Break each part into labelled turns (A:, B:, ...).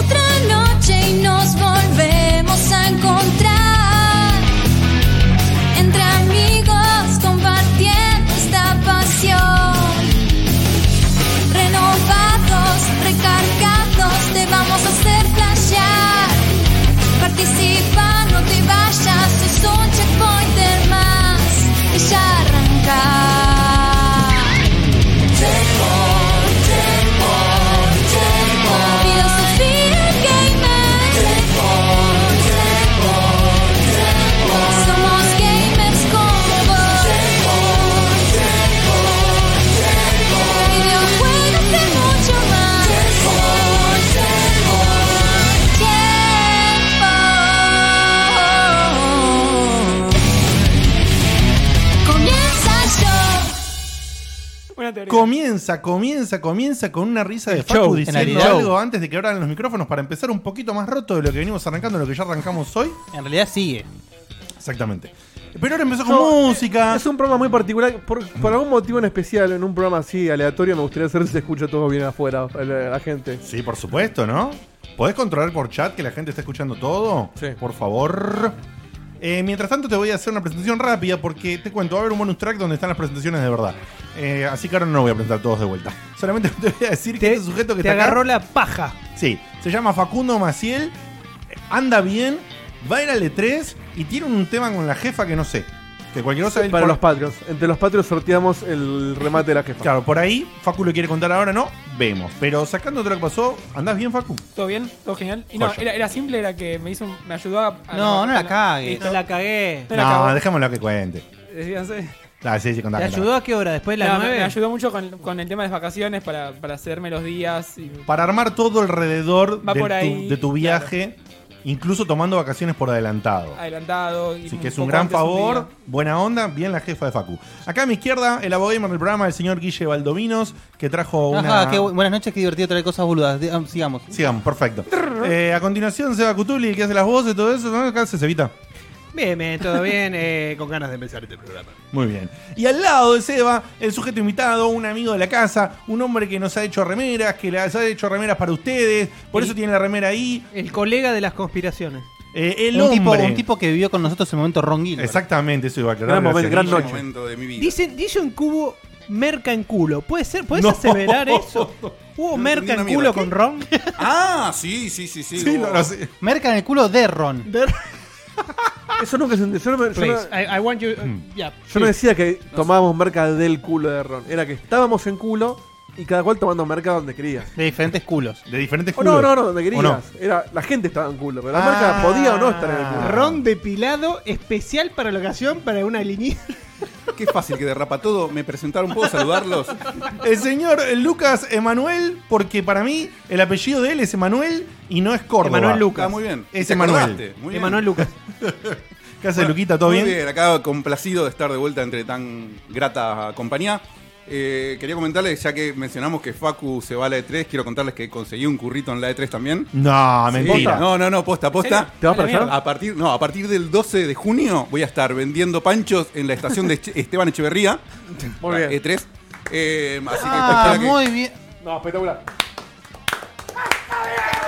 A: Otra noche y nos volvemos a encontrar. Entre amigos compartiendo esta pasión. Renovados, recargados, te vamos a hacer flashear. Participa, no te vayas, es un checkpointer más. Y ya arrancar. Checkpoint, checkpoint, checkpoint. Filosofía gamer. Checkpoint, checkpoint, checkpoint. Somos gamers como vos. Checkpoint, checkpoint, checkpoint. Videojuegos y mucho más. Checkpoint, checkpoint. Checkpoint. Comienza yo.
B: Buena teoría.
C: Comienza, comienza, comienza con una risa de
D: show,
C: Facu
D: en
C: diciendo
D: realidad.
C: algo antes de que abran los micrófonos para empezar un poquito más roto de lo que venimos arrancando, lo que ya arrancamos hoy.
D: En realidad sigue.
C: Exactamente. Pero ahora empezó con
D: eh,
B: No,
C: música.
B: Es un programa muy particular. Por, por algún motivo en especial, en un programa así aleatorio, me gustaría saber si se escucha todo bien afuera, a la, a la gente.
C: Sí, por supuesto, ¿no? ¿Podés controlar por chat que la gente está escuchando todo?
B: Sí.
C: Por favor. Eh, mientras tanto, te voy a hacer una presentación rápida porque te cuento, va a haber un bonus track donde están las presentaciones de verdad. Eh, así que ahora no lo voy a presentar todos de vuelta. Solamente te voy a decir que
D: Te-
C: este sujeto que
D: Te
C: está acá-
D: agarró la paja.
C: Sí, se llama Facundo Maciel, anda bien, va a ir al E3 y tiene un tema con la jefa que no sé. Que cualquier cosa él
B: Para
C: por-
B: los Patreons. Entre los Patreons sorteamos el remate de la jefa.
C: Claro, por ahí, Facu lo quiere contar ahora, ¿no? Vemos. Pero sacando todo lo que pasó, ¿andás bien, Facu?
B: ¿Todo bien?
E: Todo genial. Y no,
C: Joya.
E: era, era simple, era que me hizo un- me ayudó a.
F: Ah,
E: a-
D: No, no la cagues.
E: Listo.
D: No la cagué.
E: No la cago.
C: No, dejémoslo que cuente.
E: Decíanse.
C: Ah, sí, sí, contá,
D: ¿Te
C: contá.
D: ayudó a qué hora? ¿Después de
E: No,
D: las
E: me, me
D: 9?
E: ayudó mucho con, con el tema de las vacaciones para, para hacerme los días. y-
C: Para armar todo alrededor
E: Va
C: de,
E: por
C: tu,
E: ahí,
C: de tu viaje, incluso tomando vacaciones por adelantado.
E: adelantado. y
C: Así que es un
E: poco
C: gran
E: antes un
C: favor,
E: día.
C: buena onda, bien la jefa de Facu. Acá a mi izquierda, el abogamer del programa, el señor Guille Valdominos, que trajo una...
D: Ajá, qué bu- buenas noches, qué divertido traer cosas boludas. De- ah, sigamos.
C: Sigamos, perfecto. Eh, a continuación, Seba Cutuli, que hace las voces, todo eso, ¿no? Acá se evita.
F: Bien, bien, todo bien, eh, con ganas de empezar este programa.
C: Muy bien. Y al lado de Seba, el sujeto invitado, un amigo de la casa, un hombre que nos ha hecho remeras, que las ha hecho remeras para ustedes, por
F: Sí.
C: eso tiene la remera ahí.
F: El colega de las conspiraciones.
C: Eh, el
D: un,
C: hombre.
D: tipo, un tipo que vivió con nosotros en el momento Ron Gilbert.
C: Exactamente, eso iba a aclarar.
B: Gran momento,
C: gracias.
B: gran noche.
G: momento de mi vida.
F: Dicen, dice un cubo merca en culo. ¿Puede ser? ¿Puedes
C: No.
F: aseverar eso? ¿Hubo
G: No
F: merca
G: entendí
F: en
G: una
F: culo con
G: mierda.
F: Ron?
G: Ah, sí, sí, sí, sí.
C: Sí,
G: oh.
C: no, no, sí.
D: Merca en el culo de Ron.
B: Eso nunca se entendió. Yo no, me- yo no-
F: Please, I, I want you. uh, yeah,
B: yo no
F: please.
B: decía que tomábamos merca del culo de Ron. Era que estábamos en culo y cada cual tomando merca donde querías.
D: De diferentes culos.
C: De diferentes
B: O Oh, no,
C: culos.
B: no, no, donde
C: ¿O
B: querías.
C: no?
B: Era, la gente estaba en culo, pero la
C: Ah.
B: marca podía o no estar en el culo.
F: Ron depilado especial para la ocasión para una línea.
G: Qué fácil que derrapa todo. Me presentaron, ¿puedo saludarlos?
C: El señor Lucas Emanuel, porque para mí el apellido de él es Emanuel y no es Córdoba.
F: Emanuel Lucas.
G: Está Ah, muy bien.
C: Es
G: ¿Te
C: Emanuel.
G: acordaste? Muy bien.
F: Emanuel Lucas.
C: ¿Qué hace, Luquita? ¿Todo
G: Muy
C: bien?
G: acá complacido de estar de vuelta entre tan grata compañía. Eh, quería comentarles, ya que mencionamos que Facu se va a la E3, quiero contarles que conseguí un currito en la E3 también.
C: No, Ah, mentira.
G: No, no, no, posta, posta.
B: ¿Te vas para allá?
G: A partir, no, a partir del 12 de junio voy a estar vendiendo panchos en la estación de Che- Esteban Echeverría,
B: Muy bien.
G: E3. Eh, así que
D: Ah,
G: espera que-
D: muy bien.
B: No, espectacular.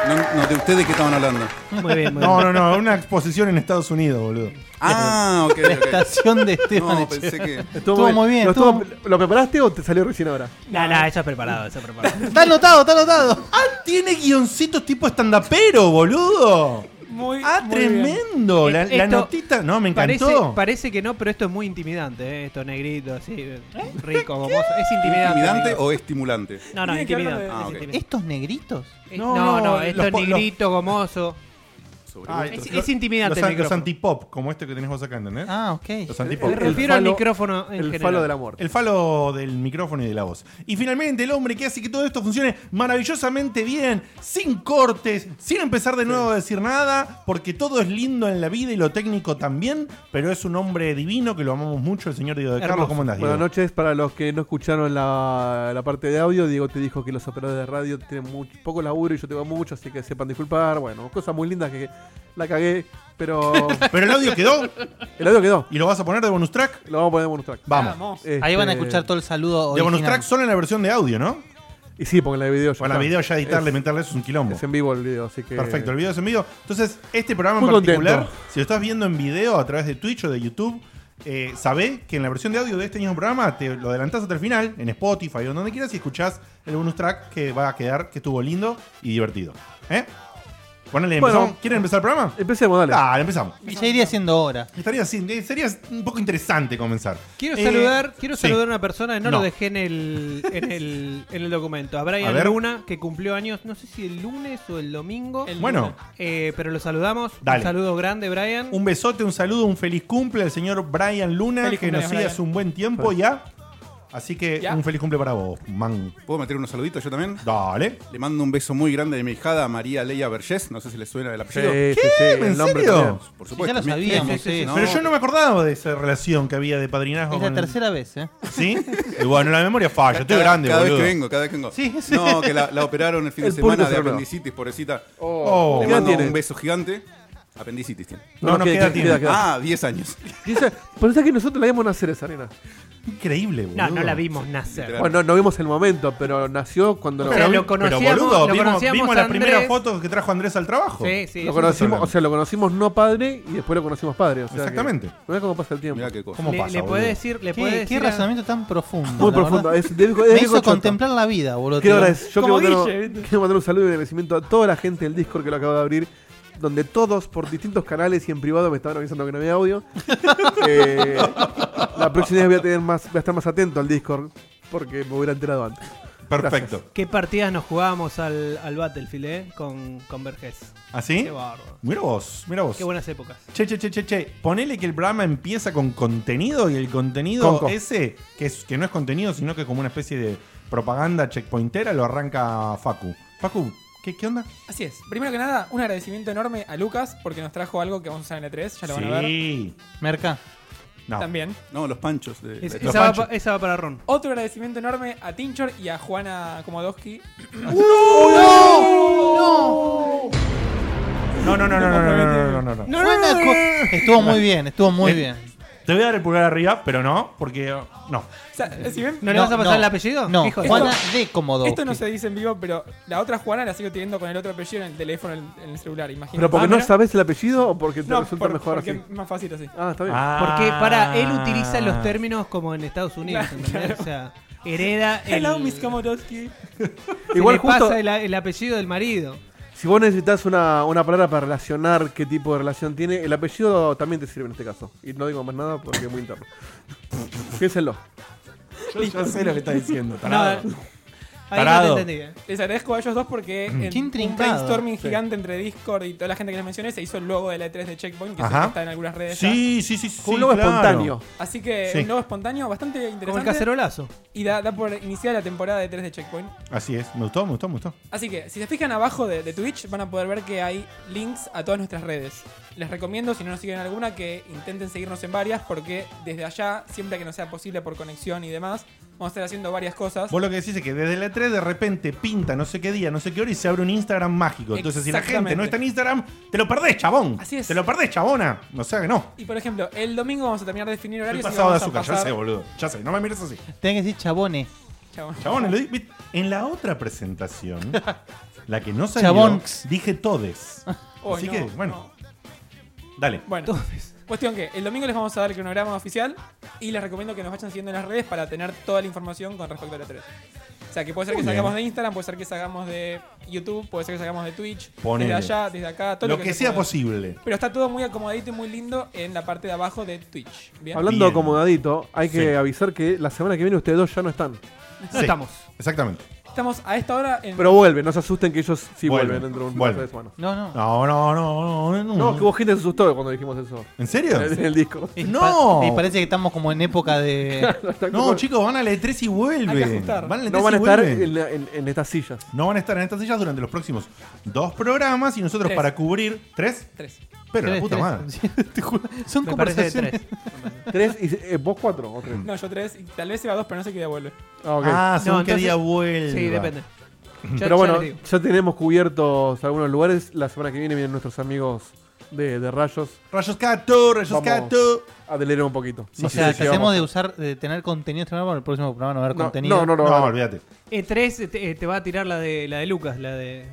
G: no, no, de ustedes que estaban hablando.
F: Muy bien, muy bien.
C: No, no, no, una exposición en Estados Unidos, boludo.
G: Ah, ok, ok.
D: Estación de Esteban.
G: No, pensé que.
D: Estuvo muy bien,
B: ¿Lo,
D: estuvo-
B: estuvo- ¿Lo preparaste o te salió recién ahora?
F: No, no, eso es preparado, eso es preparado.
D: Está anotado, está anotado.
C: Ah, tiene guioncitos tipo estandapero, boludo.
E: Muy,
C: Ah,
E: muy bien.
C: tremendo. La, la
F: Esto
C: notita. No, me
F: Parece,
C: encantó.
F: parece que no, pero esto es muy intimidante, ¿eh? esto negrito, así, rico, gomoso. Es intimidante.
G: ¿Intimidante
F: digo.
G: o estimulante?
F: No, no,
E: Tiene que
F: intimidante.
E: hablar
G: de-
F: es
G: Ah, ok.
F: intimidante.
D: ¿Estos negritos?
F: Es-
C: No,
F: No, no,
C: no,
F: esto
C: los
F: es
C: po- los-
F: negrito, gomoso.
G: sobre
C: Ah,
G: gustos.
F: es- es intimidante
C: Los,
F: el
C: los
F: micrófono.
C: antipop, como este que tenés vos acá, ¿entendés?
D: Ah, ok.
C: Los antipop.
F: Me refiero al
B: falo-
F: micrófono en
B: El
F: general.
B: falo del amor.
C: El falo del micrófono y de la voz. Y finalmente el hombre que hace que todo esto funcione maravillosamente bien, sin cortes, sin empezar de nuevo a decir nada, porque todo es lindo en la vida y lo técnico también, pero es un hombre divino que lo amamos mucho, el señor Diego de Carlos.
F: Hermoso.
C: ¿Cómo andás, Diego?
B: Buenas noches, para los que no escucharon la, la parte de audio, Diego te dijo que los operadores de radio tienen mucho, poco laburo y yo tengo mucho, así que sepan disculpar, bueno, cosas muy lindas que la cagué, pero
C: Pero el audio quedó
B: el audio quedó,
C: y lo vas a poner de bonus track.
B: lo vamos a poner en bonus track.
C: Vamos.
B: Este,
D: Ahí van a escuchar todo el saludo.
C: De bonus
D: original.
C: track solo en la versión de audio, ¿no?
B: Y sí, porque la de video ya
C: Para la
B: está.
C: video ya editarle,
B: Es-
C: meterle eso es un quilombo.
B: Es en vivo el video, así que.
C: Perfecto, el video es en vivo. Entonces, este programa en
B: Muy
C: particular,
B: contento.
C: si lo estás viendo en video a través de Twitch o de YouTube, eh, sabé que en la versión de audio de este mismo programa te lo adelantás hasta el final, en Spotify o donde quieras, y escuchás el bonus track que va a quedar, que estuvo lindo y divertido. ¿Eh? Ponele,
B: Bueno.
C: empezamos. ¿quieren empezar el programa?
B: Empecemos, dale.
C: Dale, empezamos.
D: Y se iría haciendo hora.
C: Estaría, así, sería un poco interesante comenzar.
F: Quiero
C: Eh,
F: saludar, quiero
C: sí.
F: saludar a una persona, no,
C: No.
F: lo dejé en el, en el, en el documento. A
C: A
F: Brian
C: ver.
F: Luna, que cumplió años, no sé si el lunes o el domingo.
E: El-
C: Bueno,
F: Eh, pero lo saludamos.
C: Dale.
F: Un saludo grande, Brian.
C: un besote, un saludo, un feliz cumple al señor Brian Luna,
E: Feliz
C: que nos
E: cumpleaños,
C: sigue
E: Brian.
C: hace un buen tiempo ya. Así que
E: Ya.
C: un feliz cumple para vos, man.
G: ¿Puedo meter unos saluditos yo también?
C: Dale.
G: Le mando un beso muy grande de mi hijada María Leia Vergés. No sé si le suena el
B: Sí,
G: apellido.
B: sí, sí,
C: ¿En
B: el nombre
C: serio?
B: también.
G: Por
D: Ya
G: supuesto.
D: lo sabíamos, sí.
G: No,
C: Pero yo no me acordaba de esa relación que había de padrinazgo.
D: Es la
C: con-
D: tercera vez, ¿eh?
C: ¿Sí? Y bueno, la memoria falla, estoy
G: cada,
C: grande,
G: cada
C: boludo.
G: vez que vengo, cada vez que vengo.
D: Sí, sí.
G: No, que la, la operaron el fin de
B: El pulpo
G: semana de
B: se operó.
G: apendicitis, pobrecita.
C: Oh.
G: Le
B: ¿Qué edad
G: mando
B: tiene?
G: un beso gigante. Apendicitis tiene.
C: No, no, queda tiempo.
G: Ah, 10 años.
B: Dice, pensá que nosotros la vimos nacer esa nena.
C: Increíble, boludo.
F: No, no la vimos nacer.
G: Claro.
B: Bueno, no vimos el momento, pero nació cuando lo,
F: O sea,
C: vi-
F: lo conocíamos-
C: boludo,
F: lo
C: vimos,
F: conocíamos
C: vimos
F: a
C: las primeras
F: Andrés.
C: fotos que trajo Andrés al trabajo.
F: Sí, sí.
B: lo
F: es un-
B: conocimos, o sea, lo conocimos no padre y después lo conocimos padre. O sea que-
C: Exactamente.
B: mirá cómo pasa el tiempo.
G: Mirá qué cosa.
C: ¿Cómo
F: le,
C: pasa,
F: le
C: boludo?
F: puede decir, le puede
D: Qué,
F: decir
D: qué
F: a-
D: razón tan profundo.
B: Muy
D: la
B: profundo.
D: verdad.
B: Es, de- es de
D: Me
B: Diego
D: hizo
B: Choto.
D: contemplar la vida, boludo.
B: Quiero,
D: tío.
B: agradecer- yo
E: Como
B: quiero mandar,
E: Guille,
B: un,
E: ¿viste?
B: quiero mandar un saludo y un agradecimiento a toda la gente del Discord que lo acabo de abrir. Donde todos por distintos canales y en privado me estaban avisando que no había audio. Eh, la próxima vez voy a, tener más, voy a estar más atento al Discord porque me hubiera enterado antes.
C: Perfecto.
F: ¿Qué partidas nos jugábamos al, al Battlefield, eh? Con, con Vergés.
C: ¿Así?
F: Qué bárbaro.
C: ¿Ah, Mira vos, mira vos.
F: Qué buenas épocas.
C: Che, che, che, che, che. Ponele que el programa empieza con contenido y el contenido
B: Conco.
C: ese, que, es, que no es contenido, sino que es como una especie de propaganda checkpointera, lo arranca Facu. Facu, ¿qué, qué onda?
E: Así es. Primero que nada, un agradecimiento enorme a Lucas porque nos trajo algo que vamos a usar en la 3 ya lo van a ver.
C: sí.
D: Merca.
C: No.
E: También.
G: No, los panchos. de-
F: Es-
G: de-
C: los
F: esa, va
C: Pancho.
F: pa- esa va para Ron.
E: Otro agradecimiento enorme a Tinchor y a Juana Komodowski.
C: No, no, no, no, no, no, no, no, no, no.
D: Buena co- Estuvo muy bien, estuvo muy
C: Eh,
D: bien.
C: Te voy a dar el pulgar arriba, pero no, porque uh, no.
E: O sea, si bien
F: ¿No, le vas a pasar el apellido?
D: No,
F: Hijo de-
D: Juana de Comodo.
E: esto no se dice en vivo, pero la otra Juana la sigo teniendo con el otro apellido en el teléfono, en, en el celular, imagínate.
B: ¿Pero porque
E: Ah,
B: no
E: mira.
B: sabes el apellido o porque te
E: No,
B: resulta
E: por-
B: mejor
E: porque
B: así?
E: es más fácil así.
B: Ah, está bien.
F: Porque para él utiliza
C: Ah,
F: los términos como en Estados Unidos,
E: Ah. Claro,
F: ¿entendés? O sea, hereda el,
E: Hello, Miss Komodowski.
F: se
B: Igual
F: le
B: justo,
F: pasa el, el apellido del marido.
B: si vos necesitas una, una palabra para relacionar qué tipo de relación tiene, el apellido también te sirve en este caso. Y no digo más nada porque es muy interno. Piénsenlo.
C: Yo ya sé lo que está diciendo,
F: No,
C: tarado.
F: ahí
C: Tarado.
F: no te entendí. ¿eh?
E: Les agradezco a ellos dos porque
B: Mm.
D: Qué
E: en un
D: intrincado.
E: brainstorming
D: Sí.
E: gigante entre Discord y toda la gente que les mencioné se hizo el logo de la E3 de Checkpoint, que
C: Ajá.
E: está en algunas redes. ya.
C: Sí, sí, sí, sí.
B: Con un logo
C: claro.
B: espontáneo.
E: Así que
C: Sí.
E: un logo espontáneo bastante
F: Como el
E: interesante.
F: cacerolazo.
E: Y da, da por iniciar la temporada de 3 de Checkpoint.
C: Así es, me gustó, me gustó, me gustó.
E: Así que, si se fijan abajo de, de Twitch, van a poder ver que hay links a todas nuestras redes. Les recomiendo, si no nos siguen en alguna, que intenten seguirnos en varias, porque desde allá, siempre que no sea posible por conexión y demás, vamos a estar haciendo varias cosas.
C: Vos lo que decís es que desde la 3 de repente pinta no sé qué día, no sé qué hora y se abre un Instagram mágico. Entonces, si la gente no está en Instagram, te lo perdés, chabón.
E: Así es.
C: Te lo perdés, chabona. O sea que no.
E: Y por ejemplo, el domingo vamos a terminar de definir
C: Estoy
E: horarios. y
C: pasado de
E: vamos a
C: azúcar, ya
E: pasar-
C: sé, boludo. Ya sé, no me mires así.
D: Tenés que decir chabone.
E: Chabón.
C: Chabón, lo di- vi- en la otra presentación, la que no salió,
D: Chabón.
C: dije todes.
E: Oh,
C: Así
E: no,
C: que, bueno, dale.
E: no. Bueno,
F: Entonces,
E: cuestión que el domingo les vamos a dar el cronograma oficial y les recomiendo que nos vayan siguiendo en las redes para tener toda la información con respecto a la 3. O sea, que puede ser
C: Muy
E: que
C: bien.
E: salgamos de Instagram, puede ser que salgamos de YouTube, puede ser que salgamos de Twitch,
C: Ponele.
E: desde allá, desde acá, todo
C: Lo que
E: se
C: sea
E: pueda.
C: posible.
E: Pero está todo muy acomodadito y muy lindo en la parte de abajo de Twitch. ¿bien?
B: Hablando
C: Bien.
B: acomodadito, hay que
C: Sí.
B: avisar que la semana que viene ustedes dos ya no están.
F: no
C: Sí,
F: estamos.
C: Exactamente.
E: Estamos a esta hora en.
B: Pero vuelven, no se asusten que ellos sí
C: Vuelven.
B: vuelven dentro de un
C: Vuelven.
B: par de semanas.
D: No, no.
C: No, no, no, no, no,
B: No, que hubo gente que se asustó cuando dijimos eso.
C: ¿En serio?
B: En el Discord.
D: Y
C: No.
D: pa- Y parece que estamos como en época de.
C: No, chicos, van a la E3 y
E: Hay que
C: vuelven.
E: ajustar.
C: Van a la E3
B: No van a
C: y
B: estar
C: vuelven.
B: en, la- en- en estas sillas.
C: No van a estar en estas sillas durante los próximos dos programas y nosotros
E: Tres.
C: para cubrir tres.
E: Tres.
C: Pero la
D: Tres,
C: puta
D: tres.
C: madre.
D: Sí, te juro, Son
F: Me parece de
D: conversaciones.
F: tres.
B: Tres y eh, vos cuatro o tres.
E: No, yo tres. Y tal vez iba a dos, pero no sé qué día vuelve.
B: Ah, ok.
C: Ah, según
F: No,
C: qué
F: entonces-
C: día vuelve.
F: Sí, depende. Ya- ya
B: Pero bueno,
F: les digo.
B: ya tenemos cubiertos algunos lugares. La semana que viene vienen nuestros amigos de, de Rayos
C: Rayos Cato, Rayos
B: Vamos.
C: Cato.
B: a delerear un poquito.
D: o
B: No sé
D: sea,
B: si
D: tratemos
B: llegamos.
D: de usar, de tener contenido este programa, para el próximo programa no haber
B: No,
D: contenido.
B: No, no,
C: No,
B: no. no.
C: olvídate.
F: E3 E te, te va a tirar la de, la de Lucas, la de.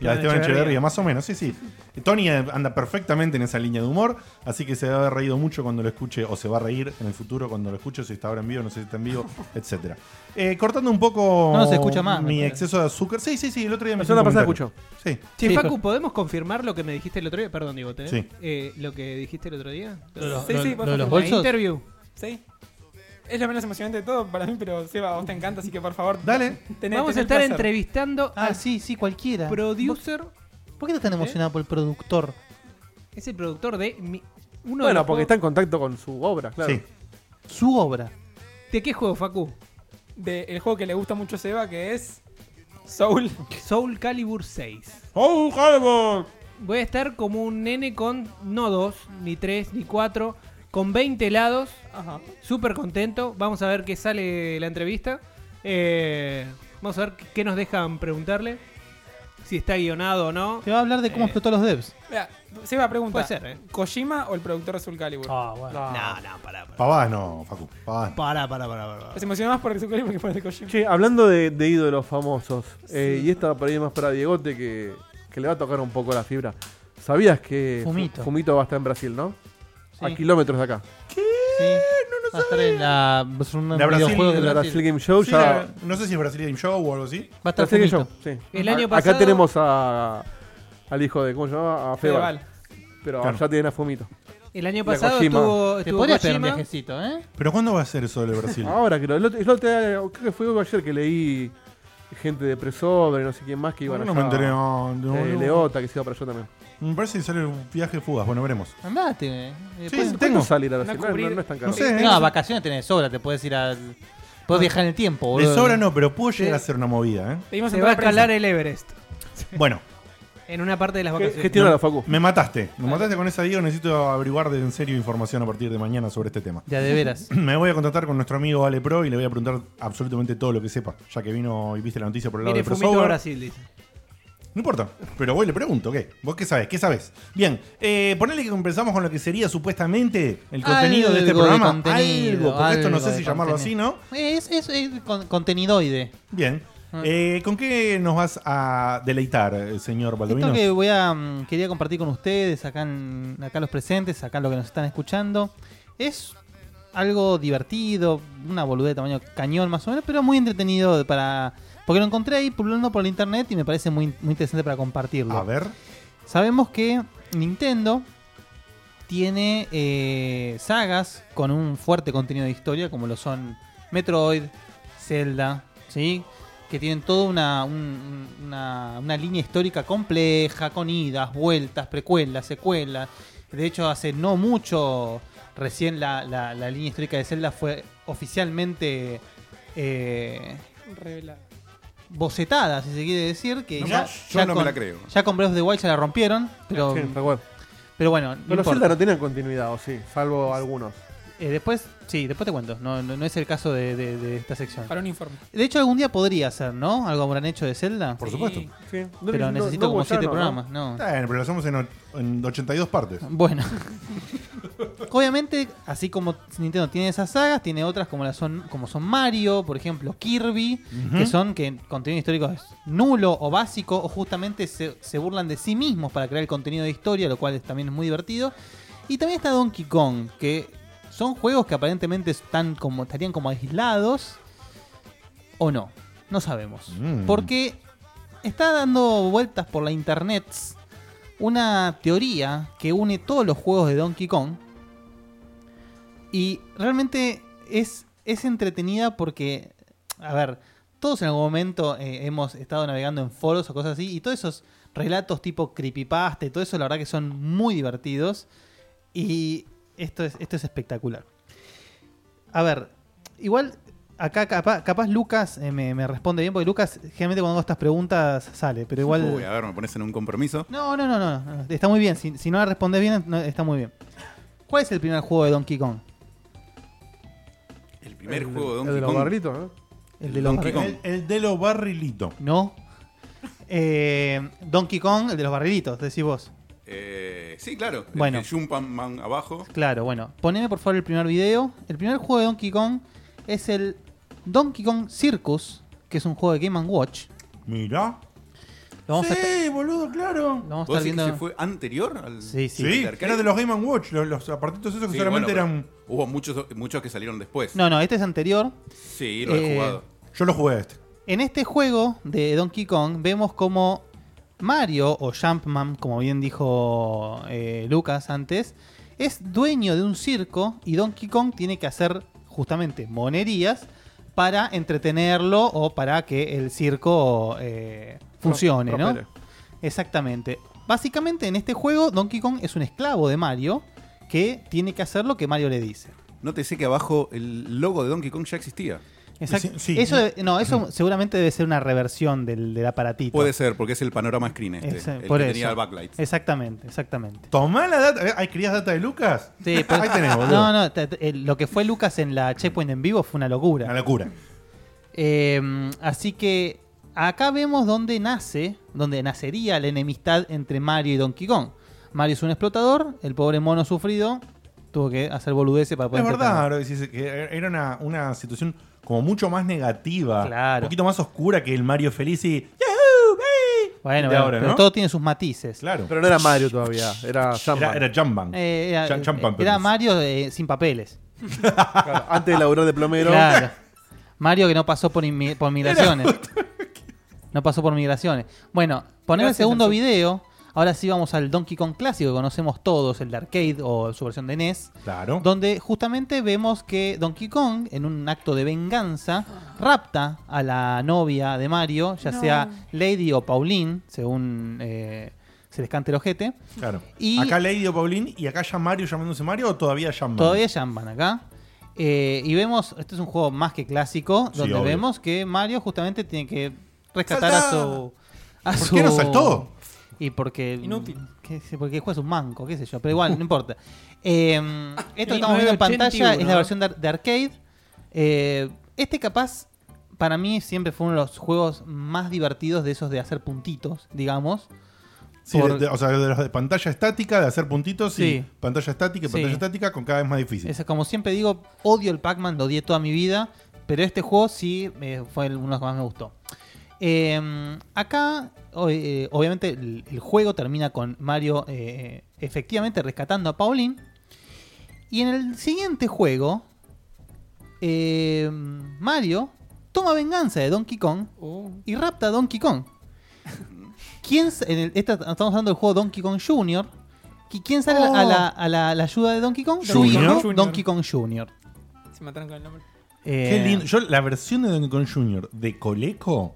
C: La de Esteban
F: Echeverría.
C: Echeverría, más o menos, sí, sí. Tony eh, anda perfectamente en esa línea de humor, así que se va a haber reído mucho cuando lo escuche, o se va a reír en el futuro cuando lo escuche, si está ahora en vivo, no sé si está en vivo, etcétera. Eh, cortando un poco
D: No se escucha más, me
C: mi
D: parece.
C: exceso de azúcar. Sí, sí, sí, el otro día me
B: La semana
C: hizo un
B: pasada
C: comentario. Sí.
F: Che,
D: Sí,
F: Facu,
D: pero-
F: ¿podemos confirmar lo que me dijiste el otro día? Perdón, digo, ¿tenés?
C: Sí.
F: Eh, lo que dijiste el otro día.
D: Lo- lo-
E: Sí, sí,
D: lo-
E: por
D: lo-
E: favor.
D: los
F: La
D: bolsos.
F: interview.
E: ¿Sí? Es lo menos emocionante de todo para mí, pero Seba, a vos te encanta, así que por favor.
C: Dale.
E: tené-
F: Vamos
E: tené
F: a
E: el
F: estar
E: placer.
F: entrevistando
D: Ah,
F: al
D: sí, sí, cualquiera.
F: producer.
D: ¿Por qué estás tan
F: ¿Eh?
D: emocionado por el productor?
F: Es el productor de mi- uno de
B: Bueno,
F: los
B: porque está
F: juegos-
B: en contacto con su obra, claro.
C: Sí.
D: Su obra.
F: ¿De qué juego, Facu?
E: De el juego que le gusta mucho a Seba, que es Soul.
F: Soul Calibur 6.
C: ¡Oh, Calibur!
F: Voy a estar como un nene con no dos, ni tres, ni cuatro, con 20 helados,
E: Ajá.
F: súper contento. Vamos a ver qué sale la entrevista. Eh, vamos a ver qué nos dejan preguntarle. Si está guionado o no.
D: Te va a hablar de cómo
F: Eh.
D: explotó los devs.
E: Mira, Seba pregunta:
F: Puede ser, ¿eh?
E: ¿Kojima o el productor de Soul Calibur?
F: No, no, pará, pará.
C: Pavás no, Facu. Pavás.
D: Pará, pará, pará, pará.
E: Se emocionó más por el Soul Calibur que por el de Kojima.
B: Che, hablando de, de ídolos famosos, eh, y esta por ahí más para Diegote que, que le va a tocar un poco la fibra. ¿Sabías que Fu-
D: Fumito.
B: Fumito va a estar en Brasil, no?
D: Sí.
B: A kilómetros de acá.
D: Sí. Va a estar en la, es un
C: La pues, Brasil-
D: videojuego de
B: En la
D: Brasil.
B: Brasil Game Show
C: Sí,
B: ya.
C: la- no sé si es Brasil Game Show o algo así.
D: Va a estar
B: Brasil Game
D: Fumito.
B: Show, sí.
F: El año
B: A-
F: pasado-
B: Acá tenemos a, al hijo de, ¿cómo se llama? A Feval.
E: Fedeval.
B: Pero
C: Claro.
B: ya tienen a Fumito.
F: El año
B: La
F: pasado
B: Kojima.
F: estuvo,
D: Te
F: estuvo
D: podrías pegar un
F: Kojima.
D: viajecito, ¿eh?
C: ¿Pero cuándo va a ser eso de Brasil?
B: Ahora creo, el otro, el otro día, eh, creo que fue ayer que leí gente de Presobre, no sé quién más que iban
C: no,
B: a
C: me enteré. No, no, no.
B: Leota que se iba para allá también.
C: Me parece que sale un viaje fugaz. Bueno, veremos.
D: Andate, eh. Y
C: Sí,
D: después-
C: sí.
B: pues, ¿Cuánto
C: Tengo.
B: sale ir a Brasil?
E: No
B: No, no-
E: cubrir-
B: no es tan caro.
C: No sé.
D: No, vacaciones tenés de sobra, te puedes ir al. Puedes viajar en el tiempo, boludo.
C: De sobra no, pero puedo llegar a hacer una movida, ¿eh?
E: Pedimos
F: Se va
E: entrada
F: a
E: prensa.
F: escalar el Everest
C: Bueno,
F: en una parte de las
B: Ge-
F: vacaciones.
B: Gestiona la Facu.
C: me mataste. Me mataste con esa Diego. Necesito averiguar de en serio información a partir de mañana sobre este tema.
D: Ya de veras.
C: Me voy a contactar con nuestro amigo Ale Pro y le voy a preguntar absolutamente todo lo que sepa, ya que vino y viste la noticia por el lado
F: Viene
C: de
F: Fumito a
C: Crossover.
F: Brasil, dice.
C: No importa, pero voy y le pregunto, ¿qué? ¿Vos qué sabés? ¿Qué sabés? Bien, eh, ponele que empezamos con lo que sería supuestamente el contenido de este
D: Algo
C: programa.
D: contenido,
C: algo, porque esto no
D: algo
C: sé
D: de
C: si llamarlo así,
D: contenido.
C: ¿no?
D: Es, es, es con- contenidoide.
C: Bien.
D: Ah.
C: Eh, ¿Con qué nos vas a deleitar, eh, señor
D: Esto
C: Baldovino?
D: que voy a mm, quería compartir con ustedes, acá, en- acá los presentes, acá los que nos están escuchando, es algo divertido, una boludez de tamaño cañón más o menos, pero muy entretenido de- para porque lo encontré ahí pululando por el internet y me parece muy, muy interesante para compartirlo.
C: A ver.
D: Sabemos que Nintendo tiene eh, sagas con un fuerte contenido de historia, como lo son Metroid, Zelda, ¿sí? Que tienen toda una, un- una, una línea histórica compleja, con idas, vueltas, precuelas, secuelas. De hecho, hace no mucho recién la, la- la línea histórica de Zelda fue oficialmente eh,
E: Revela.
D: bocetada, si se quiere decir. Que
G: No,
D: ya,
G: yo
D: ya
G: no me
D: con,
G: la creo.
D: Ya con Breath of the Wild ya la rompieron, pero,
B: Sí, tal cual.
D: pero bueno. no
B: Pero los
D: importa.
B: Zelda no tenían continuidad, o sí, salvo algunos.
D: Eh, después, sí, después te cuento. No, no, no es el caso de, de- de esta sección.
E: Para un informe.
D: De hecho, algún día podría ser, ¿no? Algo habrán hecho de Zelda.
C: Por supuesto.
E: Sí.
B: Sí. No-
D: Pero
B: no-
D: necesito
B: no
D: como
B: hubo llano,
D: siete
B: ¿no?
D: programas, ¿no?
C: Está bien, pero lo hacemos en, o- en 82 partes.
D: Bueno. Obviamente, así como Nintendo tiene esas sagas, tiene otras como las son, como son Mario, por ejemplo, Kirby,
C: Ujú.
D: que son que contenido histórico es nulo o básico, o justamente se, se burlan de sí mismos para crear el contenido de historia, lo cual es- también es muy divertido. Y también está Donkey Kong, que son juegos que aparentemente están como, estarían como aislados. O no, no sabemos.
C: Mm.
D: Porque está dando vueltas por la internet una teoría que une todos los juegos de Donkey Kong. Y realmente es, es entretenida porque, a ver, todos en algún momento eh, hemos estado navegando en foros o cosas así, y todos esos relatos tipo creepypasta y todo eso, la verdad que son muy divertidos. Y esto es, esto es espectacular. A ver, igual acá capaz, capaz Lucas eh, me, me responde bien, porque Lucas generalmente cuando hago estas preguntas sale, pero igual...
G: Uy, a ver, me pones en un compromiso.
D: No, no, no, no, no, Está muy bien. Si, si no la respondes bien, no- está muy bien. ¿Cuál es el primer juego de Donkey Kong?
G: El primer
B: El-
G: juego
B: el
G: de Donkey
B: de los
G: Kong.
B: barritos, ¿no?
D: El de los
G: Donkey Kong.
C: El, el de los barrilito.
D: No. Eh, Donkey Kong, el de los barrilitos, decís vos.
G: Eh, sí, claro. El
D: Bueno.
G: que Jump and Man abajo.
D: Claro, bueno. Poneme por favor el primer video. El primer juego de Donkey Kong es el Donkey Kong Circus, que es un juego de Game ⁇ Watch.
C: Mirá.
D: Lo vamos a estar,
C: sí, boludo, claro.
D: lo vamos a
G: ¿Vos
D: estar
G: decís que se
D: viendo...
G: fue anterior al.?
D: Sí, sí.
C: Sí,
G: ¿El arcade?
C: era de los Game Watch, los, los apartitos esos que
G: Sí,
C: solamente
G: bueno,
C: eran.
G: pero Hubo muchos, muchos que salieron después.
D: No, no, este es anterior.
G: Sí, lo he
D: Eh,
G: jugado.
C: Yo lo jugué a este.
D: En este juego de Donkey Kong vemos como Mario o Jumpman, como bien dijo eh, Lucas antes, es dueño de un circo y Donkey Kong tiene que hacer justamente monerías para entretenerlo o para que el circo eh, funcione, ¿no?
B: Prospere.
D: Exactamente. Básicamente en este juego Donkey Kong es un esclavo de Mario que tiene que hacer lo que Mario le dice.
G: No te sé que abajo el logo de Donkey Kong ya existía.
D: Exacto.
C: Sí, sí.
D: Eso, debe- no, eso seguramente debe ser una reversión del, del aparatito.
G: Puede ser, porque es el panorama screen este.
D: Ese-
G: el
D: por
G: que
D: eso.
G: tenía el backlight.
D: Exactamente, exactamente.
C: Tomá la data. eh, ¿Ay, querías data de Lucas?
D: Sí, pues-
C: Ahí tenés, boludo.
D: no, no, te- te- eh, lo que fue Lucas en la Checkpoint en vivo fue una
C: Una
D: locura.
C: locura.
D: Eh, así que acá vemos dónde nace, dónde nacería la enemistad entre Mario y Donkey Kong. Mario es un explotador, el pobre mono sufrido tuvo que hacer boludeces para poder...
C: Es verdad,
D: entretener.
C: ahora que decís que era una, una situación como mucho más negativa.
D: Claro.
C: Un poquito más oscura que el Mario feliz y. "Yahoo, hey",
D: Bueno,
C: de
D: bueno,
C: ahora,
D: pero
C: ¿no?
D: todo tiene sus matices.
C: Claro.
B: Pero no era Mario todavía, era Samba.
C: era, era Jumpman.
D: Eh, era,
C: Jump- Jump Pumpkins.
D: era Mario eh, sin papeles.
B: Antes de laburar de plomero.
D: Claro. Mario que no pasó por, inmi- por migraciones. No pasó por migraciones. Bueno, poner el
E: Gracias,
D: segundo
E: Jesús.
D: video. Ahora sí vamos al Donkey Kong clásico que conocemos todos, el de arcade o su versión de NES.
C: Claro.
D: Donde justamente vemos que Donkey Kong, en un acto de venganza, rapta a la novia de Mario, ya
E: No.
D: sea Lady o Pauline, según eh, se les cante el ojete.
C: Claro.
D: Y-
C: Acá Lady o Pauline y acá ya Mario llamándose Mario o todavía Jumpman.
D: Todavía Jamban acá. Eh, y vemos, este es un juego más que clásico,
C: Sí,
D: donde
C: obvio.
D: vemos que Mario justamente tiene que rescatar a
C: ¡Saltá!
D: su. A
C: ¿Por
D: su-
C: qué no saltó?
D: Y porque.
E: Inútil.
D: qué sé, porque juega un manco, qué sé yo. Pero igual, no importa. Eh, esto que estamos viendo en
E: 1981,
D: pantalla es la
E: ¿no?
D: versión de, ar- de arcade. Eh, este, capaz, para mí siempre fue uno de los juegos más divertidos de esos de hacer puntitos, digamos.
C: Sí,
D: por-
C: de- de- o sea, de los de pantalla estática, de hacer puntitos y
D: Sí.
C: pantalla estática y
D: Sí.
C: pantalla estática con cada vez más difícil.
D: Es- como siempre digo, odio el Pac-Man, lo odié toda mi vida, pero este juego sí eh, fue el- uno de los que más me gustó. Eh, acá, o- eh, obviamente, el, el juego termina con Mario eh, efectivamente rescatando a Pauline. Y en el siguiente juego, eh, Mario toma venganza de Donkey Kong
E: Uh,
D: y rapta a Donkey Kong. ¿Quién, sa- en el- esta- estamos hablando del juego Donkey Kong Jr. ¿Y ¿Quién sale a, la, a la- a la ayuda de Donkey Kong? Su
C: Junior.
D: hijo,
E: Junior.
D: Donkey Kong Jr.
E: se mataron con el nombre.
D: Eh,
C: Qué lindo. Yo la versión de Donkey Kong Jr. de Coleco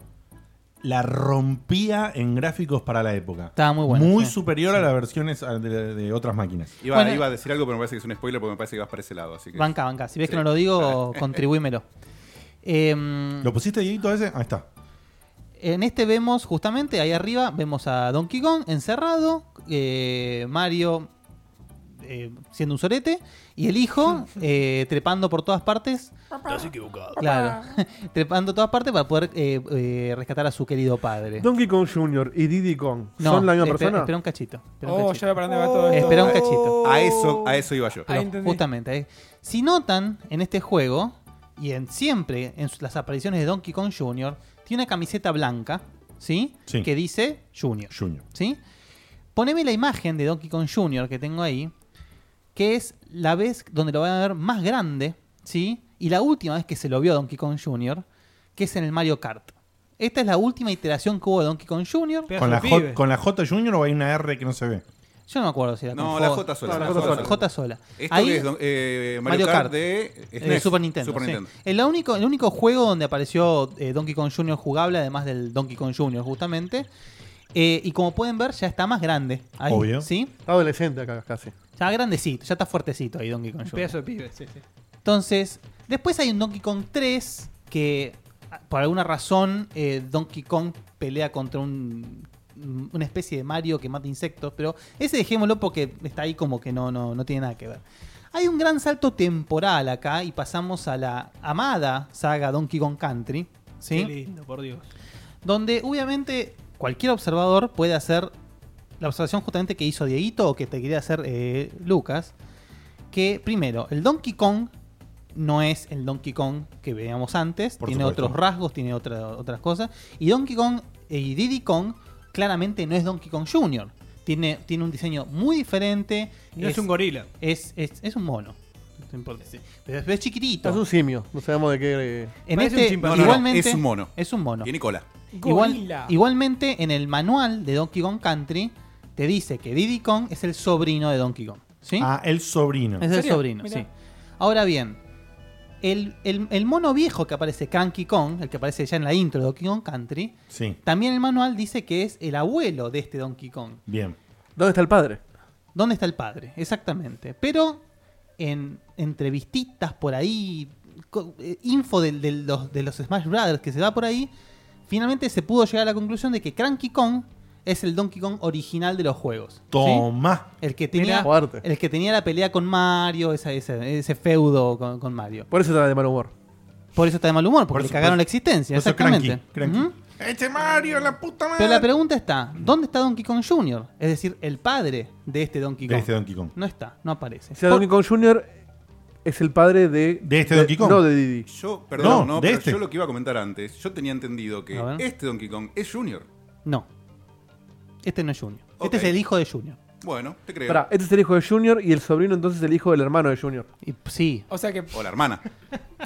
C: la rompía en gráficos para la época.
D: Estaba muy buena,
C: Muy
D: sí.
C: superior a las versiones a- de, de otras máquinas.
G: Iba,
D: Bueno.
G: iba a decir algo, pero me parece que es un spoiler porque me parece que vas para ese lado. Así que...
D: Banca, banca. Si ves que
G: Sí.
D: no lo digo, contribuímelo. Em,
C: ¿Lo pusiste, Dieguito, ese? Ahí está.
D: En este vemos, justamente, ahí arriba, vemos a Donkey Kong encerrado, eh, Mario eh, siendo un sorete, y el hijo eh, trepando por todas partes. Claro, trepando a todas partes para poder eh, eh, rescatar a su querido padre.
B: Donkey Kong Jr. y Diddy Kong
D: No,
B: son la misma
D: espera-
B: persona.
D: Espera un cachito. Espera un
E: Oh,
D: cachito.
E: ya veo para dónde va todo esto.
D: Espera un cachito.
G: A eso, a eso iba yo.
E: Oh, Ahí
D: Pero
E: entendí.
D: justamente, eh, si notan en este juego y en siempre en su- las apariciones de Donkey Kong Jr. tiene una camiseta blanca, ¿sí?
C: Sí.
D: Que dice Junior,
C: Junior.
D: ¿sí? Poneme la imagen de Donkey Kong Jr. que tengo ahí, que es la vez donde lo van a ver más grande, ¿sí? Y la última vez que se lo vio a Donkey Kong Jr., que es en el Mario Kart. Esta es la última iteración que hubo de Donkey Kong Jr.
F: Pedazo
C: ¿Con
F: de
C: la,
F: pibe.
C: J, ¿Con la J Junior o hay una R que no se ve?
D: Yo no me acuerdo si era
G: No,
D: con
G: la J sola.
B: No, la
G: la
B: J sola.
D: J sola.
G: Esto
D: Ahí-
G: que es don- eh, Mario,
D: Mario
G: Kart,
D: Kart.
G: de
D: Eh,
G: SNES.
D: Super Nintendo. sí. El, único, el único juego donde apareció eh, Donkey Kong Jr. jugable, además del Donkey Kong Jr. justamente, Eh, y como pueden ver, ya está más grande. ahí,
C: Obvio.
D: ¿Sí?
B: Está adolescente acá casi.
D: Ya grandecito, ya está fuertecito ahí Donkey Kong
F: Un
D: Jr.
F: pedazo de pibe, sí, sí.
D: Entonces, después hay un Donkey Kong 3 que a- por alguna razón eh, Donkey Kong pelea contra un mm, una especie de Mario que mata insectos, pero ese dejémoslo porque está ahí como que no, no, no tiene nada que ver. Hay un gran salto temporal acá y pasamos a la amada saga Donkey Kong Country, ¿sí?
F: Qué lindo, por Dios.
D: donde obviamente cualquier observador puede hacer la observación justamente que hizo Dieguito o que te quería hacer eh, Lucas, que primero, el Donkey Kong no es el Donkey Kong que veíamos antes,
C: Por
D: tiene
C: supuesto.
D: otros rasgos, tiene otra- otras cosas, y Donkey Kong eh, y Diddy Kong claramente no es Donkey Kong Jr., tiene, tiene un diseño muy diferente,
F: No es, un gorila.
D: es, es- es un mono. No importa, sí. Pero es, pero es chiquitito.
B: Es un simio, no sabemos de qué. eh,
D: En
F: parece un
D: este,
F: chimpancé. No, no,
G: no,
D: igualmente,
G: es un mono.
D: Es un mono.
G: Tiene cola.
D: Igual,
E: Gorila.
D: igualmente, en el manual de Donkey Kong Country, te dice que Diddy Kong es el sobrino de Donkey Kong. ¿Sí? Eh.
C: Ah, el sobrino.
D: es el
E: serio?
D: sobrino,
E: Mirá.
D: sí. Ahora bien, el, el- el mono viejo que aparece, Cranky Kong, el que aparece ya en la intro de Donkey Kong Country,
C: Sí,
D: también el manual dice que es el abuelo de este Donkey Kong.
C: bien.
B: ¿Dónde está el padre?
D: ¿Dónde está el padre? Exactamente. Pero en entrevistitas por ahí, co- eh, info del- del- los- de, los, Smash Brothers que se da por ahí, finalmente se pudo llegar a la conclusión de que Cranky Kong es el Donkey Kong original de los juegos. ¿sí?
C: Tomá.
D: El que, tenía,
B: Fuerte.
D: el que tenía la pelea con Mario, esa- esa- ese feudo con, con Mario.
B: Por eso está de mal humor.
D: Por eso está de mal humor, porque
C: Por
D: le
C: eso-
D: cagaron
C: por-
D: la existencia.
C: Por eso
D: Exactamente.
C: Cranky, Cranky.
D: Ujú.
C: Este Mario, la puta madre.
D: Pero la pregunta está, ¿dónde está Donkey Kong Jr.? Es decir, el padre de este Donkey
C: de
D: Kong.
C: este Donkey Kong.
D: No está, no aparece.
B: O sea,
D: Por-
B: Donkey Kong Jr. es el padre de.
C: De este Donkey Kong.
B: No, de Diddy.
G: Yo, perdón,
C: No,
G: no,
C: de
G: pero
C: este.
G: yo lo que iba a comentar antes, yo tenía entendido que
D: A ver.
G: este Donkey Kong es Junior.
D: No. Este no es Junior. Este
G: Ok.
D: es el hijo de Junior.
G: Bueno, te creo.
B: Pará, este es el hijo de Junior y el sobrino entonces es el hijo del hermano de Junior.
D: Y, sí,
E: O sea que
G: O la hermana.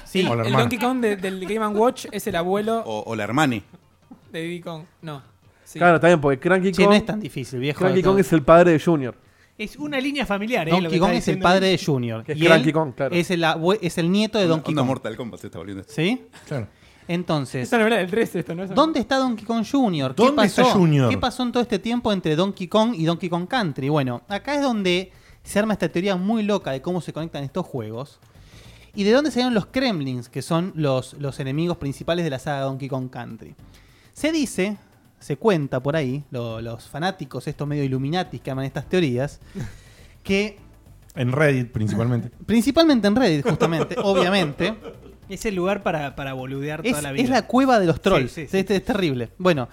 D: sí.
C: Hola,
E: el
C: hermano.
E: Donkey Kong de- del Game Watch es el abuelo
C: Oh.
G: O, o la hermane.
E: de Diddy Kong. No. Sí.
B: Claro, también, porque Cranky
D: Che,
B: Kong.
D: no es tan difícil, viejo.
B: Cranky Kong es el padre de Junior.
F: Es una línea familiar, ¿eh? lo que
D: Donkey
F: está
D: Kong es el
F: diciendo
D: padre
F: él.
D: de Junior.
B: Que es
D: y
B: Cranky
D: él
B: Kong, claro.
D: Es el, abue- es el nieto de
G: Onda-
D: Donkey
G: onda
D: Kong.
G: Mortal Kombat se está volviendo.
D: ¿Sí?
C: Claro.
D: Entonces,
E: Esa novela del 13 esto, ¿no? Esa-
D: ¿dónde está Donkey Kong Jr.? ¿Qué
C: ¿Dónde
D: pasó?
C: está Junior?
D: ¿Qué pasó en todo este tiempo entre Donkey Kong y Donkey Kong Country? Bueno, acá es donde se arma esta teoría muy loca de cómo se conectan estos juegos. ¿Y de dónde salieron los Kremlins, que son los, los enemigos principales de la saga Donkey Kong Country? Se dice, se cuenta por ahí, lo- los fanáticos, estos medio Illuminatis que aman estas teorías, que
C: En Reddit principalmente.
D: principalmente en Reddit, justamente, obviamente,
F: Es el lugar para, para boludear
D: es,
F: toda la
D: es
F: vida.
D: cueva de los trolls.
F: Sí, sí, sí.
D: Este es terrible. Bueno,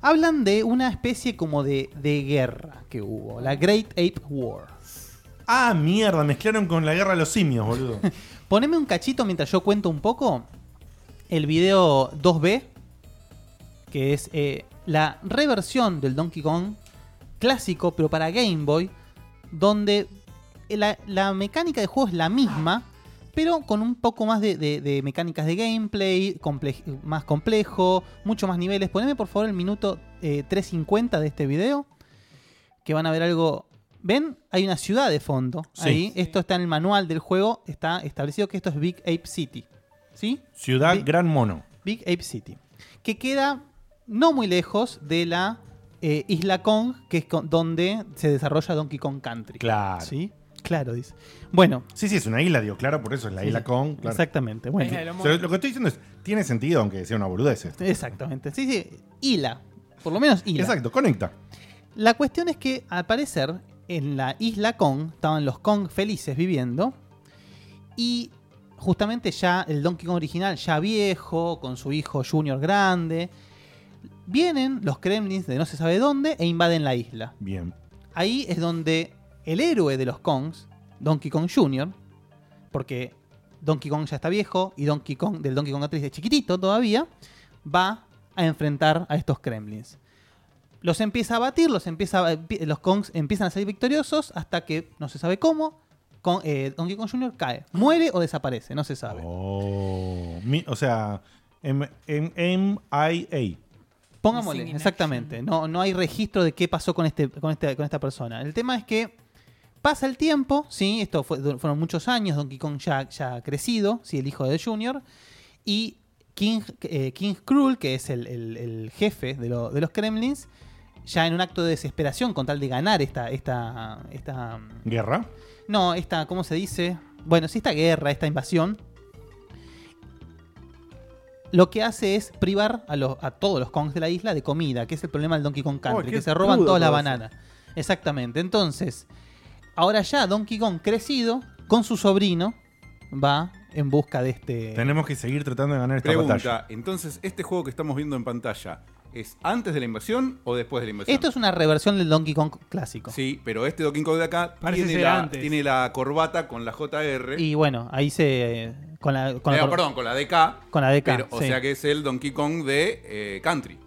D: hablan de una especie como de, de guerra que hubo, la Great Ape War.
C: Ah, mierda, mezclaron con la guerra de los simios, boludo.
D: Poneme un cachito mientras yo cuento un poco el video 2B, que es eh, la reversión del Donkey Kong clásico, pero para Game Boy, donde la, la mecánica de juego es la misma, pero con un poco más de, de- de mecánicas de gameplay, comple- más complejo, mucho más niveles. Poneme por favor el minuto eh, 3.50 de este video, que van a ver algo... ¿Ven? Hay una ciudad de fondo.
C: Sí.
D: Ahí, esto está en el manual del juego, está establecido que esto es Big Ape City. ¿Sí?
C: Ciudad
D: Bi-
C: Gran Mono.
D: Big Ape City, que queda no muy lejos de la eh, Isla Kong, que es con- donde se desarrolla Donkey Kong Country.
C: Claro. Sí.
D: ¿Sí? Claro, dice. Bueno,
C: sí, es una isla, digo, claro, por eso es la isla Kong. claro.
D: exactamente.
E: La
D: Bueno,
E: isla de los
C: O sea,
E: monos.
C: lo que estoy diciendo es, tiene sentido, aunque sea una boludez. esto.
D: exactamente. Sí, sí, Isla. Por lo menos Isla.
C: Exacto, conecta.
D: La cuestión es que, al parecer, en la Isla Kong estaban los Kong felices viviendo y justamente ya el Donkey Kong original, ya viejo, con su hijo Junior grande, vienen los Kremlins de no se sabe dónde e invaden la isla.
C: Bien.
D: Ahí es donde el héroe de los Kongs, Donkey Kong Jr., porque Donkey Kong ya está viejo y Donkey Kong del Donkey Kong Atriz es chiquitito todavía, va a enfrentar a estos Kremlins. Los empieza a batir, los, empieza a- empie- los Kongs empiezan a salir victoriosos hasta que, no se sabe cómo, con- eh, Donkey Kong Jr. cae. Muere o desaparece, no se sabe.
C: Oh, mi- o sea, M- M- MIA.
D: Pongámosle,
E: Missing in
D: exactamente. No, no hay registro de qué pasó con, este, con, este, con esta persona. El tema es que pasa el tiempo, ¿sí? Esto fue- du- fueron muchos años, Donkey Kong ya, ya ha crecido, ¿sí? El hijo de Junior. Y King, eh, King Krull, que es el, el- el jefe de, lo- de los Kremlins, ya en un acto de desesperación con tal de ganar esta, esta, esta,
C: ¿Guerra?
D: no, esta, ¿cómo se dice? Bueno, si esta guerra, esta invasión, lo que hace es privar a, los- a todos los Kongs de la isla de comida, que es el problema del Donkey Kong Country,
B: Oh, qué
D: que se roban
B: crudo
D: todas las
B: todo eso.
D: bananas. Exactamente. Entonces, ahora ya Donkey Kong crecido, con su sobrino, va en busca de este...
C: Tenemos que seguir tratando de ganar esta batalla.
G: Pregunta, entonces, ¿este juego que estamos viendo en pantalla es antes de la invasión o después de la invasión?
D: Esto es una reversión del Donkey Kong clásico.
G: Sí, pero este Donkey Kong de acá
F: Parece
G: tiene
F: ser
G: la,
F: antes.
G: tiene la corbata con la JR.
D: Y bueno, ahí se... eh, Con la, con la,
G: Eh, perdón, con la DK.
D: Con la DK,
G: pero- o
D: sí.
G: sea que es el Donkey Kong de eh, Country.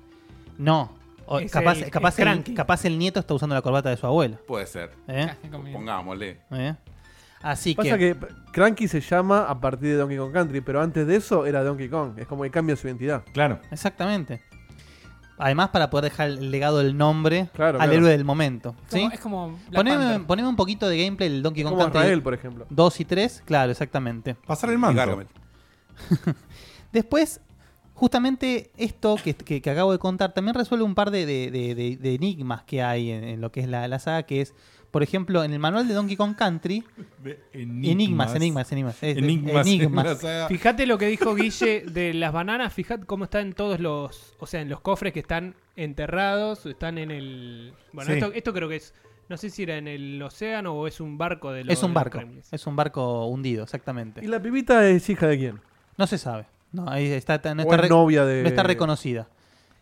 D: No. O-
F: Es
D: capaz,
F: el-
D: capaz,
F: el
D: el,
F: cranky.
D: capaz el nieto está usando la corbata de su abuelo.
G: Puede ser.
D: ¿eh?
G: Pongámosle.
D: ¿Eh? Así
B: Pasa que p- Cranky se llama a partir de Donkey Kong Country, pero antes de eso era Donkey Kong. Es como que cambia su identidad.
C: Claro.
D: Exactamente. Además, para poder dejar el legado del nombre
B: Claro,
D: al
B: claro.
D: héroe del momento.
E: Es
D: ¿sí?
E: como- Es como. Black
D: Poneme,
E: Panther.
D: poneme un poquito de gameplay del Donkey
B: Es
D: Kong
B: como Rael,
D: Country
B: por ejemplo.
D: 2 y 3. Claro, exactamente.
C: Pasar el
G: Y
C: manto.
G: Gargamel.
D: Después, justamente esto que, que- que acabo de contar también resuelve un par de, de- de- de- de enigmas que hay en, en lo que es la, la saga, que es, por ejemplo, en el manual de Donkey Kong Country, enigmas, enigmas, enigmas. es-
C: Enigmas.
D: enigmas.
C: O sea,
F: Fíjate lo que dijo Guille de las bananas, fíjate cómo están todos los, o sea, en los cofres que están enterrados, están en el... Bueno,
C: Sí.
F: esto, esto creo que es, no sé si era en el océano o es un barco de los...
D: Es un
F: de los
D: barco,
F: Kremlins.
D: es un barco hundido,
B: ¿Y
D: exactamente.
B: la pibita es hija de quién?
D: No se sabe. No, ahí está, no
B: o
D: está
B: es
D: re-
B: novia de.
D: No está reconocida.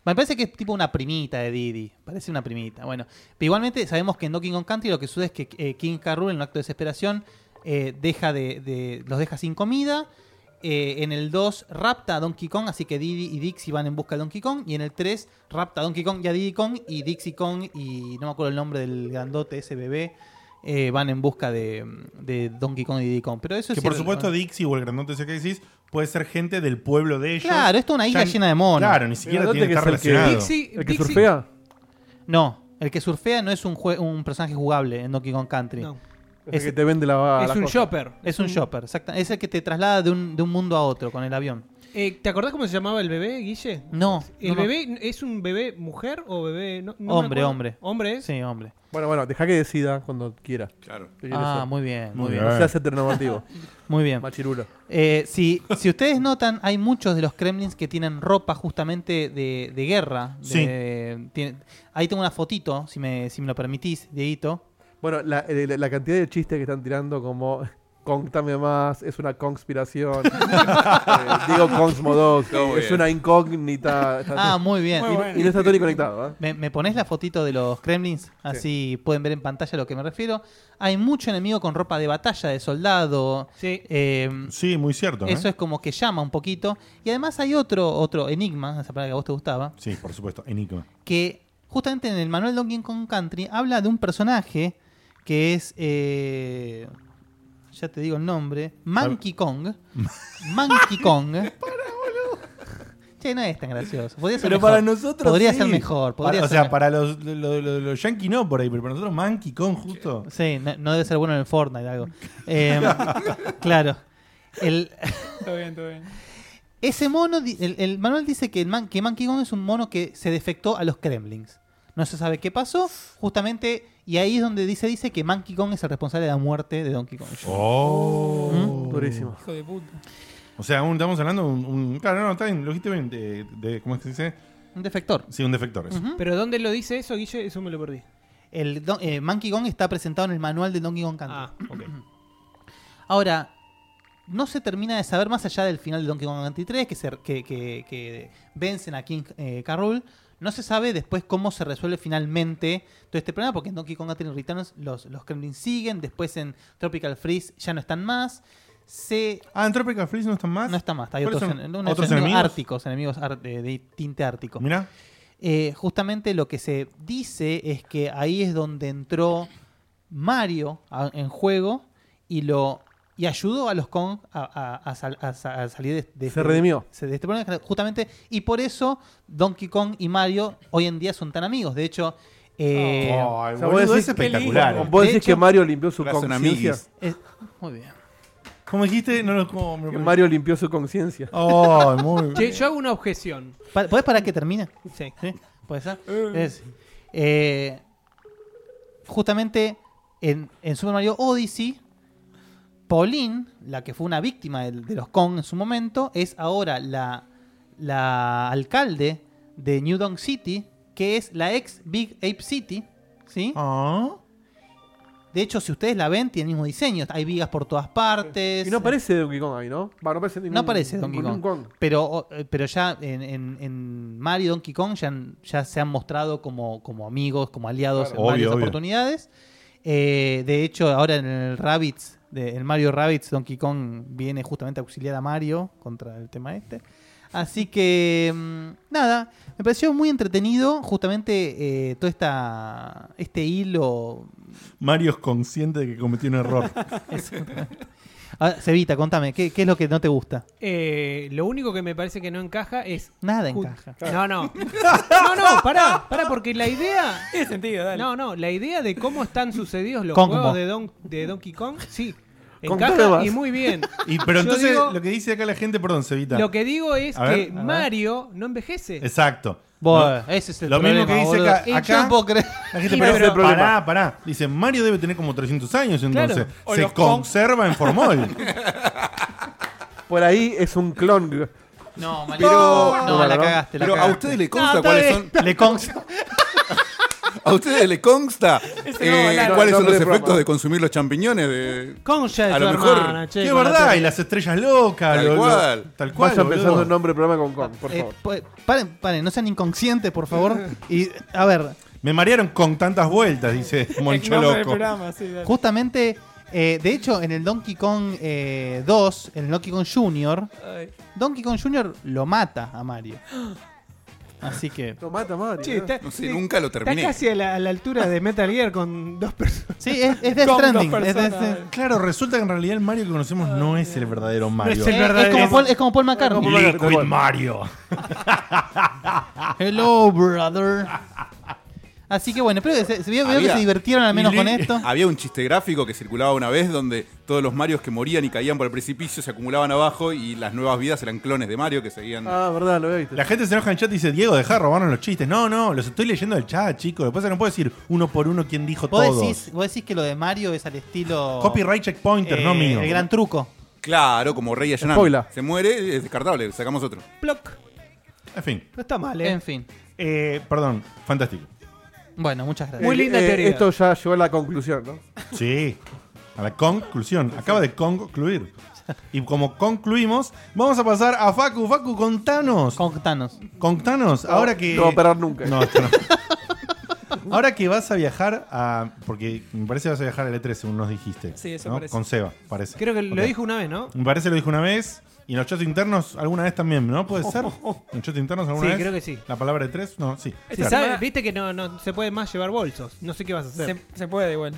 D: Me parece que es tipo una primita de Didi. Parece una primita. Bueno, pero igualmente sabemos que en Donkey Kong Country lo que sucede es que eh, King K. Rool, en un acto de desesperación, eh, deja de, de- los deja sin comida. Eh, en el 2 rapta a Donkey Kong, así que Didi y Dixie van en busca de Donkey Kong. Y en el 3 rapta a Donkey Kong y a Diddy Kong. Y Dixie Kong y no me acuerdo el nombre del grandote, ese bebé, eh, van en busca de, de Donkey Kong y Diddy Kong. Pero eso
C: que
D: es
C: por
D: irrelevante.
C: supuesto Dixie o el grandote ese que decís puede ser gente del pueblo de ellos.
D: Claro, esto es una isla
C: Ya-
D: llena de monos.
C: Claro, ni siquiera
B: Grandote
C: tiene que estar
B: que es el que-
C: relacionado.
F: Dixie,
B: ¿El que
F: Dixie-
B: surfea?
D: No, el que surfea no es un, jue- un personaje jugable en Donkey Kong Country.
F: no, Mm.
B: Es el
D: Es-
B: que te vende Ah, la.
F: es
B: la
F: un
B: cosa.
F: shopper.
D: Es un shopper, exacta. Es el que te traslada de un, de un mundo a otro con el avión.
F: Eh, ¿Te acordás cómo se llamaba el bebé, Guille?
D: No.
F: ¿El
D: no me-
F: bebé es un bebé mujer o bebé...? no- no me
D: Hombre,
F: acuerdo.
D: hombre.
F: ¿Hombre es?
D: Sí, hombre.
B: Bueno, bueno, deja que decida cuando quiera.
G: Claro.
B: ¿Qué quiere
D: Ah,
B: ser?
D: muy bien, muy
C: Muy
D: bien.
C: bien.
B: No seas heteronormativo.
D: Muy bien.
B: Machirulo.
D: Eh, si, si ustedes notan, hay muchos de los Kremlins que tienen ropa justamente de, de guerra. de- tiene- ahí tengo una fotito, si me, si me lo permitís, Dieguito.
B: Bueno, la, eh, la- la cantidad de chistes que están tirando como contame más, es una conspiración. eh, digo consmo 2,
G: Está muy
B: es
G: bien.
B: una incógnita. está-
D: Ah, muy bien.
B: y, y no está Tony conectado, ¿eh?
D: ¿Me, me pones la fotito de los Kremlins? Así pueden ver en pantalla a lo que me refiero. Hay mucho enemigo con ropa de batalla, de soldado.
F: Sí.
D: Eh,
C: Sí, muy cierto.
D: eso
C: ¿eh?
D: es como que llama un poquito. Y además hay otro, otro enigma, esa palabra que a vos te gustaba,
C: Sí, por supuesto, enigma.
D: que justamente en el manual Donkey Kong Country habla de un personaje que es. eh, ya te digo el nombre. Monkey Kong. Monkey Kong. Che, no es tan gracioso. Podría ser mejor.
C: nosotros.
D: Podría ser mejor, podría
C: Para- o
D: ser
C: sea,
D: mejor.
C: para los, lo- lo- lo- los yankees no por ahí, pero para nosotros Monkey Kong justo.
D: Sí, no, no debe ser bueno en el Fortnite algo. Eh, claro. El,
E: Todo bien, todo bien.
D: ese mono, di- el, el manual dice que, el man, que Monkey Kong es un mono que se defectó a los Kremlings. No se sabe qué pasó, justamente, y ahí es donde dice, dice que Monkey Kong es el responsable de la muerte de Donkey Kong.
C: Oh.
B: Durísimo.
E: Hijo de puta.
C: O sea, un- estamos hablando de un, un- Claro, no, está bien, lo dijiste bien. De, de- ¿Cómo se dice?
D: Un defector.
C: Sí, un defector. eso.
F: ¿Pero dónde lo dice eso, Guille? Eso me lo perdí.
D: El Don- eh, Monkey Kong está presentado en el manual de Donkey Kong Country.
F: Ah, ok.
D: Ahora, no se termina de saber más allá del final de Donkey Kong Country 3, que, se, que, que- que vencen a King eh, K. Rool. No se sabe después cómo se resuelve finalmente todo este problema, porque en Donkey Kong Country Returns los, los Kremlins siguen, después en Tropical Freeze ya no están más. Se,
C: Ah, en Tropical Freeze no están más.
D: no están más, hay
C: ¿Cuáles
D: otros,
C: son?
D: en- unos
C: ¿Otros
D: enemigos,
C: enemigos?
D: árticos, enemigos ar- eh, de, de tinte ártico.
C: Mirá.
D: Eh, justamente lo que se dice es que ahí es donde entró Mario a- en juego y lo y ayudó a los Kong a, a- a sal- a sa- a salir de, de
B: Se
D: este-
B: redimió.
D: se- de este problema, justamente y por eso Donkey Kong y Mario hoy en día son tan amigos de hecho eh,
C: Ay,
B: o sea,
C: boludo,
B: vos decís
C: es espectacular.
B: ¿Vos
C: eh.
B: decís
D: De hecho-
B: que Mario limpió su
G: Ahora son
B: conciencia?
G: amiguis.
D: es- muy bien
C: ¿Cómo dijiste? No lo. como- me lo
B: Que
C: perdí.
B: Mario limpió su conciencia.
C: Oh, muy
F: Che, yo hago una objeción.
D: Pa- ¿Podés para que termine? Sí. ¿Puede ser? Es- Eh, justamente en, en Super Mario Odyssey, Pauline, la que fue una víctima del- de, los Kong en su momento, es ahora la, la alcalde de New Donk City, que es la ex Big Ape City, ¿sí?
C: Ah.
D: De hecho, si ustedes la ven, tiene el mismo diseño. Hay vigas por todas partes.
B: Y no aparece Donkey Kong ahí, ¿no? Va, no aparece ningún
D: No aparece Donkey
B: ningún
D: Kong. Pero, o- eh, pero ya en, en- en Mario y Donkey Kong ya, han- ya se han mostrado como, como amigos, como aliados
C: Claro.
D: en varias
C: Obvio, obvio.
D: oportunidades. Eh, de hecho, ahora en el Rabbids, de, en Mario Rabbids, Donkey Kong viene justamente a auxiliar a Mario contra el tema este. Así que, mm, nada, me pareció muy entretenido justamente eh, todo esta, este hilo.
C: Mario es consciente de que cometió un error.
D: Ahora, Cevita, contame, ¿qué, qué es lo que no te gusta?
F: Eh, lo único que me parece que no encaja es.
D: Nada
F: ju-
D: encaja.
F: No, no. No, no, pará, pará, porque la idea.
E: Tiene sentido, dale.
F: No, no, la idea de cómo están sucedidos los
D: Congo.
F: juegos de, Don- de Donkey Kong, sí.
B: Contame más.
F: Encaja y muy bien.
C: Y, pero
F: Yo
C: entonces
F: digo-
C: lo que dice acá la gente, perdón, Cevita.
F: Lo que digo es
C: A ver,
F: que
C: a ver.
F: Mario no envejece.
C: Exacto.
D: Bueno, ese eh, es el
C: Lo mismo
D: problema.
C: que dice
D: boludo.
C: acá-
D: Y yo
C: acá-
D: no puedo creer.
C: La gente,
E: Y
C: pero,
E: pero-
C: pará, pará. Dice, Mario debe tener como 300 años entonces.
F: Claro.
E: O
C: Se
E: los con-
C: conserva en formol.
B: Por ahí es un clon.
D: No, Mario.
G: Pero-
D: no,
B: No,
D: la
B: ¿verdad?
D: cagaste. La
G: Pero a
D: cagaste.
G: ustedes les
D: No,
G: consta
D: está
G: cuáles
D: bien.
G: son.
D: Le consta.
G: A ustedes les consta
E: Ese no,
G: eh,
E: claro.
G: cuáles
B: No,
G: son
B: no
G: los
B: es broma.
G: efectos de consumir los champiñones de.
F: Concha de
G: A
F: tu
G: lo mejor-
F: hermana, che,
C: Qué
F: con la
C: verdad,
F: tele.
C: y las estrellas locas.
G: Tal
C: lo- lo-
G: cual.
C: Tal cual.
B: Vayan pensando
C: boludo.
B: un nombre de programa con Kong, por
D: Eh,
B: favor.
D: pa- paren, paren, no sean inconscientes, por favor. Y a ver,
C: Me marearon con tantas vueltas, dice Moncho
E: El nombre del
C: Loco.
E: programa, sí, dale.
D: justamente, eh, de hecho, en el Donkey Kong eh, 2, en el Donkey Kong Jr.,
E: Ay.
D: Donkey Kong Jr. lo mata a Mario. Así que.
B: No mata, Mario.
F: Che, está,
G: No sé, nunca lo
F: está
G: terminé.
F: casi a la, a la altura de Metal Gear con dos personas.
D: Sí, es, es Death
E: Con dos
D: Stranding. Es,
E: personas.
D: es- es-
C: Claro, resulta que en realidad el Mario que conocemos no es el verdadero Mario.
F: es el
D: es
F: verdadero.
D: como Paul, es como Paul McCartney.
B: Como-
C: Liquid Mario.
D: Hello, brother. Así que bueno, espero que se, se- veo, veo que
G: Había-
D: se divirtieron al menos
C: y-
D: con esto.
G: Había un chiste gráfico que circulaba una vez donde todos los Marios que morían y caían por el precipicio se acumulaban abajo y las nuevas vidas eran clones de Mario que seguían.
B: Ah, verdad, lo viste.
C: La gente se enoja en el chat y dice, Diego, dejá de robarnos los chistes. No, no, los estoy leyendo del chat, chicos. Lo que pasa es que no puedo decir uno por uno quién dijo
D: ¿Vos
C: todo.
D: decís, vos decís que lo de Mario es al estilo.
C: Copyright checkpointer,
D: eh,
C: no mío.
D: El gran truco.
G: Claro, como Rey Allanado.
B: Spoiler.
G: Se muere, es descartable, sacamos otro.
F: Ploc.
C: En fin,
F: No está mal, eh.
D: En fin.
C: eh, perdón, fantástico.
D: Bueno, muchas gracias.
F: Muy linda teoría.
B: eh, Esto ya llegó a la conclusión, ¿no?
C: Sí. A la conclusión. Acaba de concluir. Y como concluimos, vamos a pasar a Facu. Facu, contanos.
D: Contanos.
C: Contanos. Ahora que.
B: No va a parar nunca.
C: No, esto no. Ahora que vas a viajar a. Porque me parece que vas a viajar al E3, según nos dijiste.
E: Sí, eso
C: ¿no?
E: parece.
C: Con Seba, parece.
F: Creo que lo
C: Ok.
F: dijo una vez, ¿no?
C: Me parece que lo dijo una vez. Y en los chats internos alguna vez también, ¿no? ¿Puede ser? ¿En chats internos alguna
F: Sí,
C: vez?
F: creo que sí.
C: ¿La palabra E3? No, sí.
F: Se
E: Este
C: Claro.
F: sabe,
E: semana-
F: viste que no, no se puede más llevar bolsos. No sé qué vas a hacer.
E: Se,
F: Se,
E: se puede igual.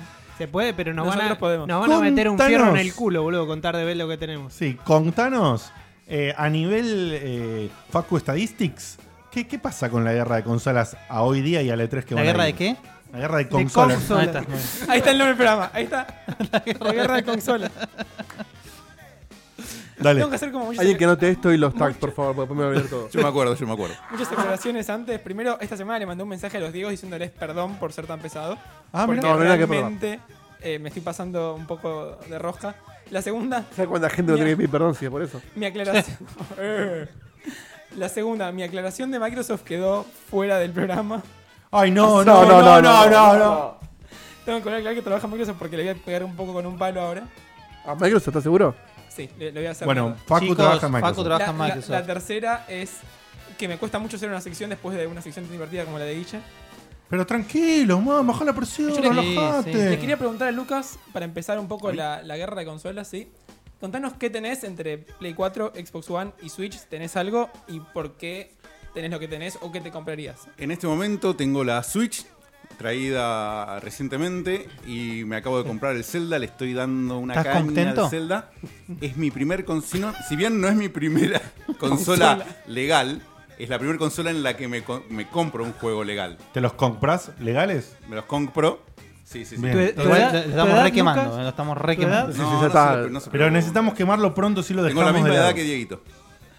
F: puede, pero nos van, a,
E: Nosotros podemos.
F: nos van a meter un fierro en
C: Contanos.
F: el culo, boludo, contar de ver lo que tenemos.
C: Sí, contanos, eh, a nivel eh, Facu Statistics, ¿qué, qué pasa con la guerra de consolas a hoy día y a la E3 que
D: ¿La
C: van a
D: guerra
C: ir?
D: de qué?
C: La guerra de consolas.
F: consolas.
D: Ahí está. Muy bien.
E: Ahí está el nombre del programa. Ahí está. La guerra de consolas.
C: Dale.
E: Tengo que hacer como muchas,
B: Alguien que note esto y los tags, por favor, porque después me va a olvidar todo.
G: Yo me acuerdo, yo me acuerdo.
E: muchas aclaraciones antes. Primero, esta semana le mandé un mensaje a los Diegos diciéndoles perdón por ser tan pesado.
C: Ah,
E: porque
C: mira.
B: No, no era que
E: realmente eh, me estoy pasando un poco de rosca. La segunda,
B: ¿Sabes cuánta gente no tiene que pedir perdón si es por eso?
E: mi aclaración. Eh. la segunda, mi aclaración de Microsoft quedó fuera del programa.
C: Ay, no, no, no, no, no, no, no.
E: Tengo que aclarar que trabaja en Microsoft porque le voy a pegar un poco con un palo ahora.
B: ¿A Ah, Microsoft estás seguro?
E: Sí, le, le voy a hacer.
C: Bueno,
E: mierda.
C: Facu
D: Chicos,
C: trabaja en
D: Facu
C: Microsoft.
D: trabaja
E: La-
D: en
E: la-
D: Microsoft.
E: La, tercera es que me cuesta mucho hacer una sección después de una sección tan divertida como la de Guille.
C: Pero tranquilo, mamá, bajá la presión,
E: Yo le-
C: relajate.
D: Sí, sí.
E: Le quería preguntar a Lucas, para empezar un poco la, la guerra de consolas, ¿sí? Contanos qué tenés entre Play 4, Xbox One y Switch, si tenés algo y por qué tenés lo que tenés o qué te comprarías.
G: En este momento tengo la Switch traída recientemente y me acabo de comprar el Zelda, le estoy dando una
D: ¿Estás
G: caña
D: contento?
G: al Zelda. Es mi primer con- si no- si bien no es mi primera consola legal, es la primera consola en la que me, co- me compro un juego legal.
C: ¿Te los compras legales?
G: me los compro. Sí, sí, sí.
C: Bien.
F: Tu- tu
D: Igual
F: edad-
D: le- le
F: tu
D: estamos
F: edad,
D: requemando. eh,
F: Lucas,
D: Lo estamos
F: tu edad-
D: requemando.
B: Sí, sí, ya está.
G: se- no se
C: Pero
G: preocupe.
C: necesitamos quemarlo pronto si lo
G: Tengo
C: dejamos
G: la misma
C: de lado.
G: edad que Dieguito.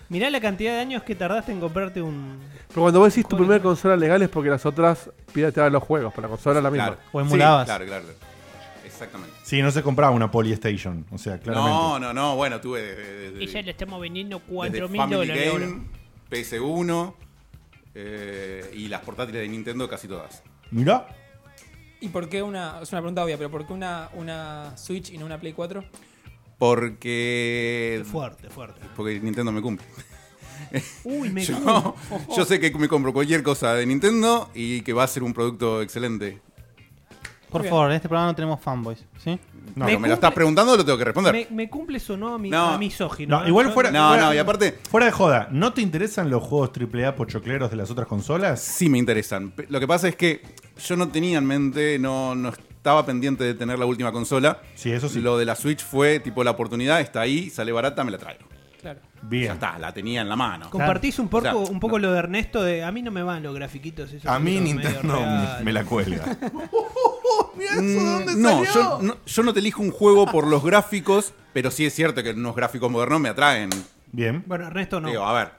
F: Mirá la cantidad de años que tardaste en comprarte un.
B: Pero cuando vos decís tu primera consola legal es porque las otras pirateaban los juegos, pero la consola es la misma.
G: Claro.
D: O emulabas.
G: Sí, claro, claro. Exactamente.
C: Sí, no se compraba una Polystation. O sea, claramente.
G: No, no, no. Bueno, tuve desde,
H: Y ya le estamos vendiendo
G: desde
H: 4 mil
G: Family
H: dólares. ahora.
G: Game, PS1 eh, y las portátiles de Nintendo casi todas.
C: Mirá.
E: ¿Y por qué una.? Es una pregunta obvia, pero ¿por qué una, una Switch y no una Play 4?
G: Porque.
F: Fuerte, fuerte.
G: Porque Nintendo me cumple.
F: Uy, me.
G: Yo, yo sé que me compro cualquier cosa de Nintendo y que va a ser un producto excelente.
D: Por
E: Bien.
D: favor, en este programa no tenemos fanboys, ¿sí?
G: No,
F: Me
G: pero me lo estás
F: cumple-
G: preguntando, lo tengo que responder.
F: Me, me cumple su no a mi,
G: No.
F: a misógino.
C: No,
F: ¿eh?
C: igual
F: Yo-
C: fuera.
G: No,
C: fuera-
G: no, y aparte,
C: Fuera de joda, ¿no te interesan los juegos AAA pochocleros de las otras consolas?
G: sí me interesan. Pe- Lo que pasa es que yo no tenía en mente, no, no estaba pendiente de tener la última consola.
C: Sí, eso sí.
G: Lo de la Switch fue tipo la oportunidad, está ahí, sale barata, me la traigo.
E: Claro.
G: Ya
C: Bien.
G: está, la tenía en la mano.
F: Compartís un poco,
G: Claro. O sea,
F: un poco lo de Ernesto de. A mí no me van los grafiquitos. esos
C: A mí
F: medio
C: Nintendo
F: real".
C: me la cuelga.
G: Mm, no, Yo, no, yo no te elijo un juego por los gráficos, pero sí es cierto que unos gráficos modernos me atraen.
C: Bien.
F: Bueno, Ernesto no.
G: Digo, a ver.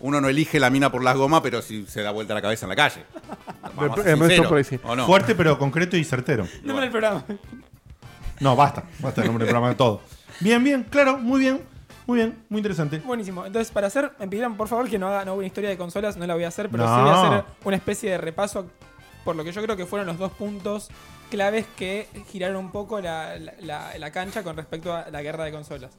G: Uno no elige la mina por las gomas, pero si se da vuelta la cabeza en la calle. Vamos a ser
B: Eh, me
G: sinceros,
B: por ahí, sí.
G: ¿o no?
C: Fuerte, pero concreto y certero.
E: No me el programa.
C: No, basta. Basta el nombre del programa de todo. Bien, bien, claro, muy bien. Muy bien, muy interesante.
E: Buenísimo. Entonces, para hacer, me pidieron por favor que no haga no haga una historia de consolas, no la voy a hacer, pero
C: No.
E: sí voy a hacer una especie de repaso por lo que yo creo que fueron los dos puntos claves que giraron un poco la, la- la- la cancha con respecto a la guerra de consolas.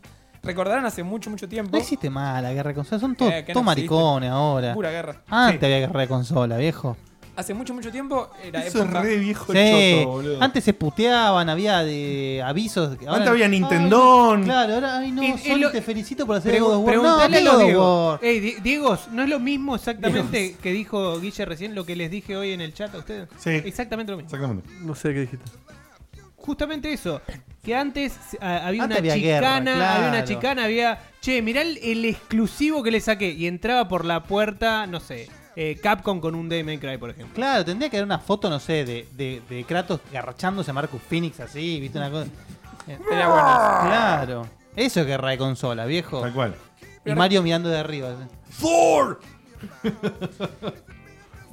E: Recordarán hace mucho, mucho tiempo.
D: No existe más la guerra de consolas, son todos
E: Eh, que no
D: todos maricones ahora.
E: Pura guerra.
D: Antes había guerra de consola, viejo.
E: Hace mucho, mucho tiempo era
C: Eso es
E: época.
C: re viejo
D: Sí,
C: choto, boludo.
D: antes se puteaban, había de avisos. que ahora-
C: Antes había
D: Ay,
C: Nintendón.
D: claro, ahora, ay no,
F: Y- y
D: Sony,
F: lo-
D: te felicito por hacer
F: Pregu-
D: God of War. No,
F: preguntale
D: ¿qué
F: a
D: God of
F: Diego.
D: War?
F: Ey, Di- Diego, ¿no es lo mismo exactamente que dijo Guille recién lo que les dije hoy en el chat a ustedes?
C: Sí.
F: Exactamente lo mismo.
C: Exactamente.
B: No sé qué dijiste.
F: Justamente eso. Que antes ah, había
D: Antes
F: una
D: había guerra,
F: chicana, había una
D: claro.
F: chicana, había. Che, mirá el, el exclusivo que le saqué. Y entraba por la puerta, no sé, eh, Capcom con un Day May Cry, por ejemplo.
D: Claro, tendría que haber una foto, no sé, de, de, de Kratos garrachándose a Marcus Phoenix así, ¿viste? Una cosa. Eh,
E: Era bueno eso.
D: Claro. Eso es guerra de consola, viejo.
C: Tal cual.
D: Y Mario mirando de arriba. así.
C: ¡Thor!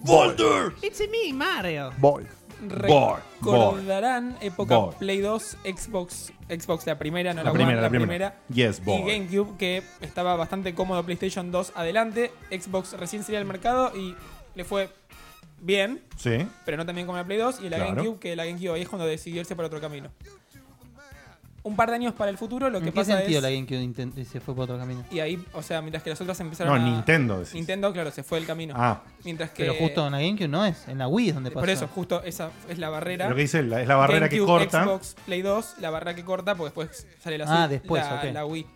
C: ¡Boulder!
F: It's me,
E: Ah,
F: Mario.
B: Voy.
C: Boy,
E: Recordarán época
C: Boy.
E: Play 2, Xbox, Xbox la primera, no
C: La
E: la,
C: primera,
E: One,
C: la primera. Yes,
E: y
C: boy.
E: GameCube que estaba bastante cómodo PlayStation 2 adelante, Xbox recién salía al mercado y le fue bien,
C: Sí.
E: pero no tan bien como la Play 2 y la
C: Claro.
E: GameCube que la GameCube ahí es cuando decidió irse por otro camino. Un par de años para el futuro, lo que
D: ¿En qué
E: pasa
D: sentido
E: es
D: la GameCube inten- se fue por otro camino?
E: y ahí, o sea, mientras que las otras empezaron
C: No,
E: a
C: Nintendo. decís.
E: Nintendo, claro, se fue el camino.
C: Ah.
E: Mientras que
D: Pero justo en la GameCube no es, en la Wii es donde pasó.
E: por eso, justo esa es la barrera.
C: Lo que dice él, la- es la barrera que
E: GameCube,
C: corta.
E: Xbox, Play 2, la barrera que corta, porque después sale la,
D: Ah,
E: Switch,
D: después,
E: la,
D: ok.
E: la Wii.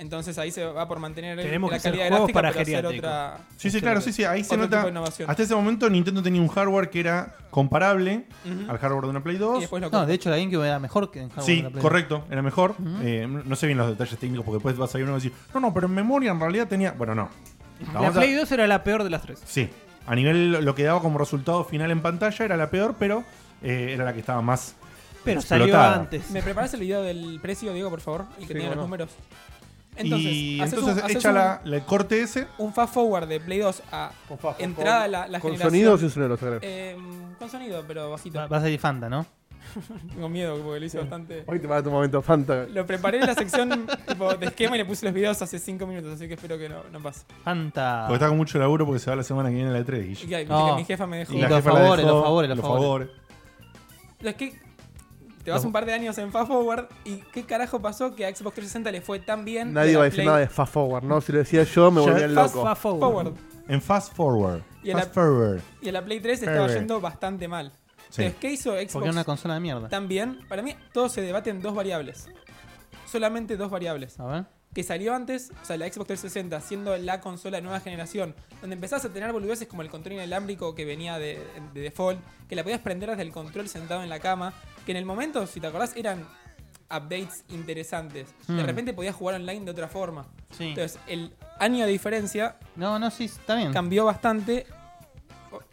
E: Entonces ahí se va por mantener el-
F: Tenemos
E: la
F: que hacer
E: calidad
F: juegos
E: gráfica,
F: para
E: pero hacer
F: geriátricos.
E: otra...
C: Sí, sí,
E: otro-
C: claro, sí, sí. Ahí se
E: otro tipo
C: nota.
E: de innovación.
C: Hasta ese momento Nintendo tenía un hardware que era comparable
E: Ujú.
C: al hardware de una Play
E: Y
C: 2.
E: después lo
D: No, de
E: corta.
D: hecho la GameCube era mejor que en hardware
C: Sí,
D: de la Play.
C: correcto, era mejor. Eh, no sé bien los detalles técnicos porque después va a salir uno y va a decir, no, no, pero en memoria en realidad tenía. Bueno, no.
F: La
C: Vamos a-
F: Play 2 era la peor de las tres.
C: Sí, a nivel lo que daba como resultado final en pantalla era la peor, pero eh, era la que estaba más.
F: Pero
C: Explotada.
F: salió antes.
E: ¿Me preparas el video del precio, Diego, por favor? El que tenía los números. Entonces,
C: y
E: haces
C: entonces
E: un, haces
C: echa
E: un-
C: la, la- el corte ese.
E: un fast forward de Play 2 a entrada la, la
B: ¿Con
E: generación...
B: sonido o sin sonido? Sagrado?
E: Eh, con sonido, pero bajito.
D: Va, va a salir Fanta, ¿no?
E: Tengo miedo porque lo hice bastante...
B: Hoy te va a dar tu momento, Fanta.
E: Lo preparé en la sección tipo, de esquema y le puse los videos hace 5 minutos, así que espero que no, no pase.
D: Fanta.
C: Porque está con mucho laburo porque se va la semana que viene la E3.
E: Y
C: Guille.
E: que, viste
D: No.
E: que mi jefa me dejó.
D: Y
C: la
D: los
C: jefa la
D: favores,
C: dejó,
D: los favores, los favores.
E: Es que te vas un par de años en Fast Forward y qué carajo pasó que a Xbox 360 le fue tan bien.
B: Nadie
E: la
B: va a decir
E: Play
B: nada de Fast Forward, ¿no? Si lo decía yo, me
C: Ya-
B: volvían
F: Fast,
B: loco.
F: fast forward.
E: Forward.
C: En Fast Forward.
E: Y en
C: fast
E: la-
C: Forward.
E: Y a la Play 3 estaba
C: Pervert.
E: yendo bastante mal.
C: Sí.
E: Entonces, ¿qué hizo Xbox
D: Porque era una consola de mierda.
E: tan bien? Para mí todo se debate en dos variables. Solamente dos variables.
D: A ver.
E: que salió antes, o sea, la Xbox 360, siendo la consola de nueva generación, donde empezás a tener boludeces como el control inalámbrico que venía de, de default, que la podías prender desde el control sentado en la cama, que en el momento, si te acordás, eran updates interesantes. De
D: Hmm.
E: repente podías jugar online de otra forma.
D: Sí.
E: Entonces, el año de diferencia
D: Hmm. No, no, sí, está bien.
E: cambió bastante.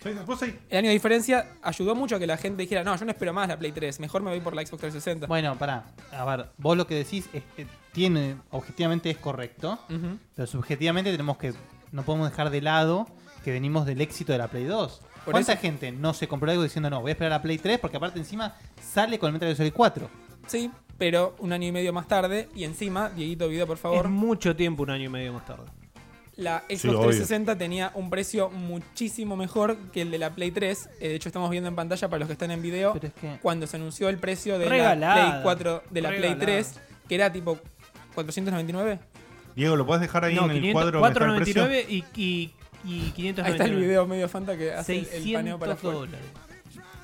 C: Seis- vos seis-
E: El año de diferencia ayudó mucho a que la gente dijera, no, yo no espero más la Play 3, mejor me voy por la Xbox 360.
D: Bueno, pará. A ver, vos lo que decís es que tiene, objetivamente es correcto,
E: Ujú.
D: pero subjetivamente tenemos que, no podemos dejar de lado que venimos del éxito de la Play 2.
E: Por
D: ¿Cuánta
E: eso-
D: gente no se compró algo diciendo no, voy a esperar a la Play 3 porque aparte encima sale con el Metal Gear Solid 4?
E: Sí, pero un año y medio más tarde, y encima, Dieguito Video, por favor,
F: Es mucho tiempo, un año y medio más tarde.
E: la Xbox
C: obvio.
E: 360 tenía un precio muchísimo mejor que el de la Play 3. Eh, de hecho, estamos viendo en pantalla para los que están en video,
D: Pero es que-
E: cuando se anunció el precio de la
F: este- Regalada.
E: Play 4, de la Play
F: Regalada.
E: 3, que era tipo 499.
C: Diego, ¿lo podés dejar ahí
F: No,
C: en el
F: 500
C: cuadro? donde está el precio?
F: 499 y, y, y 599.
E: Ahí está el video medio fanta que hace el- el paneo
F: 600
E: para afuera.
F: dólares.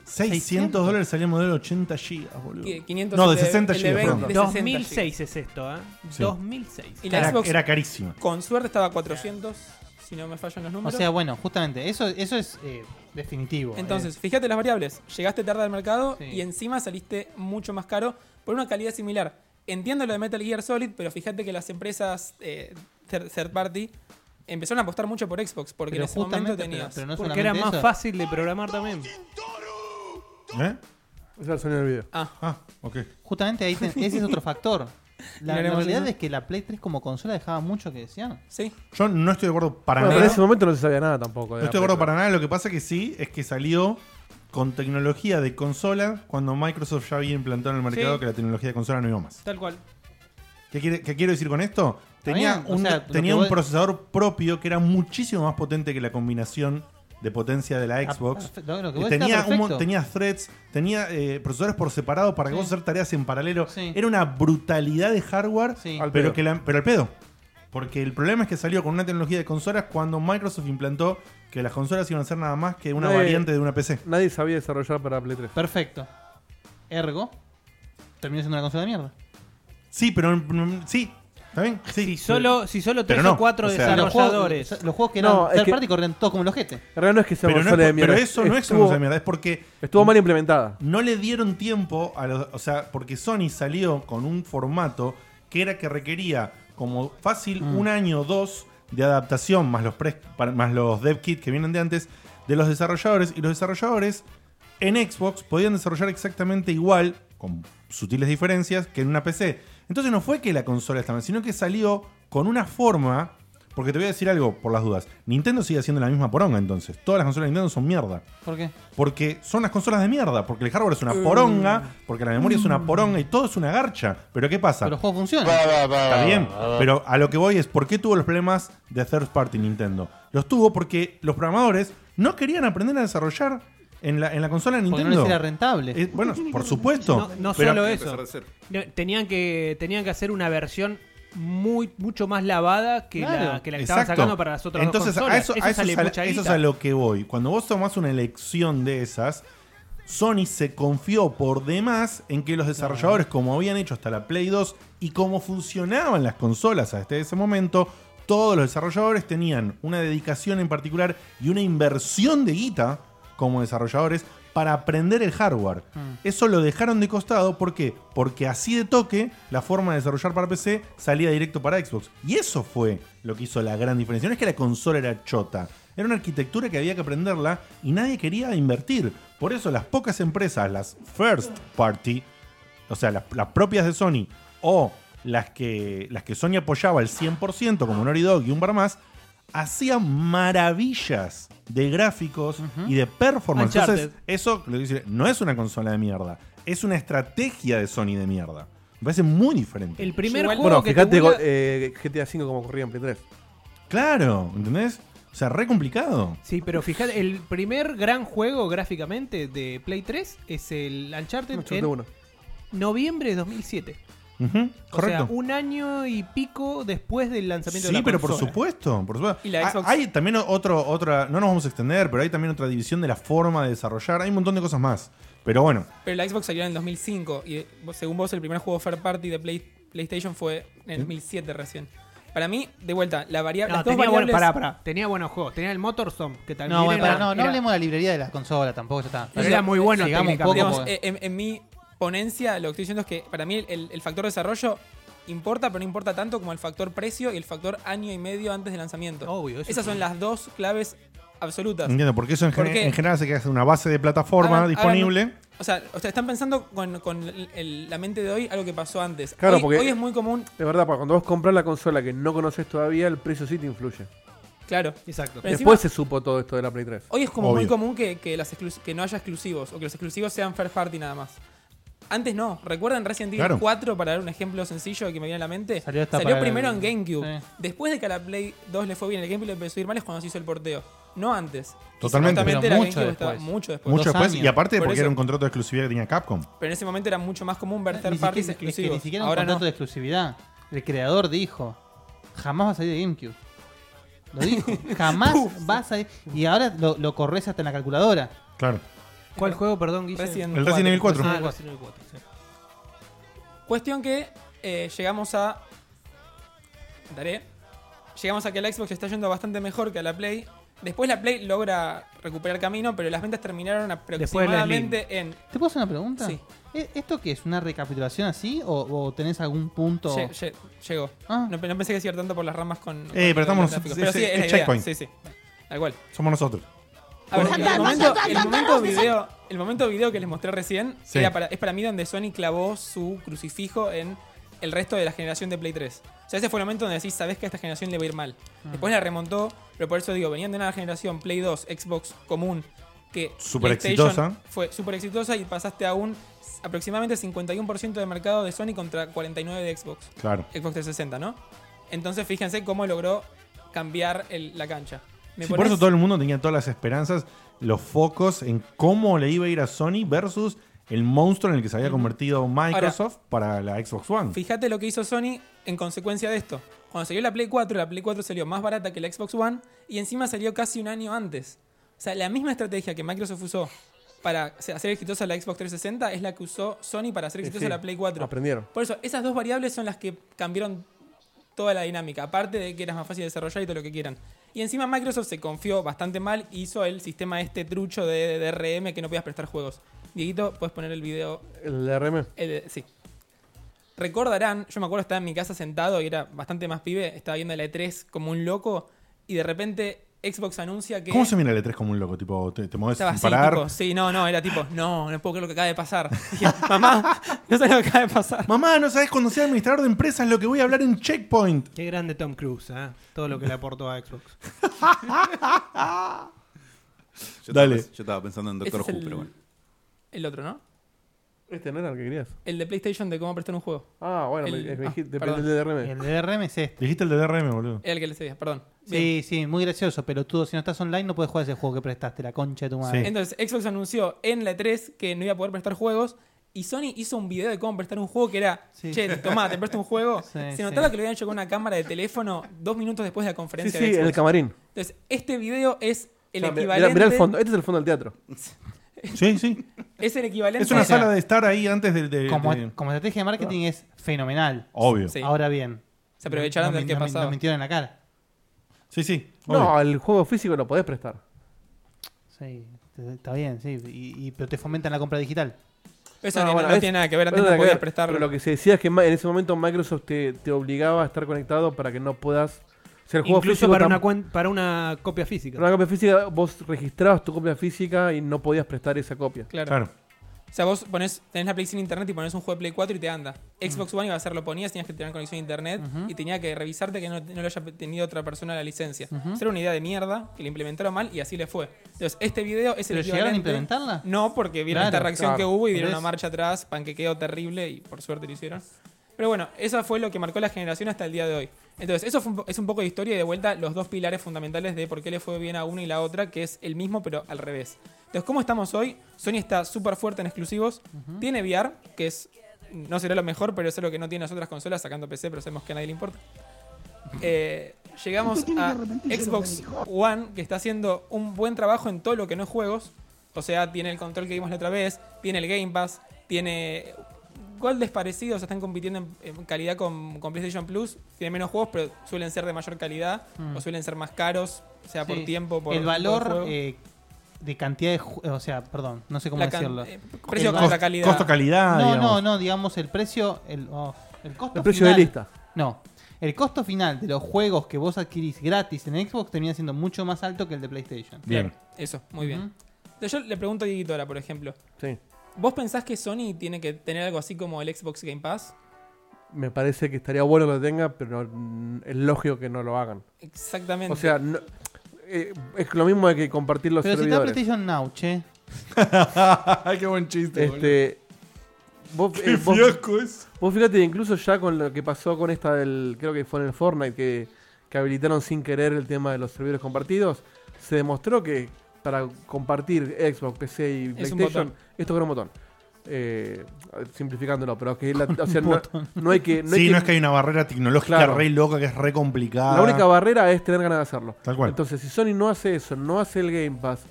C: 600 dólares salía el modelo 80 gigas, boludo.
E: Que 500
C: no,
E: el
C: de
E: de-
C: 60
E: el de
C: gigas,
E: 20.
C: perdón.
E: De
F: 2006 es esto, ¿eh?
C: Sí.
F: 2006.
E: Y la
C: Era,
E: Xbox,
C: era carísimo.
E: con suerte, estaba a 400, si no me fallan los
D: O
E: números.
D: sea, bueno, justamente, eso, eso es eh, definitivo.
E: Entonces, fíjate las variables. Llegaste tarde al mercado
D: Sí.
E: y encima saliste mucho más caro por una calidad similar. Entiendo lo de Metal Gear Solid, pero fíjate que las empresas eh, third, third party empezaron a apostar mucho por Xbox, porque
D: Pero
E: en ese momento
D: justamente,
E: tenías.
D: pero- pero no
F: Porque era
D: solamente
F: más
D: eso.
F: fácil de programar también.
C: ¿Eh?
B: Ese era el sonido del video.
E: Ah,
C: Ah, ok.
D: Justamente ahí ten- ese es otro factor. La, la
E: Miraremos
D: realidad
E: eso.
D: es que la Play 3 como consola dejaba mucho que desear.
E: sí.
C: Yo no estoy de acuerdo para
B: Bueno, pero en
C: nada.
B: ese momento no se sabía nada tampoco.
C: No estoy de acuerdo para nada. Lo que pasa que sí es que salió con tecnología de consola cuando Microsoft ya había implantado en el mercado
F: Sí.
C: que la tecnología de consola no iba más.
F: Tal cual.
C: ¿Qué, quiere- qué quiero decir con esto? Tenía
D: bien, o
C: un,
D: sea, lo
C: tenía
D: que
C: un
D: vos-
C: procesador propio que era muchísimo más potente que la combinación de potencia de la
D: Ah,
C: Xbox.
D: perfecto, lo que
C: Y
D: vos
C: tenía,
D: decís
C: un
D: está
C: mon-
D: perfecto.
C: tenía threads, tenía eh, procesadores por separado para que
D: Sí.
C: vos hacer tareas en paralelo.
D: Sí.
C: Era una brutalidad de hardware,
D: Sí.
B: Al
C: pero
B: pedo.
C: que la- pero al pedo. Porque el problema es que salió con una tecnología de consolas cuando Microsoft implantó que las consolas iban a ser nada más que una
B: Eh.
C: variante de una PC.
B: Nadie sabía desarrollar para Play 3.
D: Perfecto. Ergo, terminó siendo una consola de mierda.
C: Sí, pero mm, sí, ¿está bien? Sí.
F: Si solo, si solo
C: Pero
F: tres
C: no,
F: o cuatro
C: o sea-
D: Los juegos,
F: desarrolladores.
D: los juegos que eran
B: No, es
D: third
B: que-
D: party corrían todos como los jetes.
B: En realidad no es que sea
C: Pero,
B: una
C: no
B: consola
C: es-
B: de mierda.
C: pero eso no es una
B: Estuvo-
C: consola de mierda, es porque
B: Estuvo mal implementada.
C: no le dieron tiempo a los. O sea, porque Sony salió con un formato que era que requería como fácil un año o dos de adaptación más los, pres- para- más los dev kit que vienen de antes de los desarrolladores. Y los desarrolladores en Xbox podían desarrollar exactamente igual, con sutiles diferencias, que en una PC. Entonces no fue que la consola estaba mal, sino que salió con una forma. Porque te voy a decir algo por las dudas. Nintendo sigue haciendo la misma poronga entonces. Todas las consolas de Nintendo son mierda.
D: ¿Por qué?
C: Porque son las consolas de mierda, porque el hardware es
F: Mm.
C: una poronga, porque la memoria es una poronga y todo es una garcha. Pero ¿qué pasa?
D: Pero los juegos funcionan.
C: Está bien, pero a lo que voy es, ¿por qué tuvo los problemas de third party Nintendo? Los tuvo porque los programadores no querían aprender a desarrollar en la, en la consola de
D: Porque no
C: Nintendo.
D: les era rentable.
C: Eh, bueno, por supuesto.
F: No, no
C: pero-
F: solo
G: Empezar
F: eso.
G: de cero.
F: No, tenían, que, tenían que hacer una versión muy mucho más lavada que
D: Claro.
F: la que, la que estaban
C: Exacto.
F: sacando para las otras dos
C: Entonces,
F: consolas.
C: a eso, a eso
F: sale
C: es a-
F: mucha
C: eso es
F: guita.
C: a lo que voy. Cuando vos tomás una elección de esas, Sony se confió por demás en que los desarrolladores, como habían hecho hasta la Play 2 y como funcionaban las consolas hasta ese momento, todos los desarrolladores tenían una dedicación en particular y una inversión de guita como desarrolladores para aprender el hardware. Eso lo dejaron de costado, ¿por qué? Porque así de toque la forma de desarrollar para PC salía directo para Xbox. Y eso fue lo que hizo la gran diferencia. No es que la consola era chota, era una arquitectura que había que aprenderla y nadie quería invertir. Por eso las pocas empresas, las first party, o sea, las, las propias de Sony o las que, las que Sony apoyaba al 100%, como Naughty Dog y un bar más, hacían maravillas de gráficos y de performance. Entonces,
F: Uncharted.
C: eso lo que dice, no es una consola de mierda, es una estrategia de Sony de mierda. Me parece muy diferente.
F: El primer
E: Igual-
F: juego
B: Bueno,
F: que
B: fíjate
F: tuvo
B: go-
F: la-
B: eh, GTA V como corría en Play 3.
C: Claro, ¿entendés? O sea, re complicado.
F: Sí, pero fíjate, el primer gran juego gráficamente de Play 3 es el Uncharted
B: No,
F: en
B: chute uno.
F: noviembre de 2007.
C: Ujú, correcto.
F: O sea, un año y pico después del lanzamiento
C: Sí,
F: de la
C: pero por
F: consola.
C: supuesto, por supuesto.
E: Y la
C: Ah,
E: Xbox.
C: Hay también otro, otra, no nos vamos a extender, pero hay también otra división de la forma de desarrollar. Hay un montón de cosas más. Pero bueno,
E: Pero la Xbox salió en el 2005 y eh, vos- según vos el primer juego third party de Play- PlayStation fue en el 2007 recién. Para mí, de vuelta, la variable,
F: No,
E: las dos
F: tenía, buen-
E: variables...
F: pará, pará. tenía buenos juegos. Tenía el Motorstorm, que también
D: No, bueno,
F: era,
D: pará, no, no
F: era-
D: hablemos de la librería de las consolas tampoco, ya está.
F: Pero era muy bueno
D: Sigamos un poco
F: técnicamente.
E: Digamos,
D: porque-
E: eh, en, en mi ponencia lo que estoy diciendo es que para mí el, el factor desarrollo importa, pero no importa tanto como el factor precio y el factor año y medio antes del lanzamiento.
F: Obvio, eso
E: Esas
F: sí.
E: son las dos claves absolutas.
C: Entiendo, porque eso en,
E: ¿Por
C: gen-
E: qué?
C: en general se queda una base de plataforma
E: Hagan-
C: disponible.
E: hagan- o sea, ustedes están pensando con, con el- el- la mente de hoy algo que pasó antes.
B: Claro,
E: hoy,
B: porque-
E: hoy es muy común,
B: De verdad, porque cuando vos compras la consola que no conoces todavía, el precio sí te influye.
E: claro.
F: Exacto.
E: Pero
B: Después se supo todo esto de la Play 3.
E: Hoy es como muy
C: Obvio.
E: común que, que las exclus- que no haya exclusivos o que los exclusivos sean first party nada más. Antes no. ¿Recuerdan Resident Evil
C: Claro.
E: 4 para dar un ejemplo sencillo que me viene a la mente?
D: Salió hasta para
E: primero
D: el-
E: en GameCube.
D: Sí.
E: Después de que a la Play 2 le fue bien el GameCube le empezó a ir mal es cuando se hizo el porteo. No antes. Y
C: Totalmente.
E: supuestamente
D: Pero
E: la
D: mucho
E: GameCube estaba
D: después.
E: mucho después.
C: Mucho
D: dos
C: después.
D: años.
C: Y aparte
E: Por
C: porque
E: eso-
C: era un contrato de exclusividad que tenía Capcom.
E: Pero en ese momento era mucho más común ver
D: Ni
E: third
D: siquiera,
E: parties
D: es que ni
E: exclusivos.
D: siquiera un
E: Ahora
D: contrato
E: no.
D: de exclusividad. El creador dijo: jamás va a salir de GameCube. Lo dijo: jamás va a salir. Y ahora lo, lo corres hasta en la calculadora.
C: Claro.
F: ¿Cuál juego, perdón, Guille?
E: Resident
C: El Resident Evil 4.
F: Ah, el Resident Evil 4, sí.
E: Cuestión que eh, llegamos a. Daré. Llegamos a que la Xbox está yendo bastante mejor que a la Play. Después la Play logra recuperar camino, pero las ventas terminaron
F: Después de la Slim.
E: aproximadamente en.
D: ¿Te puedo hacer una pregunta?
E: Sí.
D: ¿E- ¿Esto qué es? ¿Una recapitulación así? ¿O, o tenés algún punto?
E: Lle- lle- llegó.
D: Ah.
E: No, pe- no pensé que se iba tanto por las ramas con. con
C: pero
E: los
C: estamos-
E: gráficos.
C: es-
E: Pero
C: es-
E: sí, es,
C: es
E: la idea.
C: checkpoint.
E: Sí, sí. Tal cual.
C: Somos nosotros.
E: A ver,
C: Por-
E: el momento, el momento video, el momento video que les mostré recién
C: Sí.
E: era para- es para mí donde Sony clavó su crucifijo en el resto de la generación de Play 3. O sea, ese fue el momento donde decís, sabés que a esta generación le va a ir mal. Después la remontó, pero por eso digo, venían de una generación Play 2, Xbox común, que
C: Súper
E: PlayStation
C: exitosa.
E: Fue súper exitosa y pasaste a un aproximadamente 51% de mercado de Sony contra 49% de Xbox.
C: Claro.
E: Xbox 360, ¿no? Entonces fíjense cómo logró cambiar el- la cancha. Me
C: Sí, por
E: ponés-
C: eso todo el mundo tenía todas las esperanzas, los focos en cómo le iba a ir a Sony versus el monstruo en el que se había convertido Microsoft para la Xbox One.
E: Fíjate lo que hizo Sony en consecuencia de esto. Cuando salió la Play 4, la Play 4 salió más barata que la Xbox One y encima salió casi un año antes. O sea, la misma estrategia que Microsoft usó para o sea, hacer exitosa la Xbox 360 es la que usó Sony para hacer
B: Sí,
E: exitosa
B: sí,
E: la Play 4.
B: Aprendieron.
E: Por eso, esas dos variables son las que cambiaron toda la dinámica, aparte de que era más fácil de desarrollar y todo lo que quieran. Y encima Microsoft se confió bastante mal y hizo el sistema este trucho de, de DRM que no podías prestar juegos. Dieguito, puedes poner el video
B: El DRM.
E: el- Eh, sí. Recordarán, yo me acuerdo estaba en mi casa sentado y era bastante más pibe, estaba viendo la E3 como un loco y de repente Xbox anuncia que...
C: ¿Cómo se mira el E3 como un loco? Tipo, te, te mueves
E: estaba
C: sin
E: así,
C: parar.
E: tipo, sí, no, no, era tipo, no, no puedo creer lo que acaba de pasar. Dije, Mamá, no sé lo que acaba de pasar.
C: Mamá, no sabes cuando sea administrador de empresas lo que voy a hablar en Checkpoint.
F: Qué grande Tom Cruise, ¿eh? Todo lo que le aportó a Xbox.
G: Yo
C: Dale.
G: Estaba, yo estaba pensando en
E: Ese
G: Doctor
E: es
G: Who,
E: el-
G: pero bueno.
E: El otro, ¿no?
B: Este no era el que querías.
E: El de PlayStation de cómo prestar un juego.
B: Ah, bueno,
E: El-
B: me- me
E: ah,
B: dijiste-
E: perdón.
B: depende del DRM.
D: El DRM es este.
C: Dijiste el de DRM, boludo.
E: Era el que les decía, perdón. Bien.
D: Sí, sí, muy gracioso, pelotudo. Si no estás online, no puedes jugar ese juego que prestaste, la concha de tu madre.
C: Sí.
E: Entonces, Xbox anunció en la E3 que no iba a poder prestar juegos. Y Sony hizo un video de cómo prestar un juego que era,
D: Sí.
E: che, tomá, te presto un juego.
D: Sí,
E: Se notaba
D: sí.
E: que lo habían hecho con una cámara de teléfono dos minutos después de la
B: Sí,
E: conferencia.
B: sí,
E: de
B: en el
E: Xbox.
B: camarín.
E: Entonces, este video es el
B: O sea, mirá-
E: equivalente.
B: Mirá el fondo. Este es el fondo del teatro.
C: Sí, sí.
E: Es el equivalente.
C: Es una
E: o sea,
C: sala de estar ahí antes del. De,
D: Como,
C: de-
D: como estrategia de marketing es fenomenal.
C: Obvio.
E: Sí.
D: Ahora bien.
E: Se aprovecharon
D: no,
E: del
D: no,
E: que
D: no,
E: pasaba.
D: Nos mintieron en la cara.
C: Sí, sí. obvio.
B: No, el juego físico lo podés prestar.
D: Sí, te- está bien, sí. Y, y- pero te fomentan la compra digital.
E: Eso
B: No,
E: no,
B: bueno,
E: no
B: es-
E: tiene nada que ver.
B: no
E: Antes
B: tiene
E: no
B: nada que
E: podías
B: ver,
E: prestar.
B: Pero lo que se decía es que ma- en ese momento Microsoft te, te obligaba a estar conectado para que no puedas. O sea, el juego
F: Incluso
B: físico
F: para
B: tam-
F: una, cuen- para una copia física.
B: para una copia física, vos registrabas tu copia física y no podías prestar esa copia.
E: Claro.
C: Claro.
E: O sea, vos ponés, tenés la Play sin internet y ponés un juego de Play 4 y te anda. Xbox One iba a hacer, lo ponías, tenías que tener conexión a internet y tenía que revisarte que no, no lo haya tenido otra persona la licencia. Eso era una idea de mierda que le implementaron mal y así le fue. Entonces, este video es el
D: ¿Pero llegaron
E: equivalente-
D: a implementarla?
E: No, porque vieron
D: Claro,
E: esta reacción
B: claro.
E: que hubo y dieron
D: Por
E: una
D: eso.
E: marcha atrás, panquequeo terrible y por suerte lo hicieron. Pero bueno, eso fue lo que marcó la generación hasta el día de hoy. Entonces, eso fue un po- es un poco de historia y de vuelta los dos pilares fundamentales de por qué le fue bien a una y la otra, que es el mismo pero al revés. Entonces, ¿cómo estamos hoy? Sony está súper fuerte en exclusivos. Tiene VR, que es no será lo mejor, pero es lo que no tienen las otras consolas, sacando PC, pero sabemos que a nadie le importa. Eh, llegamos a Xbox One, que está haciendo un buen trabajo en todo lo que no es juegos. O sea, tiene el control que vimos la otra vez, tiene el Game Pass, tiene goldes parecidos, están compitiendo en, en calidad con, con PlayStation Plus. Tiene menos juegos, pero suelen ser de mayor calidad o suelen ser más caros, sea por
D: Mm. Sí.
E: tiempo, por
D: El
E: tipo de
D: valor
E: juego.
D: eh, de cantidad de. ju- O sea, perdón, no sé cómo
E: La can-
D: decirlo.
E: eh, precio
D: El
E: contra
D: cost-
E: calidad.
C: Costo calidad.
D: no,
C: Ah, digamos.
D: no, no, digamos el precio. El, oh, el costo.
B: El precio de
D: final-
B: lista.
D: No. el costo final de los juegos que vos adquirís gratis en Xbox termina siendo mucho más alto que el de PlayStation.
C: Bien.
E: Eso, muy bien. Entonces, Yo le pregunto a Dieguito ahora, por ejemplo.
B: Sí.
E: ¿Vos pensás que Sony tiene que tener algo así como el Xbox Game Pass?
B: Me parece que estaría bueno que lo tenga, pero no- es lógico que no lo hagan.
E: Exactamente.
B: O sea, no- eh, es lo mismo de que compartir los
D: Pero si está
B: servidores.
D: PlayStation Now, che.
C: Ay, qué buen chiste, boludo.
B: este, vos, eh, vos-
C: Fiasco es.
B: vos fíjate, incluso ya con lo que pasó con esta del. Creo que fue en el Fortnite que, que habilitaron sin querer el tema de los servidores compartidos. Se demostró que para compartir Xbox, PC y
E: Es un
B: PlayStation,
E: botón.
B: esto era un botón. Eh, simplificándolo, pero que la- o sea, no, no hay que. No hay
C: sí,
B: que
C: no es que hay una barrera tecnológica
B: Claro.
C: re loca que es re complicada.
B: La única barrera es tener ganas de hacerlo.
C: Ah. Tal cual.
B: Entonces, si Sony no hace eso, no hace el Game Pass,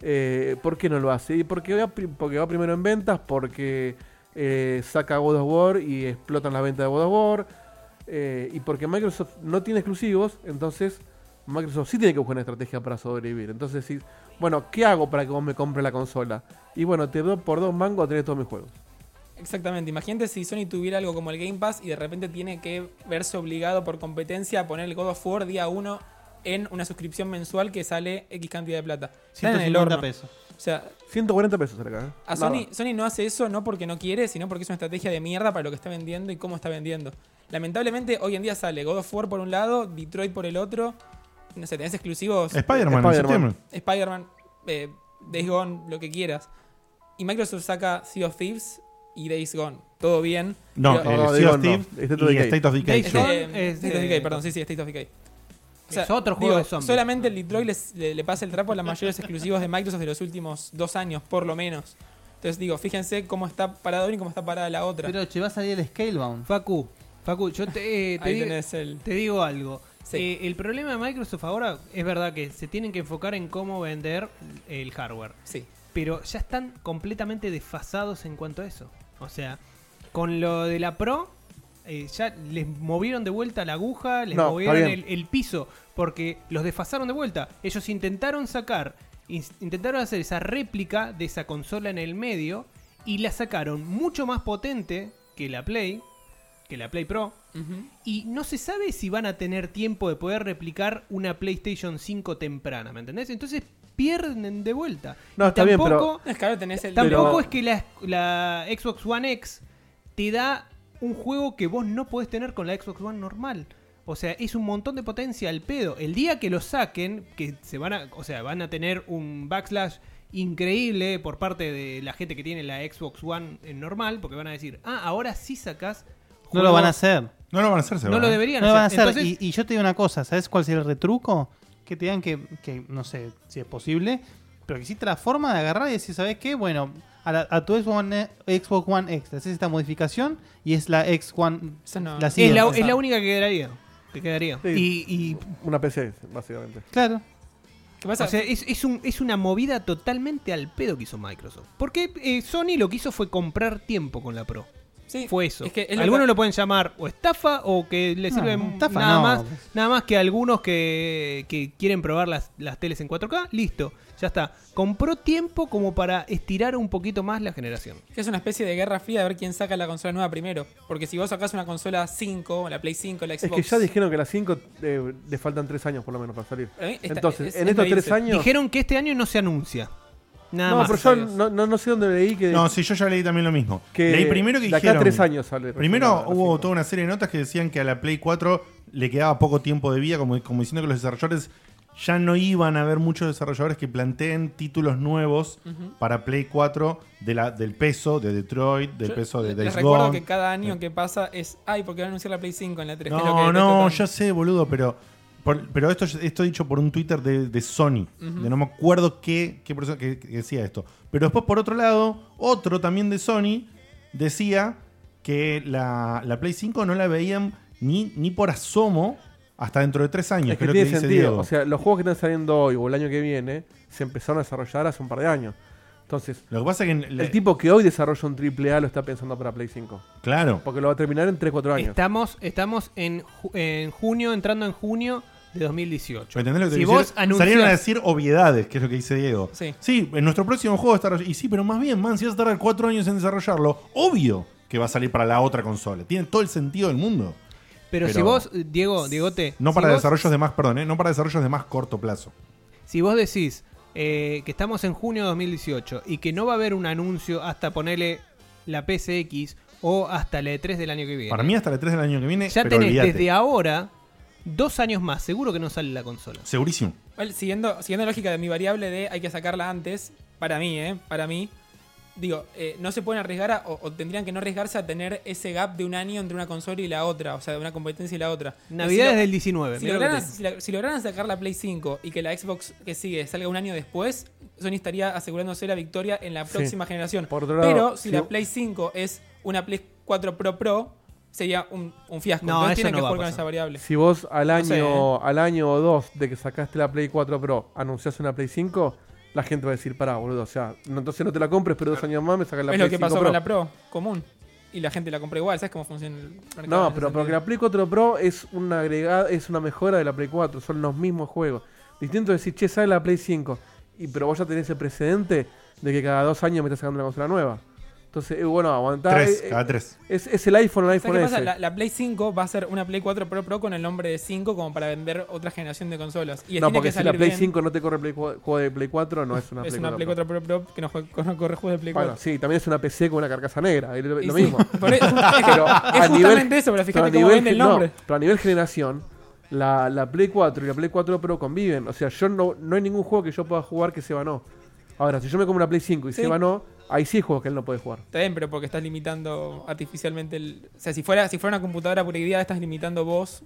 B: eh, ¿por qué no lo hace? Y porque va, pri- porque va primero en ventas, porque eh, saca God of War y explotan las ventas de God of War, eh, y porque Microsoft no tiene exclusivos, entonces Microsoft sí tiene que buscar una estrategia para sobrevivir. Entonces, sí, bueno, ¿qué hago para que vos me compres la consola? Y bueno, te doy por dos mangos, tenés todos mis juegos.
E: Exactamente. Imagínate si Sony tuviera algo como el Game Pass y de repente tiene que verse obligado por competencia a poner el God of War día 1 en una suscripción mensual que sale X cantidad de plata. Está en el
D: 150
E: horno.
D: pesos.
E: O sea,
B: 140 pesos acá. ¿eh?
E: a Sony, Sony no hace eso no porque no quiere, sino porque es una estrategia de mierda para lo que está vendiendo y cómo está vendiendo. Lamentablemente, hoy en día sale God of War por un lado, Detroit por el otro. No sé, tenés exclusivos.
C: Spider-Man en
B: Spider-Man.
C: septiembre.
E: Spider-Man, eh, Days Gone, lo que quieras. Y Microsoft saca Sea of Thieves y Days Gone. Todo bien.
C: No,
E: pero-
C: eh,
B: No,
C: Sea
B: digo,
C: of
B: no. Este
C: Thieves
B: State of
C: y
B: Decay.
C: State of Decay.
F: Days
E: Este,
F: Gone es,
E: State of
F: eh,
E: Decay, perdón, sí, sí, State of Decay. O
F: es otro juego de zombies.
E: Solamente el Detroit les- le, le pasa el trapo a las mayores exclusivos de Microsoft de los últimos dos años, por lo menos. Entonces digo, fíjense cómo está parada una y cómo está parada la otra.
D: Pero che, va a salir el Scalebound.
F: Facu, Facu, yo te, eh, te
E: Ahí
F: digo-
E: tenés el.
F: Te digo algo.
E: Sí.
F: Eh, el problema de Microsoft ahora es verdad que se tienen que enfocar en cómo vender el hardware.
E: Sí.
F: Pero ya están completamente desfasados en cuanto a eso. O sea, con lo de la Pro, eh, ya les movieron de vuelta la aguja, les
B: No, está
F: movieron
B: bien.
F: el, el piso, porque los desfasaron de vuelta. Ellos intentaron sacar, ins- intentaron hacer esa réplica de esa consola en el medio y la sacaron mucho más potente que la Play, que la Play Pro.
E: Ujú.
F: Y no se sabe si van a tener tiempo de poder replicar una PlayStation 5 temprana, ¿me entendés? Entonces pierden de vuelta.
B: No,
F: Y
B: está bien,
F: tampoco,
E: Es claro, tenés el.
F: tampoco
B: pero-
F: es que la, la Xbox One X te da un juego que vos no podés tener con la Xbox One normal. O sea, es un montón de potencia al pedo. El día que lo saquen, que se van a, o sea, van a tener un backslash increíble por parte de la gente que tiene la Xbox One eh, normal, porque van a decir, ah, ahora sí sacás.
D: No lo van a
F: juegos
D: hacer.
C: No lo van a hacer, se
F: no
C: van.
B: ¿eh?
F: lo deberían
D: No lo van a hacer.
F: Entonces,
D: Y, y yo te digo una cosa, ¿sabes cuál sería el retruco? Que te digan que, que, no sé si es posible, pero que existe la forma de agarrar y decir, ¿sabes qué? Bueno, a, la- a tu Xbox One, eh, Xbox One X le haces esta modificación y es la X One.
E: Eso no-
D: la
E: Es
F: es,
D: siguiente.
F: la, es la única que quedaría. Que quedaría.
B: Sí.
F: Y, y-
B: Una PC, básicamente.
D: Claro.
E: ¿Qué pasa?
F: o sea, es, es un- es una movida totalmente al pedo que hizo Microsoft. Porque eh, Sony lo que hizo fue comprar tiempo con la Pro.
E: Sí,
F: Fue eso.
E: es que es lo
F: algunos
E: que-
F: lo pueden llamar o estafa o que le
D: No,
F: sirven
D: estafa
F: nada,
D: no.
F: más, nada más que algunos que, que quieren probar las, las teles en 4K. Listo, ya está. Compró tiempo como para estirar un poquito más la generación.
E: Que es una especie de guerra fría de ver quién saca la consola nueva primero. Porque si vos sacás una consola 5, la Play 5, la Xbox.
B: Es que ya dijeron que a las 5 eh, le faltan 3 años por lo menos para salir.
E: Para mí está-
B: Entonces,
E: es-
B: en
E: es
B: estos
E: reírse.
B: 3 años.
F: Dijeron que este año no se anuncia. Nada
B: no,
F: más.
B: pero yo no, no, no sé dónde leí que.
C: No, sí, yo ya leí también lo mismo.
B: que
C: leí primero que
B: de acá a
C: dijeron.
B: tres años sale.
C: Primero
B: Recién
C: hubo
B: la-
C: toda una serie de notas que decían que a la Play 4 le quedaba poco tiempo de vida, como, como diciendo que los desarrolladores ya no iban a haber muchos desarrolladores que planteen títulos nuevos para Play 4 de la, del peso de Detroit, del
E: Yo
C: peso de
E: les
C: Days
E: recuerdo
C: Gone.
E: que cada año que pasa es, ay, porque va a anunciar la Play 5 en la 3.
C: No, no, ya sé, boludo, pero. por- pero esto, esto dicho por un Twitter de, de Sony. De no me acuerdo qué, qué persona que, que decía esto. Pero después, por otro lado, otro también de Sony decía que la, la Play 5 no la veían ni, ni por asomo hasta dentro de tres años.
B: Es que
C: que es lo
B: tiene
C: que dice
B: sentido.
C: Diego.
B: O sea, los juegos que están saliendo hoy o el año que viene se empezaron a desarrollar hace un par de años. Entonces,
C: lo que pasa es que. en la-
B: el tipo que hoy desarrolla un AAA lo está pensando para Play 5.
C: claro.
B: Porque lo va a terminar en 3-4 años.
F: Estamos, estamos en, ju- en junio, entrando en junio de 2018.
C: ¿Entendés lo que te
F: si
C: quiero
F: vos
C: decir? Salieron a
F: anunciás,
C: decir obviedades, que es lo que dice Diego.
E: Sí.
C: en nuestro próximo juego estará. Y sí, pero más bien, man, si vas a tardar cuatro años en desarrollarlo, obvio que va a salir para la otra consola. Tiene todo el sentido del mundo.
F: Pero, si
C: Pero-
F: vos, eh, Diego, Diegote.
C: No
F: si
C: para
F: vos-
C: desarrollos de más, perdón, ¿eh? no para desarrollos de más corto plazo.
F: Si vos decís eh, que estamos en junio de 2018 y que no va a haber un anuncio hasta ponerle la PCX o hasta la E3 del año que viene.
C: Para mí hasta la 3 del año que viene,
F: ya
C: pero
F: tenés
C: olvídate.
F: desde ahora dos años más. Seguro que no sale la consola.
C: Segurísimo.
E: Igual, siguiendo, siguiendo la lógica de mi variable de hay que sacarla antes, para mí, ¿eh? Para mí. Digo, eh, no se pueden arriesgar a- o, o tendrían que no arriesgarse a tener ese gap de un año entre una consola y la otra, o sea, de una competencia y la otra.
F: Navidades
E: Si lo-
F: del 19.
E: Si
F: mirá lo que
E: lograran,
F: te-
E: si la- si lograran sacar la Play 5 y que la Xbox que sigue salga un año después, Sony estaría asegurándose la victoria en la próxima generación.
B: Por otro lado,
E: Pero si
B: si-
E: la Play 5 es una Play 4 Pro Pro, sería un, un fiasco.
F: No,
E: Entonces
F: eso
E: tienen
F: no
E: que
F: va a
E: jugar con
F: pasar.
E: esa variable.
B: Si vos al año,
E: sé, ¿eh?
B: al año o dos de que sacaste la Play 4 Pro, anunciás una Play 5, la gente va a decir, pará, boludo, o sea, no- entonces no te la compres, pero dos años más me sacas la
E: es
B: Play
E: lo que
B: 5
E: pasó
B: Pro.
E: con la Pro común. Y la gente la compra igual, ¿sabes cómo funciona el mercado? en
B: No, pero
E: ese sentido?
B: porque la Play 4 Pro es una agregada, es una mejora de la Play 4, son los mismos juegos. Distinto decir, che, sale la Play 5, y pero vos ya tenés el precedente de que cada dos años me estás sacando una consola nueva. Entonces, eh, bueno, aguantá.
C: Tres, ah.
B: eh, eh,
C: cada tres.
B: es, es el iPhone, el
E: ¿Sabes
B: iPhone
E: qué pasa?
B: S.
E: La, la Play 5 va a ser una Play 4 Pro Pro con el nombre de 5 como para vender otra generación de consolas. Y
B: No,
E: tiene
B: porque
E: que
B: si
E: salir
B: la Play
E: bien.
B: 5 no te corre Play, cua- juego de Play 4, no es una
E: es
B: Play
E: una
B: 4
E: Play
B: Pro.
E: 4 Pro Pro que no, juega- no corre juegos de Play 4.
B: Bueno, sí, también es una PC con una carcasa negra, es lo,
E: Y
B: lo
E: sí,
B: mismo.
E: por eso- es que
B: Pero
E: es
B: a
E: justamente
B: nivel-
E: eso, pero
B: Pero a
E: fíjate cómo
B: nivel
E: vende el
B: gen- no,
E: nombre.
B: pero a nivel generación, la, la Play 4 y la Play 4 Pro conviven. O sea, yo no, no hay ningún juego que yo pueda jugar que se no. Ahora, si yo me como una Play 5 y
E: Sí.
B: se no, ahí sí hay juegos que él no puede jugar.
E: Está bien, pero porque estás limitando artificialmente el. O sea, si fuera, si fuera una computadora por idea, estás limitando vos.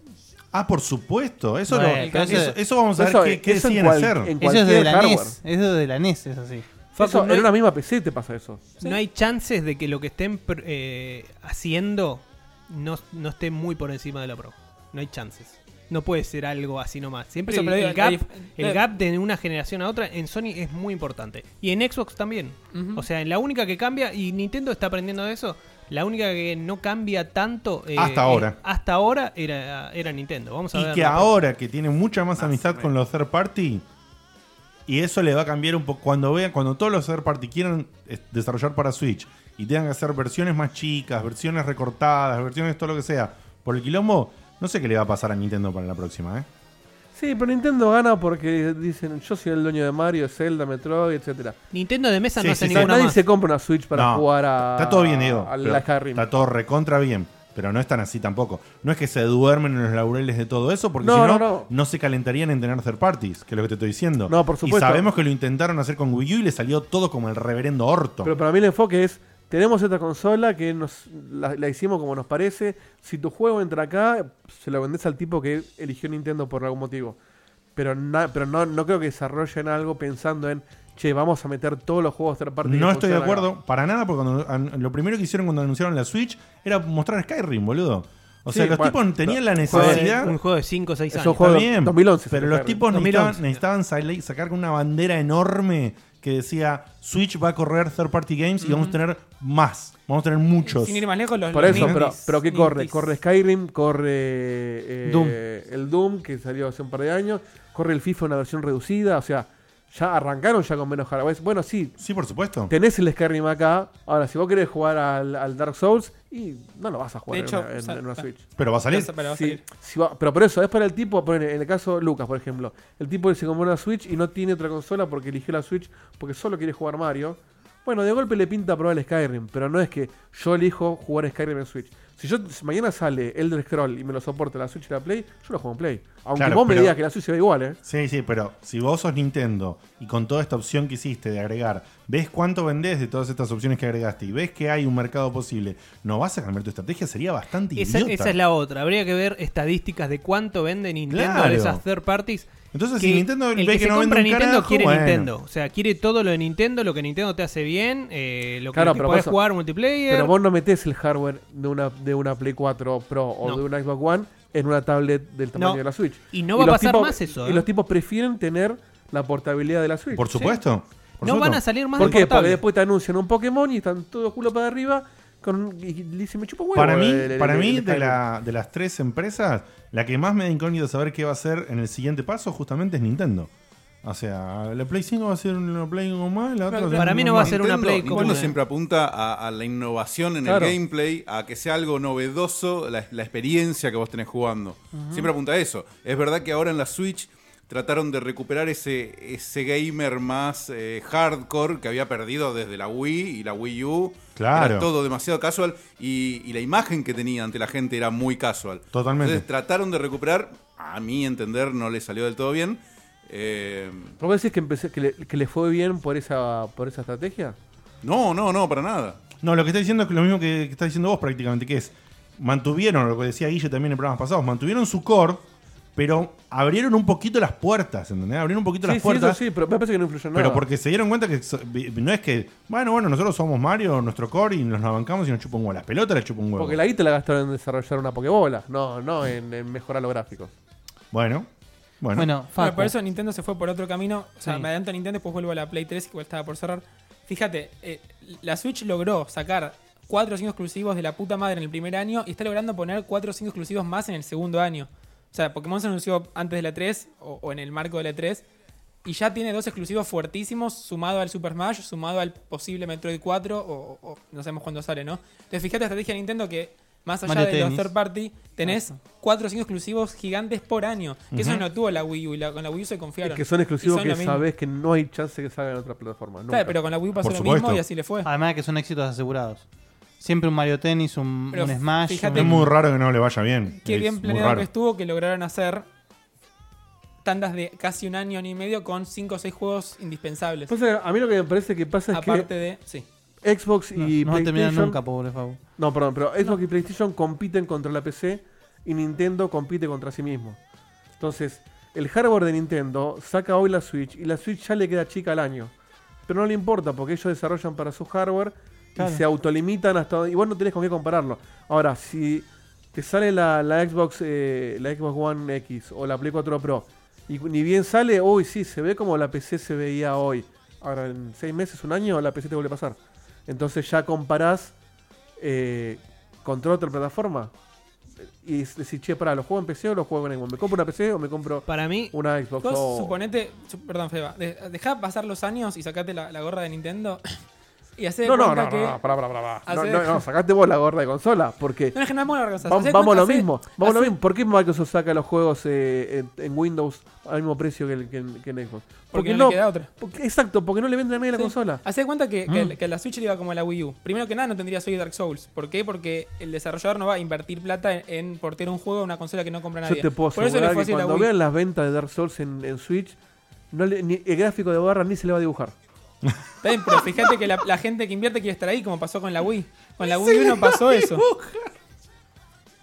C: Ah, por supuesto. Eso,
D: Bueno,
C: lo-
D: pero
C: eso,
D: eso-
C: eso vamos a ver
B: Eso-
C: qué, qué
B: eso en
C: deciden
B: cual-
C: hacer.
B: en
D: Eso es
B: cualquier
D: de la
B: hardware.
D: NES. Eso es de la NES, es así.
B: Eso,
F: Facu, no
B: en
F: hay-
B: una misma PC te pasa eso.
F: No hay chances de que lo que estén pr- eh, haciendo no, no esté muy por encima de la pro. No hay chances. No puede ser algo así nomás. Siempre
E: Eso,
F: el,
E: pero
F: el
E: digo, la
F: gap,
E: dif-
F: el
E: la-
F: gap de una generación a otra en Sony es muy importante. Y en Xbox también.
E: Ujú.
F: O sea, en la única que cambia, y Nintendo está aprendiendo de eso, la única que no cambia tanto... eh,
C: Hasta ahora.
F: eh, hasta ahora era, era Nintendo. Vamos a ver.
C: Y que
F: la pro.
C: ahora que tiene mucha más, amistad con los third party, y eso le va a cambiar un poco. Cuando vean, cuando todos los third party quieran eh, desarrollar para Switch y tengan que hacer versiones más chicas, versiones recortadas, versiones todo lo que sea, por el quilombo, no sé qué le va a pasar a Nintendo para la próxima, ¿eh?
B: Sí, pero Nintendo gana porque dicen, yo soy el dueño de Mario, Zelda, Metroid, etcétera.
F: Nintendo de mesa
C: Sí,
F: no
C: sí, sí.
F: hace
B: O sea,
F: ninguna
B: nadie
F: más.
B: se compra una Switch para
C: No,
B: jugar a.
C: Está todo bien, Edo.
B: a
C: pero
B: la Ah, Skyrim.
C: Está todo recontra bien. Pero no están así tampoco. No es que se duermen en los laureles de todo eso, porque
B: No,
C: si no, no,
B: no, no.
C: se calentarían en tener third parties, que es lo que te estoy diciendo.
B: No, por
C: Y
B: supuesto.
C: sabemos que lo intentaron hacer con Wii U y le salió todo como el reverendo orto.
B: Pero para mí el enfoque es, tenemos esta consola que nos la, la hicimos como nos parece. Si tu juego entra acá, se lo vendés al tipo que eligió Nintendo por algún motivo. Pero, na- pero no, no creo que desarrollen algo pensando en, che, vamos a meter todos los juegos third party que
C: No estoy de
B: funcionan acá".
C: acuerdo para nada, porque cuando, an- lo primero que hicieron cuando anunciaron la Switch era mostrar Skyrim, boludo. O
B: Sí,
C: sea, los
B: bueno,
C: tipos tenían la
F: Un juego de-
C: necesidad.
F: Un juego de 5 o 6
B: Esos
F: años.
B: juegos-
C: Está
B: Juego
C: bien,
B: 2011
C: Pero
B: se
C: los
B: sacaron.
C: tipos
F: 2011.
C: necesitaban, necesitaban sale- sacar una bandera enorme que decía Switch va a correr third party games y vamos a tener más. Vamos a tener muchos.
E: Sin ir más lejos, los.
B: Por
E: los
B: eso, pero,
E: Ninties,
B: pero ¿qué corre?
E: Ninties.
B: Corre Skyrim, corre eh,
D: Doom.
B: el Doom, que salió hace un par de años, corre el FIFA en una versión reducida, o sea, ya arrancaron ya con menos hardware. Bueno, sí,
C: Sí, por supuesto.
B: tenés el Skyrim acá. Ahora, si vos querés jugar al, al Dark Souls, y no lo vas a jugar
E: De hecho,
B: en, una, en-
E: sal-
B: en una
E: ah.
B: Swich.
C: Pero va a salir.
E: Pero va a
B: Sí,
E: salir.
B: si va- pero por eso, es para el tipo, ponele, en el caso de Lucas, por ejemplo, el tipo que se compró una Switch y no tiene otra consola porque eligió la Switch porque solo quiere jugar Mario. Bueno, de golpe le pinta probar el Skyrim, pero no es que yo elijo jugar Skyrim en Switch. Si yo si mañana sale Elder Scroll y me lo soporta la Switch y la Play, yo lo juego en Play. Aunque
C: Claro,
B: vos me
C: pero-
B: digas que la Switch se ve igual, ¿eh?
C: Sí, sí, pero si vos sos Nintendo y con toda esta opción que hiciste de agregar, ves cuánto vendés de todas estas opciones que agregaste y ves que hay un mercado posible, no vas a cambiar tu estrategia, sería bastante
F: Esa,
C: idiota.
F: esa es la otra. Habría que ver estadísticas de cuánto vende Nintendo
C: Claro.
F: de esas third parties.
C: Entonces,
F: Que
C: si Nintendo
F: el
C: ve
F: que,
C: que
F: se
C: no vende
F: compra
C: un
F: Nintendo
C: carajo,
F: quiere
C: bueno.
F: Nintendo. O sea, quiere todo lo de Nintendo, lo que Nintendo te hace bien, eh, lo que
B: Claro,
F: que
B: pero
F: podés
B: vos-
F: jugar multiplayer.
B: Pero vos no metés el hardware de una, de una Play 4 Pro o
F: No.
B: de una Xbox One en una tablet del tamaño
F: No.
B: de la Switch.
F: Y no va a
B: los
F: pasar más eso,
B: Y
F: ¿eh?
B: los tipos prefieren tener la portabilidad de la Switch.
C: Por supuesto. por
F: no van
C: supuesto.
F: a salir más
B: ¿Por
F: de
B: qué? Porque
F: portable.
B: después te anuncian un Pokémon y están todo culo para arriba con, y dicen, me chupa huevo.
C: Para mí,
B: el- el-
C: para
B: el-
C: mí
B: el-
C: de, la- de las tres empresas, la que más me da incógnito saber qué va a hacer en el siguiente paso justamente es Nintendo. O sea, la Play 5 va a ser una Play más, la otra
E: Claro,
C: va a ser
F: para
C: una
F: mí no va a
C: normal.
F: ser una
G: Nintendo-
F: Play
G: Nintendo
F: común.
G: siempre apunta a, a la innovación en
B: Claro.
G: el gameplay, a que sea algo novedoso la, la experiencia que vos tenés jugando. Siempre apunta a eso. Es verdad que ahora en la Switch trataron de recuperar ese, ese gamer más eh, hardcore que había perdido desde la Wii y la Wii U.
C: Claro.
G: Era todo demasiado casual y, y la imagen que tenía ante la gente era muy casual.
C: Totalmente.
G: Entonces trataron de recuperar, a mi entender no le salió del todo bien. Eh,
B: ¿Pero vos decís que, empecé, que, le, que le fue bien por esa, por esa estrategia?
G: no, no, no, para nada.
C: No, lo que está diciendo es que lo mismo que, que está diciendo vos prácticamente, que es, mantuvieron, lo que decía Guille también en programas pasados, mantuvieron su core, pero abrieron un poquito las puertas, ¿entendés? Abrieron un poquito
B: Sí,
C: las
B: sí, eso
C: puertas.
B: sí, pero me parece que no influyó en nada.
C: Pero porque se dieron cuenta que so- vi- no es que, bueno, bueno, nosotros somos Mario, nuestro core y nos la bancamos y nos chupan huevo. Las pelotas las chupan huevo.
B: Porque la guita la gastaron en desarrollar una Pokébola, no, no en, en mejorar los gráficos.
C: Bueno, bueno.
D: Bueno,
E: Bueno,
D: Facu.
E: por eso Nintendo se fue por otro camino. O sea,
D: Sí.
E: me adelanto a Nintendo, después vuelvo a la Play 3, que igual estaba por cerrar. Fíjate, eh, la Switch logró sacar 4 o 5 exclusivos de la puta madre en el primer año y está logrando poner 4 o 5 exclusivos más en el segundo año. O sea, Pokémon se anunció antes de la 3 o, o en el marco de la 3 y ya tiene dos exclusivos fuertísimos sumado al Super Smash, sumado al posible Metroid 4 o, o- o no sabemos cuándo sale, ¿no? Entonces fíjate la estrategia de Nintendo que más allá
D: Mario
E: de los
D: Tennis.
E: third party tenés 4 o 5 exclusivos gigantes por año. Que eso no tuvo la Wii U. y la- con la Wii U se confiaron.
B: Es que son exclusivos
E: Y son
B: que
E: lo mismo.
B: sabes que no hay chance que salgan en otra plataforma. Nunca.
E: Claro, pero con la Wii U pasó
C: Por
E: lo
C: supuesto.
E: mismo y así le fue.
D: Además de que son éxitos asegurados. Siempre un Mario Tennis, un,
E: Pero
D: un Smash.
E: fíjate-
C: es
D: un-
C: muy raro que no le vaya bien.
E: Qué
C: Es
E: bien
C: muy
E: planeado
C: raro.
E: que estuvo que lograron hacer tandas de casi un año, año y medio con 5 o 6 juegos indispensables.
B: Entonces, a mí lo que me parece que pasa es
E: Aparte de. Sí.
B: que Xbox y
D: E no, no terminan
B: PlayStation...
D: nunca, pobre Facu.
B: No, perdón, pero Xbox y PlayStation compiten contra la PC y Nintendo compite contra sí mismo. Entonces, el hardware de Nintendo saca hoy la Switch y la Switch ya le queda chica al año. Pero no le importa porque ellos desarrollan para su hardware
D: Claro.
B: y se autolimitan hasta donde- y vos no tenés con qué compararlo. Ahora, si te sale la, la Xbox eh, la Xbox One X o la Play 4 Pro y ni bien sale, uy, sí, se ve como la PC se veía hoy. Ahora, en seis meses, un año, la PC te vuelve a pasar. Entonces ya comparás eh, contra otra plataforma. Y es decir, che, pará, ¿lo juego en PC o lo juego en Xbox? ¿Me compro una PC o me compro
F: Para mí,
B: una Xbox?
E: Vos
B: O-
E: suponete. su- perdón, Feba. de- dejá pasar los años y sacate la, la gorra de Nintendo y hace de
B: No, no, no,
E: cuenta
B: no,
E: que.
B: no, pará, pará, pará, pará. No,
E: Hace-
B: no, no, sacate vos la gorda de consola, porque
E: No, es que no es buena vergüenza.
B: va-
E: Hacé de
B: vamos a
E: cuenta,
B: lo
E: hace-
B: mismo, vamos a lo
E: hace-
B: mismo. ¿Por qué Microsoft saca los juegos eh, en, en Windows al mismo precio que, el- que en, que en Xbox?
E: Porque no le queda otra.
B: porque- exacto, porque no le venden a nadie la
E: Sí.
B: consola.
E: Hacé de cuenta que, que
B: Mm.
E: el- que la Switch le iba como a la Wii U. Primero que nada, no tendría Soy Dark Souls. ¿Por qué? Porque el desarrollador no va a invertir plata en, en portear un juego a una consola que no compra nadie.
B: Yo te puedo
E: Por eso le
B: asegurar
E: fue
B: que
E: así a la
B: cuando
E: Wii.
B: vean las ventas de Dark Souls en, en Switch, no le- ni- el gráfico de barra ni se le va a dibujar.
E: Está bien, pero fíjate que la, la gente que invierte quiere estar ahí, como pasó con la Wii. Con la Wii U no pasó eso.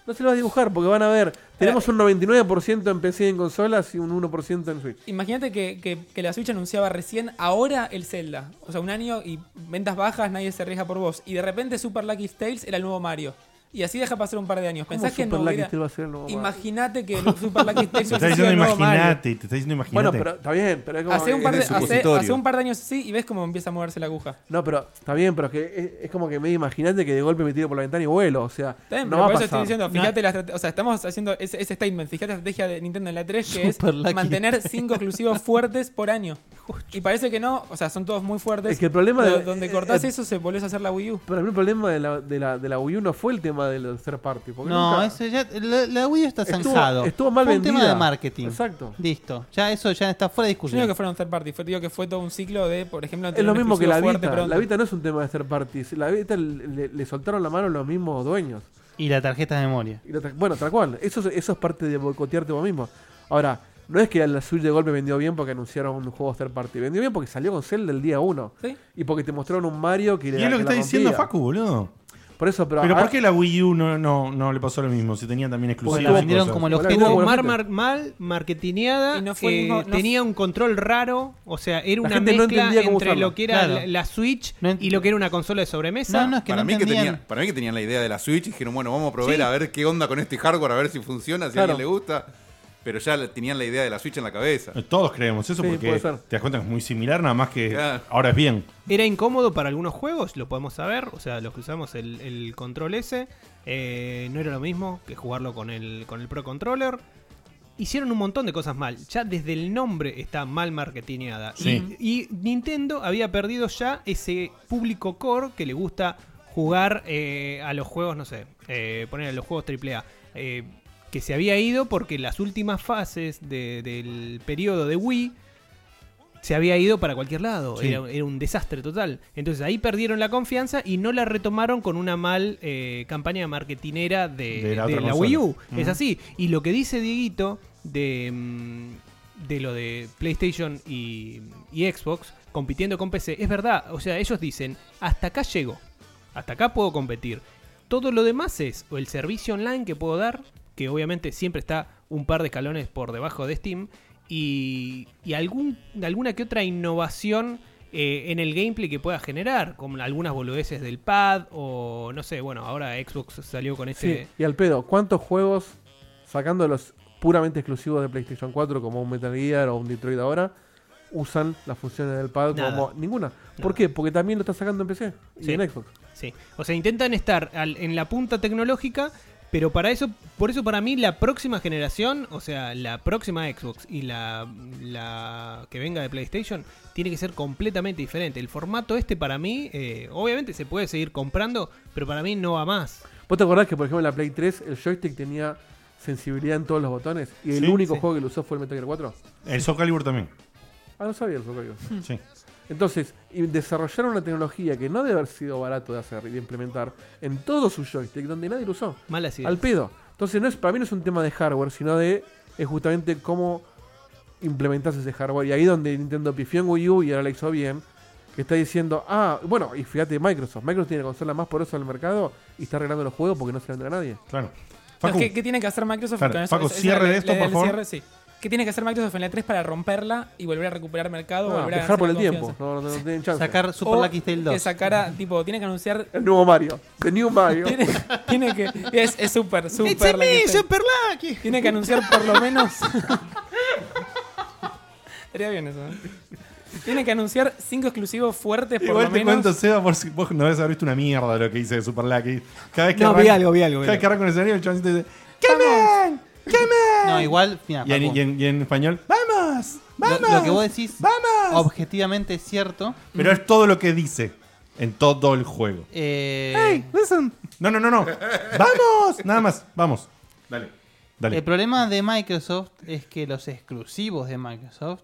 B: No se lo va a dibujar porque van a ver. Tenemos un 99% en PC y en consolas y un 1% en Switch.
E: Imagínate que, que- que la Switch anunciaba recién ahora el Zelda. O sea, un año y ventas bajas, nadie se arriesga por vos. Y de repente Super Lucky Tales era el nuevo Mario. Y así deja pasar un par de años.
B: ¿Cómo
E: Pensás que
B: Super
E: no
B: Lucky
E: hubiera-
B: Tale va a ser el nuevo Mario?
E: Imagínate que el Super Lucky Tales
C: Te está
E: hubiese sido
C: diciendo
E: el nuevo Mario.
C: imaginate, te está diciendo imaginate.
B: Bueno, pero está bien, pero es como.
E: Hace un,
B: que-
E: par de,
G: es de
E: hace,
G: supositorio.
E: hace un par de años sí y ves cómo empieza a moverse la aguja.
B: No, pero está bien, pero es que es, es como que me imagínate que de golpe me tiro por la ventana y vuelo. O sea,
E: Está bien,
B: no
E: pero
B: va a
E: por eso
B: pasar.
E: estoy diciendo, fíjate la estrate- o sea, estamos haciendo ese, ese statement, fíjate la estrategia de Nintendo en la 3 que
D: Super
E: es
D: lucky.
E: mantener 5 exclusivos fuertes por año. Y parece que no, o sea, son todos muy fuertes.
B: Es que el problema
E: pero
B: de-
E: donde
B: eh,
E: cortás
B: eh,
E: eso se volvés a hacer la Wii U.
B: Para mí el problema de la, de la, de la Wii U no fue el tema del tercer party. Porque
D: No,
B: nunca-
D: ese ya, la, la Wii está
B: Estuvo-
D: zanjado.
B: estuvo mal
D: Fue un tema
B: vendida.
D: de marketing.
B: Exacto.
D: Listo. Ya eso ya está fuera de
E: Yo no digo
D: discusión.
E: que fueron third party, fue- digo que fue todo un ciclo de, por ejemplo,
B: Es
E: tener
B: lo
E: un
B: mismo que
E: exclusivo
B: la
E: fuerte
B: Vita.
E: pronto.
B: La Vita no es un tema de third parties. La Vita le, le- le soltaron la mano los mismos dueños.
D: Y la tarjeta de memoria.
B: Y lo tra- bueno, tal cual. Eso, es- eso es parte de boicotearte vos mismo. Ahora, no es que la Switch de golpe vendió bien porque anunciaron un juego third party. Vendió bien porque salió con Zelda el día 1.
E: Sí.
B: Y porque te mostraron un Mario que le
C: y es lo que
B: la
C: está diciendo
B: rompía.
C: Facu, boludo.
B: Por eso, pero,
C: Pero
B: ah,
C: ¿por qué la Wii U no, no, no le pasó lo mismo? Si tenía también
D: Porque
C: exclusivos.
D: la
C: y
D: vendieron
C: cosas.
D: como el
B: Hola,
D: objeto.
B: Hugo.
F: mal, mar- mal marketineada,
E: Y no fue el
F: eh,
E: mismo- no-
F: tenía un control raro, o sea, era una
B: gente no
F: mezcla
B: entendía cómo
F: entre
B: usarlo.
F: lo que era
D: Claro.
F: la, la Switch
D: No ent-
F: y lo que era una consola de sobremesa.
B: Ah,
D: No, no, es que
G: para,
D: no
G: mí que
D: entendían.
G: tenían, para mí que tenían la idea de la Switch y dijeron, bueno, vamos a probar
F: Sí.
G: a ver qué onda con este hardware, a ver si funciona, si
B: Claro.
G: a alguien le gusta. Pero ya la- tenían la idea de la Switch en la cabeza.
C: Eh, Todos creemos eso
B: Sí,
C: porque
B: puede
C: te
B: ser.
C: das cuenta que es muy similar, nada más que
G: Claro.
C: ahora es bien.
F: Era incómodo para algunos juegos, lo podemos saber, o sea, los que usamos el, el control S, eh, no era lo mismo que jugarlo con el, con el Pro Controller. hicieron un montón de cosas mal. Ya desde el nombre está mal marketineada.
C: Sí.
F: Y, y Nintendo había perdido ya ese público core que le gusta jugar eh, a los juegos, no sé, eh, poner a los juegos AAA. eh, que se había ido porque las últimas fases de- del periodo de Wii se había ido para cualquier lado.
C: Sí.
F: Era, era un desastre total. Entonces ahí perdieron la confianza y no la retomaron con una mal eh, campaña marketinera
C: De
F: de,
C: la
F: de la,
C: otra consola.
F: Wii U. Es
C: Ujú.
F: así. Y lo que dice Dieguito de, mm, de lo de PlayStation y, y Xbox compitiendo con PC es verdad. O sea, ellos dicen, hasta acá llego. Hasta acá puedo competir. Todo lo demás es o el servicio online que puedo dar, que obviamente siempre está un par de escalones por debajo de Steam, y, y algún, alguna que otra innovación eh, en el gameplay que pueda generar, como algunas boludeces del pad, o no sé, bueno, ahora Xbox salió con este...
B: Sí, y al pedo, ¿cuántos juegos, sacando los puramente exclusivos de PlayStation 4, como un Metal Gear o un Detroit ahora, usan las funciones del pad
F: Nada.
B: como ninguna? ¿Por
F: Nada.
B: qué? Porque también lo está sacando en PC y
F: Sí.
B: en Xbox.
F: Sí. O sea, intentan estar al- en la punta tecnológica, pero para eso, por eso para mí la próxima generación, o sea, la próxima Xbox y la, la que venga de PlayStation, tiene que ser completamente diferente. El formato este para mí, eh, obviamente se puede seguir comprando, pero para mí no va más.
B: ¿Vos te acordás que, por ejemplo, en la Play 3 el joystick tenía sensibilidad en todos los botones y el
C: Sí,
B: único
F: sí.
B: juego que lo usó fue el Metal Gear 4?
C: El Soul Calibur también.
B: Ah, no sabía el juego.
C: Sí.
B: Entonces, y desarrollaron una tecnología que no debe haber sido barato de hacer y de implementar en todos sus joysticks, donde nadie lo usó.
F: Mala idea.
B: Al pedo. Entonces, no es, para mí no es un tema de hardware, sino de es justamente cómo implementas ese hardware. Y ahí donde Nintendo pifió en Wii U y ahora la hizo bien, que está diciendo, ah, bueno, y fíjate Microsoft. Microsoft tiene la consola más porosa del mercado y está arreglando los juegos porque no se venden a nadie.
C: Claro.
E: No,
C: Facu,
E: ¿qué, qué tiene que hacer Microsoft
C: Claro,
E: con eso?
C: Facu,
E: Esa- esa
C: cierre
E: era la-
C: esto,
E: la-
C: por
E: el
C: favor.
E: cierre, sí. ¿Qué tiene que hacer Microsoft en la 3 para romperla y volver a recuperar mercado?
B: Ah,
E: volver a
B: dejar por el
E: hacer
B: tiempo.
E: confianza?
B: No, no, no tienen chance.
D: Sacar Super
E: O
D: Lucky Tale 2.
E: Que sacara, tipo, tiene que anunciar.
B: El nuevo Mario. The New Mario.
E: Tiene, tiene que. Es es súper, súper. la que está-
F: Lucky!
E: Tiene que anunciar por lo menos. Estaría bien eso. ¿eh? Tiene que anunciar cinco exclusivos fuertes por
C: Igual
E: lo
C: te
E: menos.
C: cuento, Seba, por si vos no debes haber visto una mierda de lo que hice de Super Lucky. Cada vez que
F: No, vi
C: arranca-
F: algo, vi algo, vi
C: Cada vez
F: algo.
C: que arranca un escenario, el chaboncito dice: ¡Camen! ¡Camen!
D: No, igual, mira,
C: Y en,
D: Facu,
C: y en- y en español, ¡Vamos!
D: lo,
C: ¡Vamos!
D: lo que vos decís
C: ¡Vamos!
D: objetivamente es cierto.
C: Pero es todo lo que dice en todo el juego.
D: Eh,
C: listen. No, no, no, no. ¡Vamos! Nada más, vamos. Dale. Dale.
D: El problema de Microsoft es que los exclusivos de Microsoft,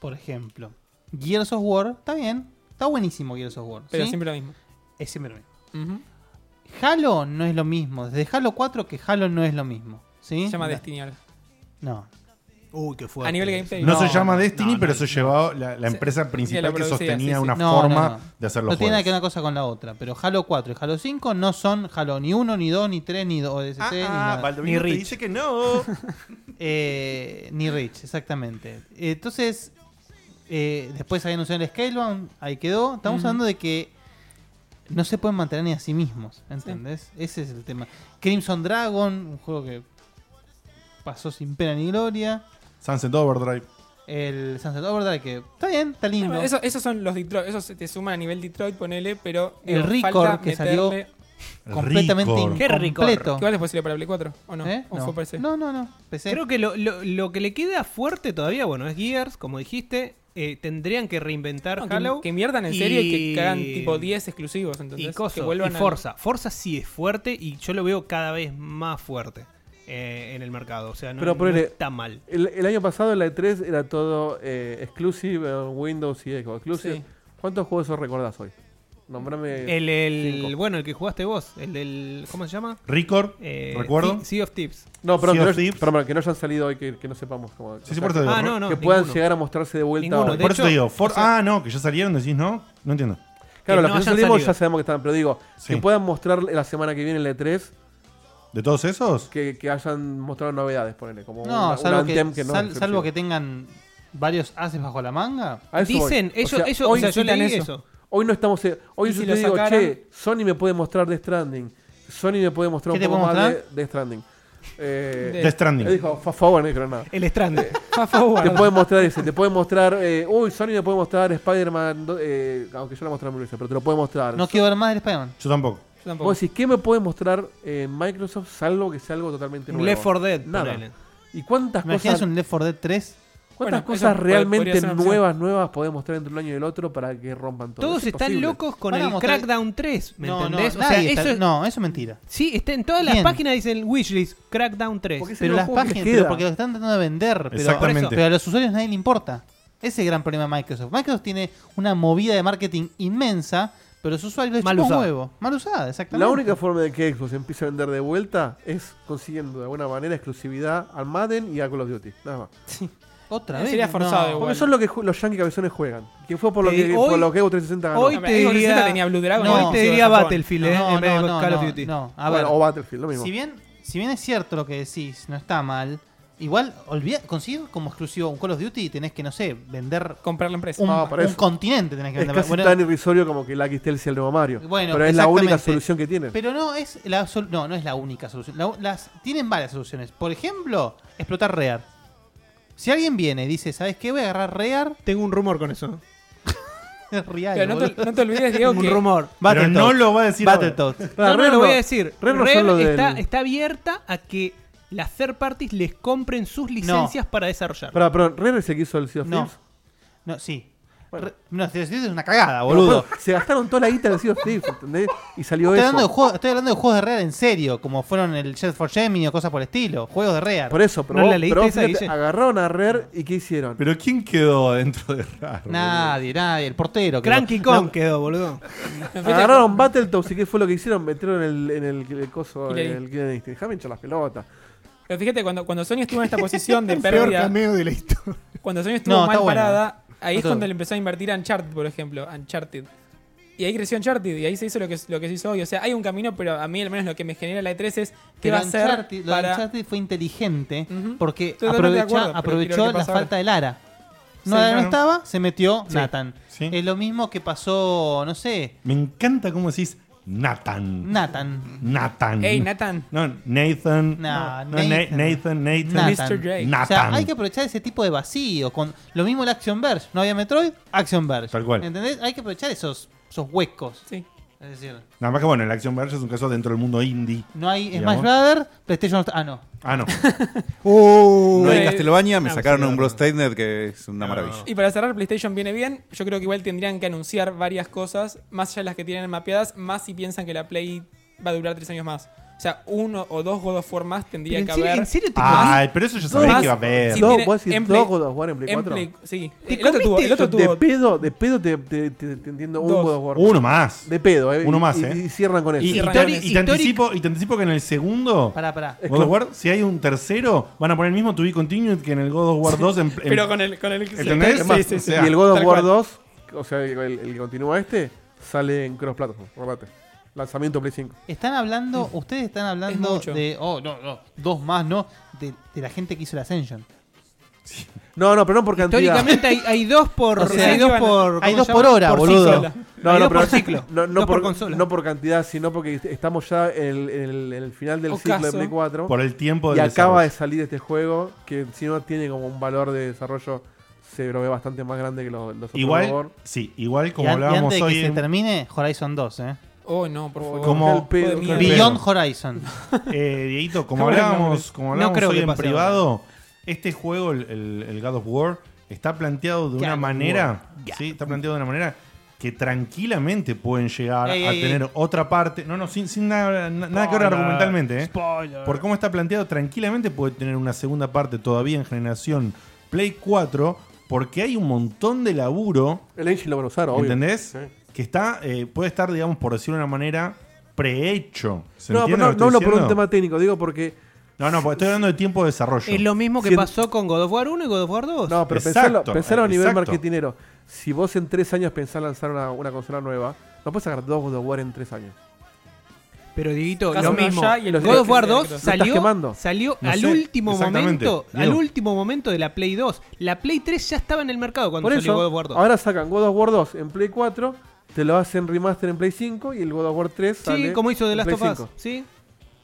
D: por ejemplo, Gears of War, está bien, está buenísimo Gears of War.
E: Pero
D: ¿sí?
E: siempre lo mismo.
D: Es siempre lo mismo.
E: Ujú.
D: Halo no es lo mismo. Desde Halo 4 que Halo no es lo mismo. ¿sí?
E: Se llama
D: No.
E: Destiny ahora.
D: No.
F: Uy, qué fuerte.
E: A nivel gameplay.
C: no, se
D: no,
C: llama Destiny,
F: no,
C: pero
F: no,
C: se llevaba la, la empresa
E: la
C: principal que
E: producía,
C: sostenía
E: sí, sí.
C: una
D: No, no,
C: forma
D: no.
C: de hacer los
D: No tiene nada
C: juegos.
D: que ver una cosa con la otra. Pero Halo 4 y Halo 5 no son Halo ni 1, ni 2, ni 3, ni 2, ODST,
F: Ah,
D: ni nada.
C: Baldovino
D: ni Reach.
C: que no.
D: Eh, ni Rich, exactamente. Entonces, eh, después ahí anunciaron el Scalebound, ahí quedó. Estamos
E: Ujú.
D: hablando de que no se pueden mantener ni a sí mismos, ¿entendés? Ese es el tema. Crimson Dragon, un juego que pasó sin pena ni gloria.
C: Sunset Overdrive.
D: El Sunset Overdrive, que está bien, está
E: Ah,
D: lindo.
E: bueno, Eso, esos son los Detroit. Eso se te suma a nivel Detroit, ponele, pero.
D: El Record
E: falta
D: que salió-
E: meterle-
D: completamente
C: Record.
F: Qué rico.
D: incompleto.
E: Igual después salió para Play 4, ¿o no?
D: ¿Eh?
E: ¿O fue para ese?
D: No, no, no. PC.
F: Creo que lo, lo- lo que le queda fuerte todavía, bueno, es Gears, como dijiste. eh, tendrían que reinventar
E: No, que-
F: Halo.
E: que, inviertan en
F: y-
E: serio y que hagan tipo 10 exclusivos. Entonces,
F: y cosas,
E: que vuelvan
F: y
E: a-
F: Forza. Forza sí es fuerte y yo lo veo cada vez más fuerte eh, en el mercado. O sea, no,
B: Pero
F: no
B: ponele-
F: está mal.
B: El, el año pasado la E3 era todo eh, exclusive, eh, Windows y Xbox. Exclusive.
E: Sí. Eh,
B: ¿Cuántos juegos esos recordás hoy? Nombrame.
F: El, el-
B: Cinco.
F: bueno, el que jugaste vos, el del ¿cómo se llama?
C: Record.
F: Eh,
C: ¿Recuerdo?
F: Sea- Sea of Tips.
B: no, perdón,
C: Sea
B: que
C: of
B: no,
C: Thieves.
B: perdón, perdón, que no hayan salido hoy, que, que no sepamos. Cómo,
C: Sí, sí,
B: o
C: por
B: sea,
C: eso digo,
F: Ah, no, no,
B: que puedan
F: ninguno.
B: llegar a mostrarse de vuelta.
F: Ninguno,
B: hoy.
F: de
C: Por eso
F: hecho,
C: te digo, For-
F: o sea-
C: ah, no, que ya salieron, decís no. No entiendo.
B: claro,
F: que
B: los
F: no
B: que no
F: hayan
B: salimos
F: salido.
B: ya sabemos que están, pero digo,
C: Sí.
B: que puedan mostrar la semana que viene en la E3
C: ¿De todos esos?
B: que, que hayan mostrado novedades, ponele, como
D: no,
B: una- un
D: salvo,
B: Anthem
D: que,
B: que no.
D: sal-
B: es
D: salvo
B: exclusivo.
D: que tengan varios haces bajo la manga.
B: A eso voy.
F: Dicen,
B: O
F: ellos,
B: sea,
F: ellos,
B: hoy,
F: o sea, yo
E: citan
F: leí
E: eso.
F: eso.
B: hoy no estamos. en- hoy
E: Y
B: yo
E: si
B: te
E: lo
B: digo,
E: sacaran-
B: che, Sony me puede mostrar Death Stranding. Sony me puede mostrar
D: ¿Qué
B: un
D: te
B: poco
D: puedo
B: más de
D: mostrar?
B: Death Stranding. Eh,
E: De-
C: Death
B: Él
C: Stranding.
B: dijo, por favor, no dijeron nada.
F: El Strand.
E: Fa- forward.
B: Te pueden mostrar ese, te pueden mostrar. eh, uy, Sony me puede mostrar Spider-Man. do- eh, aunque yo la mostré muy veces, pero te lo puede mostrar.
D: No quiero ver más del Spider-Man.
C: Yo tampoco.
E: Yo tampoco.
B: Vos decís, ¿qué me puede mostrar eh, Microsoft salvo que sea algo totalmente
F: Un
B: nuevo?
F: Left 4 Dead.
B: Nada.
F: ponele.
B: ¿Y cuántas
D: Imaginas
B: cosas,
D: un Left 4 Dead 3.
B: cuántas
E: Bueno,
B: cosas
E: eso pod- podría
B: realmente
E: ser una opción.
B: nuevas, nuevas podemos traer entre un año y el otro para que rompan todo?
F: Todos
B: Es
F: están
B: imposible.
F: locos con
D: Van a
F: el
D: mostrar-
F: Crackdown 3, ¿me
D: no,
F: entendés?
D: no,
F: o sea,
D: nadie está-
F: eso es-
D: no, eso es mentira.
F: Sí, está en todas las
D: Bien.
F: páginas dicen wishlist, Crackdown 3.
B: Porque es el
D: Pero las
B: juego que
D: páginas,
B: queda.
D: pero porque lo están tratando de vender. Pero,
C: Exactamente.
D: pero a los usuarios nadie le importa. Ese es el gran problema de Microsoft. Microsoft tiene una movida de marketing inmensa, pero los usuarios les
F: Mal
D: chupa un
F: usada.
D: huevo. Mal usada, exactamente.
B: La única forma de que Xbox empiece a vender de vuelta es consiguiendo de alguna manera exclusividad al Madden y a Call of Duty. Nada más.
D: Otra
E: Eh,
D: vez.
E: sería forzado
D: no.
E: igual.
B: Porque son lo que ju- los Yankees cabezones juegan. Que fue por lo
F: Eh,
B: que,
F: hoy-
B: por lo que Xbox 360 ganó.
F: Hoy
E: No,
F: te
E: Xbox 360
F: diría-
E: tenía Blue Dragon.
D: No,
E: y
F: Hoy
D: no,
F: te
E: exclusivo de
F: diría
E: Japón.
F: Battlefield, eh,
D: No,
F: en vez de
D: no, no,
F: Call of
D: no,
F: Duty.
D: no. A ver,
B: Bueno, o Battlefield, lo mismo.
D: si bien, si bien es cierto lo que decís, no está mal. Igual, olvida, conseguir como exclusivo un Call of Duty y tenés que, no sé, vender
E: Comprar la empresa.
D: un,
B: Ah, para
D: un
B: eso.
D: continente. Tenés que
B: es
D: vender.
B: casi
D: Bueno,
B: tan irrisorio como que Lucky Tale sea el nuevo Mario.
D: Bueno,
B: pero es la única
D: exactamente.
B: solución que tienen.
D: Pero no es la sol- no, no es la única solución. La- las tienen varias soluciones. Por ejemplo, explotar Rear. Si alguien viene y dice, ¿sabes qué? Voy a agarrar Rear,
F: Tengo un rumor con eso.
D: Real.
E: Pero no te,
D: boludo.
E: no te olvides, Diego,
F: un
E: que
F: rumor.
C: Pero no lo va a decir ahora.
D: Battletoads.
B: Para
F: no, no,
B: Red
F: lo
B: no-
F: voy a decir.
B: Red no
F: Red
B: son lo del-
F: está, está abierta a que las third parties les compren sus licencias para desarrollar.
B: Pará, perdón, ¿Rare es el que hizo el Sea of
D: No.
B: Thieves?
D: No, sí.
B: Bueno.
D: Re- no, si decís, es una cagada, boludo.
B: Pero, se gastaron toda la guita del Sea of Thieves, ¿entendés? Y salió
D: Estoy
B: eso.
D: hablando, de juego- estoy hablando de juegos de Rear en serio, como fueron el Jet for Gemini o cosas por el estilo. Juegos de Rear.
B: Por eso, pero,
F: ¿No
B: vos-
F: la leíste
B: pero vos
F: esa,
B: fíjate,
F: Guille?
B: agarraron a Rare y ¿qué hicieron?
C: Pero ¿quién quedó adentro de RAR?
D: Nadie, nadie. El portero. creo.
F: Cranky Kong quedó, boludo.
B: agarraron Battletoads y ¿qué fue lo que hicieron? Metieron el, en el, el coso,
E: Y
B: el,
E: le-
B: el Killer Instinct. Déjame hinchar las pelotas.
E: Pero fíjate, cuando, cuando Sony estuvo en esta posición de
H: Peor
E: pérdida,
H: cameo de la historia.
E: cuando Sony estuvo
D: No,
E: mal
D: está bueno.
E: parada, ahí es
D: Está
E: cuando
D: bueno.
E: le empezó a invertir a Uncharted, por ejemplo. Uncharted. Y ahí creció Uncharted y ahí se hizo lo que, lo que se hizo hoy. O sea, hay un camino, pero a mí al menos lo que me genera la E3 es qué
D: Pero
E: va a hacer
D: Uncharted- lo de
E: para...
D: Uncharted fue inteligente
E: Ujú.
D: porque
E: Totalmente de
D: aprovecha-
E: acuerdo, pero quiero ver
D: aprovechó
E: qué
D: la
E: pasa ahora.
D: falta de Lara.
E: Sí,
D: No, Lara
C: claro.
D: no estaba, se metió
C: Sí.
D: Nathan.
C: Sí.
D: Es lo mismo que pasó, no sé,
C: Me encanta cómo decís Nathan.
D: Nathan.
C: Nathan.
E: Hey, Nathan.
C: No, Nathan. No, Na-
D: No, Nathan.
C: Nathan, Nathan.
D: Nathan.
E: Mr. Drake.
C: Nathan.
D: O sea, hay que aprovechar ese tipo de vacío. Con lo mismo el Action Verge. No había Metroid, Action Verge.
C: Tal cual.
D: ¿Entendés? Hay que aprovechar esos, esos huecos.
E: Sí.
D: Es decir,
C: Nada más que bueno, el Action Verge es un caso dentro del mundo indie.
D: no hay
C: Digamos.
D: Smash Brothers, PlayStation. Ah, no.
C: Ah, no.
H: Oh,
G: No hay
E: Eh,
G: Castlevania, me
F: no,
G: sacaron
F: sí,
G: un
F: no.
G: Bloodstained que es una
C: No.
G: maravilla.
E: Y para cerrar, PlayStation viene bien. Yo creo que igual tendrían que anunciar varias cosas, más allá de las que tienen mapeadas, más si piensan que la Play va a durar tres años más. O sea, uno o dos God of War más tendría
F: Pero en
E: que
F: serio-
E: haber.
F: ¿En serio
B: Ah,
F: te
C: Ay, pero eso ya sabés
E: más-
C: que va a haber.
E: Sí,
B: No,
E: tiene-
B: vos decís,
E: en
B: dos
E: Play-
B: God of War en Play 4.
E: En Play- sí.
F: ¿Te
E: El otro tuvo, el otro
B: de
E: tuvo.
B: pedo, de pedo te, te, te- te entiendo un
E: Dos.
B: God of War.
C: Uno más.
B: De pedo, eh.
C: Uno
B: y-
C: más,
B: y,
C: eh.
B: Y cierran con eso.
C: Y, y
E: Cierran
C: te,
E: con
C: y te
E: eso.
C: anticipo, y te anticipo que en el segundo.
D: Pará, pará.
B: Es
C: God of
B: como-
C: War, si hay un tercero, van a poner el mismo To Be Continued que en el God of War 2. En, en-
E: Pero con el. Con el
C: Em- ¿Entendés?
E: Sí,
B: Es más,
E: sí, sí.
C: o sea,
B: y el God of
E: tal
B: War
E: cual.
B: 2, o sea, el, el que continúa este, sale en Cross Platform. Acordate. Lanzamiento Play 5.
D: Están hablando, ustedes están hablando
E: mucho.
D: de. Oh, no, no. Dos más, no. De, de la gente que hizo el Ascension.
B: No, no, pero no por cantidad.
F: Históricamente hay, hay dos por
D: O sea,
F: hay dos
E: iban a-
F: por ¿cómo
D: hay
F: se
D: dos
F: llama?
D: por hora, boludo.
F: ciclo.
B: No,
F: hay
B: no,
F: dos
B: pero
F: por ciclo.
B: No, no
F: dos
B: por,
F: por, consola.
B: no por cantidad, sino porque est- estamos ya en el, en el- en el final del ciclo de
E: Ocaso.
B: Play 4.
C: por el tiempo
B: y
C: del
B: acaba de
C: desarrollo.
B: salir este juego que si no tiene como un valor de desarrollo, se lo ve bastante más grande que los, los otros God of
C: Igual,
B: War.
C: sí, igual
D: y,
C: como
D: an- y
C: hablábamos
D: antes de
C: hoy.
D: que se
C: en-
D: termine, Horizon 2, ¿eh?
E: Oh, no, por favor.
C: Como-
B: Qué pedo,
E: Joder,
B: qué
E: mierda.
B: pedo.
D: Beyond Horizon.
C: Eh, Dieguito, como
F: Bueno,
C: hablábamos, como
F: no
C: hablábamos
F: creo
C: hoy
F: que
C: en
F: pase
C: privado, este juego, el, el- el God of War, está planteado de una
D: of
C: manera. Sí, está planteado de una manera que tranquilamente pueden llegar
B: Eh,
D: Ey,
C: a
D: ey,
C: tener otra parte. No, no, sin, sin nada, na- nada que ver
B: Ah,
C: argumentalmente. eh.
F: Spoiler.
C: Por cómo está planteado, tranquilamente puede tener una segunda parte todavía en generación Play 4, porque hay un montón de laburo
B: El engine lo van a usar, obvio.
C: ¿Entendés?
B: Sí.
C: Que está, eh, puede estar, digamos, por decirlo de una manera, prehecho. ¿Se
B: No, pero no,
C: entiende lo que
B: no
C: estoy
B: hablo por un
C: diciendo?
B: tema técnico, digo porque.
C: No, no, porque estoy hablando de tiempo de desarrollo.
F: Es lo mismo que
B: Si-
F: pasó con God of War 1 y God of War 2.
B: No, pero
C: Exacto,
B: pensalo, pensalo a nivel
C: exacto.
B: marketinero. Si vos en tres años pensás lanzar una, una consola nueva, no puedes sacar dos God of War en tres años.
F: Pero Dieguito,
E: Casi
F: lo
E: uno
F: mismo.
E: allá y el
F: God
E: otro
F: of War
E: acá.
F: 2
E: Lo estás
F: salió,
B: quemando.
F: salió
C: No
F: al
C: sé,
F: último
C: exactamente,
F: momento, al
C: Diego.
F: último momento de la Play 2. La Play 3 ya estaba en el mercado cuando
B: Por
F: salió God of
B: eso,
F: War 2.
B: ahora sacan God of War 2 en Play 4, te lo hacen remaster en Play 5 y el God of War 3 sale
F: sí, como hizo The
B: en
F: Last
B: Play
F: of Us,
B: 5.
F: ¿sí?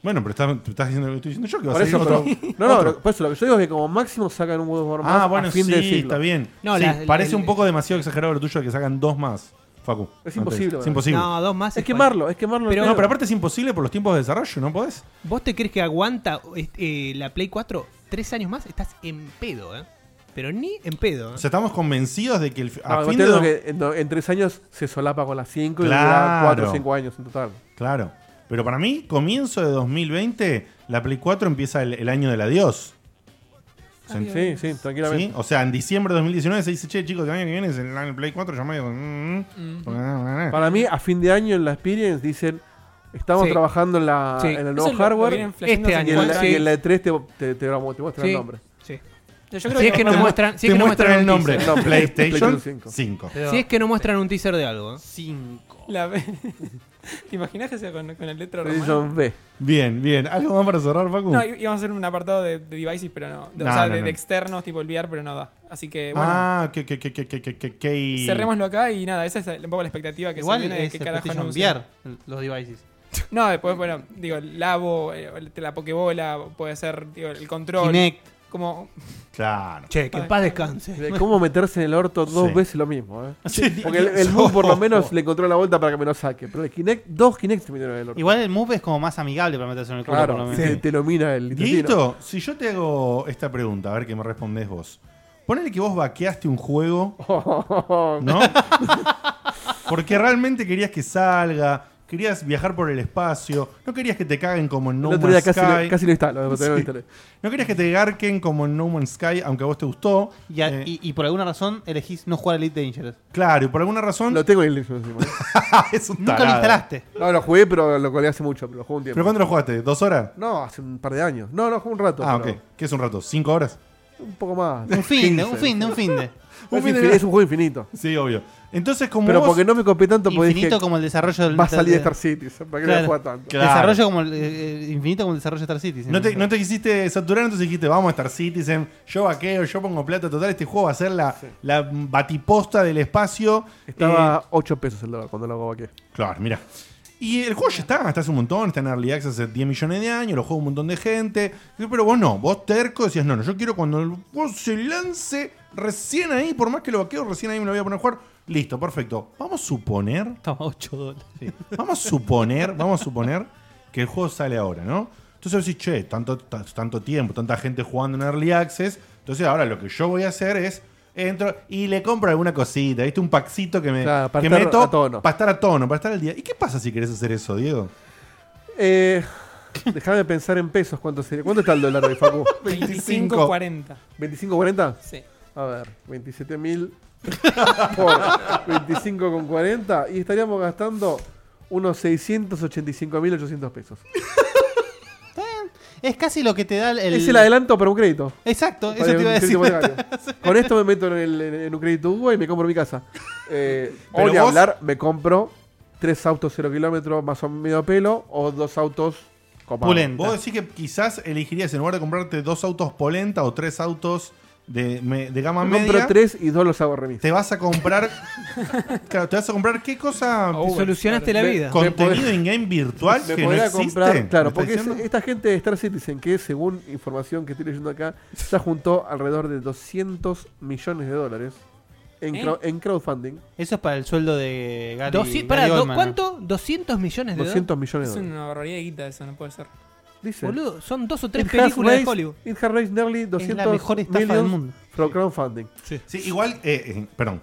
C: Bueno, pero estás, te estás diciendo lo que estoy diciendo yo, que va a
B: Por
C: salir
B: eso,
C: otro.
B: pero- no, no,
C: otro.
B: por eso lo que yo digo es que como máximo sacan un God of War más
C: ah,
B: a
C: bueno,
B: fin de
C: sí,
B: siglo.
C: está bien.
F: No,
C: Sí,
F: la-
C: parece
F: la-
C: un poco demasiado exagerado lo tuyo de que sacan dos más, Facu.
B: Es imposible,
C: Es imposible.
F: No, dos más.
B: Es
F: spoiler.
B: quemarlo, es quemarlo.
F: Pero-
B: el
C: No, pero
B: pedo.
C: aparte es imposible por los tiempos de desarrollo, ¿no podés?
F: ¿Vos te crees que aguanta este, eh, la Play 4 tres años más estás en pedo, ¿eh? Pero ni en pedo.
C: O
F: ¿eh?
C: sea, estamos convencidos de que el, fi- a
B: No,
C: fin
B: te
C: de
B: digo
C: do-
B: que en, do- en tres años se solapa con las cinco y dura
C: Claro.
B: cuatro o cinco años en total.
C: Claro. Pero para mí, comienzo de 2020, la Play 4 empieza el, el año del adiós.
F: Ah,
C: ¿Se ent-
B: Sí, sí, tranquilamente.
C: ¿Sí? O sea, en diciembre de 2019 se dice, che, chicos, el año que viene es el año del Play 4. Yo medio. mm, mm, mm, mm".
B: Para mí, a fin de año en la Experience dicen, estamos
F: Sí.
B: trabajando en, la,
F: Sí.
B: en el
E: Eso
B: nuevo
E: lo- lo
B: hardware
E: vienen flasheando
F: Este
E: hace
B: y en, la,
E: cuatro
B: y
F: Sí.
B: en la E3 te, te, te, vamos- te muestran
F: Sí.
B: el nombre.
F: Sí.
E: años. Yo creo
F: Si es que nos
C: Te mu-
F: muestran,
C: te
F: si es que nos
C: muestran
F: muestran
C: el
F: un
C: nombre.
B: teaser. No,
C: PlayStation
B: PlayStation 5.
C: 5.
F: teaser. Si es que nos muestran un teaser de algo. ¿eh?
E: La... ¿Te imaginas que sea con, con la letra romana?
B: Precision B.
C: Bien, bien. ¿Algo más para cerrar, Facu?
E: No, eh, í- íbamos a hacer un apartado de, de devices, pero no. De-
C: No,
E: o sea,
C: no,
E: de,
C: no.
E: de externos, tipo el VR, pero no da. Así que, bueno,
C: ah, que, que, que, que, que, que, que, que-
E: cerrémoslo acá y nada, esa es un poco la expectativa que
D: Igual
E: se viene de
D: es
E: qué
D: el
E: carajo
D: PlayStation
E: anuncian.
D: VR,
F: ¿eh?
D: los devices.
E: No, después, bueno, digo, el Labo, eh, la Pokebola, puede ser digo, el control.
D: Kinect.
E: Como,
C: Claro.
F: Che, que en paz descanse.
B: De cómo meterse en el orto dos
C: Sí.
B: veces lo mismo, ¿eh?
C: Sí.
B: Porque el, el Move por lo menos le encontró la vuelta para que me lo saque. Pero el Kinect, dos Kinects te metieron en el orto.
D: Igual el Move es como más amigable para meterse en el culo, por lo
B: claro,
D: menos.
B: te, te lo mina el intestino.
C: Dieguito, si yo te hago esta pregunta, a ver qué me respondés vos. Ponele que vos vaqueaste un juego, ¿no? Porque realmente querías que salga, querías viajar por el espacio, no querías que te caguen como en No
B: el otro día
C: Man's
B: casi, lo-
C: Sky.
B: casi lo instaló. pero todavía no lo
C: Sí.
B: instalé.
C: No querías que te garquen como en No Man's Sky, aunque a vos te gustó.
D: Y, a-
C: Eh,
D: y- y por alguna razón elegís no jugar Elite Dangerous.
C: Claro, y por alguna razón ah,
B: Lo tengo en el Xbox encima. ¿eh?
C: es un
D: Nunca lo
C: tarado.
D: instalaste.
B: No, lo jugué, pero lo colé hace mucho. Pero lo jugué un tiempo.
C: ¿Pero cuándo lo jugaste? ¿Dos horas?
B: No, hace un par de años. No, no, jugué un rato.
C: Ah,
B: pero
C: ok. ¿Qué es un rato? ¿Cinco horas?
B: Un poco más.
D: Un fin
B: 15.
D: de, un fin de, un fin de.
B: Es,
C: Un fin de-
B: infin- es un juego infinito.
C: Sí, obvio. Entonces, como
B: Pero
C: vos-
B: porque no me copé tanto, porque
D: Infinito
B: dije,
D: como el desarrollo del.
B: va a salir
D: del-
B: Star City. ¿Para qué
D: Claro.
B: lo juega tanto?
C: Claro.
D: Desarrollo como el, eh, eh, infinito como el desarrollo de Star City.
C: No te, no te quisiste saturar, entonces dijiste, vamos a Star Citizen, yo vaqueo, yo pongo plata total, este juego va a ser la, la batiposta del espacio.
B: Estaba
D: Eh.
B: 8 pesos el dólar cuando lo hago aquí.
C: Eh, claro, mira. Y el juego ya está, está hace un montón, está en Early Access hace 10 millones de años, lo juega un montón de gente. Pero vos no, vos terco decías, no, no, yo quiero cuando el juego se lance recién ahí, por más que lo vaqueo, recién ahí me lo voy a poner a jugar. Listo, perfecto. Vamos a suponer
D: Toma 8 dólares.
C: Vamos a suponer, vamos a suponer que el juego sale ahora, ¿no? Entonces decís, che, tanto, ta- tanto tiempo, tanta gente jugando en Early Access. Entonces ahora lo que yo voy a hacer es entro y le compro alguna cosita, ¿viste? Un paxito que me,
B: Claro, para
C: que
B: estar
C: meto
B: a tono.
C: para estar a tono, para estar al día. ¿Y qué pasa si querés hacer eso, Diego?
B: Eh, Déjame pensar en pesos cuánto sería. ¿Cuánto está el dólar hoy, Facu?
E: 25, 40.
B: ¿25.40?
E: Sí.
B: A ver, 27.000 por 25.40 y estaríamos gastando unos 685.800 pesos.
D: Es casi lo que te da el.
B: Es el adelanto para un crédito.
D: Exacto, eso
B: Para
D: te iba a
B: un
D: decir.
B: crédito hipotecario. Con esto me meto en, el- en- en un crédito Uruguay y me compro mi casa. Eh, o
C: Pero
B: ni
C: vos-
B: hablar, me compro tres autos cero kilómetros más o menos pelo o dos autos copados.
D: Pulenta.
C: Vos decís que quizás elegirías en lugar de comprarte dos autos polenta o tres autos de, me- de gama
B: Me
C: media,
B: compro tres y dos los hago remis.
C: te vas a comprar... claro, te vas a comprar qué cosa...
E: Oh, bueno,
F: Solucionaste la
B: Ve-
F: vida.
B: con-
C: contenido in-game virtual
B: Me
C: que no
B: podría
C: existe.
B: comprar,
C: ¿Me
B: claro,
C: estás
B: porque es-
C: diciendo?
B: esta gente de Star Citizen, que según información que estoy leyendo acá, ya juntó alrededor de 200 millones de dólares en,
E: ¿Eh?
B: crowd- en crowdfunding.
D: Eso es para el sueldo de Gary.
F: Doci-
D: Gary
F: pará, do-
D: Oldman.
F: ¿Cuánto? ¿200 millones de dólares?
B: 200 millones de
E: Es
B: dólares.
E: una barbaridad de guita eso, no puede ser.
B: Dice.
F: Boludo, son dos o tres
B: It has
F: películas de
B: raised-
F: Hollywood.
B: It has raised nearly 200
D: Es la mejor estafa del
B: millions
D: mundo.
B: From crowdfunding.
C: Sí, igual, eh, eh, perdón.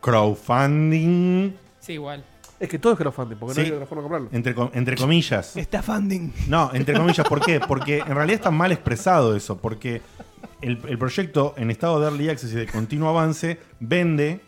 C: Crowdfunding,
E: Sí, igual.
B: Es que todo es crowdfunding, porque
C: Sí.
B: no hay otra forma de
D: Eh,
B: comprarlo.
C: entre, com- entre comillas.
F: Está funding.
C: No, entre comillas, ¿por qué? Porque en realidad está mal expresado eso, porque el, el proyecto en estado de early access y de continuo avance vende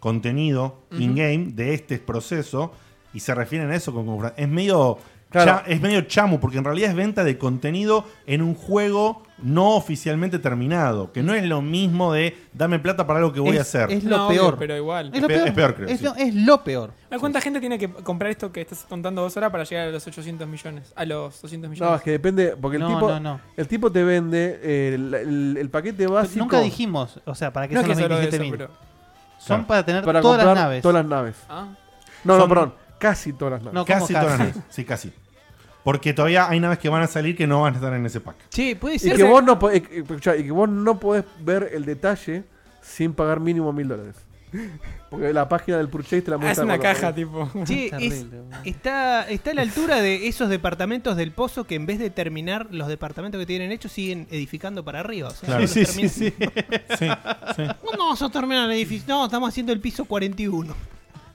C: contenido in-game de este proceso y se refieren a eso con como- Es medio,
B: Claro.
C: cha- es medio chamu, porque en realidad es venta de contenido en un juego no oficialmente terminado, que no es lo mismo de dame plata para algo que voy
D: es,
C: a hacer.
D: Es lo
E: No, obvio,
D: peor.
E: pero igual.
D: Es
C: Es peor-
D: lo peor,
C: es peor, creo,
D: Es
C: sí.
D: lo- es lo peor.
E: Ay, ¿Cuánta gente tiene que comprar esto que estás contando vos ahora para llegar a los 800 millones? A los 200 millones.
B: No, es que depende, porque el,
D: No,
B: tipo,
D: no, no.
B: el tipo te vende eh, el, el- el paquete básico.
D: Nunca dijimos, o sea, para qué
E: No es
D: son
E: que
D: los
E: solo
D: 27
E: eso,
D: mil.
E: pero...
D: Son
C: Claro.
D: para tener
B: para
D: todas las
B: comprar
D: naves.
B: todas las naves.
E: Ah,
B: No, no,
C: Son-
B: perdón. Casi todas las naves.
D: No, ¿cómo
C: Casi todas las naves. Sí, casi. Porque todavía hay naves que van a salir que no van a estar en ese pack.
F: Che, puede
B: Y
F: ser.
B: que, vos no po- eh, eh, escuchá, y que vos no podés ver el detalle sin pagar mínimo mil dólares. Porque la página del purchase te la
E: Ah, es
B: muestra.
E: una
B: cuando-
E: caja, tipo.
F: Che, es-
D: Terrible, boludo.
F: está, está a la altura de esos departamentos del pozo que en vez de terminar los departamentos que tienen hechos, siguen edificando para arriba. O sea,
C: Claro.
F: no
C: Sí,
F: los terminan.
C: Sí, sí.
F: ¿Cuándo vas a terminar el edificio? No, estamos haciendo el piso 41.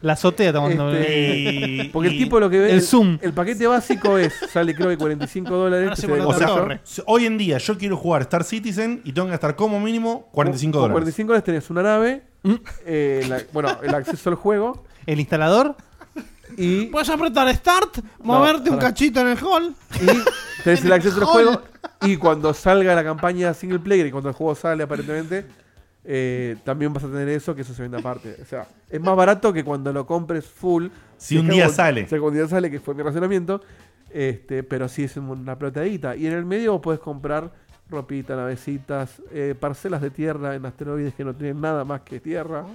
D: La azotea estamos dando.
B: Este,
C: Y-
B: Porque el
C: y-
B: tipo lo que ve.
D: el zoom.
B: El paquete básico es. Sale creo que 45 dólares.
F: Ahora
B: que
F: se
B: se
F: voló
C: O
F: la
C: sea,
B: desvaloriza.
F: torre.
C: hoy en día yo quiero jugar Star Citizen y tengo que gastar como mínimo 45
B: Con
C: dólares.
B: 45 dólares tenés una nave. eh, la- bueno, el acceso al juego.
D: El instalador.
B: Y,
F: Puedes apretar Start, moverte un
B: pará.
F: cachito en el hall.
B: y tenés el acceso al juego. Y cuando salga la campaña single player y cuando el juego sale aparentemente. eh, también vas a tener eso, que eso se vende aparte. O sea, es más barato que cuando lo compres full.
C: Si un
B: Es que
C: día
B: cuando-
C: sale.
B: O sea, que un día sale, que fue mi razonamiento. Este, pero sí es una platadita. Y en el medio vos podés comprar ropita, navecitas, eh, parcelas de tierra en asteroides que no tienen nada más que tierra.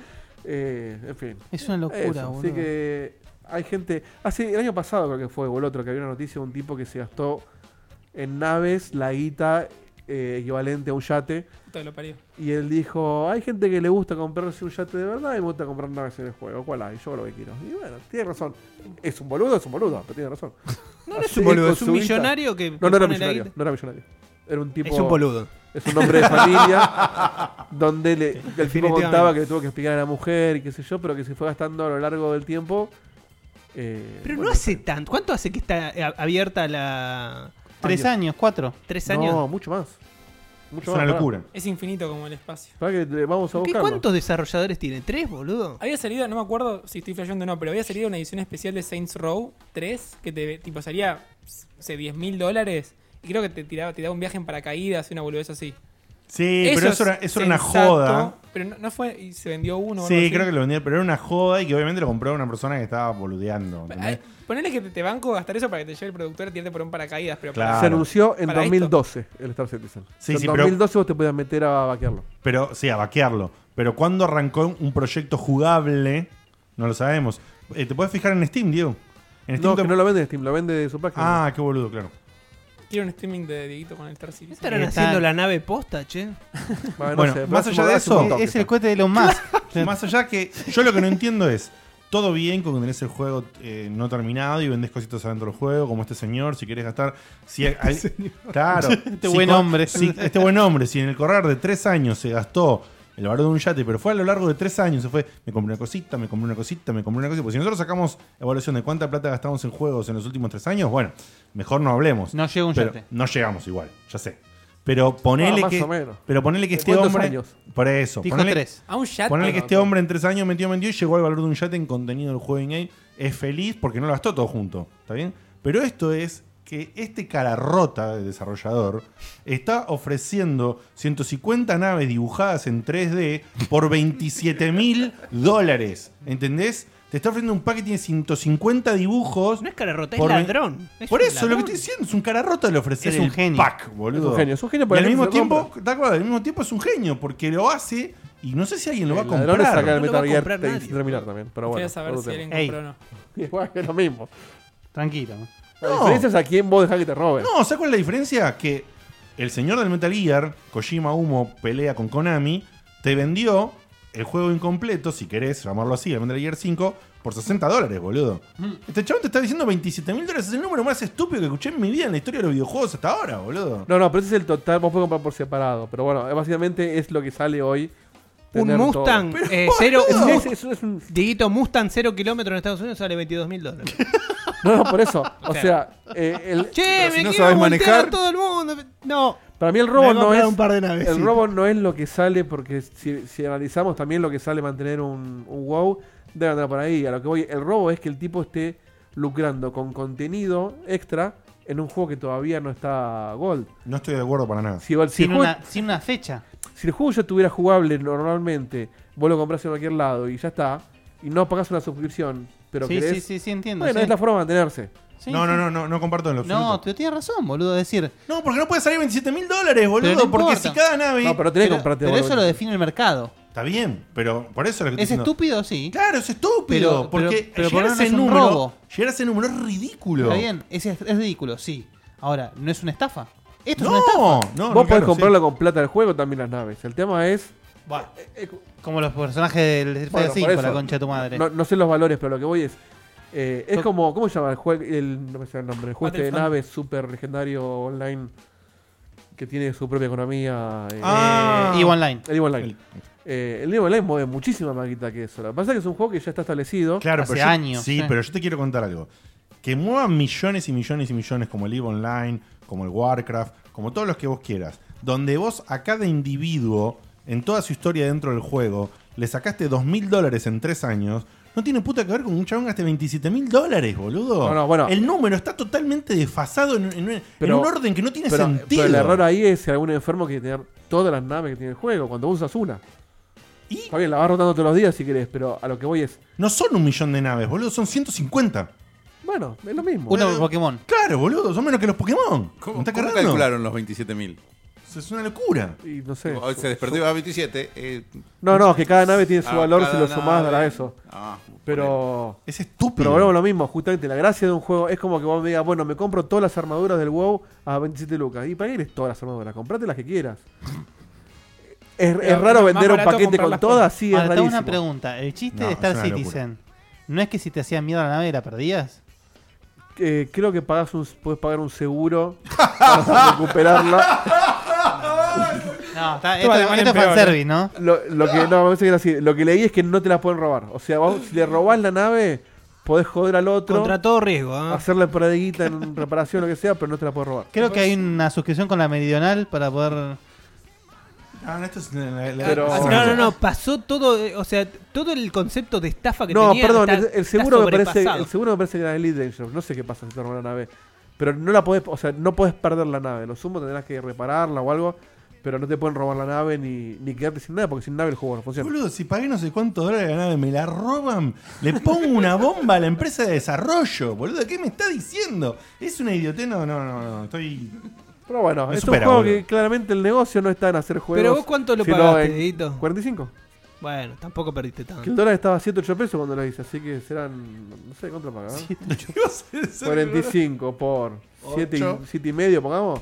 B: Eh, en fin.
D: Es una locura,
B: Eso,
D: boludo.
B: Así que hay gente. Hace el año pasado creo que fue, o el otro, que había una noticia de un tipo que se gastó en naves la guita eh, equivalente a un yate.
E: Puta que lo parió.
B: Y él dijo, hay gente que le gusta comprarse un yate de verdad y me gusta comprar naves en el juego. ¿Cuál hay? Yo lo que quiero. Y bueno, tiene razón. Es un boludo, es un boludo, pero tiene razón.
F: No, no es
B: Así
F: un boludo,
B: con
F: es
B: su
F: un
B: guita.
F: millonario que.
B: No,
F: que
B: no era
F: pone la
B: millonario,
F: guita.
B: no era millonario. Era un tipo...
F: Es un boludo.
B: Es un hombre de familia donde le, el tipo
F: Definitivamente.
B: contaba que le tuvo que explicar a la mujer y qué sé yo, pero que se fue gastando a lo largo del tiempo. eh,
F: Pero
B: bueno,
F: no hace tanto. ¿Cuánto hace que está eh, abierta la.
D: Tres años, cuatro.
F: ¿Tres
B: no,
F: años?
B: mucho más. Mucho
C: Es
B: más,
C: una
B: pará.
C: locura.
E: Es infinito como el espacio.
B: Pará que le- vamos a
F: ¿Qué-
B: buscarlo.
F: ¿Cuántos desarrolladores tiene? ¿Tres, boludo?
E: Había salido, no me acuerdo si estoy flasheando o no, pero había salido una edición especial de Saints Row 3 que te tipo salía, no sé, 10 mil dólares y creo que te tiraba, te daba un viaje en paracaídas y una boludez así.
C: Sí, pero eso
E: es
C: era, eso era una
E: sensato,
C: joda.
E: Pero no, no fue, y se vendió uno. o algo
C: Sí,
E: así.
C: creo que lo vendía, pero era una joda y que obviamente lo compró una persona que estaba boludeando. ¿entendés?
E: Ay, Ponele que te, te banco gastar eso para que te lleve el productor a tirarte por un paracaídas, pero para-
C: Claro.
B: Se anunció en
E: Para
B: 2012 el Star Citizen.
C: Sí,
B: en
C: sí, pero-
B: 2012 vos te podías meter a vaquearlo.
C: Pero sí, a vaquearlo. Pero cuando arrancó un proyecto jugable, no lo sabemos. Eh, ¿Te puedes fijar en Steam, Diego? En Steam
B: No, que
C: te-
B: no lo vende de Steam, lo vende de su página.
C: Ah, qué boludo, claro.
E: quiero un streaming de Dieguito con el Star Citizen.
F: ¿Estarán
D: Está-
F: haciendo la nave posta, che?
B: Va, no
C: bueno,
B: sé, pero
C: más
B: hace
C: allá
B: un-
C: de
B: hace un
C: eso,
B: montón que
D: Es el
B: está.
D: cohete de los más.
C: Más allá que yo lo que no entiendo es, todo bien con que tenés el juego eh, no terminado y vendés cositas adentro del juego, como este señor, si querés gastar... Si, al- Claro. Este
D: buen hombre.
C: este buen hombre, si en el correr de tres años se gastó el valor de un yate, pero fue a lo largo de tres años, se fue, me compré una cosita, me compré una cosita, me compré una cosita. Porque si nosotros sacamos evaluación de cuánta plata gastamos en juegos en los últimos tres años, bueno, mejor no hablemos.
D: No llega un
C: Pero
D: yate.
C: No llegamos igual, ya sé. Pero ponele
B: Ah, más
C: que...
B: o menos.
C: Pero ponele que
B: ¿De
C: este
B: cuántos
C: hombre...
B: años?
C: Por eso.
D: Dijo
C: ponele-
D: tres.
E: A un chat.
C: Ponele que este hombre en tres años metió, metió y llegó al valor de un yate en contenido del juego in-game. Es feliz porque no lo gastó todo junto. ¿Está bien? Pero esto es que este cara rota de desarrollador está ofreciendo 150 naves dibujadas en 3D por 27 mil dólares. ¿Entendés? Te está ofreciendo un pack que tiene 150 dibujos.
F: No es cara rota, es
C: Por-
F: ladrón. Es
C: Por
F: un
C: eso, lo que
F: ladrón.
C: estoy diciendo es un cara roto le ofrecer
D: Es un
C: el
D: genio.
C: pack, boludo.
B: Es un genio, es un genio para
C: y al
B: la gente
C: mismo
B: que lo
C: tiempo, ¿te acuerdas? Al mismo tiempo es un genio, porque lo hace y no sé si alguien lo va a
B: El ladrón es
C: comprar.
B: sacar el
F: No lo va a
B: Metal Gear
F: comprar
B: te-
F: nadie,
B: sin terminar también. Pero
E: Voy
B: bueno,
E: a saber
B: otro
E: si
B: tema.
E: alguien
D: Ey.
E: compró o no.
B: Igual es lo mismo.
D: Tranquilo. ¿no?
B: La
C: No.
B: diferencia es a quién vos dejás que te roben.
C: No, ¿sabes cuál es la diferencia? Que el señor del Metal Gear, Kojima Humo, pelea con Konami, te vendió el juego incompleto, si querés llamarlo así, el Metal Gear 5, por 60 dólares, boludo.
D: Mm.
C: Este chabón te está diciendo 27 mil dólares, es el número más estúpido que escuché en mi vida en la historia de los videojuegos hasta ahora, boludo.
B: No, no, pero ese es el total. Vos podés comprar por separado. Pero bueno, básicamente es lo que sale hoy.
F: Un
B: tener todo.
F: Mustang,
B: Pero-
F: eh, cero,
B: Es,
F: un
B: es-
F: Mustang-
B: es- es un-
F: Dieguito, Mustang 0 kilómetros en Estados Unidos sale 22 mil dólares.
B: No, no, por eso. O sea, eh, el-
F: che,
G: si
F: me
G: no
F: quiero
G: sabes
F: voltear
G: manejar-
F: a todo el mundo. No.
B: para mí el
H: Me
B: robo
H: voy a
B: no
H: comprar
B: es.
H: un par de naves.
B: El robo no es lo que sale, porque si, si analizamos también lo que sale mantener un, un wow, debe andar por ahí. A lo que voy, el robo es que el tipo esté lucrando con contenido extra en un juego que todavía no está gold.
C: No estoy de acuerdo para nada.
B: Si, el- si el
D: Sin,
B: juego,
D: una, sin una fecha.
B: si el juego ya estuviera jugable normalmente, vos lo compras en cualquier lado y ya está, y no pagás una suscripción, pero
D: Sí,
B: querés.
D: sí, sí, sí, entiendo.
B: bueno,
D: sí.
B: es la forma de mantenerse.
D: Sí,
C: no, no,
D: sí.
C: no, no, no comparto en lo absoluto.
D: No, pero tienes razón, boludo. Es decir,
C: No, porque no puede salir 27 mil dólares, boludo.
D: Pero no
C: porque
D: importa.
C: si cada nave.
B: No, pero tenés que
D: pero,
B: comprarte
D: pero
B: algo.
D: eso lo define el mercado.
C: Está bien, pero por eso lo que
D: ¿Es
C: estoy diciendo.
D: estúpido? Sí.
C: Claro, es estúpido.
D: Pero-
C: porque
D: pero- pero por
C: llegar,
D: lo
C: a ese
D: menos es un
C: número,
D: robo.
C: llegar a ese número es ridículo.
D: Está bien, es, es ridículo, sí. Ahora, ¿no es una estafa? Esto es una estafa.
C: No, no, no.
B: vos podés
C: claro,
B: comprarlo
C: sí.
B: con plata del juego también las naves. El tema es
D: Como los personajes del Street
B: Bueno,
D: Fighter 5,
B: por
D: la
B: eso,
D: concha de tu madre.
B: No, no sé los valores, pero lo que voy es. eh, es como. ¿Cómo se llama el juego? El, no me sale el nombre. El juego este de
E: Battlefront.
B: naves super legendario online que tiene su propia economía. eh,
C: Ah.
D: Eh, Evo Online.
B: El Evo Online. Eh, el Evo Online mueve muchísima más guita que eso. Lo que pasa es que es un juego que ya está establecido.
C: Claro,
D: Hace
C: pero yo-
D: años,
C: sí,
D: sí.
C: pero yo te quiero contar algo. Que muevan millones y millones y millones como el EVE Online, como el Warcraft, como todos los que vos quieras. Donde vos a cada individuo, en toda su historia dentro del juego, le sacaste dos mil dólares en tres años. No tiene puta que ver con un chabón que gaste 27 mil dólares, boludo.
B: No, no, bueno.
C: el número está totalmente desfasado en, en- en
B: Pero-
C: un orden que no tiene
B: Pero,
C: sentido.
B: pero el error ahí es algún enfermo que tiene que tener todas las naves que tiene el juego. Cuando usas una.
C: Y-
B: Está bien, la vas rotando todos los días si querés, pero a lo que voy es.
C: No son un millón de naves, boludo, son 150.
B: Bueno, es lo mismo.
D: Uno por Pokémon.
C: Claro, boludo, son menos que los Pokémon.
G: ¿Cómo,
C: ¿Me está
G: cómo
C: cargando?
G: calcularon los 27.000?
C: Es una locura.
B: Y no sé.
G: Hoy se despertó y va a 27. eh,
B: No, no, que cada nave tiene su
G: ah,
B: valor si
G: cada
B: lo sumás
G: nave.
B: a eso.
G: Ah,
B: Pero.
C: Es estúpido.
B: Pero volvemos a lo mismo, justamente la gracia de un juego es como que vos me digas, bueno, me compro todas las armaduras del WoW a 27 lucas. Y para qué querés todas las armaduras, comprate las que quieras. Es, es
E: Pero
B: raro
E: más
B: vender un
E: barato
B: paquete con
E: comprarlas
B: todas, sí, es
D: Ahora, te hago
B: rarísimo.
D: una pregunta. El chiste
C: No,
D: de
C: es
D: Star
C: una
D: Citizen, ¿no es que si te hacían miedo a la nave la perdías?
B: Eh, creo que pagás un, podés pagar un seguro para recuperarla.
D: No, está,
E: Esto
D: esto,
E: además
D: esto
E: es
D: es
B: ¿eh?
E: peor,
D: fanservice, ¿no?
B: Lo, lo que, no, me parece que era así. Lo que leí es que no te las pueden robar. O sea, vos, si le robás la nave, podés joder al otro,
F: Contra todo riesgo, ¿ah?
B: hacerle por ahí guita en reparación, lo que sea, pero no te la puedes robar.
D: Creo que hay
B: Pues-
D: una suscripción con la Meridional para poder...
C: Ah, no, esto es la- la- la-
B: Pero-
C: la-
F: Ah, No, no, no, pasó todo, eh, o sea, todo el concepto de estafa que
B: No,
F: tenían
B: perdón,
F: está-
B: el, el seguro
F: está
B: me parece,
F: sobrepasado.
B: el seguro me parece que era el Elite Dangerous. No sé qué pasa si te roban la nave. Pero no la podés, o sea, no podés perder la nave. Lo sumo tendrás que repararla o algo, pero no te pueden robar la nave ni, ni quedarte sin nada, porque sin nave el juego no funciona.
C: Boludo, si pagué no sé cuántos dólares la nave, me la roban, le pongo una bomba a la empresa de desarrollo, boludo. ¿Qué me está diciendo? Es una idiotez, no, no, no, no, estoy.
B: Pero bueno,
C: Me
B: es un
C: supera,
B: juego
C: boludo.
B: que claramente el negocio no está en hacer juegos.
F: Pero vos cuánto lo
B: sino
F: pagaste,
B: en
F: Dieguito?
B: 45.
F: Bueno, tampoco perdiste
B: Que el
F: tanto.
B: dólar estaba a 7, 8 pesos cuando lo hice, así que serán, no sé cuánto pagaron.
C: Dios, en serio,
B: 45 por 7
C: Ocho.
B: y, siete y medio, pongamos.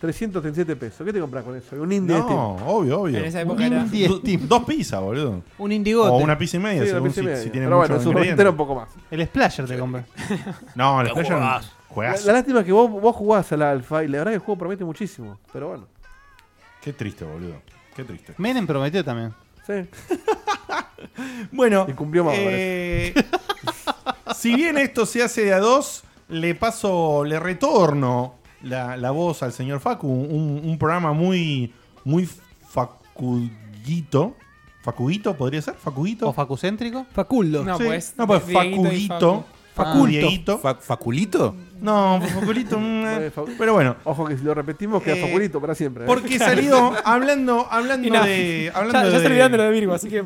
B: 337 pesos. ¿Qué te compras con eso? Un este. indie de Steam.
C: No, obvio, obvio.
E: En esa época era.
C: Un- do- dos pizzas, boludo.
F: Un
C: O
F: indigote.
C: una pizza y media,
B: Sí, una
C: según
B: pizza y
C: si,
B: media.
C: si tiene
B: Pero
C: mucho
B: bueno, su
C: ingrediente.
B: era un poco más.
D: El Splasher te compra.
C: No, la Flash era un
B: La,
C: juegazo.
B: la lástima es que vos, vos jugás a la alfa y la verdad que el juego promete muchísimo. Pero bueno,
C: Qué triste, boludo. Qué triste.
D: Menem prometió también.
B: sí.
C: Bueno,
B: Y cumplió más,
C: eh, si bien esto se hace de a dos, le paso, le retorno la, la voz al señor Facu. Un, un programa muy, muy facuguito. ¿Facuguito podría ser? ¿Facuguito?
D: ¿O facucéntrico?
F: Faculdo.
E: Oh, No,
C: Sí.
E: pues.
C: No, pues
E: Dieguito y
C: facuguito.
E: Facu.
C: Facu,
D: Ah.
C: Dieguito.
G: ¿Fa- ¿Faculito?
C: No, faculito. mm, eh,
B: Facu-
C: Pero bueno.
B: Ojo que si lo repetimos queda
C: Eh,
B: favorito para siempre. ¿eh?
C: Porque salió hablando, hablando
E: Y nada.
C: de. Ah,
E: Ya,
C: Hablando
E: ya se
C: de-
E: olvidaron de lo de Virgo, así que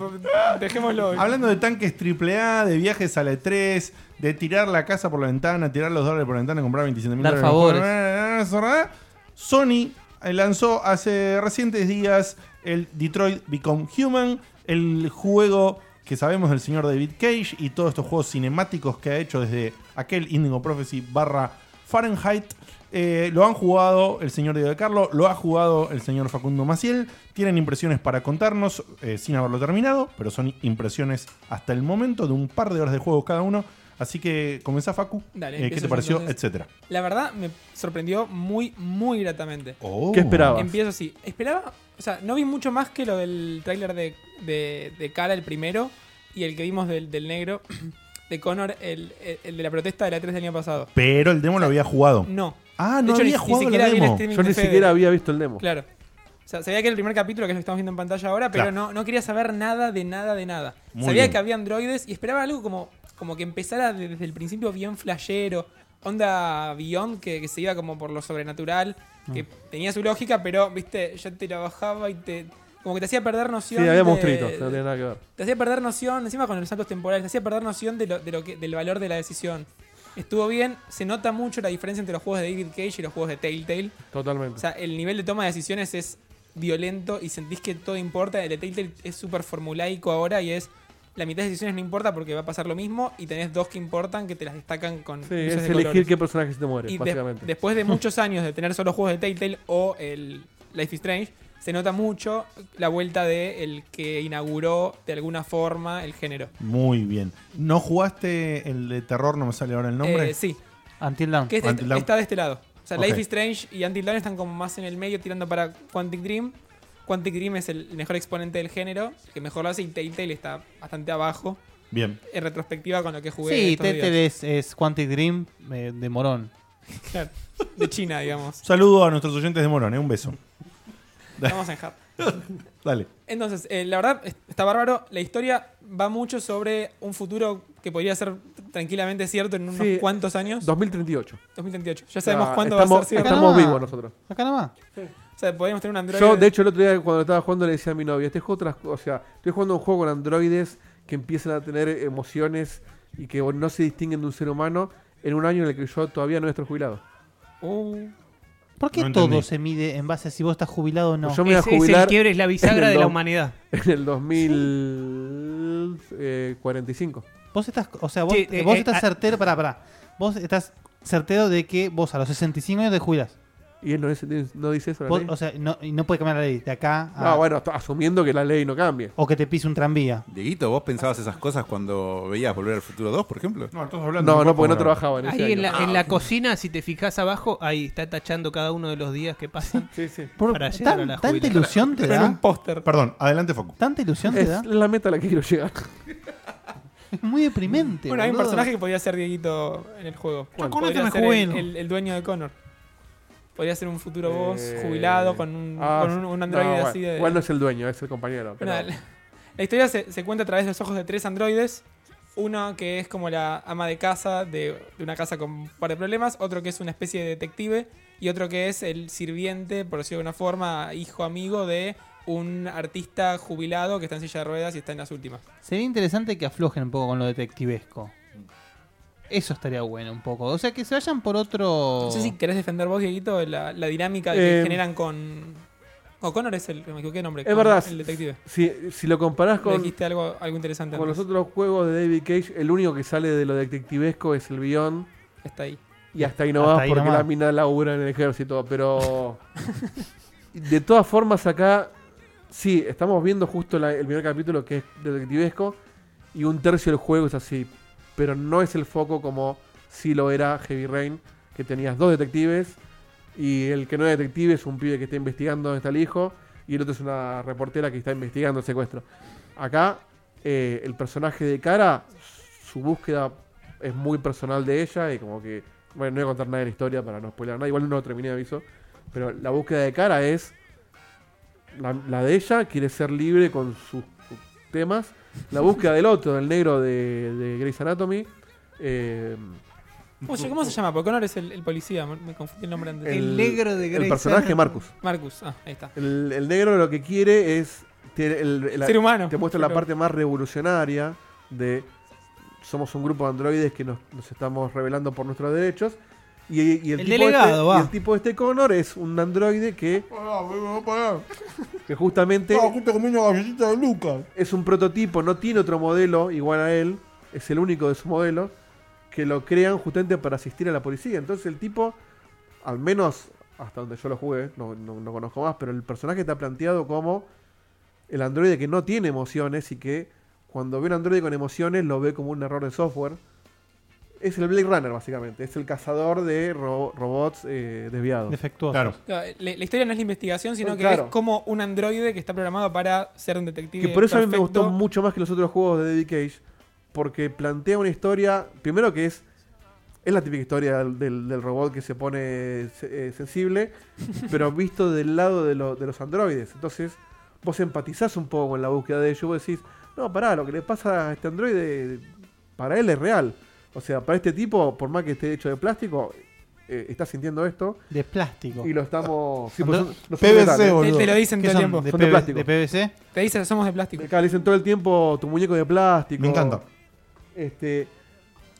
E: dejémoslo. hoy.
C: Hablando de tanques AAA, de viajes a la E3, de tirar la casa por la ventana, tirar los dólares por la ventana, comprar 27 mil
D: Dar
C: dólares. Eh, Sony eh, lanzó hace recientes días el Detroit Become Human, el juego que sabemos del señor David Cage y todos estos juegos cinemáticos que ha hecho desde aquel Indigo Prophecy barra Fahrenheit. Eh, lo han jugado el señor Diego de Carlo, lo ha jugado el señor Facundo Maciel. Tienen impresiones para contarnos eh, sin haberlo terminado, pero son impresiones hasta el momento de un par de horas de juego cada uno. Así que comenzá, Facu.
E: Dale,
C: Eh, ¿Qué
E: empiezo
C: te
E: yo
C: pareció?
E: entonces.
C: Etcétera.
E: La verdad, me sorprendió muy, muy gratamente.
B: ¿Qué
C: Uh,
B: esperabas?
E: Empiezo así. Esperaba, o sea, no vi mucho más que lo del tráiler de, de, de Cara, el primero, y el que vimos del, del negro, de Connor, el, el- el de la protesta de la 3 del año pasado.
C: Pero el demo lo había jugado.
E: No.
C: Ah,
E: De
C: no
E: hecho, ni-
C: había
E: ni
C: jugado el
E: siquiera este vi el
C: demo.
E: streaming
B: Yo
E: de
B: ni
E: Fede.
B: siquiera había visto el demo.
E: Claro. O sea, sabía que era el primer capítulo, que es lo que estamos viendo en pantalla ahora, pero
C: Claro.
E: no, no quería saber nada de nada de nada.
C: Muy
E: sabía
C: bien.
E: que había androides y esperaba algo como, como que empezara de- desde el principio bien flashero, onda Beyond, que, que se iba como por lo sobrenatural,
B: Ah.
E: que tenía su lógica, pero, viste, ya te la bajaba y te... Como que te hacía perder
B: Sí,
E: noción.
B: había
E: de-
B: monstruitos, no tiene nada que ver.
E: te hacía perder noción, encima con los saltos temporales, te hacía perder noción de lo, de lo que, del valor de la decisión. Estuvo bien, se nota mucho la diferencia entre los juegos de David Cage y los juegos de Telltale.
B: Totalmente.
E: O sea, el nivel de toma de decisiones es violento y sentís que todo importa. El de Telltale es súper formulaico ahora y es. La mitad de decisiones no importa porque va a pasar lo mismo y tenés dos que importan que te las destacan con.
B: sí,
E: luces
B: es
E: de
B: elegir
E: colores.
B: qué personaje se te muere,
E: Y de-
B: básicamente.
E: después de muchos años de tener solo juegos de Telltale o el, Life is Strange, se nota mucho la vuelta de el que inauguró de alguna forma el género.
C: Muy bien. ¿No jugaste el de terror? No me sale ahora el nombre.
E: Eh, sí,
D: Until Dawn.
E: que es de-
C: Until Dawn.
E: está de este lado. O sea,
C: Ok.
E: Life is Strange y Until Dawn están como más en el medio tirando para Quantic Dream. Quantic Dream es el mejor exponente del género, el que mejor lo hace y Telltale está bastante abajo
C: Bien.
E: en retrospectiva con lo que jugué.
D: Sí,
E: estos días.
D: Tete es, es Quantic Dream eh, de Morón.
E: Claro, de China, digamos.
C: Saludo a nuestros oyentes de Morón, eh, un beso.
E: Estamos en hub.
C: Dale.
E: Entonces, eh, la verdad, es- está bárbaro. La historia va mucho sobre un futuro que podría ser tranquilamente cierto en unos
B: Sí.
E: cuantos años.
B: 2038.
E: 2038. Ya sabemos
B: Ah,
E: cuándo
B: estamos,
E: va a ser cierto.
B: Estamos
D: Ah.
B: vivos nosotros.
D: Acá nomás.
E: O sea, podríamos tener un androide.
B: Yo, de hecho, el otro día cuando estaba jugando le decía a mi novia, este juego tras- o sea, estoy jugando un juego con androides que empiezan a tener emociones y que no se distinguen de un ser humano en un año en el que yo todavía no estoy jubilado.
E: Uh,
D: ¿Por qué
C: No
D: todo
C: entendí.
D: se mide en base a si vos estás jubilado o no?
B: Yo me voy a
F: Es- es el
B: jubilar
F: quiebre, es la bisagra
B: el
F: de la
B: dom-
F: humanidad.
B: en el eh, 2045.
D: Vos estás, o sea, vos,
F: Sí, eh,
D: vos
F: eh,
D: estás
F: ah-
D: certero, pará, pará. Vos estás certero de que vos a los 65 años te jubilás.
B: Y él no, es- no dice eso. la
D: Vos-
B: ley.
D: o sea, no, y no puede cambiar la ley de acá a-
B: Ah, bueno, está- asumiendo que la ley no cambie.
D: o que te pise un tranvía.
G: Dieguito, ¿vos pensabas esas cosas cuando veías Volver al Futuro 2, por ejemplo?
C: No, estamos hablando.
B: No, no, porque no
C: podemos
B: trabajaba en ese
F: Ahí en
B: año.
F: la, en la cocina, si te fijas abajo, ahí está tachando cada uno de los días que pasan.
B: Sí, sí.
D: Por-
F: Para llegar a
D: tan,
F: la
D: tanta
F: jubilación.
D: ilusión te
E: en un
D: da.
E: póster.
C: hablar. Perdón, adelante, Facu.
D: Tanta ilusión te da.
B: Es la meta a la que quiero llegar.
D: Es muy deprimente.
E: Bueno, hay un
D: Este, boludo.
E: personaje que podría ser Dieguito en el juego.
C: Yo con
E: podría
C: este me
E: ser
C: jubilo.
E: el, el- el dueño de Connor. Podría ser un futuro vos
B: Eh,
E: jubilado con un,
B: ah,
E: con un, un
B: no,
E: androide
B: bueno,
E: así de.
B: Igual no es el dueño, es el compañero. pero-
E: Nada, la, la historia se, se cuenta a través de los ojos de tres androides. Uno que es como la ama de casa de, de una casa con un par de problemas. Otro que es una especie de detective. Y otro que es el sirviente, por decirlo de alguna forma, hijo amigo de un artista jubilado que está en silla de ruedas y está en las últimas.
D: Sería interesante que aflojen un poco con lo detectivesco. Eso estaría bueno un poco. O sea, que se vayan por otro...
E: No sé si querés defender vos, Dieguito, la, la dinámica que
B: Eh,
E: generan con. O'Connor es el. Me equivoqué de nombre.
B: Es
E: con
B: verdad.
E: El detective.
B: Si, si lo comparás
E: Le
B: con,
E: dijiste algo, algo interesante.
B: con los
E: antes.
B: otros juegos de David Cage, el único que sale de lo detectivesco es el Beyond.
E: Está ahí.
B: Y hasta ahí
D: Hasta
B: nomás,
D: ahí
B: porque
D: nomás.
B: la mina labura en el ejército. Pero. de todas formas, acá. Sí, estamos viendo justo la- el primer capítulo que es detectivesco. Y un tercio del juego es así. Pero no es el foco como si lo era Heavy Rain, que tenías dos detectives. Y el que no era detective es un pibe que está investigando dónde está el hijo. Y el otro es una reportera que está investigando el secuestro. Acá, eh, el personaje de cara, su búsqueda es muy personal de ella. Y como que bueno, no voy a contar nada de la historia para no spoiler nada. Igual no lo terminé de aviso. Pero la búsqueda de cara es. La, la de ella quiere ser libre con sus temas. La búsqueda del otro, del negro de, de Grey's Anatomy. eh,
E: ¿Cómo se, cómo se llama? Porque O'Connor es el, el policía. Me me confundí el nombre antes.
B: El-
F: negro de
B: el
F: Grey's
B: personaje
F: Anatomy.
B: Marcus.
E: Marcus. Ah, ahí está.
B: El, el negro lo que quiere es. tiene el- la-
E: ser humano.
B: te muestra la
E: Pero-
B: parte más revolucionaria de somos un grupo de androides que nos, nos estamos rebelando por nuestros derechos. Y, y el,
F: El
B: tipo
F: delegado,
B: este,
F: va.
B: y el tipo este Connor es un androide que, que justamente es un prototipo, no tiene otro modelo igual a él, es el único de su modelo, que lo crean justamente para asistir a la policía. Entonces el tipo, al menos hasta donde yo lo jugué, no, no- no conozco más, pero el personaje está planteado como el androide que no tiene emociones y que cuando ve un androide con emociones lo ve como un error de software. Es el Blade Runner, básicamente. Es el cazador de ro- robots eh, desviados.
D: Defectuoso.
C: Claro.
E: Claro, La, la historia no es la investigación, sino
B: Eh,
E: que
B: claro.
E: es como un androide que está programado para ser un detective.
B: Que por eso a mí me
E: perfecto.
B: gustó mucho más que los otros juegos de David Cage. Porque plantea una historia. Primero que es. Es la típica historia del, del- del robot que se pone se- eh, sensible. pero visto del lado de, lo- de los androides. Entonces, vos empatizás un poco con la búsqueda de ellos. Vos decís, no, pará, lo que le pasa a este androide. Para él es real. O sea, para este tipo, por más que esté hecho de plástico, eh, está sintiendo esto.
D: De plástico.
B: Y lo
C: Ah,
B: estamos. sí, pues son- no son
C: PVC,
B: metales.
E: Te,
C: boludo.
E: te lo dicen
D: ¿Qué
E: todo el
D: son?
E: tiempo.
D: ¿De,
B: Son de
D: PV-
B: plástico.
D: de PVC?
E: Te dicen, somos de plástico.
B: Acá le dicen todo el tiempo tu muñeco de plástico.
C: Me encanta.
B: Este,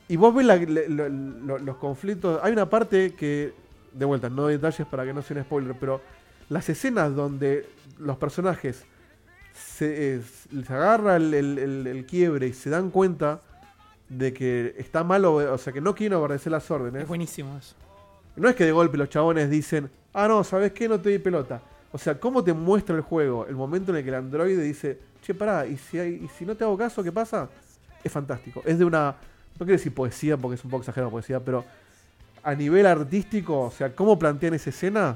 B: y vos ves la- le- lo- lo- los conflictos. Hay una parte que, de vuelta, no detalles para que no sea un spoiler, pero las escenas donde los personajes se, eh, les agarra el, el- el- el quiebre y se dan cuenta de que está mal, obe- o sea, que no quieren obedecer las órdenes.
E: Es buenísimo eso.
B: No es que de golpe los chabones dicen, ah, no, ¿sabes qué? No te di pelota. O sea, ¿cómo te muestra el juego? El momento en el que el androide dice, che, pará, y si, hay, y si no te hago caso, ¿qué pasa? Es fantástico. Es de una. No quiero decir poesía, porque es un poco exagerado poesía, pero a nivel artístico, o sea, ¿cómo plantean esa escena?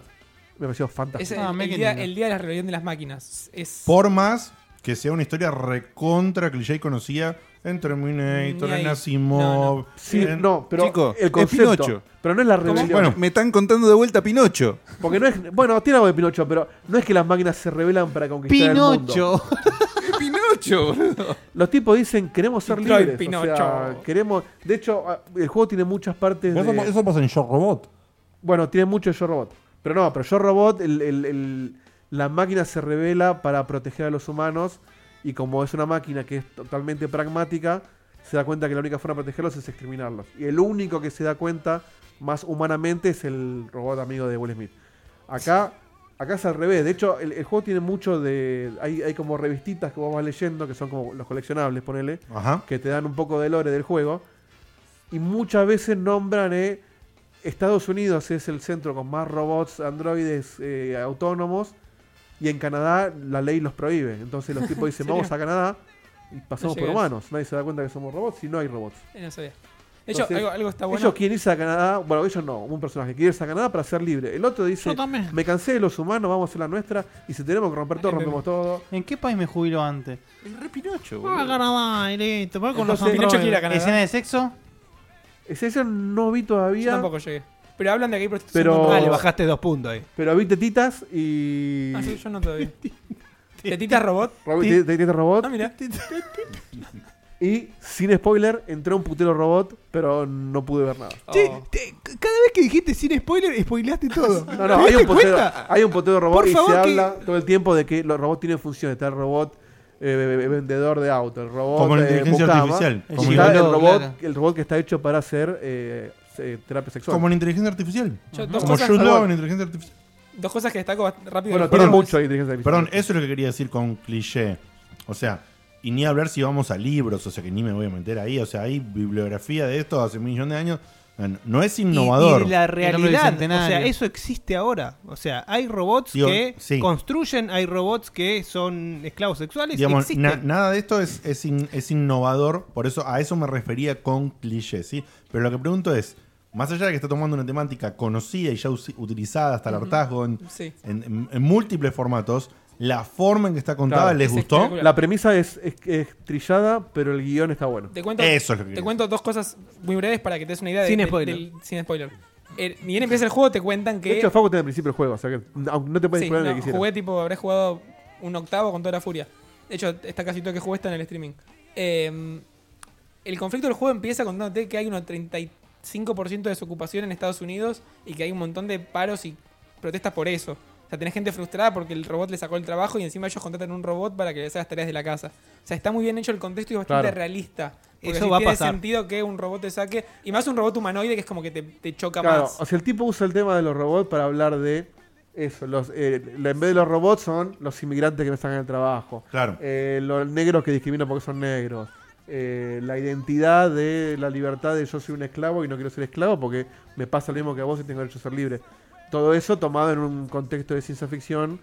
B: Me pareció
E: Es
B: fantástico.
E: el,
D: Ah,
E: el
D: mira qué
E: día,
D: lindo.
E: el día de la rebelión de las máquinas. Es
C: Por más que sea una historia recontra cliché y conocida en Terminator,
E: Ni ahí.
C: en Asimov.
B: Sí,
C: en-
B: no, pero
G: Chico,
B: el
G: es
B: concepto.
G: Pinocho.
B: Pero no es la rebelión.
C: Bueno.
G: Me están contando de vuelta Pinocho.
B: Porque no es. Bueno, tiene algo de Pinocho, pero no es que las máquinas se rebelan para conquistar el mundo.
D: Pinocho.
G: Pinocho, boludo.
B: Los tipos dicen queremos ser
E: Detroit
B: libres. o
E: Pinocho.
B: sea, queremos. De hecho, ah, el juego tiene muchas partes.
C: Eso,
B: de-
C: eso pasa en Yo Robot.
B: Bueno, tiene mucho de Yo Robot. Pero no, pero Yo Robot, el- el- el- la máquina se revela para proteger a los humanos. Y como es una máquina que es totalmente pragmática, se da cuenta que la única forma de protegerlos es exterminarlos. Y el único que se da cuenta más humanamente es el robot amigo de Will Smith. Acá, acá es al revés. De hecho, el, el juego tiene mucho de. Hay, hay como revistitas que vos vas leyendo, que son como los coleccionables, ponele
C: Ajá.
B: que te dan un poco de lore del juego. Y muchas veces nombran eh, Estados Unidos es el centro con más robots, androides eh, autónomos. Y en Canadá la ley los prohíbe. Entonces los tipos dicen,
E: ¿En serio?
B: vamos a Canadá y pasamos
E: No
B: por
E: llegué.
B: humanos. Nadie se da cuenta que somos robots y no hay robots.
E: Eh, no sabía. De hecho,
B: Entonces,
E: algo, algo está bueno.
B: Ellos quieren irse a Canadá, bueno, ellos no, un personaje quiere irse a Canadá para ser libre. El otro dice,
D: Yo también.
B: me cansé de los humanos, vamos a hacer la nuestra y si tenemos que romper todo,
E: Ay, me-
B: rompemos todo.
D: ¿En qué país me jubilo antes?
G: Es re Pinocho,
D: Ah,
G: boludo.
D: Canadá, y listo. Voy con los
B: Entonces,
E: Pinocho
D: androides.
E: quiere ir a Canadá.
D: ¿Escena de sexo?
B: Ese ese no vi
E: Yo
B: todavía,
E: tampoco llegué. Pero hablan de que hay prostitución.
B: Pero-
E: con-
F: Ah, le bajaste dos puntos ahí.
B: pero vi tetitas y...
E: Ah, sí, yo no todavía. ¿Tetita robot?
B: Robot, te- te- te- robot.
E: Ah, mira.
B: Y sin spoiler, entró un putero robot, pero no pude ver nada.
F: Che,
E: Oh.
F: te- cada vez que dijiste sin spoiler, spoileaste todo.
B: No, no,
F: ¿Te
B: hay
F: diste
B: un, putero,
F: cuenta?
B: hay un putero robot
F: Por
B: y
F: favor,
B: se
F: que-
B: habla todo el tiempo de que los robots tienen funciones. Está el robot eh, ve- ve- vendedor de auto, el robot.
C: Como la
B: eh,
C: inteligencia
B: mucama,
C: artificial,
B: y
C: como
B: está
D: el-
B: el, robot,
D: claro.
B: el robot que está hecho para hacer eh, se- terapia sexual.
C: Como en inteligencia artificial.
E: Yo, dos,
C: Como
E: cosas,
C: Jude Law en inteligencia artificial.
E: dos cosas que destaco bast- rápido.
B: bueno,
E: del
B: tiene
E: juego es-
B: mucho de inteligencia artificial.
C: Perdón, eso es lo que quería decir con cliché. O sea, y ni hablar si vamos a libros, o sea que ni me voy a meter ahí. O sea, hay bibliografía de esto hace un millón de años. No, No es
F: Y-
C: innovador.
F: Y, la realidad, o
D: bicentenario.
F: sea, eso existe ahora. O sea, hay robots
C: Digo,
F: que
C: sí.
F: construyen, hay robots que son esclavos sexuales.
C: Digamos,
F: existen.
C: na- nada de esto es, es, in- es innovador, por eso a eso me refería con cliché, ¿sí? Pero lo que pregunto es, más allá de que está tomando una temática conocida y ya usi- utilizada hasta el hartazgo en,
E: Sí.
C: en- en- en múltiples formatos, la forma en que está contada
B: Claro,
C: les
E: es
C: gustó.
E: espectacular.
B: La premisa es, es- es trillada, pero el guión está bueno.
E: Te cuento,
C: Eso es lo que
E: te
C: quería
E: cuento dos cosas muy breves para que te des una idea de-
F: Sin
E: de-
F: spoiler.
E: del- sin spoiler. Eh, ni bien empieza el juego, te cuentan que.
B: De hecho, Facu tiene al principio el juego, o sea que aunque no te puedes
E: Sí,
B: disparar
E: no,
B: lo que quisieras.
E: jugué tipo, habré jugado un octavo con toda la furia. De hecho, está casi todo que jugué está en el streaming. Eh, el conflicto del juego empieza contándote que hay un 35% de desocupación en Estados Unidos y que hay un montón de paros y protestas por eso. O sea, tenés gente frustrada porque el robot le sacó el trabajo y encima ellos contratan un robot para que les haga las tareas de la casa. O sea, está muy bien hecho el contexto y es bastante
B: Claro.
E: realista. Porque
F: Eso
E: si
F: va a
E: tiene
F: pasar.
E: sentido que un robot te saque. Y más un robot humanoide que es como que te, te choca
B: Claro,
E: más.
B: o sea, el tipo usa el tema de los robots para hablar de eso. Los, eh, lo- en vez de los robots son los inmigrantes que no sacan el trabajo.
C: Claro.
B: Eh, los negros que discriminan porque son negros. Eh, la identidad de la libertad de yo soy un esclavo y no quiero ser esclavo porque me pasa lo mismo que a vos y tengo derecho a ser libre. Todo eso tomado en un contexto de ciencia ficción.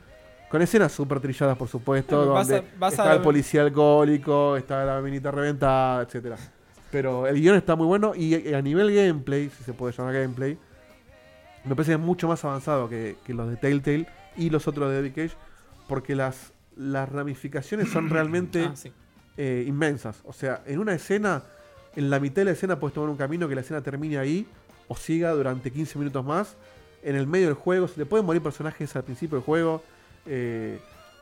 B: Con escenas súper trilladas, por supuesto,
E: Vas a-
B: donde
E: vas a
B: está
E: la-
B: el policía alcohólico, está la minita reventada, etcétera. Pero el guión está muy bueno y eh, a nivel gameplay, si se puede llamar gameplay, me parece que es mucho más avanzado que, que los de Telltale y los otros de David Cage, porque las, las ramificaciones son realmente
E: Ah, sí.
B: eh, inmensas. O sea, en una escena, en la mitad de la escena puedes tomar un camino que la escena termine ahí o siga durante 15 minutos más. En el medio del juego, se te pueden morir personajes al principio del juego. Eh,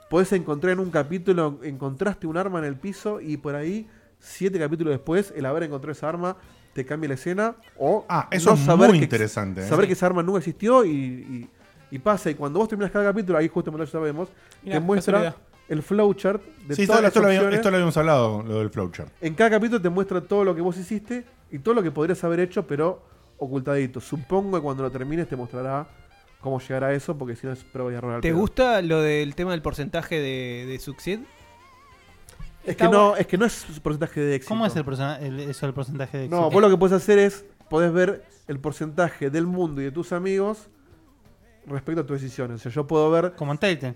B: podés encontrar en un capítulo, encontraste un arma en el piso y por ahí, siete capítulos después, el haber encontrado esa arma te cambia la escena o
C: Ah, eso es muy
B: que-
C: interesante, ¿eh?
B: Saber
E: Sí.
B: que esa arma nunca existió y, y- y pasa. Y cuando vos terminas cada capítulo, ahí justo en Mendoza sabemos,
E: Mirá,
B: te muestra
E: casualidad.
B: el flowchart de
C: Sí, esto,
B: todas las
C: esto lo habíamos,
B: opciones.
C: esto lo habíamos hablado, lo del flowchart.
B: En cada capítulo te muestra todo lo que vos hiciste y todo lo que podrías haber hecho, pero ocultadito. Supongo que cuando lo termines te mostrará cómo llegar a eso, porque si no es prueba y error. al
F: ¿Te
B: pedo.
F: gusta lo del tema del porcentaje de, de succeed?
B: Es
E: Está
B: que, no,
E: bu-
B: es que no es porcentaje de éxito.
D: ¿Cómo es el, persona- el- eso, el porcentaje de
B: No,
D: éxito?
B: vos lo que podés hacer es, podés ver el porcentaje del mundo y de tus amigos respecto a tu decisión. O sea, yo puedo ver.
D: Como en Telltale.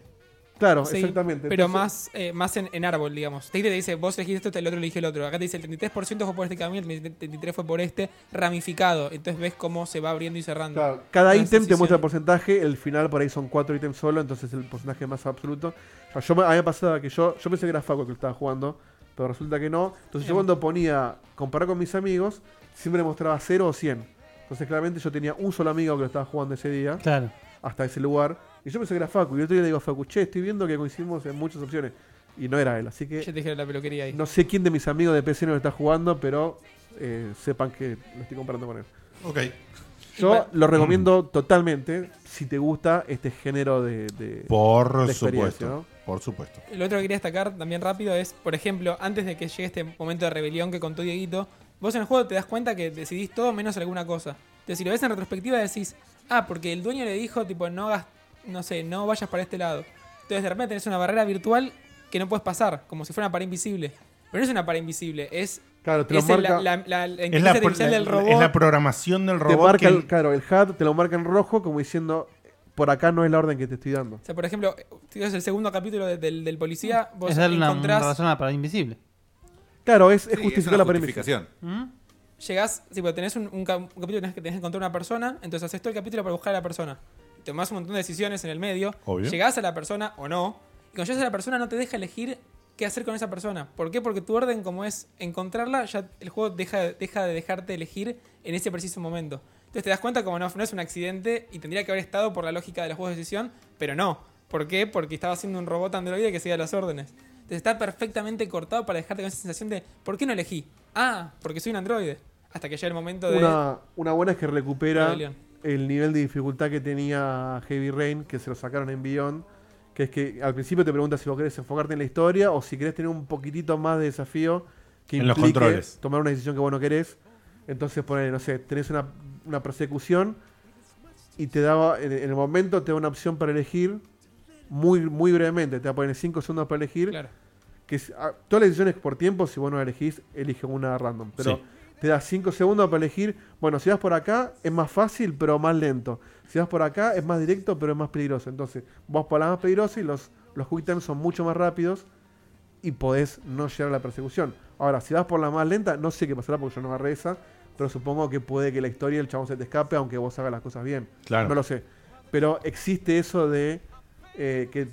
B: Claro,
E: Sí,
B: exactamente.
E: Pero
B: Entonces,
E: más, eh, más en, en árbol, digamos. Tate te dice, vos elegís esto, el otro elige el otro. Acá te dice, el 33% fue por este camino, el 33% fue por este, ramificado. Entonces ves cómo se va abriendo y cerrando.
B: claro, cada
E: Las
B: ítem te
E: decisiones.
B: muestra el porcentaje, el final por ahí son cuatro ítems solo, entonces el porcentaje más absoluto. O sea, yo, me- a mí me pasaba que yo, yo pensé que era Faco el que estaba jugando, pero resulta que no. Entonces yo
E: Bien.
B: cuando ponía comparar con mis amigos, siempre me mostraba 0 o 100. Entonces claramente yo tenía un solo amigo que lo estaba jugando ese día.
D: Claro.
B: hasta ese lugar. Y yo pensé que era Facu. Y el otro día le digo a Facu, che, estoy viendo que coincidimos en muchas opciones. Y no era él. Así
E: Ya
B: que
E: te dijeron la peluquería ahí.
B: no sé quién de mis amigos de PC no lo está jugando, pero eh, sepan que lo estoy comparando con él.
C: Ok.
B: Yo lo recomiendo totalmente si te gusta este género de. de- La
C: Por
B: experiencia,
C: supuesto.
B: ¿no?
C: Por supuesto.
E: Lo otro que quería destacar también rápido es, por ejemplo, antes de que llegue este momento de rebelión que contó Dieguito, vos en el juego te das cuenta que decidís todo menos alguna cosa. Entonces, si lo ves en retrospectiva, decís, ah, porque el dueño le dijo, tipo, no hagas, no sé, no vayas para este lado. Entonces, de repente tenés una barrera virtual que no puedes pasar, como si fuera una pared invisible. Pero no es una pared invisible, es,
B: Claro, te lo
E: es el-
B: marca.
E: la, la- la- la
C: Es
E: inteligencia
C: la, pro-
E: artificial
C: la-
E: del
C: es
E: robot.
C: la programación del
B: te
C: robot.
B: marca
C: que-
B: el, claro, el HUD, te lo marca en rojo como diciendo, por acá no es la orden que te estoy dando.
E: o sea, por ejemplo, si ves el segundo capítulo de- del, del policía, vos
D: es darle una, una
E: encontrás...
D: razón a la palabra invisible.
B: Claro, es, es
G: Sí,
B: justificar
G: una
B: la permisión.
G: justificación.
E: llegás, si pues, tenés un, un ca- un capítulo que tenés que tenés que encontrar una persona, entonces haces todo el capítulo para buscar a la persona. Tomás un montón de decisiones en el medio,
C: Obvio.
E: llegás a la persona o no, y cuando llegas a la persona no te deja elegir qué hacer con esa persona. ¿Por qué? Porque tu orden como es encontrarla, ya el juego deja, deja de dejarte elegir en ese preciso momento. Entonces te das cuenta como no, no es un accidente y tendría que haber estado por la lógica de los juegos de decisión, pero no. ¿Por qué? Porque estaba siendo un robot androide que seguía las órdenes. Entonces está perfectamente cortado para dejarte con esa sensación de ¿por qué no elegí? Ah, porque soy un androide. Hasta que llega el momento de...
B: Una, una buena es que recupera
E: Rebelión.
B: el nivel de dificultad que tenía Heavy Rain, que se lo sacaron en Beyond. Que es que al principio te preguntas si vos querés enfocarte en la historia o si querés tener un poquitito más de desafío que
C: En los
B: implique
C: controles.
B: tomar una decisión que vos no querés. Entonces, ponele, no sé, tenés una, una persecución y te daba, en, en el momento te da una opción para elegir muy, muy brevemente. Te va a poner 5 segundos para elegir
C: Eh,
E: Claro.
B: que es- ah, todas las decisiones por tiempo, si vos no la elegís, elige una random. Pero
C: Sí.
B: te das 5 segundos para elegir, bueno, si vas por acá es más fácil, pero más lento. Si vas por acá es más directo, pero es más peligroso. Entonces, vas por la más peligrosa y los, los quick times son mucho más rápidos y podés no llegar a la persecución. Ahora, si vas por la más lenta, no sé qué pasará porque yo no agarré esa, pero supongo que puede que la historia el chabón se te escape aunque vos hagas las cosas bien.
C: Claro.
B: No lo sé. Pero existe eso de eh, que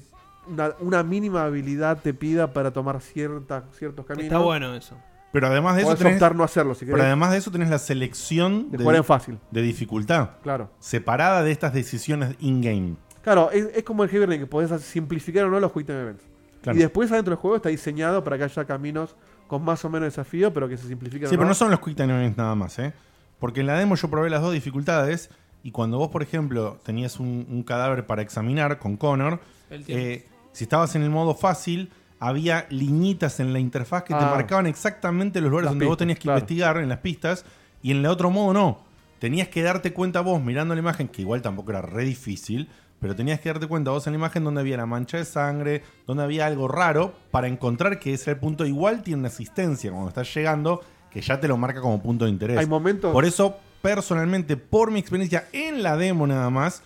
B: una, una mínima habilidad te pida para tomar cierta, ciertos caminos.
F: Está bueno eso.
C: Pero además de eso
B: Podés
C: tenés,
B: optar no hacerlo si
C: pero
B: querés.
C: además de eso tenés la selección
B: De
C: de,
B: jugar en fácil,
C: de dificultad
B: claro.
C: separada de estas decisiones in-game.
B: Claro, es, es como el Heavy Rain, que podés simplificar o no los Quick Time Events.
C: Claro.
B: Y después adentro del juego está diseñado para que haya caminos con más o menos desafío, pero que se simplifican.
C: Sí,
B: o
C: pero no son los quick time events nada más, ¿eh? Porque en la demo yo probé las dos dificultades y cuando vos, por ejemplo, tenías un, un cadáver para examinar con Connor,
E: El tiempo.
C: eh, si estabas en el modo fácil, había liñitas en la interfaz que te
B: Ah.
C: marcaban exactamente los lugares
B: Las
C: donde vos
B: pistas,
C: tenías que
B: claro.
C: investigar en las pistas y en el otro modo no. Tenías que darte cuenta vos mirando la imagen, que igual tampoco era re difícil, pero tenías que darte cuenta vos en la imagen donde había la mancha de sangre, donde había algo raro, para encontrar que ese punto igual tiene una asistencia cuando estás llegando, que ya te lo marca como punto de interés.
B: Hay momentos.
C: Por eso, personalmente, por mi experiencia en la demo nada más,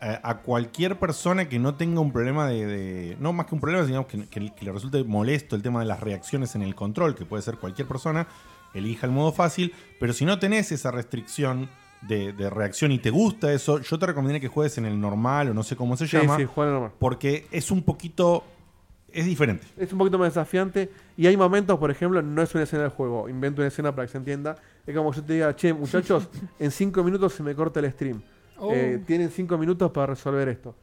C: eh, a cualquier persona que no tenga un problema de... de- no más que un problema, sino que, que- que le resulte molesto el tema de las reacciones en el control, que puede ser cualquier persona, elija el modo fácil, pero si no tenés esa restricción de, de reacción y te gusta eso, yo te recomendaría que juegues en el normal o no sé cómo se
B: Sí,
C: llama,
B: sí, juegan normal.
C: porque es un poquito... es diferente.
B: es un poquito más desafiante. Y hay momentos, por ejemplo, no es una escena del juego. Invento una escena para que se entienda. Es como yo te diga, che, muchachos, en 5 minutos se me corta el stream.
E: Oh.
B: Eh, tienen 5 minutos para resolver esto.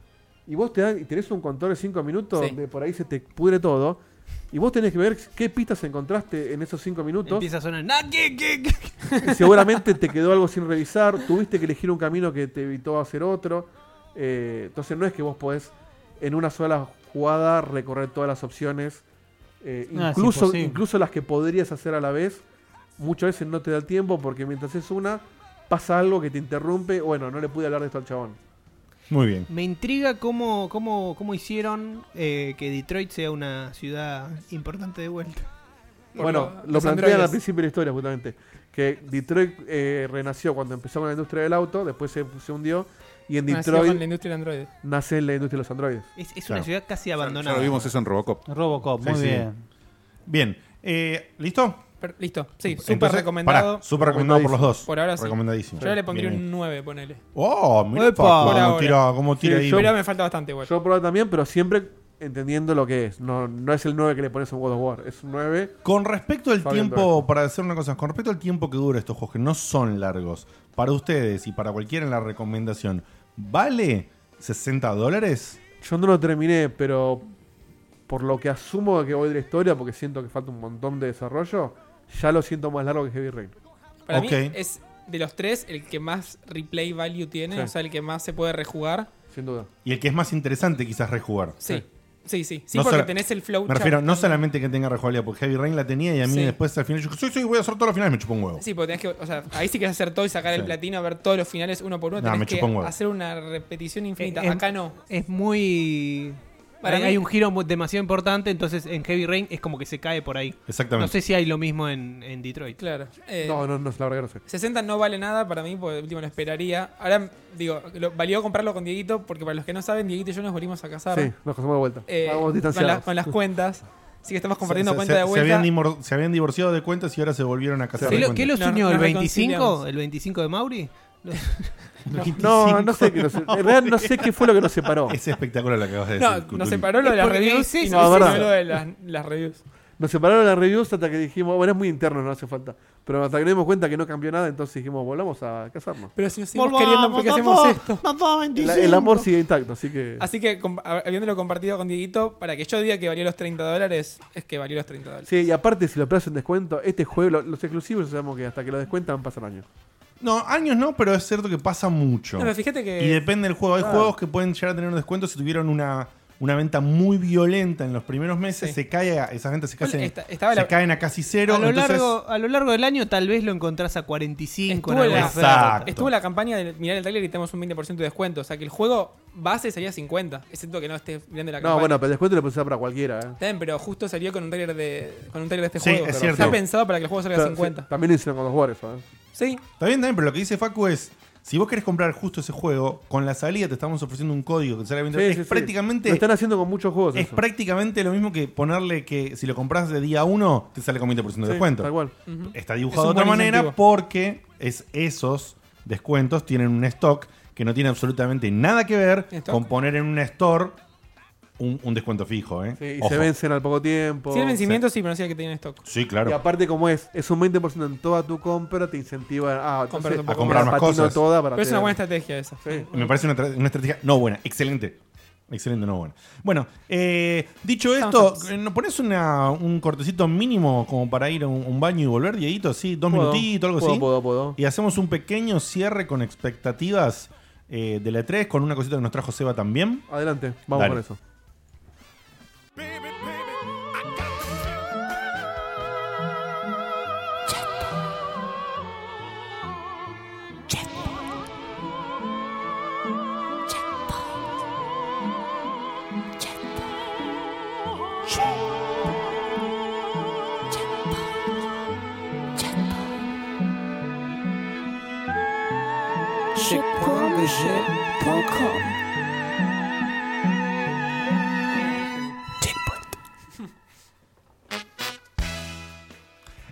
B: Y vos te dan- y tenés un control de 5 minutos
E: Sí.
B: donde por ahí se te pudre todo. Y vos tenés que ver qué pistas encontraste en esos 5 minutos.
F: Empieza a sonar. "Na, que, que, que".
B: Y seguramente te quedó algo sin revisar, tuviste que elegir un camino que te evitó hacer otro. eh, entonces no es que vos podés en una sola jugada recorrer todas las opciones, eh,
D: Ah, es
B: incluso,
D: imposible.
B: incluso las que podrías hacer a la vez. Muchas veces no te da el tiempo porque mientras es una, pasa algo que te interrumpe. Bueno, no le pude hablar de esto al chabón.
C: Muy bien.
F: Me intriga cómo, cómo, cómo hicieron eh, que Detroit sea una ciudad importante de vuelta.
E: Por
B: bueno,
E: lo-
B: lo
E: los
B: plantean al
E: androides.
B: principio de la historia, justamente. Que Detroit eh, renació cuando empezó con la industria del auto, después se, se hundió. Y en
E: Nació
B: Detroit
E: con la industria del android.
B: nace la industria de los androides.
F: Es, es
C: Claro.
F: una ciudad casi abandonada.
G: Ya lo vimos eso en Robocop.
D: Robocop, muy
C: Sí, sí.
D: bien.
C: Bien. Eh, ¿Listo?
E: Pero, listo, sí, súper
C: Em, Entonces,
E: recomendado.
C: pará, Súper recomendado por los dos.
E: Por ahora sí.
C: Recomendadísimo.
E: Yo le pondría
C: Bien, bien.
E: un 9, ponele.
C: ¡Oh! Mira,
D: Epa.
E: Por
C: cómo
E: ahora.
C: tira, cómo tira
B: Sí,
C: ahí.
E: Yo ya me falta bastante, igual.
B: Yo probé también, pero siempre entendiendo lo que es. No, no es el 9 que le pones a un God of War, es un 9.
C: Con respecto al
B: Fabián
C: tiempo, para hacer una cosa, con respecto al tiempo que dura estos juegos, que no son largos, para ustedes y para cualquiera en la recomendación, ¿vale 60 dólares?
B: Yo no lo terminé, pero por lo que asumo de que voy de la historia, porque siento que falta un montón de desarrollo, ya lo siento más largo que Heavy Rain.
E: Para
C: Ok.
E: mí es de los tres el que más replay value tiene,
B: Sí.
E: o sea, el que más se puede rejugar.
B: Sin duda.
C: Y el que es más interesante quizás rejugar.
E: Sí, sí, sí. Sí,
C: No
E: porque
C: solo-
E: tenés el flow
C: Me refiero, no solamente que tenga rejugabilidad, porque Heavy Rain la tenía y a mí
E: Sí.
C: después al final yo soy, soy, voy a hacer todos los finales, me chupo un huevo.
E: Sí, porque tenés que, o sea, ahí sí que hacer todo y sacar
C: Sí.
E: el platino, ver todos los finales uno por uno.
C: No, me
E: tenés
C: chupa un huevo.
E: que hacer una repetición infinita.
F: Eh, em-
E: Acá no.
F: Es muy.
E: Para
F: hay,
E: mí-
F: hay un giro mu- demasiado importante, entonces en Heavy Rain es como que se cae por ahí. No
C: Exactamente.
F: sé si hay lo mismo en, en Detroit.
E: Claro. Eh,
B: No, no, no, la verdad que no sé.
E: 60 no vale nada para mí, porque de último lo esperaría. Ahora, digo, lo- valió comprarlo con Dieguito, porque para los que no saben, Dieguito y yo nos volvimos a casar.
B: Sí, nos casamos de vuelta.
E: eh,
B: Vamos
E: con,
B: distanciados.
E: la- con las cuentas. Así que estamos compartiendo
C: Se- se-
E: cuenta
C: se-
E: de
C: Se
E: vuelta.
C: habían, dimor- se habían divorciado de cuentas y ahora se volvieron a casar.
B: Sí,
F: ¿Qué,
C: de
F: lo-
C: cuentas.
F: qué los
E: No,
F: unió?
E: no
F: ¿El
E: reconciliamos.
F: 25? ¿El 25 de Mauri?
B: No, no sé qué nos- En realidad no sé qué fue lo que nos separó.
C: Es espectacular lo que acabas de
E: No,
C: decir.
E: nos
C: Cutuli.
E: separó lo de
F: Es
E: las
F: porque
E: reviews
F: es
E: y
F: eso,
E: nos
B: es
E: separó
B: eso.
E: lo de las, las reviews.
B: Nos separaron las reviews hasta que dijimos, bueno, es muy interno, no hace falta. Pero hasta que nos dimos cuenta que no cambió nada, entonces dijimos, volvamos a casarnos.
E: Pero si nos seguimos queriendo, ¿por qué hacemos esto?
B: El, el amor sigue intacto, así que.
E: Así que, com- a- habiéndolo compartido con Dieguito, para que yo diga que valió los 30 dólares, es que valió los 30 dólares.
B: Sí, y aparte, si lo operas en descuento, este juego, lo- los exclusivos, sabemos que hasta que lo descuentan pasan años.
C: No, años no, pero es cierto que pasa mucho.
E: No, pero fíjate que...
C: Y depende del juego. Hay juegos que pueden llegar a tener un descuento si tuvieron una, una venta muy violenta en los primeros meses.
E: Sí.
C: Se cae a, esas ventas se,
E: Bueno,
C: caen-
E: esta- estaba
C: se
E: la-
C: caen a casi cero.
F: a, lo
C: entonces,
F: largo, a lo largo del año tal vez lo encontrás a 45. en
E: Estuvo
F: alguna
E: la,
F: oferta.
C: Exacto.
E: estuvo la campaña de mirar el trailer y tenemos un 20% de descuento. O sea que el juego base sería 50, excepto que no estés mirando la campaña.
B: No, bueno, pero el descuento lo puedes usar para cualquiera. ¿eh?
E: Está bien, pero justo salió con un trailer de, con un trailer de este
C: Sí,
E: juego.
C: es
E: Pero
C: cierto.
E: Está pensado para que el juego salga a
B: Pero,
E: 50.
B: sí, también lo hicieron con los Warriors. ¿eh?
E: Sí,
C: Está bien, también, pero lo que dice Facu es. Si vos querés comprar justo ese juego, con la salida te estamos ofreciendo un código que sale a 20
B: Sí,
C: Es
B: sí, sí.
C: prácticamente.
B: Lo están haciendo con muchos juegos.
C: Es
B: eso.
C: prácticamente lo mismo que ponerle que si lo compras de día 1 te sale con 20% de
B: Sí,
C: descuento.
B: Tal cual.
E: Mm.
C: Está dibujado de
E: Es un
C: otra
E: buen
C: manera
E: incentivo.
C: porque es esos descuentos tienen un stock que no tiene absolutamente nada que ver
E: ¿Stock?
C: con poner en un store un, un descuento fijo. ¿eh?
B: Sí, y
C: Ojo.
B: se vencen al poco tiempo.
E: sí el vencimiento sí, pero no sé que tenía en stock.
C: Sí,
B: Y
C: claro.
B: aparte, como es, es un 20% en toda tu compra, te incentiva a, ah,
E: Comprar
B: entonces,
E: un poco
C: A comprar
B: la
C: más
B: patino
C: cosas.
B: toda para
E: Pero es una
B: tener-
E: buena estrategia esa.
B: Sí.
C: Me parece una, tra- una estrategia no buena, excelente. Excelente, no buena. Bueno, eh, dicho esto,
E: Estamos
C: ¿nos pones una- un cortecito mínimo como para ir a un, un baño y volver, Dieguito? Así, dos
B: Puedo,
C: minutitos, algo
B: puedo,
C: así.
B: Puedo, puedo.
C: Y hacemos un pequeño cierre con expectativas eh, de la 3, con una cosita que nos trajo Seba también.
B: Adelante, vamos
C: Dale.
B: con eso.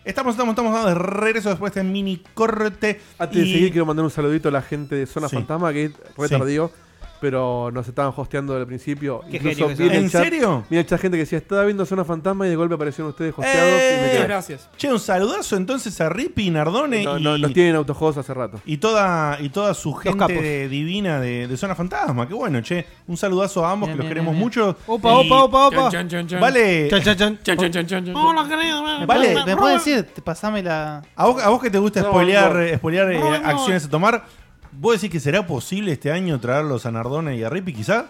C: Estamos, estamos, estamos de regreso después de este mini corte.
B: Antes de
C: Y-
B: seguir, quiero mandar un saludito a la gente de Zona
C: Sí.
B: Fantasma, que fue
C: Sí.
B: tardío, pero nos estaban hosteando desde el principio.
F: Qué
B: Incluso
F: genio que
B: vi en
C: son.
B: el
C: ¿En
B: chat-
C: serio?
B: Vi en el chat gente que decía, estaba viendo Zona Fantasma y de golpe aparecieron ustedes hosteados y me
C: ¡Eh!
E: Muchas
B: quedé.
E: gracias.
C: Che, un saludazo entonces a Rippy, Nardone
B: No,
C: y,
B: no, nos tienen autojuegos hace rato.
C: y toda, y toda su gente
F: capos.
C: de- divina de, de Zona Fantasma. Qué bueno, che. Un saludazo a ambos que
D: Bien,
C: los
D: bien,
C: queremos
D: bien, bien.
C: mucho.
F: Opa,
C: Y-
F: opa, opa, opa.
E: Chan, chan, chan.
C: Vale,
F: Chan, chan, chan.
E: Chan, chan, chan, chan, chan.
F: No lo creo, no.
C: Vale,
D: ¿Me, puedes, me
C: Robert-
D: puedes decir? te- Pasame la.
C: a vos, a vos que te gusta
B: No,
C: spoilear,
B: no.
C: eh, spoilear, eh,
D: No, no.
C: acciones a tomar, ¿vos decís que será posible este año traerlos a Nardone y a Rippy quizá?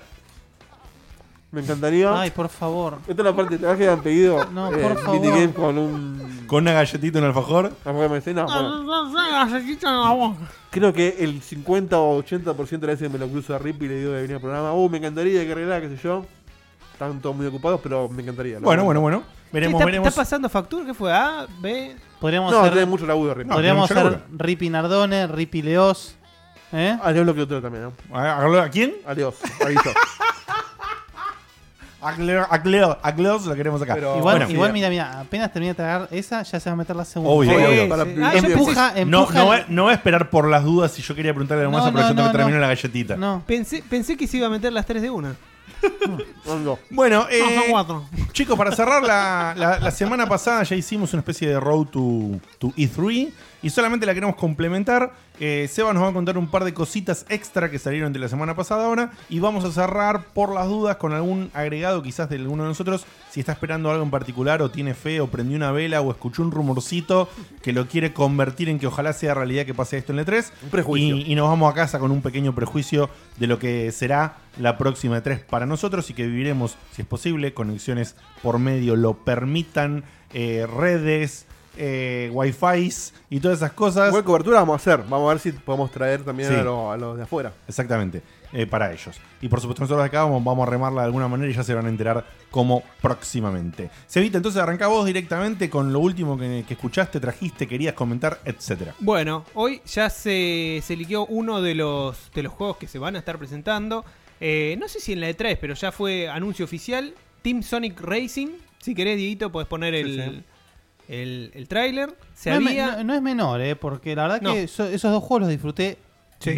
B: Me encantaría.
D: Ay, por favor.
B: Esta es la parte de trabajo que han pedido.
D: No,
B: eh,
D: por favor.
B: Indie Game con un.
C: Con una galletita en alfajor.
B: Ah, porque me decía, no, bueno. Creo que el 50 o 80% de las veces me lo cruzo a Rip y le digo de venir al programa. Uh, me encantaría que arreglara, qué sé yo. Están todos muy ocupados, pero me encantaría. la
C: Bueno,
B: verdad.
C: bueno, bueno. Veremos,
F: ¿Está,
C: veremos.
F: está pasando factura? ¿Qué fue? ¿A? ¿B?
D: Podríamos
B: No,
D: hacer,
B: tiene mucho laburo, Rip.
C: No,
D: podríamos
C: tiene
D: hacer
C: mucho laburo.
D: Rippy Nardone, Rippy Leos, ¿Eh?
C: Ah,
B: Adiós Ah, lo que otro también, ¿no?
C: ¿A, a- a quién?
B: Adiós, aviso.
C: A Cleo, a Cleo, a Cleo se lo queremos acá.
B: Pero-
D: Igual,
C: Bueno.
D: igual mira, mira, apenas termina de tragar esa, ya se va a meter la segunda.
C: Obvio,
B: Obvio,
C: obvio.
B: para-
F: Ah, yo pensé-
D: empuja,
C: No,
D: empuja.
C: no, voy, no voy a esperar por las dudas si yo quería preguntarle algo más,
D: No,
C: pero
D: no,
C: yo tengo
D: no,
C: que terminar
D: no.
C: la galletita.
D: no.
F: Pensé, pensé que se iba a meter las tres de una.
B: No, no.
C: Bueno, eh,
F: No, son cuatro.
C: Chicos, para cerrar la, la- la semana pasada ya hicimos una especie de road to, to E3 y solamente la queremos complementar. Eh, Seba nos va a contar un par de cositas extra que salieron de la semana pasada ahora y vamos a cerrar por las dudas con algún agregado quizás de alguno de nosotros si está esperando algo en particular o tiene fe o prendió una vela o escuchó un rumorcito que lo quiere convertir en que ojalá sea realidad que pase esto en el E3.
B: Un prejuicio.
C: Y, y nos vamos a casa con un pequeño prejuicio de lo que será la próxima E3 para nosotros y que viviremos, si es posible, conexiones por medio lo permitan, eh, redes, eh, wifi y todas esas cosas.
B: Igual cobertura vamos a hacer. Vamos a ver si podemos traer también
C: Sí.
B: a, los, a los de afuera.
C: Exactamente, eh, para ellos. Y por supuesto nosotros acá vamos, vamos a remarla de alguna manera y ya se van a enterar cómo próximamente. Sevita, entonces arrancá vos directamente con lo último que, que escuchaste, trajiste, querías comentar, etcétera.
F: Bueno, hoy ya se, se liqueó uno de los, de los juegos que se van a estar presentando. Eh, no sé si en la E3, pero ya fue anuncio oficial. Team Sonic Racing. Si querés, Dieguito, podés poner el, el, el tráiler. Se
D: No es me-
F: había...
D: no- no es menor, eh, porque la verdad
F: No.
D: que so- esos dos juegos los disfruté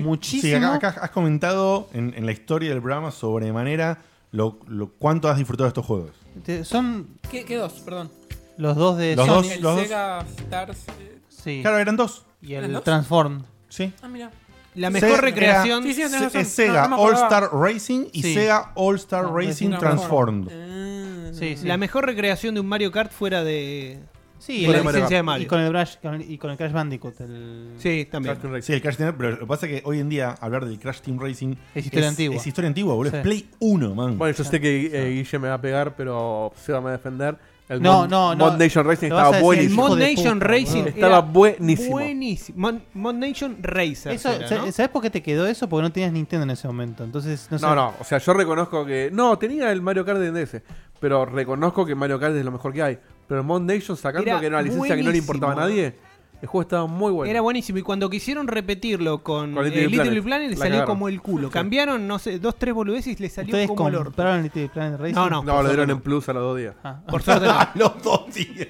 D: muchísimo.
C: Eh, Sí, acá, acá has comentado en, en la historia del programa sobre manera lo, lo- cuánto has disfrutado de estos juegos.
D: Te- Son
E: ¿Qué, qué dos? Perdón.
D: los dos de
C: Los
D: Sony.
C: dos.
E: El
C: los
E: Sega Stars. eh,
D: Sí.
C: Claro, eran dos.
D: Y
E: ¿Los
D: el
E: dos?
D: Transform.
C: Sí.
E: Ah, mira.
F: La mejor
C: Se-
F: recreación.
E: Sí, sí, tenés
C: Se-
E: razón.
C: es Sega
E: No, no me
C: All
E: acordaba.
C: Star Racing y
D: Sí.
C: Sega All Star
D: No,
C: Racing
D: Racing
C: Transformed.
E: Ah.
D: Sí, sí.
F: La mejor recreación de un Mario Kart fuera de.
D: Sí,
F: con
D: el-
F: la licencia de Mario.
D: Y con el, Crash, con el- y con el Crash Bandicoot. el-
F: Sí, también.
B: Crash Team Racing.
C: Sí, el Crash Team pero lo que pasa es que hoy en día hablar del Crash Team Racing
D: Es historia antigua.
C: Es historia antigua, boludo. Es
D: Sí.
C: Play 1,
D: Mm.
C: man.
B: Bueno, yo sé que eh, Guille me va a pegar, pero Seba me va a defender. El
D: No,
B: Mod-
D: no, no.
B: Mod Nation Racing
D: Lo vas a
B: estaba
D: decir,
F: El
B: buenísimo.
D: hijo
F: Mod
D: de
F: Nation
D: puta,
F: Racing.
D: boludo.
B: Estaba
F: era
B: buenísimo.
F: buenísimo. Mod, Mod Nation Racer.
D: Eso,
F: era,
D: sa-
F: ¿no?
D: ¿Sabes por qué te quedó eso? Porque no tenías Nintendo en ese momento. Entonces, no sé.
B: No, no, o sea, yo reconozco que. No, tenía el Mario Kart de DS, pero reconozco que Mario Kart es lo mejor que hay. Pero el Mod Nation, sacando
F: Era
B: que era una licencia que no le importaba a
F: buenísimo.
B: nadie, el juego estaba muy bueno.
F: Era buenísimo. Y cuando quisieron repetirlo con,
B: Con
F: eh,
B: Little
F: Little,
B: Big Planet,
F: Big Planet, le
B: la
F: salió
B: cagaron.
F: como el culo. Cambiaron, no sé, dos, tres boludeces y le salió
D: ¿Ustedes
F: como el orto.
D: compraron el Little Planet Racing?
F: No, no.
B: no, lo dieron en plus a los dos días.
D: Ah.
F: Por suerte. no.
C: Los dos días.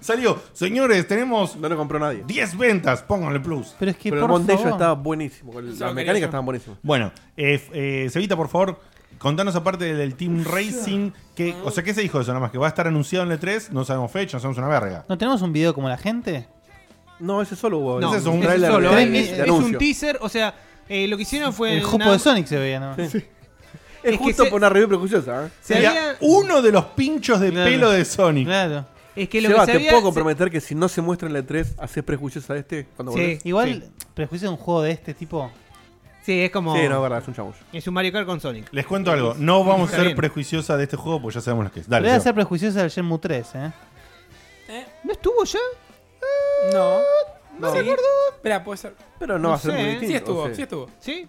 C: Salió. Señores, tenemos
B: No lo compró nadie.
C: 10 ventas. Pónganle plus.
D: Pero es que
B: Pero el
D: por
B: Mod Nation
D: favor.
B: estaba buenísimo. con-
E: Eso
B: Las
E: quería
B: mecánicas
E: yo.
B: estaban buenísimas.
C: Bueno, eh, eh, Cevita, por favor, contanos aparte del Team Racing. Que, o sea, ¿qué se dijo eso? Nada más que va a estar anunciado en el 3. No sabemos fecha, no sabemos una verga.
D: ¿No tenemos un video como la gente?
B: No, ese solo hubo.
F: No,
C: Ese es un
F: ese
C: tráiler
F: solo,
B: de-
F: eh,
B: de
F: es, es un
B: anuncio.
F: teaser. O sea, eh, lo que hicieron fue.
D: el juego
F: una-
D: de Sonic se veía, ¿no?
B: Es,
F: Es que
B: justo
F: se-
B: por una review prejuiciosa. ¿eh?
F: se
C: Sería
F: había-
C: uno de los pinchos de
D: Claro.
C: pelo de Sonic.
D: Claro.
F: Es que lo
B: Seba,
F: que se
B: te
F: había-
B: puedo
F: se-
B: comprometer que si no se muestra en la E3, haces prejuiciosa a este cuando
F: Sí.
B: volvés.
D: Igual, prejuicio de un juego de este tipo.
F: Sí, es como.
B: Sí, no, es verdad, es un chabullo.
F: Es un Mario Kart con Sonic.
C: Les cuento algo. No vamos a
F: Está
C: ser
F: bien.
C: prejuiciosas de este juego porque ya sabemos lo que es. Dale.
D: Podría
C: Seba.
D: ser prejuiciosa del Shenmue 3, ¿eh?
E: ¿Eh?
F: ¿No estuvo ya?
E: No. No me acuerdo. Espera, puede ser.
B: Pero no, va a ser
F: sé,
B: muy
F: ¿eh?
B: distinto.
E: Sí estuvo,
B: o sea.
E: sí estuvo.
F: Sí.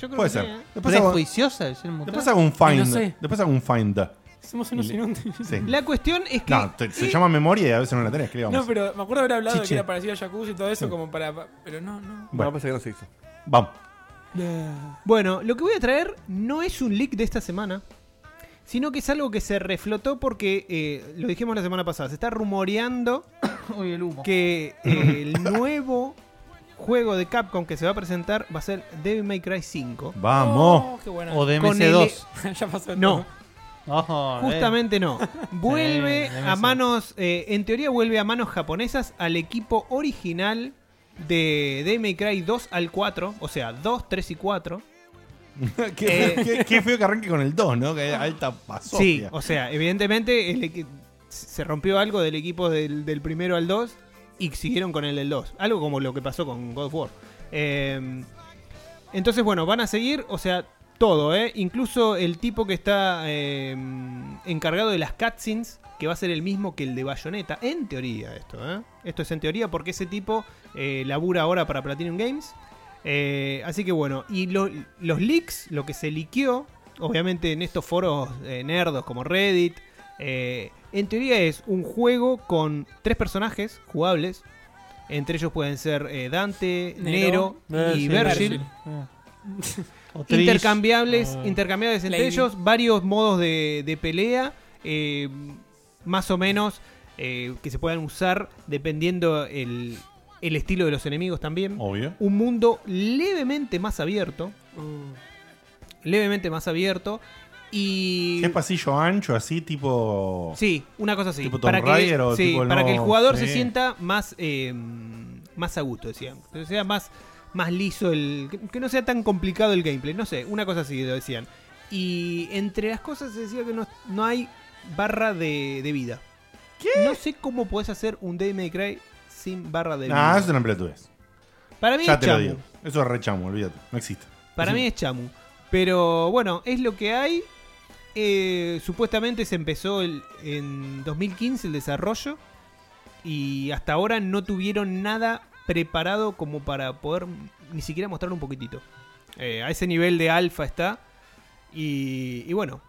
F: Yo creo
C: Puede
F: que
C: ser.
F: sí, ¿eh?
C: Después hago,
D: ¿Prejuiciosa del Shenmue 3?
C: después hago un find.
E: No sé.
C: Después hago un find.
E: Somos unos inútiles.
C: Sí.
F: La cuestión es que.
C: No, te- se
F: y-
C: llama memoria y a veces no la tenés, creo.
E: No, pero me acuerdo haber hablado de
C: Chiche.
E: que era parecido a Jacuzzi y todo eso, como para. Pero no, no.
B: Bueno,
C: Bueno.
B: parece que no se hizo.
C: Vamos.
F: Bueno, lo que voy a traer no es un leak de esta semana, sino que es algo que se reflotó porque eh, lo dijimos la semana pasada. Se está rumoreando
D: Uy, el humo.
F: que eh, el nuevo juego de Capcom que se va a presentar va a ser Devil May Cry 5.
C: Vamos.
E: Oh, qué buena.
D: O de
F: Con
D: MC2.
E: ya pasó.
F: No,
D: Ojo, eh.
F: justamente no. Vuelve
D: Sí, deme
F: a
D: eso.
F: manos, eh, en teoría vuelve a manos japonesas al equipo original de Devil May Cry 2 al 4, o sea, 2, 3 y 4.
C: qué, qué- qué feo que arranque con el 2, ¿no? Que alta pasó.
F: Sí, o sea, evidentemente el equi- se rompió algo del equipo del, del primero al 2 y siguieron con el del 2. Algo como lo que pasó con God of War. Eh, entonces, bueno, van a seguir, o sea, todo, ¿eh? Incluso el tipo que está eh, encargado de las cutscenes, que va a ser el mismo que el de Bayonetta. En teoría, esto, ¿eh? Esto es en teoría porque ese tipo eh, labura ahora para Platinum Games. Eh, así que bueno, y lo- los leaks, lo que se liqueó, obviamente en estos foros eh, nerdos como Reddit, eh, en teoría es un juego con tres personajes jugables, Entre ellos pueden ser eh, Dante, Nero,
E: Nero,
F: y
D: sí,
F: Virgil.
D: Eh. O Trish.
F: Intercambiables,
D: Ah.
F: intercambiables entre
E: Lady.
F: ellos, varios modos de, de pelea, eh, más o menos eh, que se puedan usar dependiendo el, el estilo de los enemigos también.
C: Obvio.
F: Un mundo levemente más abierto, levemente más abierto y...
C: ¿Qué pasillo ancho así, tipo.
F: Sí, una cosa así.
C: ¿Tipo Tomb
F: para que,
C: Raider o
F: sí,
C: tipo el
F: para que el
C: nuevo?
F: jugador
C: Sí.
F: se sienta más, eh, más a gusto, decían. Que sea más, más liso, el que, que no sea tan complicado el gameplay. No sé, una cosa así lo decían. Y entre las cosas se decía que no, no hay barra de, de vida. No sé cómo puedes hacer un Day May Cry sin barra de vida.
C: Ah, eso es una pelotudez.
F: Para mí
C: Ya
F: es
C: te lo
F: chamu.
C: digo. Eso es re chamu, olvídate. No existe.
F: Para
C: Sí.
F: mí es chamu. Pero bueno, es lo que hay. Eh, supuestamente se empezó el- en 2015 el desarrollo. Y hasta ahora no tuvieron nada preparado como para poder ni siquiera mostrar un poquitito. Eh, a ese nivel de alfa está. Y, y bueno,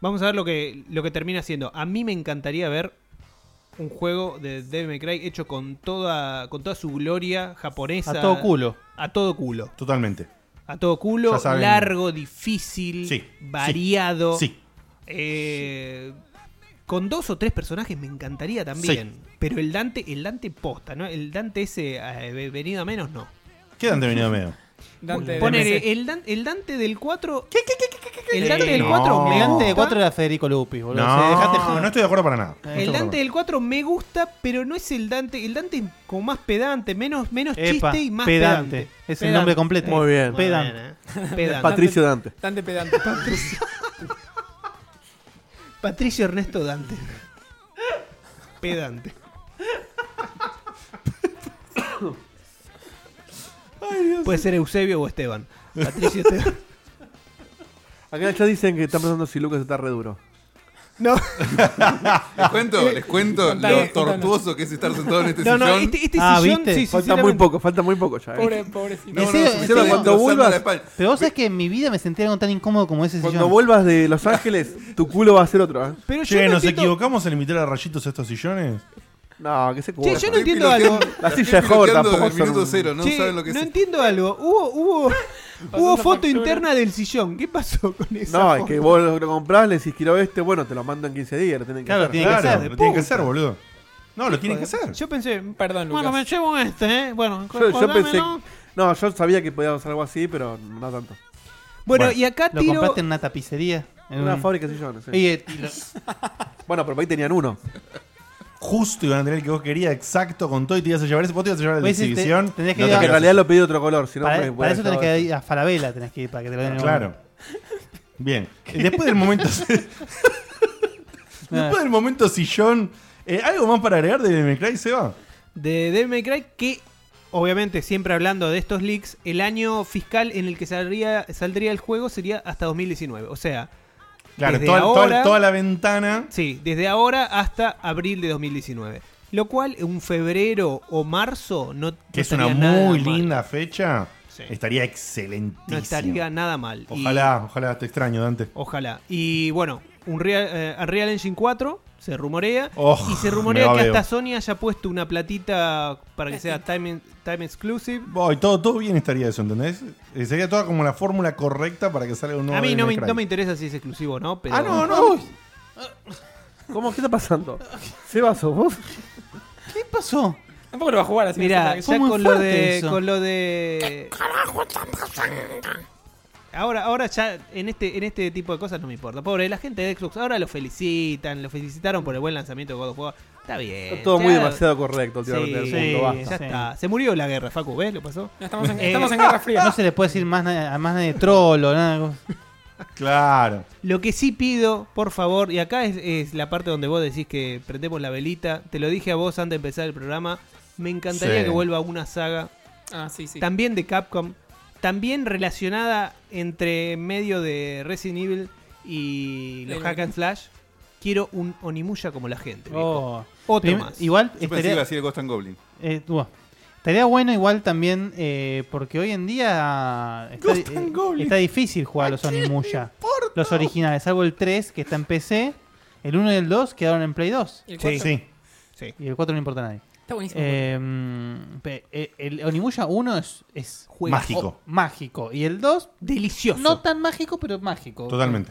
F: vamos a ver lo que, lo que termina siendo. A mí me encantaría ver un juego de Devil May Cry hecho con toda, con toda su gloria japonesa.
D: A todo culo.
F: A todo culo.
C: Totalmente.
F: A todo culo,
C: Ya saben.
F: largo, difícil,
C: Sí,
F: variado.
C: Sí.
F: Eh, Con dos o tres personajes me encantaría también. Pero el Dante, el Dante posta, ¿no? El Dante ese eh, venido a menos, no.
C: Quedan de venido medio.
E: Dante,
F: Poner
E: DMC.
F: el, Dan- el Dante del 4. El Dante
D: Eh,
F: del
C: no.
F: 4 me
C: El
D: Gigante de
F: gusta.
D: 4 era Federico Lupi, boludo.
C: No,
D: O sea, dejate joder.
C: no estoy de acuerdo para nada.
F: El Dante del 4 me gusta, pero no es el Dante. El Dante como más pedante, menos, menos
D: Epa,
F: chiste y más
D: pedante.
F: pedante. ¿eh?
D: Es el nombre completo.
B: Muy bien.
D: Pedante.
F: Pedante. Pedante.
B: Patricio
D: E-
B: Dante.
E: Dante pedante.
F: Patricio Ernesto Dante. Pedante. Puede ser Eusebio o Esteban. Patricio Esteban.
B: Acá ya dicen que están pensando si Lucas está re duro.
F: No,
G: Les cuento, les cuento
E: Contale,
G: lo tortuoso que es estar sentado en este
F: eh, no,
G: sillón.
F: no, este, este
D: Ah,
F: sillón
D: ¿viste?
F: sí,
B: Falta muy
F: sinceramente-
B: poco, falta muy poco ya. ¿eh?
E: Pobre, pobrecito.
G: No,
D: ¿En serio?
G: no, se
D: ¿En
G: me
D: serio?
G: está
B: Cuando
G: rozando
B: vuelvas-
G: la espalda.
D: Pero vos sabés que en mi vida me sentí algo tan incómodo como ese
B: Cuando
D: sillón.
B: vuelvas de Los Ángeles, tu culo va a ser otro. ¿eh?
F: Pero yo
C: Che,
F: no
C: ¿nos
F: entiendo,
C: equivocamos en invitar a rayitos a estos sillones?
B: No, que se
F: Che,
B: cubre.
F: yo no
G: Estoy
F: entiendo
G: piloteando-
F: algo.
B: La
G: estoy
B: silla de Hover
G: piloteando
B: tampoco
G: del
B: son-
G: minuto cero, no
F: Che,
G: saben lo que es.
F: no entiendo algo. Hubo, hubo, hubo
E: la
F: foto
E: factura.
F: interna del sillón. ¿Qué pasó con esa
B: No, es
F: foto?
B: que vos lo, lo comprás, le decís quiero este, bueno, te lo mando en 15 días, lo tienen que
D: Claro,
B: hacer.
D: tiene que
C: Claro,
D: ser de
C: lo tienen que
D: puta.
C: hacer, boludo. No, lo tienen que hacer.
F: Yo pensé,
E: Perdón, Lucas.
D: Bueno, me llevo este, ¿eh? Bueno,
B: Yo, yo pensé.
D: recordámelo.
B: No, yo sabía que podíamos hacer algo así, pero no tanto.
F: Bueno,
C: Bueno,
F: y acá
D: Lo
F: tiro.
D: compraste en una tapicería. En
B: Una
D: un-
B: fábrica de sillones. sí.
D: Mm. Y, eh, y lo-
B: Bueno, pero ahí tenían uno.
C: Justo iban a tener el que vos querías exacto con todo y te ibas a llevar ese. Vos te ibas a llevar el de
D: Vos hiciste-
C: exhibición.
D: tendrías que
C: no
D: ir
C: te
D: a-
B: Que en
C: querías
B: realidad lo pedí otro color, si no
D: para,
B: me-
D: para
B: bueno,
D: eso tenés
B: yo-
D: que ir a Falabella, tenés que ir para que te lo den. en un-
C: Claro. Bien. Después del momento. Después del momento sillón. eh, ¿Algo más para agregar de Devil May Cry, Seba?
F: de Devil May Cry que obviamente siempre hablando de estos leaks el año fiscal en el que saldría, saldría el juego sería hasta 2019 o sea
C: Claro,
F: Desde
C: toda, toda-
F: ahora-
C: toda la ventana.
F: sí desde ahora hasta abril de 2019 lo cual un febrero o marzo no
C: Que
F: no
C: es una
F: estaría nada
C: muy
F: mal.
C: linda fecha.
F: Sí.
C: Estaría excelentísimo.
F: no estaría nada mal Y-
C: Ojalá, ojalá, te extraño, Dante.
F: ojalá y bueno un Real, eh, Unreal Engine 4 se rumorea
C: Oh,
F: y se
C: me
F: rumorea
C: va
F: que
C: veo.
F: hasta Sony haya puesto una platita para
C: Eh,
F: que sea time, time exclusive
C: Voy, todo, todo bien estaría eso, ¿entendés? Eh, Sería toda como la fórmula correcta para que salga un nuevo.
F: a mí
C: Devil
F: no me,
C: May Cry.
F: no me interesa si es exclusivo o no pero
C: Ah, no, no.
B: ¿Cómo? ¿Qué está pasando? Sebas, ¿sos vos?
D: ¿Qué pasó?
E: Tampoco lo va a jugar así.
F: Mirá,
E: no sé,
F: ya
D: muy
F: con lo,
D: fuerte
F: de,
D: eso.
F: con lo de. Ahora, ahora ya en este, en este tipo de cosas no me importa. Pobre, la gente de Xbox ahora lo felicitan, lo felicitaron por el buen lanzamiento de God of War. Está bien.
B: Está todo muy
F: ya-
B: demasiado correcto
F: Sí,
B: últimamente del
F: sí,
B: mundo,
F: ya
B: basta.
D: Sí.
F: está. Se murió la guerra, Facu, ¿ves? Lo pasó.
E: no, estamos, en,
F: Eh,
E: estamos en guerra fría.
D: No se le puede decir más na- a más nadie trolo, nada.
C: Claro.
F: Lo que sí pido, por favor, y acá es, es la parte donde vos decís que prendemos la velita. Te lo dije a vos antes de empezar el programa. Me encantaría
C: Sí.
F: que vuelva una saga
E: Ah, sí, sí.
F: también de Capcom, también relacionada entre medio de Resident Evil y los
E: Sí.
F: hack and slash. Quiero un Onimusha como la gente. viejo.
D: Oh.
F: Otro
D: Prim-
F: más.
D: Igual
G: Yo pensé que iba
D: estaría,
G: a decir el Ghost and Goblin.
D: eh, bueno, estaría bueno igual también eh, porque hoy en día está,
C: Ghost and
D: eh,
C: Goblin.
D: está difícil jugar a los Onimusha. Los originales, salvo el 3 que está en PC, el 1 y el 2 quedaron en Play 2
E: El
C: Sí,
E: cuatro.
C: sí.
D: y el 4 no importa a nadie.
E: Está buenísimo.
D: Eh, pe- eh, el Onimusha 1 es, es juego-
C: Mágico.
D: mágico. Y el 2,
F: Delicioso.
D: no tan mágico, pero mágico.
C: Totalmente.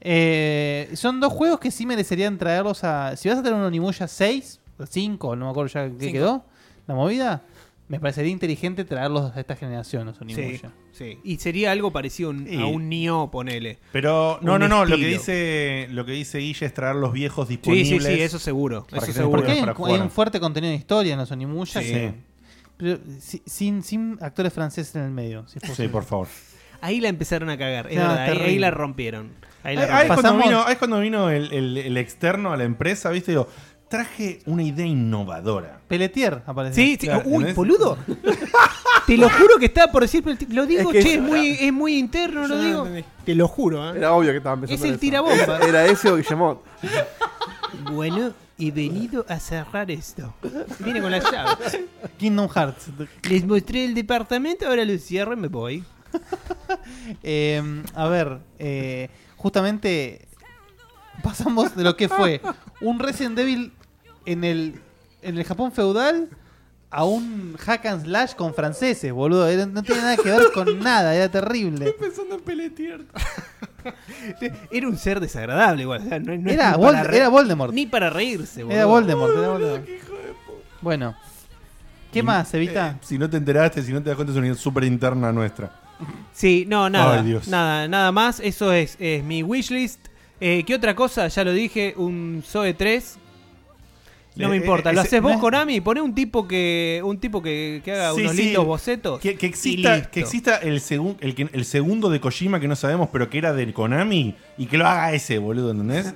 D: Eh, son dos juegos que sí merecerían traerlos a. Si vas a tener un Onimusha 6, o 5, no me acuerdo ya qué
E: Cinco.
D: quedó, la movida, me parecería inteligente traerlos a esta generación, los
F: Sí,
D: Onimusha.
F: sí. Y sería algo parecido a un-
C: Y-
F: a un Nio, ponele.
C: Pero no,
F: Un
C: no, no. Lo que
F: estilo.
C: dice, lo que dice Guille es traer los viejos
F: Sí,
C: disponibles.
F: sí, sí, eso seguro.
C: Para
F: Eso
C: que tengas
F: seguro.
D: Porque hay,
C: para
D: un-
C: jugar.
D: hay un fuerte contenido de historia en los Onimusha.
C: Sí.
D: que- pero si- sin, sin actores franceses en el medio. si es
C: Sí,
D: posible.
C: por favor.
F: Ahí la empezaron a cagar. Es
D: No,
F: verdad, ahí,
D: terrible.
F: ahí la rompieron. Ahí
C: Ahí, ahí es
F: la rompieron.
C: cuando
D: Pasamos-
C: vino, ahí es cuando vino el, el- el externo a la empresa, ¿viste? Digo, traje una idea innovadora.
D: Pelletier aparece.
F: Sí, sí.
C: Claro,
F: Uy,
C: ¿entendés?
F: boludo. Te lo juro que estaba por decir, pero el ti- lo digo,
B: Es que
F: che,
B: es-
F: es muy, es muy interno,
E: Yo
F: lo
E: no
F: digo.
E: lo entendí.
F: Te lo juro, ¿eh?
B: Era obvio que estaba empezando
F: Es el
B: eso.
F: tirabomba.
B: Era, era ese o Guillemot.
F: Bueno, he venido a cerrar esto. Viene con la llave.
D: Kingdom Hearts.
F: Les mostré el departamento, ahora lo cierro y me voy.
D: Eh, a ver, eh, justamente pasamos de lo que fue un Resident Evil en el, en el Japón feudal a un hack and slash con franceses, boludo. Era- no tenía nada que ver con nada, era terrible.
E: pensando en Pelletier.
F: Era un ser desagradable, igual. o sea, no- no es
D: Era,
F: ni para
D: Vol-
F: re-
D: era Voldemort.
F: Ni para reírse, boludo.
D: Era Voldemort. era Voldemort. Bueno, ¿qué más, Evita?
C: Si no te enteraste, si no te das cuenta, es una idea súper interna nuestra.
F: Sí, no, nada.
C: Ay, Dios.
F: Nada, nada más. Eso es, es mi wishlist. Eh, ¿Qué otra cosa? Ya lo dije, un Zoe 3. No
C: Eh,
F: me
C: eh,
F: importa, lo
C: ese-
F: haces vos,
C: no es-
F: Konami, poné un tipo que un tipo que, que haga
C: Sí,
F: unos
C: sí.
F: lindos bocetos.
C: Que, que
F: y
C: exista,
F: listo.
C: que exista el, segun- el, que- el segundo de Kojima que no sabemos, pero que era del Konami, y que lo haga ese, boludo, ¿entendés?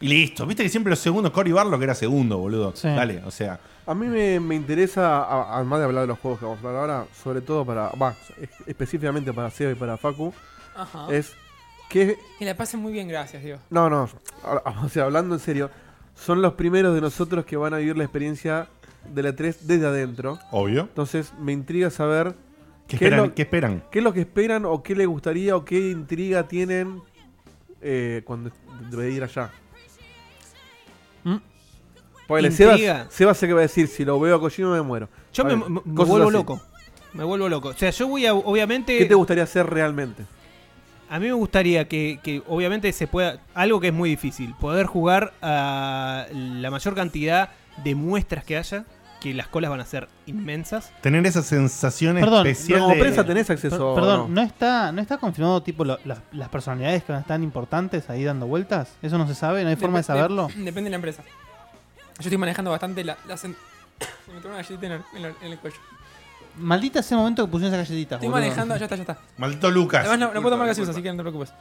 C: Y listo. Viste que siempre los segundos, Cory Barlow que era segundo, boludo.
D: Sí.
C: Dale, o sea.
B: A mí me, me interesa, a- además de hablar de los juegos que vamos a hablar ahora, sobre todo para, va, es- específicamente para Seba y para Facu,
E: Ajá.
D: Ah.
B: es que,
E: Que la pasen muy bien, gracias, Dios.
B: no, no, a- o sea, hablando en serio, son los primeros de nosotros que van a vivir la experiencia de la 3 desde adentro.
C: Obvio.
B: Entonces me intriga saber
C: ¿Qué
B: ¿Qué
C: esperan?
B: lo-
C: ¿Qué esperan?
B: qué es lo que esperan o qué les gustaría o qué intriga tienen eh, cuando debe ir allá.
D: ¿Mm?
B: Ponele,
F: Intriga.
B: Seba, Seba sé que va a decir, si lo veo a Kojima me muero.
F: Yo me,
B: Ponele,
F: me- me
B: cosas
F: vuelvo
B: así.
F: loco. Me vuelvo loco. O sea, yo voy a, obviamente.
B: ¿Qué te gustaría hacer realmente?
F: A mí me gustaría que, que obviamente se pueda, algo que es muy difícil, poder jugar a la mayor cantidad de muestras que haya, que las colas van a ser inmensas.
C: Tener esa sensación
D: Perdón,
C: especial
B: Como
C: de-
B: prensa tenés
D: Per-
B: acceso.
D: Perdón,
B: ¿o
D: no?
B: no?
D: está no está confirmado tipo lo- las, las personalidades que están importantes ahí dando vueltas? ¿Eso no se sabe? ¿No hay forma de
E: Dep-
D: saberlo?
E: dep- depende de la empresa. Yo estoy manejando bastante la. la sen- Se me tomó una galletita en el, en el- en el cuello.
D: Maldita ese momento que pusieron esas galletitas,
E: Estoy
D: boludo.
E: manejando. Ya está, ya está.
C: Maldito Lucas.
E: Además, no, no puedo tomar gaseosa,
G: disculpa.
E: así que no te preocupes.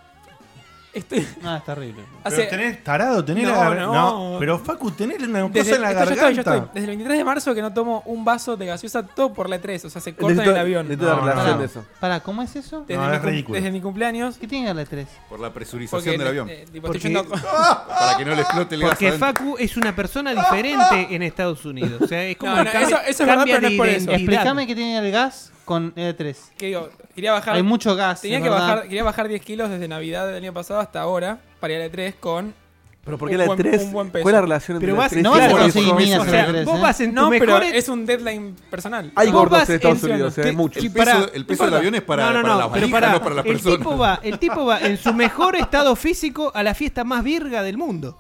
E: Estoy.
D: Ah, es terrible.
C: Pero
E: Hace,
C: tenés tarado, tenés
E: No,
C: la gar-
E: no.
C: no, Pero Facu, tenés una cosa
E: desde,
C: en la
E: esto ya
C: garganta.
E: estoy, ya estoy. Desde el 23 de marzo que no tomo un vaso de gaseosa todo por la E3. O sea, se corta en
B: Necesito-
E: el avión.
B: necesito la
C: No, no,
B: relación
C: no.
B: de eso.
D: Para, ¿cómo es eso?
E: Desde,
C: No,
E: mi,
C: es
E: cum-
C: ridículo.
E: desde mi cumpleaños.
D: ¿Qué tiene E que ver la 3?
G: Por la presurización
E: Porque
G: del avión.
E: eh, tipo,
F: Porque-
E: estoy yendo a-
G: para que no le explote el gas.
F: Porque
G: adentro.
F: Facu es una persona diferente en Estados Unidos. O sea, es como
E: No,
F: que
E: no,
F: cambia-
E: eso- eso es verdad,
F: cambia
E: pero no
F: de
E: es por eso.
F: identidad.
D: Explícame qué tiene el gas con E3.
E: que digo, quería bajar.
D: Hay mucho gas.
E: tenía
D: es
E: que
D: verdad.
E: bajar, quería bajar 10 kilos desde Navidad del año pasado hasta ahora para ir a la E3 con.
B: Pero
E: ¿por
B: ¿por qué
E: qué Un
B: la
E: la de buen- tres?
B: E3?
E: un buen peso.
B: ¿Cuál es la relación entre
F: Pero
B: la
F: vas,
B: E3?
D: no vas a
B: Claro,
D: conseguir
B: eso-
D: minas
F: o
B: eso-
D: en la
F: sea,
D: E3,
F: vos
D: ¿eh?
F: vas en tu
E: No, pero
F: mejor...
E: es un deadline personal.
B: Hay
F: Vos
B: gordos
F: vas
B: en Estados
E: en-
B: Unidos,
F: te-
B: es mucho.
F: y
G: ¿eh? El peso,
F: pará,
G: el
F: no
G: peso del
F: importa.
G: avión es para,
F: no, no,
G: para
F: no,
G: las
F: pero
G: valijas,
F: pará,
G: no para las
F: el
G: personas.
F: Tipo va, el tipo va en su mejor estado físico a la fiesta más virga del mundo.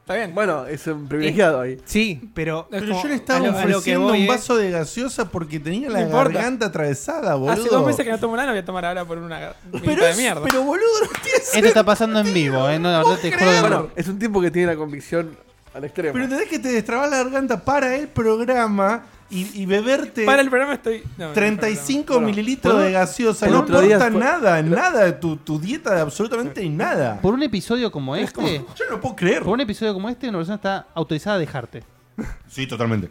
E: Está bien.
B: Bueno, es un privilegiado ahí.
F: Sí, pero...
E: Pero
C: Pero
E: como-
C: yo le estaba
F: a lo- a lo que
C: ofreciendo
F: voy
C: un
F: es-
C: vaso de gaseosa porque tenía la
E: No importa.
C: garganta atravesada, boludo.
E: Hace dos meses que no tomo nada, no voy a tomar ahora por una
C: pero,
E: pero
C: es-
E: de mierda. Este
C: pero boludo, no tiene
D: Esto está pasando en vivo, ¿eh? No, la verdad te juro que no.
B: Bueno, es un tipo que tiene la convicción al extremo.
C: Pero tenés que te destrabas la garganta para el programa y, y beberte
E: Para el programa estoy. no, no,
C: 35
B: Bueno,
C: mililitros
B: ¿puedo?
C: de gaseosa.
B: El
C: No
B: otro día
C: importa
B: fue-
C: nada, nada. Tu, tu dieta de absolutamente nada.
D: Por un episodio como este,
C: Yo no puedo creer.
D: por un episodio como este, una persona está autorizada a dejarte.
C: Sí, totalmente.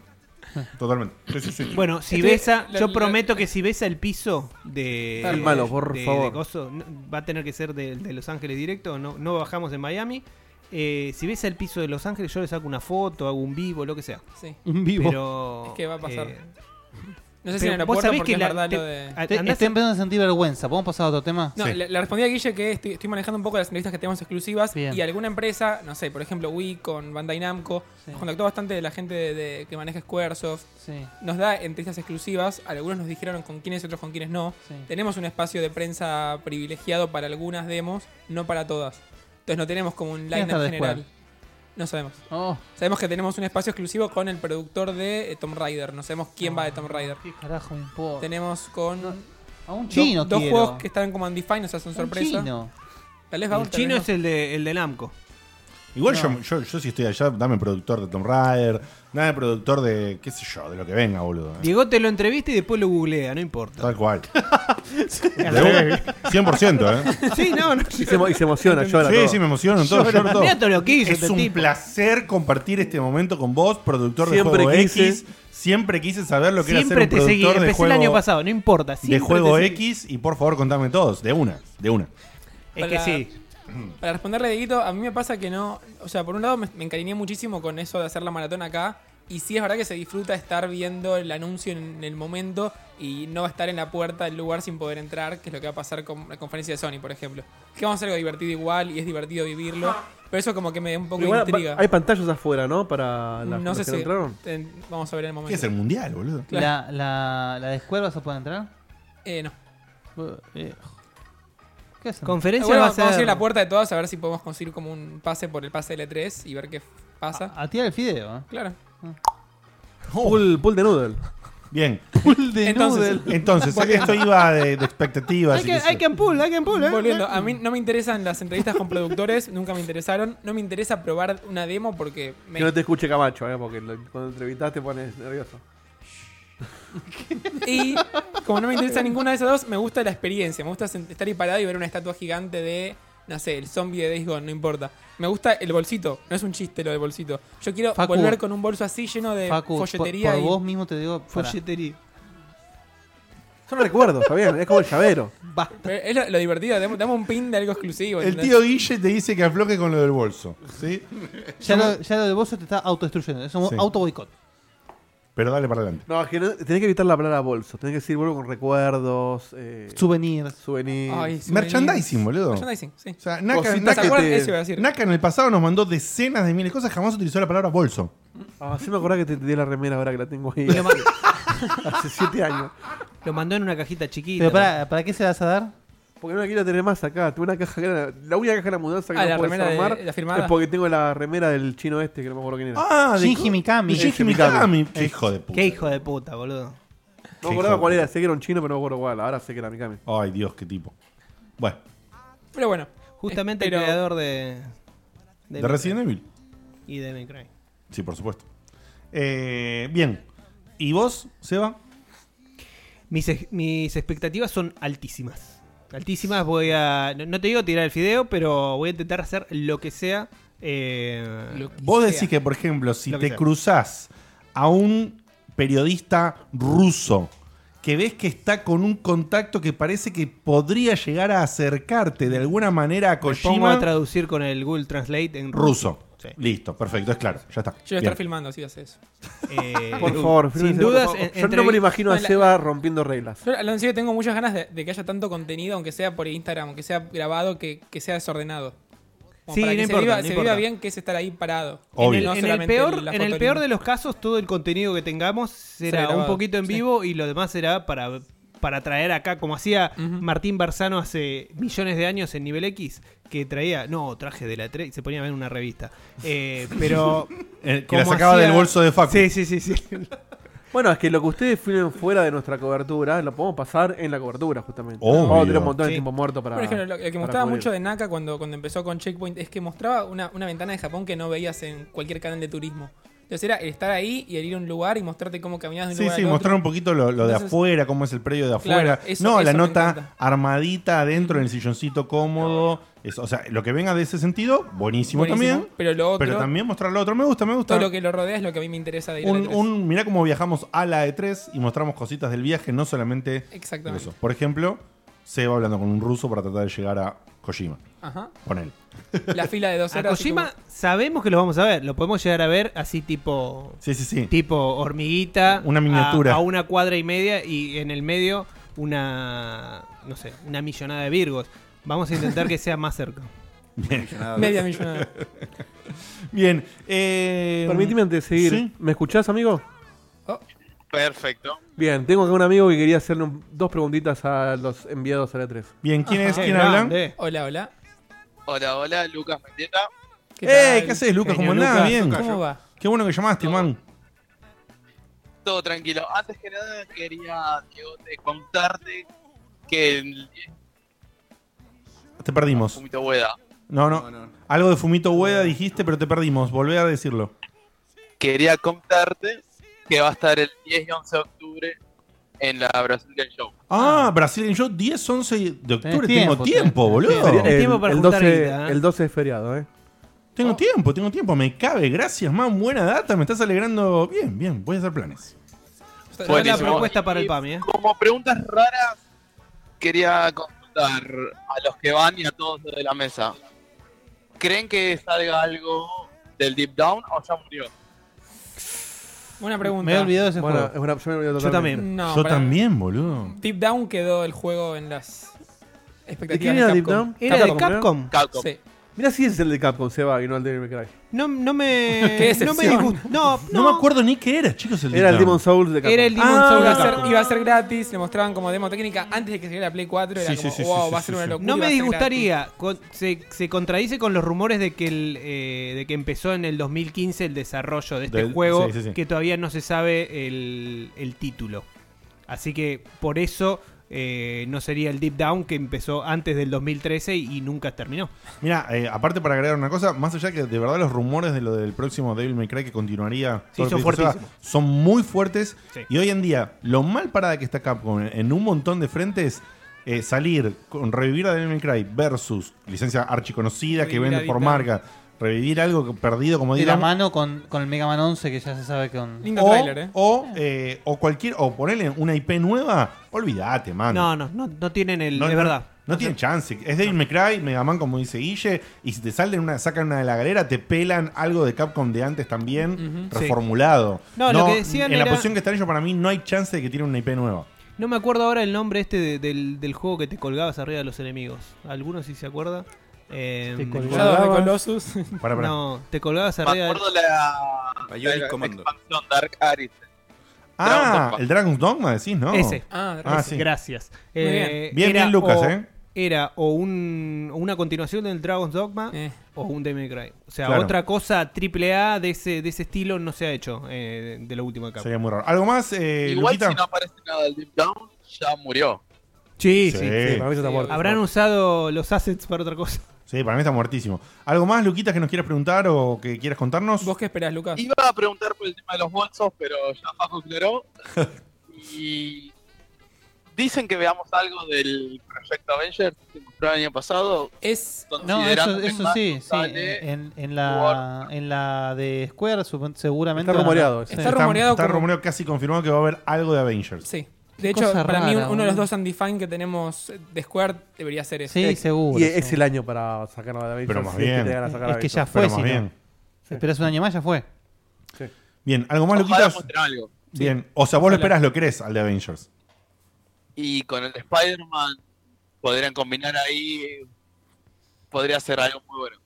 C: Totalmente. Sí, sí, sí.
F: Bueno, si
E: Estoy-
F: besa,
E: Este, la-
F: yo
E: la-
F: prometo que si besa el piso de.
C: Ah,
E: Claro.
B: Malo, por
F: de-
B: favor.
F: de coso, no- va a tener que ser de, de Los Ángeles directo, no, no bajamos en Miami. Eh, si besa el piso de Los Ángeles, yo le saco una foto, hago un vivo, lo que sea.
E: Sí.
D: Un vivo.
F: Pero. eh,
E: Es que va a pasar. No sé si en
F: Pero
E: el
F: vos
E: aeropuerto
F: sabés que
E: porque es
F: la-
E: verdad
F: te-
E: lo de...
F: a-
C: Este,
D: Te-
F: andás
D: Estoy
F: en-
D: empezando a sentir vergüenza. ¿Podemos pasar a otro tema?
E: No,
C: Sí.
E: le, le respondí a Guille que estoy, estoy manejando un poco las entrevistas que tenemos exclusivas
D: Bien.
E: y alguna empresa, no sé, por ejemplo Wii con Bandai Namco,
D: Sí.
E: nos contactó bastante de la gente de- de- que maneja Squaresoft,
D: Sí,
E: nos da entrevistas exclusivas, algunos nos dijeron con quiénes y otros con quiénes no.
D: sí.
E: Tenemos un espacio de prensa privilegiado para algunas demos, no para todas. Entonces no tenemos como un line
D: está de
E: general.
D: Square?
E: No sabemos.
D: Oh,
E: Sabemos que tenemos un espacio exclusivo con el productor de eh, Tomb Raider. No sabemos quién va de Tomb Raider.
D: qué carajo me importa.
E: Tenemos con
D: Ah. No,
E: do-
D: A un chino
E: dos
D: quiero.
E: juegos que están como undefined, o sea, son
D: Un
E: sorpresa.
D: chino.
E: Tal vez va
F: El
E: un, tal vez
F: chino
E: no.
F: es el de, el de Namco.
C: Igual yo, yo, yo si estoy allá, dame productor de Tomb Raider, dame productor de, qué sé yo, de lo que venga, boludo. eh.
F: Diego te lo entrevista y después lo googlea, no importa.
C: Tal cual. De un- 100%, ¿eh?
F: Sí, no, no.
B: Y se, emo- y se emociona, llora. todo.
C: Sí, sí, me emociono. Todo, lloro todo.
F: Mirá todo lo que hizo
C: Es
F: este
C: un
F: tipo.
C: placer compartir este momento con vos, productor de
B: Siempre
C: Juego
B: quise.
C: X. Siempre quise saber lo que
F: Siempre
C: era ser
F: te
C: un
F: seguí.
C: productor de
F: Empecé
C: juego,
F: el año pasado, no importa.
C: de
F: siempre
C: juego
F: te seguí.
C: X. Y por favor, contame todos. De una, de una.
F: Es que
E: Para-
F: sí.
E: Para responderle, Dieguito, a mí me pasa que no. O sea, por un lado me, me encariñé muchísimo con eso de hacer la maratón acá. Y sí es verdad que se disfruta estar viendo el anuncio en el momento y no estar en la puerta del lugar sin poder entrar, que es lo que va a pasar con la conferencia de Sony, por ejemplo. Que vamos a hacer algo divertido igual y es divertido vivirlo. Pero eso como que me da un poco
B: Igual,
E: de intriga.
B: pa- hay pantallas afuera, ¿no? Para las
E: no
B: los
E: sé
B: que
E: si.
B: entraron.
E: ten- vamos a ver en el
C: ¿Qué es
E: momento.
C: el mundial, boludo?
D: La, la, la de Square vas a poder entrar.
E: Eh, no.
D: Eh, ¿Qué hacen?
F: Conferencia
E: Bueno,
F: va a
E: vamos a ir
F: ser-
E: a la puerta de todas a ver si podemos conseguir como un pase por el pase L3 y ver qué pasa.
F: Ah,
D: A, a tirar el fideo. ¿eh?
E: Claro.
B: Pool, pool de noodle.
C: Bien.
E: Entonces,
C: Entonces, esto iba de, de expectativas.
F: Hay
C: y
F: que,
C: qué sé
F: hay
C: yo.
F: que ampool, hay que ampool, ¿eh?
E: Volviendo, a mí no me interesan las entrevistas con productores, nunca me interesaron. No me interesa probar una demo porque me-
B: Que no te escuche Camacho, ¿eh? Porque lo- cuando entrevistas te pones nervioso.
E: Y como no me interesa ninguna de esas dos, me gusta la experiencia. Me gusta sen- estar ahí parado y ver una estatua gigante de, no sé, el zombie de Days Gone, no importa. Me gusta el bolsito, no es un chiste lo del bolsito. Yo quiero
D: Facu.
E: volver con un bolso así lleno de
D: Facu, por,
E: Eh, folletería
D: por
E: y-
D: vos mismo te digo. pará.
F: Folletería.
B: Son recuerdos, está bien. Es como el llavero.
E: Pero es lo, lo divertido, dame, dame un pin de algo exclusivo.
C: El
E: ¿entendés?
C: tío Guille te dice que afloje con lo del bolso. ¿sí?
D: Ya lo, ya lo de vos te está autodestruyendo. Es un
C: Sí.
D: auto boicot.
C: Pero dale para adelante.
B: No, es que no- tenés que evitar la palabra bolso. Tenés que decir vuelvo con recuerdos, eh,
D: Souvenirs.
B: souvenirs.
E: Ay, souvenirs.
C: Merchandising, boludo. O
E: Merchandising, sí.
C: sea, Naka,
B: Cositas
E: ¿Se
C: Naka-
B: que
E: acuerdan?
B: te-
E: Eso iba a decir.
C: Naka en el pasado nos mandó decenas de miles de cosas, jamás utilizó la palabra bolso.
B: Ah, sí me acordaba que te, te di la remera ahora que la tengo ahí.
F: Lo, ma-
B: hace siete años.
F: lo mandó en una cajita chiquita.
D: Pero para, ¿para qué se la vas a dar?
B: Porque no la quiero tener más acá. Tuve una caja que era- La única caja de la mudanza que
E: Ah,
B: no
E: la
B: puedo
E: remera de-
B: desarmar
E: la firmada.
B: es porque tengo la remera del chino este, que no me acuerdo quién era.
C: Ah,
D: Shinji Mikami.
C: de Shinji Mikami. Qué hijo de puta.
F: Qué hijo de puta, boludo.
B: no me acordaba cuál era. Sé que era un chino, pero no me acuerdo cuál. Ahora sé que era Mikami.
C: Ay, Dios, qué tipo. Bueno,
E: Pero bueno. este,
F: Justamente
E: espero-
F: el creador de.
C: de Resident Evil.
F: Y de Devil May Cry.
C: Sí, por supuesto. Eh, bien. ¿Y vos, Seba?
F: Mis, ex- mis expectativas son altísimas. Altísimas, voy a. No, no te digo tirar el fideo, pero voy a intentar hacer lo que sea. eh,
E: lo que
C: Vos
E: sea.
C: decís que, por ejemplo, si
F: Lo que
C: te
F: sea.
C: cruzás a un periodista ruso que ves que está con un contacto que parece que podría llegar a acercarte de alguna manera a
F: me pongo a
C: Kojima
F: traducir con el Google Translate en
C: ruso.
F: Sí.
C: Listo, perfecto, es claro, ya está.
E: Yo voy a
C: Bien.
E: estar filmando si haces eso.
F: Eh,
B: Por favor,
F: sin
B: fíjense, por
F: dudas.
B: favor.
F: en-
B: Yo no me
F: entrevi-
B: lo imagino a
E: No, la-
B: Seba rompiendo reglas.
E: Yo, Alonso, yo tengo muchas ganas de, de que haya tanto contenido, aunque sea por Instagram, aunque sea grabado, que, que sea desordenado. Como
F: Sí,
E: para
F: no
E: que
F: importa,
E: se, viva,
F: no
E: se
F: importa.
E: viva bien, que es estar ahí parado.
C: Obvio.
E: Y no
F: en el
E: solamente
F: peor,
E: la
F: en el
E: foto
F: peor
E: linda.
F: de los casos, todo el contenido que tengamos será un
E: grabado,
F: poquito en
E: sí.
F: vivo y lo demás será para, para traer acá, como hacía Martín Barzano hace millones de años en nivel X, que traía, no, traje de la 3 y se ponía a ver una revista. Eh, pero.
C: Eh, que
F: como
C: la sacaba
F: hacía-
C: del bolso de Facu.
F: Sí, sí, sí. sí.
B: Bueno, es que lo que ustedes filmen fuera de nuestra cobertura, lo podemos pasar en la cobertura, justamente.
C: Obvio.
B: Vamos a tener un montón de
F: Sí.
B: tiempo muerto para.
E: Por ejemplo, lo, lo que
B: para
E: me gustaba
B: cubrir.
E: mucho de Naka cuando, cuando empezó con Checkpoint es que mostraba una, una ventana de Japón que no veías en cualquier canal de turismo. Entonces era el estar ahí y el ir a un lugar y mostrarte cómo caminabas de un
C: Sí,
E: lugar
C: sí,
E: al
C: mostrar
E: otro.
C: un poquito lo, lo de
E: Entonces-
C: afuera, cómo es el predio de
E: Claro,
C: afuera.
E: eso-
C: no, la
E: eso me
C: nota
E: encanta.
C: armadita adentro en el silloncito cómodo. Eso, o sea, lo que venga de ese sentido, buenísimo,
E: Buenísimo.
C: también.
E: Pero lo otro,
C: Pero también mostrar lo otro. Me gusta, me gusta.
E: todo lo que lo rodea es lo que a mí me interesa de ir a
C: un,
E: la E E3.
C: un- mirá cómo viajamos a la E3 y mostramos cositas del viaje, no solamente
E: Exactamente.
C: eso. Por ejemplo, Seba hablando con un ruso para tratar de llegar a Kojima.
E: Ajá.
C: Ponele.
E: La fila de dos
F: A
E: horas. así
F: Kojima sabemos que lo vamos a ver, lo podemos llegar a ver así tipo
C: Sí, sí, sí.
F: tipo hormiguita
C: Una miniatura.
F: a, a una cuadra y media y en el medio una no sé, una millonada de virgos. Vamos a intentar que sea más cerca. Ah,
E: como Media millonada.
C: Bien. eh,
B: Permíteme antes de seguir.
C: Sí.
B: ¿Me escuchás, amigo?
I: Perfecto.
B: Bien, tengo acá un amigo que quería hacerle un- dos preguntitas a los enviados a la E 3.
C: Bien, ¿quién es?
F: Qué
C: ¿Quién habla?
F: grande.
E: Hola, hola.
I: Hola, hola, Lucas Mendieta.
E: ¿Qué
C: ¡Eh!
E: tal?
C: ¿Qué haces, Lucas? ¿Cómo
E: Genio,
C: andás?
E: Lucas,
C: Bien.
E: ¿Cómo va?
C: Qué bueno que llamaste, man.
I: Todo tranquilo. Antes que nada, quería Diego, te- contarte que el
C: Te perdimos.
I: Fumito Hueda,
C: No,
G: No,
C: no.
G: no.
C: Algo de Fumito Hueda dijiste, pero te perdimos. Volvé a decirlo.
I: quería contarte que va a estar el 10 y 11 de octubre en la Brasil Game Show.
C: Ah, Brasil Show 10, 11 de octubre.
D: tiempo,
C: tengo tiempo,
D: tenés
C: boludo.
F: tiempo. para juntar guita, ¿eh?
B: el 12 es feriado, ¿eh?
C: Tengo tiempo, tengo tiempo. Me cabe. Gracias, man. Buena data. Me estás alegrando. Bien, bien. Voy a hacer planes.
F: Buena
I: Buenísimo.
F: propuesta para el PAMI, ¿eh?
I: Como preguntas raras, quería consultar a los que van y a todos de la mesa. ¿Creen que salga algo del Deep Down o ya murió?
E: Buena pregunta.
D: Me he olvidado de ese
B: Bueno,
D: juego.
B: es una, yo me olvidé
F: Yo también.
E: No,
C: Yo
E: para-
C: también, boludo.
E: Deep Down quedó el juego en las
B: ¿De
E: expectativas.
B: quién era
E: de
B: Deep
E: Capcom.
B: Down?
F: Era de
B: ¿no?
F: Capcom.
I: Capcom.
E: Sí.
B: Mirá si es el de Capcom, Seba, y no el de Devil May Cry.
F: No, no me
E: Qué
F: no me
E: decepción.
F: disgust- No,
C: No,
F: no.
C: me acuerdo ni qué era, chicos. El
B: Era el
C: Deep Down.
B: Demon Souls de Capcom.
F: Era el Demon
C: Ah,
F: Souls
E: Iba a,
F: de
E: ser,
F: Capcom.
E: iba a ser gratis, le mostraban como demo técnica antes de que saliera la Play 4. Era
C: Sí,
E: como,
C: sí, sí,
E: wow,
C: sí,
E: va a
C: sí,
E: ser una
C: sí.
E: locura.
F: No
E: va
F: me
E: a ser
F: disgustaría. Con- se, se contradice con los rumores de que, el, eh, de que empezó en el 2015 el desarrollo de este
C: Del-
F: juego,
C: sí, sí, sí.
F: que todavía no se sabe el, el título. Así que por eso eh, no sería el Deep Down que empezó antes del 2013 y, y nunca terminó.
C: Mira, eh, aparte para agregar una cosa, más allá que de verdad los rumores de lo del próximo Devil May Cry que continuaría
F: Sí,
C: todo lo
F: son
C: que dice Seba,
F: fuertísimos.
C: son muy fuertes
F: Sí.
C: y hoy en día lo mal parada que está Capcom en- en un montón de frentes eh, salir con revivir a Devil May Cry versus licencia archiconocida que
E: Revivir a
C: vende por
E: Deep
C: marca, revivir algo que- perdido como
D: De la
C: dirán
D: mano con, con el Mega Man 11, que ya se sabe que con.
E: Lindo
C: o,
E: trailer, ¿eh?
C: o, eh, o cualquier o ponerle una IP nueva, olvídate, mano.
F: No, no, no, no tienen el.
C: Ah, No,
F: es
C: no,
F: verdad.
C: No, tiene chance. Es Devil May Cry, Mega Man, como dice Guille. Y si te salen una, sacan una de la galera, te pelan algo de Capcom de antes también,
F: Sí.
C: reformulado.
F: No, lo que decían
C: En la
F: era-
C: posición que están ellos, para mí, no hay chance de que tienen una IP nueva.
F: No me acuerdo ahora el nombre este de- del, del juego que te colgabas arriba de los enemigos. ¿Alguno si se acuerda? Eh,
D: Te colgabas.
E: Shadow of the Colossus.
C: Para, para.
F: No, te colgabas
I: Me
F: arriba del-
I: acuerdo la,
G: Bionic
I: la
G: Commando.
I: expansión Dark Aris. Dragon's
C: ah,
I: Dogma.
C: el Dragon's Dogma, decís, ¿no?
F: Ese.
E: Ah,
C: Ah,
F: Ese,
C: sí.
F: Gracias.
E: Muy
F: Eh,
C: Bien,
F: era
C: bien, Lucas,
F: o-
C: ¿eh?
F: Era o, un, o una continuación del Dragon's Dogma
E: Eh.
F: o un Devil May Cry. O sea,
C: Claro.
F: otra cosa triple A de ese, de ese estilo no se ha hecho eh, de lo último de Capcom.
C: Sería muy raro. ¿Algo más, eh,
I: Igual
C: Luquita?
I: si no aparece nada del Deep Down, ya murió.
F: Sí,
C: Sí.
F: sí.
B: Sí, para mí eso está
E: Sí,
B: muerto.
F: Habrán usado los assets para otra cosa.
C: Sí, para mí está muertísimo. ¿Algo más, Luquita, que nos quieras preguntar o que quieras contarnos?
E: ¿Vos qué esperás, Lucas?
I: Iba a preguntar por el tema de los bolsos, pero ya Fajo aclaró. y dicen que veamos algo del proyecto Avengers que mostró el año pasado.
E: Es.
D: No,
I: Considerando
D: eso,
I: que
D: eso
I: más
D: sí, sí. eh,
I: sale
D: En, en la, en la de Square, supon- seguramente.
B: Está
D: van a-
B: rumoreado eso.
D: Sí.
E: Está rumoreado
C: está
E: como-
C: rumoreado casi confirmado que va a haber algo de Avengers.
E: Sí. De
D: Cosa
E: hecho, para mí,
D: rara,
E: un- uno de los
D: boludo.
E: dos undefined que tenemos de Square debería ser ese.
D: Sí, seguro.
B: Y
D: sí.
B: es el año para sacarlo de la
C: Pero más
B: si es
C: bien.
B: que te van a sacar
D: Es
B: la
D: que
B: venta.
D: ya fue,
C: Pero más
D: si no.
C: bien.
D: Esperas un año más, ya fue.
C: Bien, ¿algo más,
I: Ojalá
C: Luquitas?
I: muestren algo.
C: Bien, o sea, vos lo
E: Ojalá.
C: esperás, lo querés al de Avengers.
I: Y con el de Spider-Man podrían combinar ahí. Podría ser algo muy bueno.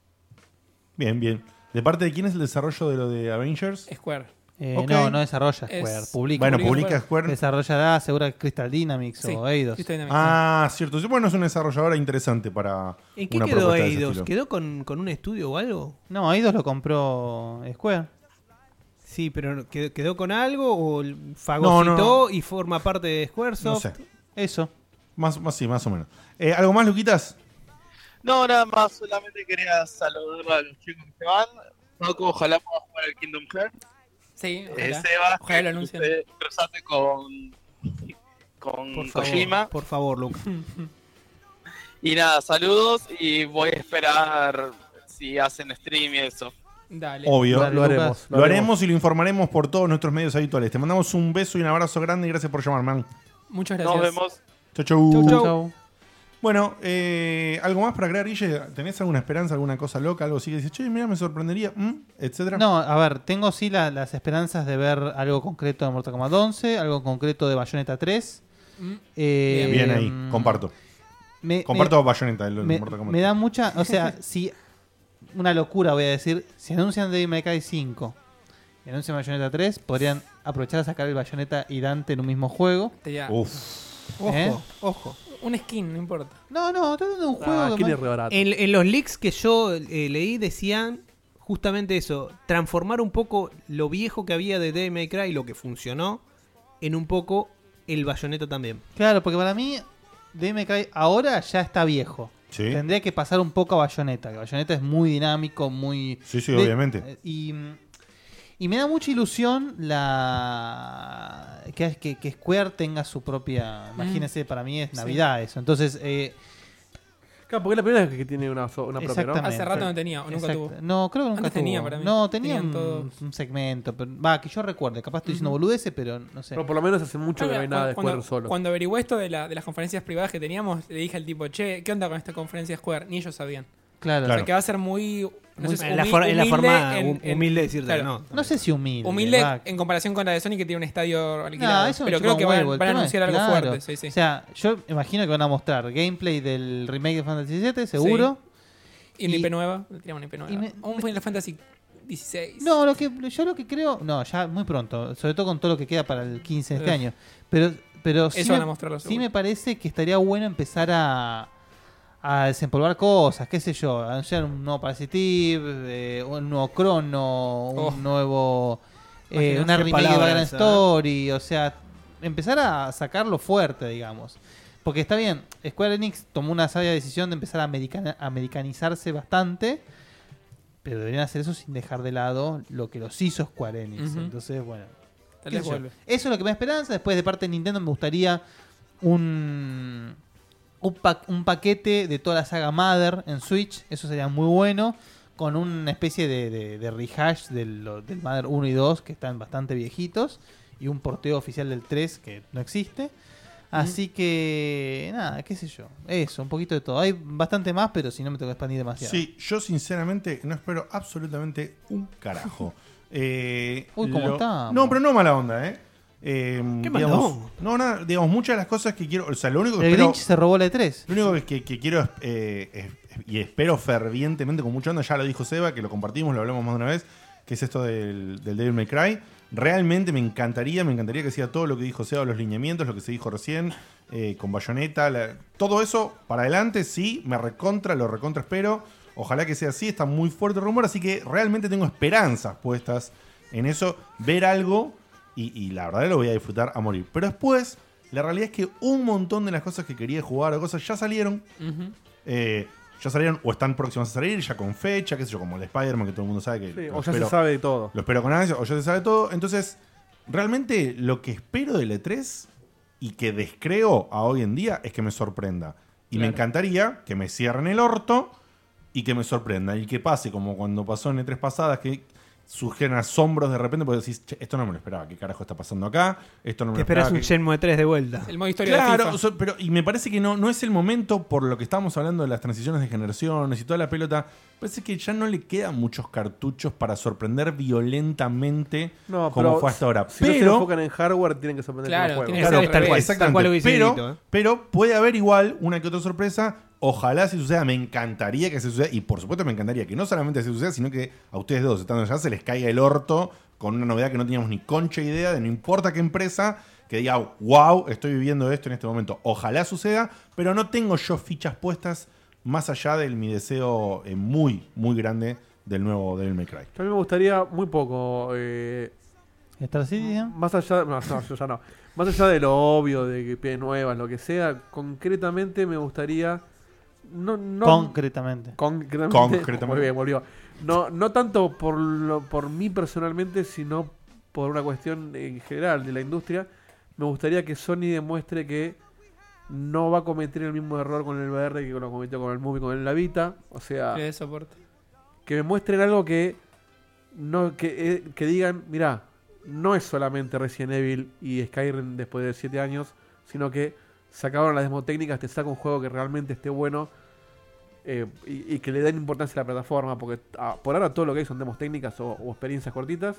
C: Bien, bien. ¿De parte de quién es el desarrollo de lo de Avengers?
E: Square.
D: Eh,
C: Ok.
D: No, no desarrolla Square,
E: Es-
D: publica.
C: Bueno,
E: publica
C: publica Square.
D: Desarrollará, segura Crystal Dynamics
E: Sí.
D: o Eidos.
E: Crystal Dynamics.
C: Ah, cierto. Sí, Bueno, es una desarrolladora interesante para
F: ¿En qué
C: una
F: quedó
C: propuesta de ese
F: Eidos?
C: estilo.
F: ¿Quedó con, con un estudio o algo?
D: No, Eidos lo compró Square.
F: Sí, pero ¿qued- ¿quedó con algo o el-
C: No,
F: fagocitó
C: no.
F: y forma parte de
C: No
F: Squaresoft?
C: sé.
D: Eso.
C: Más, más, sí, más o menos. Eh, ¿Algo más, Luquitas?
I: No, nada más, solamente quería saludar a los chicos que se van. Paco, ojalá pueda jugar al Kingdom Hearts.
E: Sí, ojalá.
I: Eh, Seba,
E: Ojalá lo
I: que
E: anuncien.
I: cruce- cruzate con, con
F: Por favor,
I: Kojima.
F: por favor, Luca.
I: Y nada, saludos y voy a esperar si hacen stream y eso.
E: Dale.
C: Obvio.
B: Lo, lo
D: Lucas.
B: haremos.
C: Lo haremos y lo informaremos por todos nuestros medios habituales. Te mandamos un beso y un abrazo grande y gracias por llamar, man.
E: Muchas gracias.
I: Nos vemos.
C: Chau, chau.
F: Chau, chau.
D: Chau.
C: Bueno, eh, ¿algo más para crear, Guille? ¿Tenés alguna esperanza, alguna cosa loca, algo así que dices, che, mira, me sorprendería, mm", etcétera?
D: No, a ver, tengo sí la- las esperanzas de ver algo concreto de Mortal Kombat 11, algo concreto de Bayonetta 3.
E: Mm,
D: Eh,
C: Bien ahí, comparto.
D: me-
C: Comparto
D: me-
C: Bayonetta, el
D: me,
C: Mortal Kombat.
D: me da mucha. O sea, si. Una locura, voy a decir. Si anuncian Devil May Cry 5 y anuncian Bayonetta 3, podrían aprovechar a sacar el Bayonetta y Dante en un mismo juego.
E: Te
C: Uh.
E: ya-
C: Uf.
F: Ojo,
D: ¿Eh?
F: ojo.
E: Un skin, no importa.
D: No, no, estoy hablando de un juego. que
B: aquí Ah, le
D: más-
B: rebarato.
F: En, en los leaks que yo eh, leí decían justamente eso, transformar un poco lo viejo que había de Devil May Cry, lo que funcionó, en un poco el bayoneta también.
D: Claro, porque para mí, Devil May Cry ahora ya está viejo.
C: Sí.
D: Tendría que pasar un poco a Bayonetta, que Bayonetta es muy dinámico, muy.
C: Sí, sí, obviamente.
D: Y, y me da mucha ilusión la que, que, que Square tenga su propia.
E: Mm.
D: Imagínense, para mí es Navidad eso. Entonces, eh,
B: Claro, porque es la primera vez que tiene una, so- una propia, ¿no?
D: Exactamente.
E: Hace rato no tenía, o nunca
D: Exacto.
E: tuvo.
D: No, creo que nunca
E: Antes tenía,
D: tuvo.
E: para mí.
D: No, tenía
E: Tenían
D: un,
E: todos.
D: un segmento. pero- Va, que yo recuerde. Capaz estoy diciendo boludeces, pero no sé.
B: Ah, Pero por lo menos hace mucho que no hay nada de Square
E: cuando,
B: solo.
E: cuando averigüé esto de, la- de las conferencias privadas que teníamos, le dije al tipo, che, ¿qué onda con esta conferencia Square? Ni ellos sabían.
D: Claro.
E: O sea, que va a ser muy. no sé,
F: en, la
E: humi-
F: for- en la forma
E: en-
F: hum-
E: en-
F: humilde decirte
E: claro.
F: no.
D: No sé si humilde.
E: Humilde
D: va.
E: en comparación con la de Sony que tiene un estadio alquilado.
D: Nah, eso me
E: pero
D: chupa
E: creo
D: un
E: que van,
D: huevo. El
E: van a
D: tema
E: anunciar
D: es-
E: algo
D: claro.
E: fuerte. Sí, sí.
D: O sea, yo imagino que van a mostrar gameplay del remake de Final Fantasy VII, seguro.
E: y una
D: y-
E: IP nueva. Tiramos una IP nueva.
D: y me-
E: O un Final Fantasy 16.
D: No, lo que yo lo que creo, no, ya muy pronto, sobre todo con todo lo que queda para el 15 de este
E: Ugh.
D: año. Pero pero sí,
E: Eso
D: me,
E: van a mostrarlo
D: sí
E: seguro.
D: me parece que estaría bueno empezar a a desempolvar cosas, qué sé yo, anunciar un nuevo Parasitive, eh, un nuevo Crono, un
E: Oh.
D: nuevo eh,
F: Imagínate
D: una
F: qué
D: remake de
F: palabra
D: Grand
F: esa, ¿eh?
D: Story, o sea, empezar a sacarlo fuerte, digamos. Porque está bien, Square Enix tomó una sabia decisión de empezar a americana- americanizarse bastante, pero deberían hacer eso sin dejar de lado lo que los hizo Square Enix.
E: Ujú.
D: Entonces, bueno. qué
E: Tal vez
D: sé yo.
E: vuelve.
D: Eso es lo que me da esperanza. Después, de parte de Nintendo, me gustaría un, un, pa- un paquete de toda la saga Mother en Switch. Eso sería muy bueno. Con una especie de, de- de rehash del, lo- del Mother 1 y 2, que están bastante viejitos. Y un porteo oficial del 3, que no existe. Así que, nada, qué sé yo. Eso, un poquito de todo. Hay bastante más, pero si no me tengo que expandir demasiado.
C: Sí, yo sinceramente no espero absolutamente un carajo. Eh,
D: Uy, ¿cómo estamos?
C: No, pero no mala onda, ¿eh? Eh,
F: ¿Qué
C: digamos,
F: mandó?
C: No, nada, digamos, muchas de las cosas que quiero. O sea, lo único que
D: El
C: espero.
D: Grinch se robó la E E3.
C: Lo único que, que quiero es, eh, es- y espero fervientemente con mucho onda, ya lo dijo Seba, que lo compartimos, lo hablamos más de una vez, que es esto del, del Devil May Cry. Realmente me encantaría, me encantaría que sea todo lo que dijo Seba, los lineamientos, lo que se dijo recién, eh, con bayoneta, la- todo eso para adelante, sí, me recontra, lo recontra espero. Ojalá que sea así, está muy fuerte el rumor, así que realmente tengo esperanzas puestas en eso, ver algo y, y la verdad lo voy a disfrutar a morir. Pero después, la realidad es que un montón de las cosas que quería jugar o cosas ya salieron. Eh, ya salieron o están próximas a salir, ya con fecha, qué sé yo, como el Spider-Man que todo el mundo sabe que
B: Sí,
C: lo
B: o ya
C: espero-
B: se sabe de todo.
C: lo espero con ansia, o ya se sabe todo. Entonces, realmente lo que espero del E3 y que descreo a hoy en día es que me sorprenda. Y me encantaría que me cierren el orto y que me sorprenda. Y que pase como cuando pasó en E3 pasadas, que surgen asombros de repente porque decís, "Che, esto no me lo esperaba, ¿qué carajo está pasando acá? Esto no me
F: Te
C: lo esperaba.
F: esperas un
C: ¿qué-
F: Shenmue 3 de vuelta.
E: El modo historia
C: Claro,
E: de FIFA.
C: o sea, pero y me parece que no, no es el momento por lo que estábamos hablando de las transiciones de generaciones y toda la pelota. Parece que ya no le quedan muchos cartuchos para sorprender violentamente
B: No,
C: como
B: pero
C: fue hasta ahora.
B: Si no se
C: pero,
B: enfocan en hardware, tienen que sorprender
E: Claro,
B: con los
E: tiene
B: juegos.
F: Claro,
E: que ser al
F: tal
E: revés.
F: cual.
C: exactamente,
F: cual lo que dice
C: pero,
F: Dieguito, ¿eh?
C: pero puede haber igual una que otra sorpresa. Ojalá se suceda, me encantaría que se suceda. Y por supuesto me encantaría que no solamente se suceda, sino que a ustedes dos, estando allá, se les caiga el orto con una novedad que no teníamos ni concha idea de no importa qué empresa, que diga, wow, estoy viviendo esto en este momento. Ojalá suceda, pero no tengo yo fichas puestas más allá de mi deseo eh, muy, muy grande del nuevo Devil May Cry.
B: Yo a mí me gustaría muy poco. eh,
D: Star Citizen.
B: más allá. No, no, yo ya no. Más allá de lo obvio, de que pies nuevas, lo que sea, concretamente me gustaría. No, no,
D: Concretamente.
B: Concretamente.
C: Concretamente.
B: Muy bien, volvió. No, no tanto por, lo- por mí personalmente, sino por una cuestión en general de la industria. Me gustaría que Sony demuestre que no va a cometer el mismo error con el VR que lo cometió con el Movie, con el La Vita. O sea,
E: De soporte.
B: que me muestren algo que no que, eh, que digan, mirá, no es solamente Resident Evil y Skyrim después de 7 años, sino que se acabaron las demotécnicas, te saca un juego que realmente esté bueno eh, y, y que le den importancia a la plataforma, porque ah, por ahora todo lo que hay son demos técnicas o, o experiencias cortitas.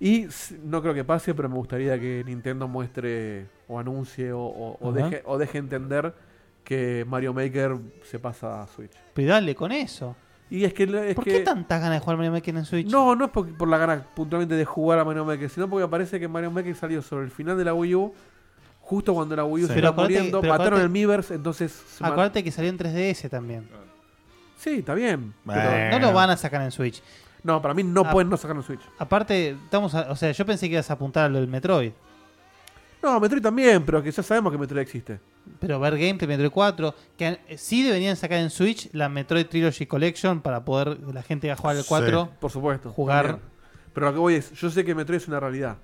B: Y s- no creo que pase, pero me gustaría que Nintendo muestre o anuncie o, o- o
D: Ajá.
B: deje, o deje entender que Mario Maker se pasa a Switch.
D: Pero dale con eso.
B: Y es que... es
D: ¿Por
B: que-
D: qué tantas ganas de jugar Mario Maker en Switch?
B: no, no es por, por la gana puntualmente de jugar a Mario Maker, sino porque me parece que Mario Maker salió sobre el final de la Wii U, justo cuando la Wii U
D: Sí.
B: se
D: Pero
B: estaba
D: acordate-
B: muriendo,
D: pero
B: mataron
D: acordate-
B: el Miiverse, entonces... se man-
D: Acuérdate que salió en 3DS también.
B: Sí, está bien. pero-
C: Bueno.
D: No lo van a sacar en Switch.
B: no, para mí no
D: Ah.
B: pueden no sacar un Switch.
D: Aparte, estamos a- o sea, yo pensé que ibas a apuntar a lo del Metroid.
B: No, Metroid también, pero que ya sabemos que Metroid existe.
D: Pero ver gameplay Metroid 4, que an- eh, sí deberían sacar en Switch la Metroid Trilogy Collection para poder la gente que va a jugar el
C: Sí.
D: 4.
B: Por supuesto.
D: Jugar.
B: también. Pero lo que voy es, yo sé que Metroid es una realidad.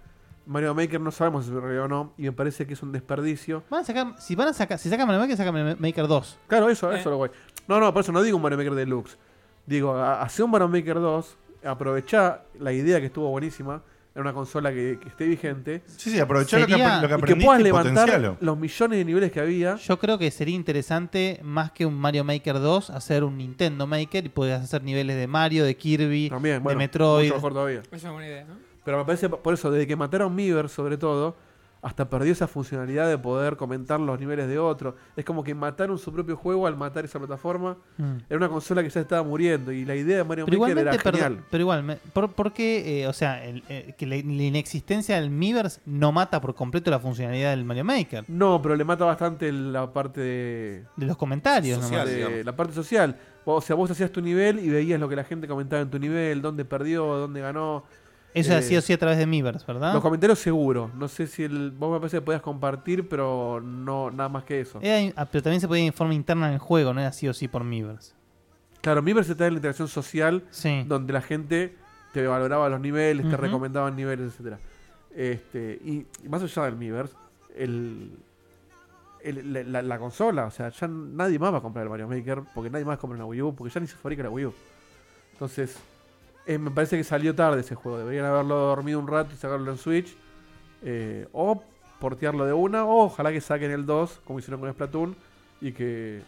B: Mario Maker no sabemos si es una realidad o no, y me parece que es un desperdicio.
D: Van a sacar, si van a sacar, si sacan Mario Maker, sacan Mario Maker 2.
B: Claro, eso,
E: Eh.
B: eso lo voy. No, no, por eso no digo un Mario Maker Deluxe. Digo, ha- hace un Mario Maker 2, aprovechá la idea que estuvo buenísima en una consola que, que esté vigente
C: Sí, sí, aprovechar lo que, apre- lo
D: Sería-
C: que
B: y que
C: aprendiste
B: puedas
C: y
B: levantar
C: potencialo.
B: los millones de niveles que había.
D: Yo creo que sería interesante, más que un Mario Maker 2, hacer un Nintendo Maker y podrías hacer niveles de Mario, de Kirby,
B: También, bueno,
D: de Metroid.
B: mucho mejor todavía.
E: Es una buena idea, ¿no?
B: Pero me parece, por eso, desde que mataron Miiverse, sobre todo, hasta perdió esa funcionalidad de poder comentar los niveles de otro. Es como que mataron su propio juego al matar esa plataforma.
D: Mm.
B: Era una consola que ya estaba muriendo y la idea de Mario
D: Pero
B: Maker era
D: igualmente, perdón,
B: genial.
D: pero igual, me- por- porque, eh, o sea, el- eh, que la, la inexistencia del Miiverse no mata por completo la funcionalidad del Mario Maker,
B: No, pero le mata bastante la parte de,
D: de los comentarios. nomás.
G: Social.
B: de-
G: digamos.
B: la parte social. O sea, vos hacías tu nivel y veías lo que la gente comentaba en tu nivel, dónde perdió, dónde ganó.
D: Eso
B: Eh,
D: ha sido así a través de Miiverse, ¿verdad?
B: Los comentarios seguro. No sé si el, vos me parece que podías compartir, pero no nada más que eso.
D: Era in- ah, pero también se podía de forma interna en el juego, no era así o sí por Miiverse.
B: Claro, mi versión está en la interacción social
D: Sí.
B: donde la gente te valoraba los niveles, te
D: Ujú.
B: recomendaban niveles, etcétera. Este, y, y más allá del Miiverse, el, el- la, la- la consola, o sea, ya nadie más va a comprar el Mario Maker, porque nadie más compra una Wii U, porque ya ni se fabrica la Wii U. Entonces, eh, me parece que salió tarde ese juego, deberían haberlo dormido un rato y sacarlo en Switch, eh, o portearlo de una, o ojalá que saquen el 2, como hicieron con Splatoon, y que,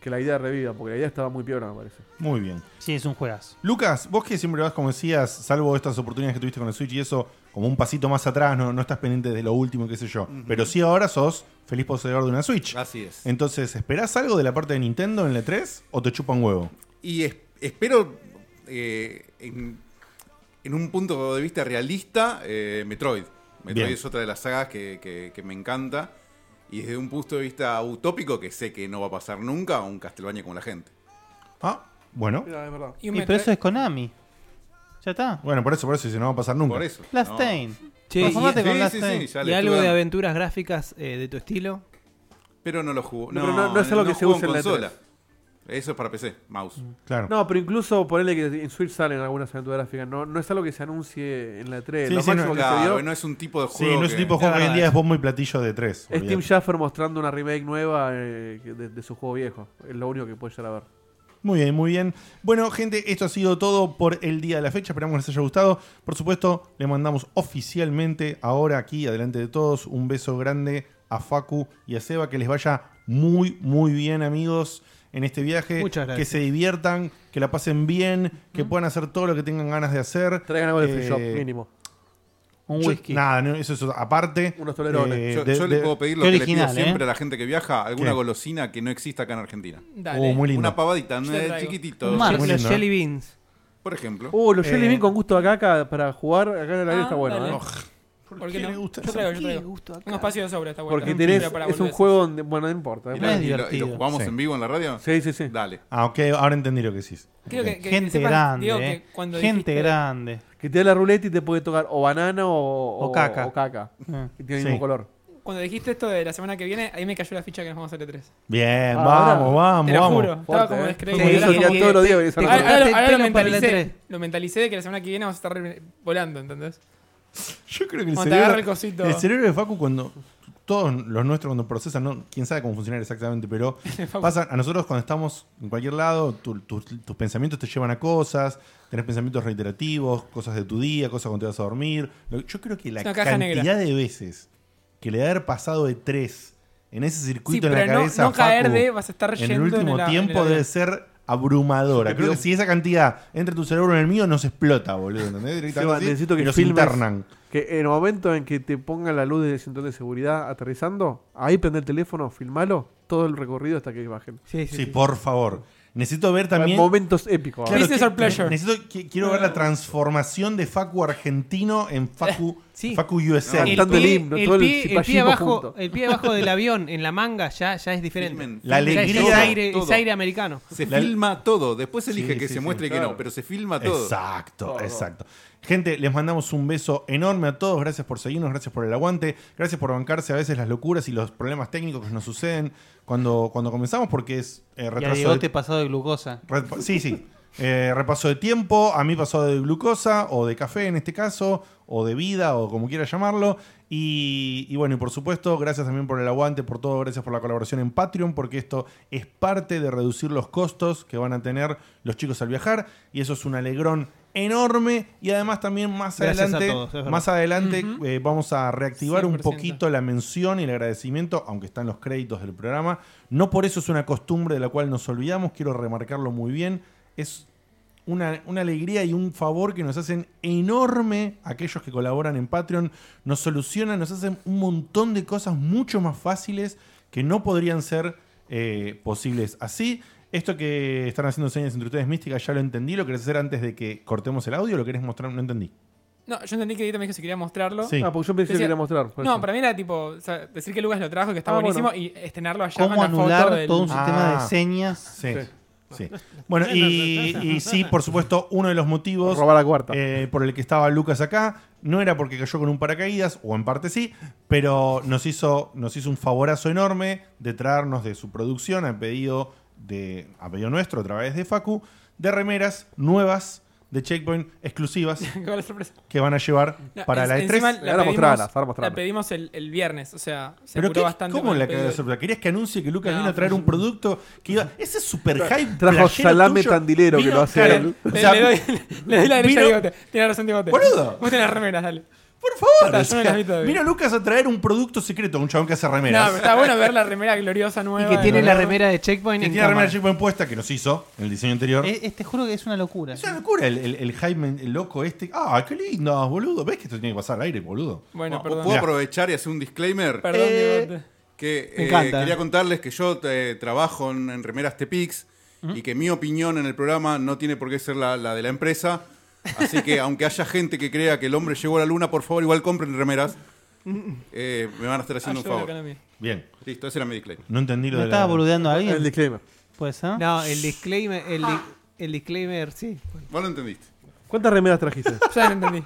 B: que la idea reviva, porque la idea estaba muy peor, me parece.
C: Muy bien.
D: Sí, es un juegazo.
C: Lucas, vos que siempre vas, como decías, salvo estas oportunidades que tuviste con el Switch y eso, como un pasito más atrás, no, no estás pendiente de lo último, qué sé yo. Pero sí ahora sos feliz poseedor de una Switch.
G: Así es.
C: Entonces, ¿esperás algo de la parte de Nintendo en el E3 o te chupan huevo?
G: Y es- espero, eh, en, en un punto de vista realista, eh, Metroid. Metroid
C: Bien.
G: es otra de las sagas que, que- que me encanta. Y desde un punto de vista utópico, que sé que no va a pasar nunca, un Castlevania con la gente.
C: Ah, bueno.
B: Mira, es verdad.
E: un
D: Y pero
E: Metroid-
D: eso es Konami. Ya está.
C: Bueno, por eso, por eso, si no va a pasar nunca.
G: Por eso. no.
D: Blastane.
F: Che,
D: Por
F: y-
D: favor,
F: y,
D: te- con
G: Sí,
D: las
G: sí,
D: ten.
G: sí, ya le
F: algo
G: estuve
F: de
G: dando.
F: aventuras gráficas eh, de tu estilo.
G: Pero no lo jugó.
B: No,
G: No,
B: pero no- no es algo que se
G: jugó
B: use en la
G: consola. Eso es para PC, mouse.
C: Claro.
B: No, pero incluso ponele que en Switch salen algunas aventuras gráficas. No, no es algo que se anuncie en la 3.
C: Sí,
B: Lo
C: sí,
B: máximo
C: no,
B: que
G: Claro,
B: se dio
G: no es un tipo de
C: sí,
G: juego.
C: no es
G: que-
C: un tipo de juego
F: Es
C: que hoy en
F: verdad.
C: día es bombo y platillo de E3.
B: es Steve
C: olvidate.
B: Jaffer mostrando una remake nueva eh, que- de, de su juego viejo. Es lo único que puede llegar a ver.
C: Muy bien, muy bien. Bueno, gente, esto ha sido todo por el día de la fecha. Esperamos que les haya gustado. Por supuesto, le mandamos oficialmente ahora aquí, adelante de todos, un beso grande a Facu y a Seba. Que les vaya muy, muy bien, amigos, en este viaje.
F: Muchas gracias.
C: Que se diviertan, que la pasen bien, que puedan hacer todo lo que tengan ganas de hacer.
B: Traigan algo de
C: Eh,
B: Free Shop, mínimo.
D: Un
C: yo-
D: whisky.
C: Nada, no, eso es aparte.
B: Unos tolerones.
C: Eh,
G: Yo,
C: de-
G: yo le
C: de-
G: puedo pedir lo
D: qué
G: que
D: original,
G: le pido siempre
D: ¿eh?
G: a la gente que viaja, alguna
C: ¿Qué?
G: golosina que no exista acá en Argentina.
E: Dale.
C: Oh, muy lindo.
G: Una pavadita,
E: Yo te
G: eh,
E: traigo.
G: chiquitito.
D: Un mar.
F: Los
C: Muy lindo,
F: Jelly Beans.
G: Por ejemplo.
B: Uh, los
C: Eh,
B: Jelly Bean con gusto a caca para jugar acá en el aire
E: Ah,
B: está bueno,
E: dale.
B: ¿eh?
E: ¿Por qué
C: le
E: no?
C: gusta
E: Yo
C: eso?
E: traigo, yo traigo. Un espacio de sobra esta vuelta.
B: Porque
E: Pero
B: tenés,
E: para
B: es un
E: boludeces.
B: juego donde. Bueno, no importa. ¿eh?
G: ¿Y,
D: No
G: la-
D: es
G: y lo, y
D: divertido.
G: lo jugamos
C: Sí.
G: en vivo en la radio?
B: Sí, sí, sí.
G: Dale.
C: Ah, ok, ahora entendí lo que decís.
E: Creo que- que- que
D: Gente
E: sepas,
D: grande.
E: Diego,
D: eh.
E: que cuando
D: Gente
E: dijiste-
D: grande.
B: Que te da la ruleta y te puede tocar o banana o,
D: O caca.
B: O caca.
D: Eh.
B: Que tiene el
C: Ah. Sí.
B: mismo color.
E: Cuando dijiste esto de la semana que viene, ahí me cayó la ficha que nos vamos a hacer E3.
C: Bien,
B: Ah,
C: vamos, vamos,
E: Te lo
C: vamos.
E: juro. Estaba
B: Fuerte,
E: como
B: ¿eh?
E: descreído.
B: Por
E: Era
B: eso
E: como-
B: ya todos los días venís a
F: te-
B: la
E: Ahora,
B: radio.
E: ahora-
F: Te
E: ahora lo
F: pegan para el
E: mentalicé.
F: E3.
E: Lo mentalicé de que la semana que viene vamos a estar re- volando, ¿entendés?
C: Yo creo que el
E: Cuando te
C: cerebro,
E: agarra el cosito.
C: el cerebro de Facu cuando todos los nuestros cuando procesan, no, quién sabe cómo funcionar exactamente, pero pasa a nosotros cuando estamos en cualquier lado, tu- tu- tus pensamientos te llevan a cosas, tenés pensamientos reiterativos, cosas de tu día, cosas cuando te vas a dormir. Lo- Yo creo que la
E: Es una caja
C: cantidad
E: negra.
C: de veces que le de haber pasado de tres en ese
E: Sí,
C: circuito en la
E: pero no,
C: cabeza.
E: no caer
C: Facu,
E: de vas a estar
C: en
E: yendo
C: el último
E: la-
C: tiempo
E: en el-
C: debe ser abrumadora. Creo que si esa cantidad entra en tu cerebro en el mío, no se explota, boludo. ¿Entendés? Directamente
B: Seba,
C: así,
B: necesito que
C: y los
B: filmes
C: internan.
B: Que en el momento en que te pongan la luz del cinturón de seguridad aterrizando, ahí prende el teléfono, filmalo todo el recorrido hasta que bajen.
F: Sí, sí,
C: Sí,
F: sí.
C: por favor. Necesito ver también.
B: Momentos épicos. Ah,
C: Claro,
E: Business
C: que-
E: or pleasure.
C: necesito- qui- quiero ver la transformación de Facu argentino en Facu,
F: sí.
C: Facu USA.
B: El- Cantando himno, todo el
F: pie, el, pie
B: cipallismo
F: abajo,
B: junto.
F: el pie abajo del avión en la manga ya, ya es diferente.
G: Filmen,
C: La
G: filmen
F: Ya es- ya
C: alegría,
F: es aire,
G: todo.
F: es aire americano.
G: Se
C: La-
G: filma todo. Después elige
C: Sí,
G: que
C: sí,
G: se
C: sí,
G: muestre y que
B: claro.
G: no, pero se filma todo.
C: Exacto, exacto. Gente, les mandamos un beso enorme a todos. Gracias por seguirnos, gracias por el aguante, gracias por bancarse a veces las locuras y los problemas técnicos que nos suceden cuando, cuando comenzamos, porque es eh,
D: Y a
C: retraso de
D: Diegote pasado de glucosa.
C: Repa- sí, sí. Eh, repaso de tiempo, a mí pasado de glucosa o de café en este caso, o de vida o como quiera llamarlo. Y, y bueno, y por supuesto, gracias también por el aguante, por todo, gracias por la colaboración en Patreon, porque esto es parte de reducir los costos que van a tener los chicos al viajar. Y eso es un alegrón enorme. Y además también más
F: Gracias a
C: adelante,
F: todos, es verdad.
C: más adelante eh, vamos a reactivar un
E: 100%.
C: poquito la mención y el agradecimiento, aunque están los créditos del programa. No por eso es una costumbre de la cual nos olvidamos, quiero remarcarlo muy bien. Es una, una alegría y un favor que nos hacen enorme aquellos que colaboran en Patreon. Nos solucionan, nos hacen un montón de cosas mucho más fáciles que no podrían ser eh, posibles así. Esto que están haciendo señas entre ustedes místicas, ya lo entendí. ¿Lo querés hacer antes de que cortemos el audio? ¿Lo querés mostrar? No entendí.
E: No, yo entendí que Dieter me dijo si quería mostrarlo.
C: Sí.
B: Ah, porque yo pensé que
E: Decía-
B: quería mostrar. por
E: No,
B: eso.
E: para mí era tipo o sea, decir que Lucas lo trajo, que está
B: Ah,
E: buenísimo,
B: bueno.
E: y estrenarlo allá con
D: ¿Cómo
E: la foto
D: anular
E: del-
D: todo un
C: Ah.
D: sistema de señas?
C: Sí. sí. Bueno, y, y sí, por supuesto, uno de los motivos
B: Robar la cuarta.
C: eh, por el que estaba Lucas acá no era porque cayó con un paracaídas, o en parte sí, pero nos hizo, nos hizo un favorazo enorme de traernos de su producción a pedido, de, a pedido nuestro a través de Facu, de remeras nuevas de Checkpoint exclusivas
E: Qué buena sorpresa.
C: que van a llevar
E: No,
C: para
E: en-
C: la E
E: encima
C: E3.
B: Ahora mostrala, ahora mostrala.
E: la pedimos el, el viernes, o sea, se
C: Pero
E: apuró
C: qué-
E: bastante.
C: ¿cómo
E: con el
C: la cagada de
E: pedido.
C: sorpresa? ¿Querías que anuncie que Lucas
E: No,
C: vino a traer un producto que iba. Ese super hype.
B: Trajo
C: playero
B: salame
C: tuyo.
B: tandilero que
C: Vino-
B: lo hace
C: Claro,
B: él.
C: o
E: Le,
C: sea,
E: le doy, le doy la derecha
C: vino-
E: a Digote. Tiene razón, Digote.
C: Boludo.
E: Vos tenés las remeras, dale.
C: Por favor.
E: Está,
C: o
E: yo me
C: sea,
E: las vi todavía.
C: vino Lucas a traer un producto secreto, un chabón que hace
E: No,
C: remeras.
E: pero está bueno ver la remera gloriosa
F: Y
E: nueva.
F: que
E: de
F: tiene la
E: Leonardo.
F: remera de
C: Ah,
F: Checkpoint
C: que
F: en
C: tiene la remera
F: cámara.
C: de Checkpoint puesta que nos hizo en el diseño anterior.
D: Eh, eh, te juro que es una locura.
C: Es una locura el, el, el Jaime el loco este. Ah, qué lindo, boludo. ¿Ves que esto tiene que pasar al aire, boludo?
E: Bueno,
G: Bueno,
E: perdón.
G: ¿Puedo
C: Mirá.
G: aprovechar y hacer un disclaimer?
E: Perdón,
C: Eh,
E: Digote.
G: Que
F: Me
G: eh,
F: encanta.
G: quería contarles que yo eh, trabajo en, en remeras Tepix y que mi opinión en el programa no tiene por qué ser la, la de la empresa. Así que aunque haya gente que crea que el hombre llegó a la luna, por favor, igual compren remeras. Eh, me van a estar haciendo
E: Ayúdame
G: un
E: con la
G: favor.
E: mía.
C: Bien.
G: Listo, ese era mi disclaimer.
C: No entendí lo
D: ¿No
C: de
D: estaba
C: la.
D: boludeando a
B: El
D: alguien?
B: disclaimer.
D: Pues, ¿ah?
F: No, el disclaimer, el, di- el disclaimer, sí.
G: Vos lo entendiste.
B: ¿Cuántas remeras trajiste?
E: Ya lo entendí.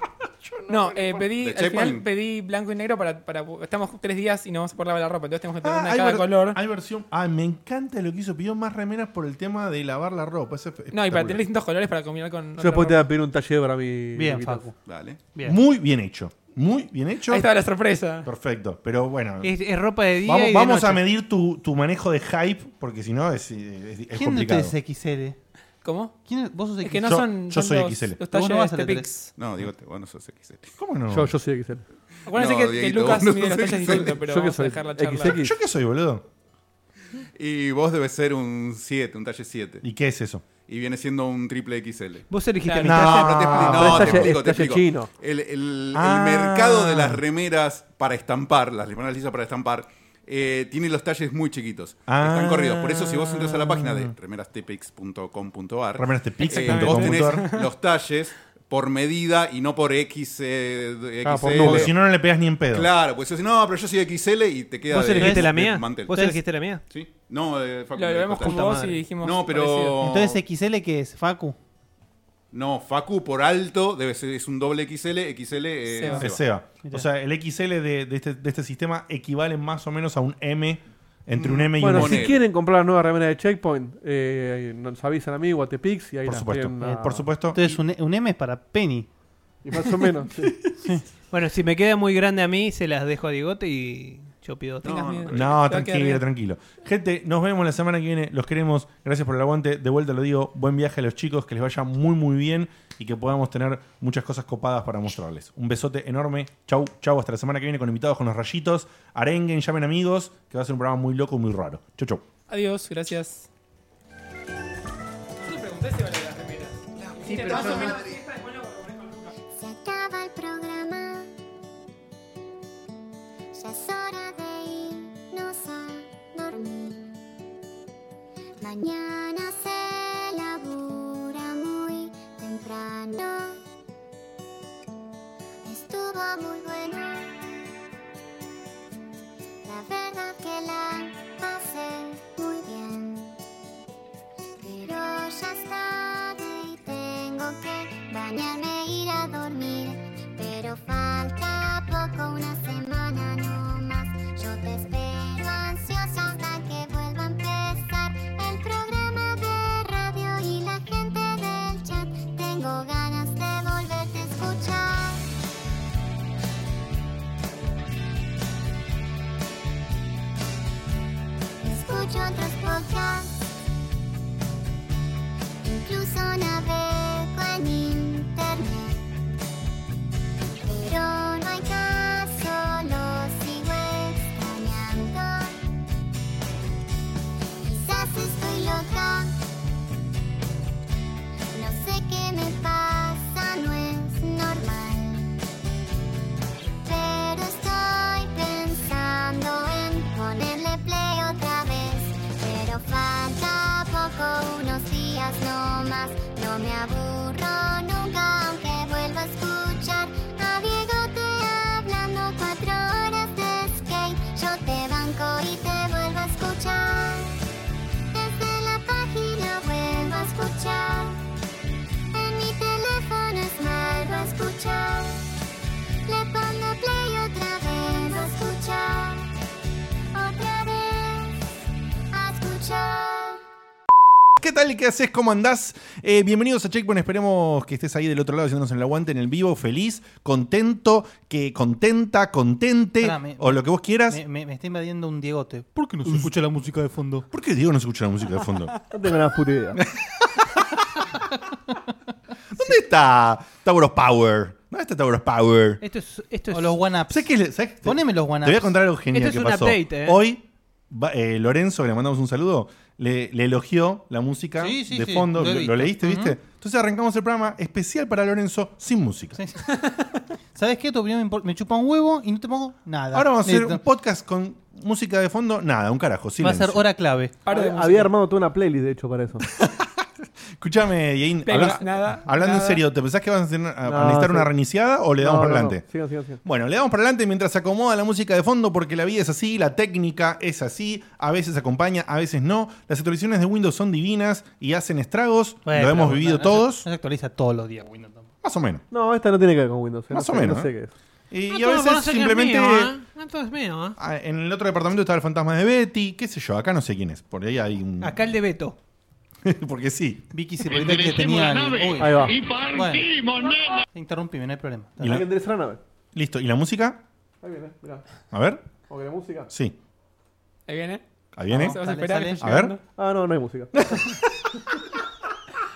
E: No, eh, pedí,
G: ¿De
E: al final
G: Checkpoint?
E: pedí blanco y negro para, para. Estamos tres días y no vamos a poder lavar la ropa, entonces tenemos que tener
C: Ah,
E: una de
C: hay,
E: cada
C: ver-
E: color.
C: hay versión. Ah, me encanta lo que hizo. Pidió más remeras por el tema de lavar la ropa. Ese fue
E: No, y para
C: espectacular.
E: tener distintos colores para combinar con.
B: Yo
E: otra
B: después te
E: ropa.
B: voy a pedir un taller para mi.
D: Bien,
B: mi-
D: Facu.
G: Dale.
D: Bien.
C: Muy bien hecho. Muy bien hecho.
E: Ahí estaba la sorpresa.
C: Perfecto. Pero bueno.
F: Es, es ropa de día y
C: Ah. Vamos,
F: de
C: vamos a
F: noche.
C: medir tu, tu manejo de hype, porque si no es, es- es
D: ¿Quién de
C: complicado.
D: ustedes es XL?
E: ¿Cómo?
D: ¿Quién- ¿Vos sos XL?
E: Es que no
C: Yo-
E: son.
C: yo
E: son
C: soy
E: los-
C: XL.
E: Los
D: Pero vos no
E: talles
D: vas
E: este
D: a
E: de
D: la
E: Tepix.
G: No, digo, vos no sos XL.
C: ¿Cómo no?
B: Yo, yo soy XL.
E: Acuérdense
G: No,
E: que, que
G: Dieguito,
E: Lucas
G: vos no
E: mide los
G: sos
E: talles
G: XL.
E: distintos, pero
B: Yo que
E: vamos a
B: soy
E: dejar la charla.
B: XX.
C: ¿Yo qué soy, boludo?
G: Y vos debes ser un 7, un talle 7.
C: ¿Y qué es eso?
G: Y viene siendo un triple XL.
F: Vos elegiste
E: Claro.
F: el
C: No.
F: taller.
G: Pero
C: Ah,
G: te expli- no,
B: pero es talle-
G: te explico,
B: es
G: te
B: talle
G: explico.
B: chino.
G: El, el- el
C: Ah.
G: mercado de las remeras para estampar, las remeras lisas para estampar, eh, tiene los talles muy chiquitos.
C: Ah.
G: Están corridos. Por eso, si vos entras a la página de remerastepix.com.ar,
C: Remeras de pizza,
G: eh,
C: exactamente,
G: vos
C: como
G: tenés
C: motor.
G: los talles por medida y no por X, eh,
B: Ah, por
G: XL.
C: Porque si no, no le pegas ni en pedo.
G: Claro, pues yo no, pero yo soy XL y te queda
F: ¿Vos
G: de-
F: elegiste la
G: de
F: mía?
G: mantel.
F: ¿Vos elegiste la mía?
G: ¿Sí? No, eh, Facu,
E: Lo,
G: me
E: lo vemos
G: dijo
E: con
G: tal.
E: vos y dijimos.
G: No,
E: parecido.
G: pero...
D: Entonces, ¿XL qué es? ¿Facu?
G: No, Facu por alto debe ser, es un doble XL, XL eh,
E: Seba.
G: Seba.
C: Es Seba.
D: Mirá.
C: O sea, el XL de, de este, de este sistema equivale más o menos a un M, entre un M y
B: Bueno,
C: un
B: si
G: Monero.
B: quieren comprar la nueva remera de Checkpoint, eh, nos avisan a mí o a Tepix y ahí
C: Por
B: las
C: supuesto. Eh,
B: tienen a-
C: Por supuesto.
D: Entonces, un, un M es para Penny.
B: Y más o menos. sí.
F: Bueno, si me queda muy grande a mí, se las dejo a Digote y Yo pido otra.
E: Tengas miedo. Te va
C: No,
E: a quedar
C: tranquilo,
E: bien.
C: tranquilo. Gente, nos vemos la semana que viene. Los queremos. Gracias por el aguante. De vuelta lo digo. Buen viaje a los chicos. Que les vaya muy, muy bien. Y que podamos tener muchas cosas copadas para mostrarles. Un besote enorme. Chau, chau. Hasta la semana que viene con invitados, con los rayitos. Arenguen, llamen amigos. Que va a ser un programa muy loco y muy raro. Chau, chau.
E: Adiós, gracias. Yo le pregunté si vale las remeras. Sí, pero más o menos.
A: Se acaba el programa. Ya es hora de irnos a dormir. Mañana se labura muy temprano. Estuvo muy bueno. La verdad que la pasé muy bien. Pero ya es tarde y tengo que bañarme e ir a dormir. Pero falta poco, una semana no más. Yo te espero ansiosa hasta que vuelva a empezar el programa de radio y la gente del chat. Tengo ganas de volverte a escuchar. Escucho otros podcasts. Incluso navego en internet. Pero no hay caso, lo sigo extrañando. Quizás estoy loca. No sé qué me pasa, no es normal. Pero estoy pensando en ponerle play otra vez. Pero falta poco, unos días no más. No me aburro nunca, aunque vuelva a escuchar a Diego te hablando cuatro horas de skate. Yo te banco y te vuelvo a escuchar. Desde la página vuelvo a escuchar. En mi teléfono es vuelvo a escuchar. Le pongo play otra vez a escuchar. Otra vez a escuchar.
C: ¿Qué tal? ¿Qué haces? ¿Cómo andás? Eh, bienvenidos a Checkpoint. Esperemos que estés ahí del otro lado haciéndonos el aguante en el vivo, feliz, contento, que contenta, contente,
D: Pará, me-
C: o lo que vos quieras.
D: Me, me- me está invadiendo un diegote.
F: ¿Por qué no se escucha la música de fondo?
C: ¿Por qué Diego no se escucha la música de fondo?
B: No tengo nada puta idea.
C: ¿Dónde está Tauros Power? ¿Dónde está Tauros Power?
F: Esto es. Esto es
D: O los one-ups.
C: ¿Sabes qué? le- sabés qué te-
D: Poneme los one-ups.
C: Te voy a contar algo genial
F: Esto es
C: que
F: un
C: pasó.
F: update, eh.
C: Hoy, va- eh, Lorenzo, que le mandamos un saludo, le, le elogió la música
D: Sí, sí,
C: de
D: sí,
C: fondo.
D: lo he
C: Lo, lo
D: visto.
C: leíste,
D: Ujú.
C: viste? Entonces arrancamos el programa especial para Lorenzo sin música.
D: Sí. ¿Sabes qué? Tu opinión me, impor- me chupa un huevo y no te pongo nada.
C: Ahora vamos a hacer
D: Listo.
C: un podcast con música de fondo. Nada, un carajo.
D: Va a
C: Silencio.
D: ser hora clave.
E: Par de
B: Había
E: música.
B: armado toda una playlist, de hecho, para eso.
C: Escuchame, Dieguín,
E: Pero
C: habla-
E: nada,
C: hablando en
E: nada.
C: serio, ¿te pensás que vas a, tener- a- a
B: No,
C: necesitar
B: sí.
C: una reiniciada o le damos
B: No,
C: para
B: no, no.
C: adelante?
B: Sigan, sigan, sigan.
C: Bueno, le damos para adelante mientras se acomoda la música de fondo porque la vida es así, la técnica es así, a veces acompaña, a veces no. Las actualizaciones de Windows son divinas y hacen estragos,
D: Bueno,
C: lo hemos
D: pero
C: vivido
D: no- no se-
C: todos,
D: No se actualiza todos los días Windows. tampoco.
C: más o menos.
B: No, esta no tiene que ver con Windows. eh.
C: Más
B: no
C: o
B: sé-
C: menos,
B: No sé qué es.
C: Y, y
F: No
C: a
F: todos
C: veces
F: conocen que es
C: simplemente
F: mío, ¿eh? No todo es mío, ¿eh?
C: ah, en el otro departamento estaba el fantasma de Betty, qué sé yo, acá no sé quién es, por ahí hay un...
F: Acá el de Beto.
C: porque sí.
D: Vicky se perdió que tenía. Uy,
B: Ahí va.
D: bueno. Interrumpime, no hay problema.
C: Y
B: Hay que
C: la-
B: enderezar la nave.
C: Listo, ¿y la música?
B: Ahí viene, mirá.
C: A ver,
B: ¿O que la música?
C: sí,
E: Ahí viene.
C: ahí viene.
E: Se vas a
D: Sale,
E: esperar
D: sale.
E: que esté
C: A ver.
E: llegando.
B: Ah, no, no hay música.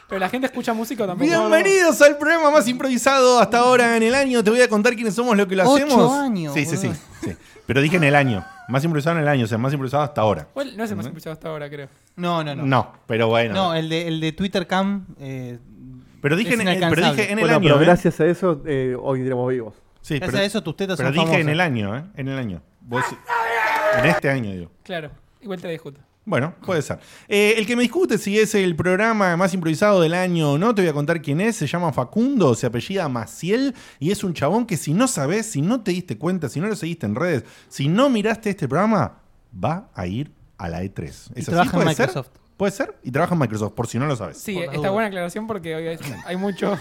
E: Pero la gente escucha música o tampoco.
C: Bienvenidos al programa más improvisado hasta ahora en el año. Te voy a contar quiénes somos, lo que lo
D: Ocho
C: hacemos.
D: años,
C: Sí, sí, sí,
D: boludo.
C: sí. Pero dije en el año. Más improvisado en el año, o sea, más improvisado hasta ahora.
E: Bueno, no es el más escuchado hasta ahora, creo.
D: No, no,
C: No,
D: no.
C: pero bueno.
D: No, el de, el de Twitter Cam. eh,
C: pero, dije
D: es
C: en, el, pero
D: inalcanzable.
C: dije en el
B: Bueno,
C: año.
B: pero
C: ¿eh?
B: gracias a eso eh, hoy iremos vivos.
C: Sí,
D: gracias
C: pero,
D: a eso tus tetas
C: pero
D: son
C: dije
D: famosas.
C: en el año, ¿eh? En el año. Vos- en este año, digo.
E: Claro. Igual te discuto.
C: Bueno, puede ser. Eh, el que me discute si es el programa más improvisado del año o no, te voy a contar quién es. Se llama Facundo, se apellida Maciel y es un chabón que si no sabes, si no te diste cuenta, si no lo seguiste en redes, si no miraste este programa, va a ir a la E3. ¿Es así?
D: trabaja en
C: ¿Puede ser?
D: Microsoft.
C: Puede ser y trabaja en Microsoft, por si no lo sabes.
E: Sí,
D: Por las
E: está
D: dudas.
E: buena aclaración porque hoy es- hay mucho.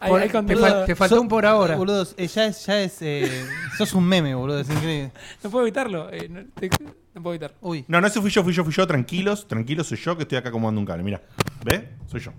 E: hay,
F: Por-
E: hay
F: te,
E: contenido.
F: fal- te faltó
D: So-
F: un por ahora.
D: Boludo, eh, ya es. Ya es eh, sos un meme, boludo. Es increíble.
E: No puedo evitarlo. eh, no, te- no puedo evitarlo.
D: Uy.
C: No, no, ese fui yo, fui yo, fui yo. Tranquilos, tranquilos, soy yo que estoy acá acomodando un cable. Mira, ¿ve? Soy yo.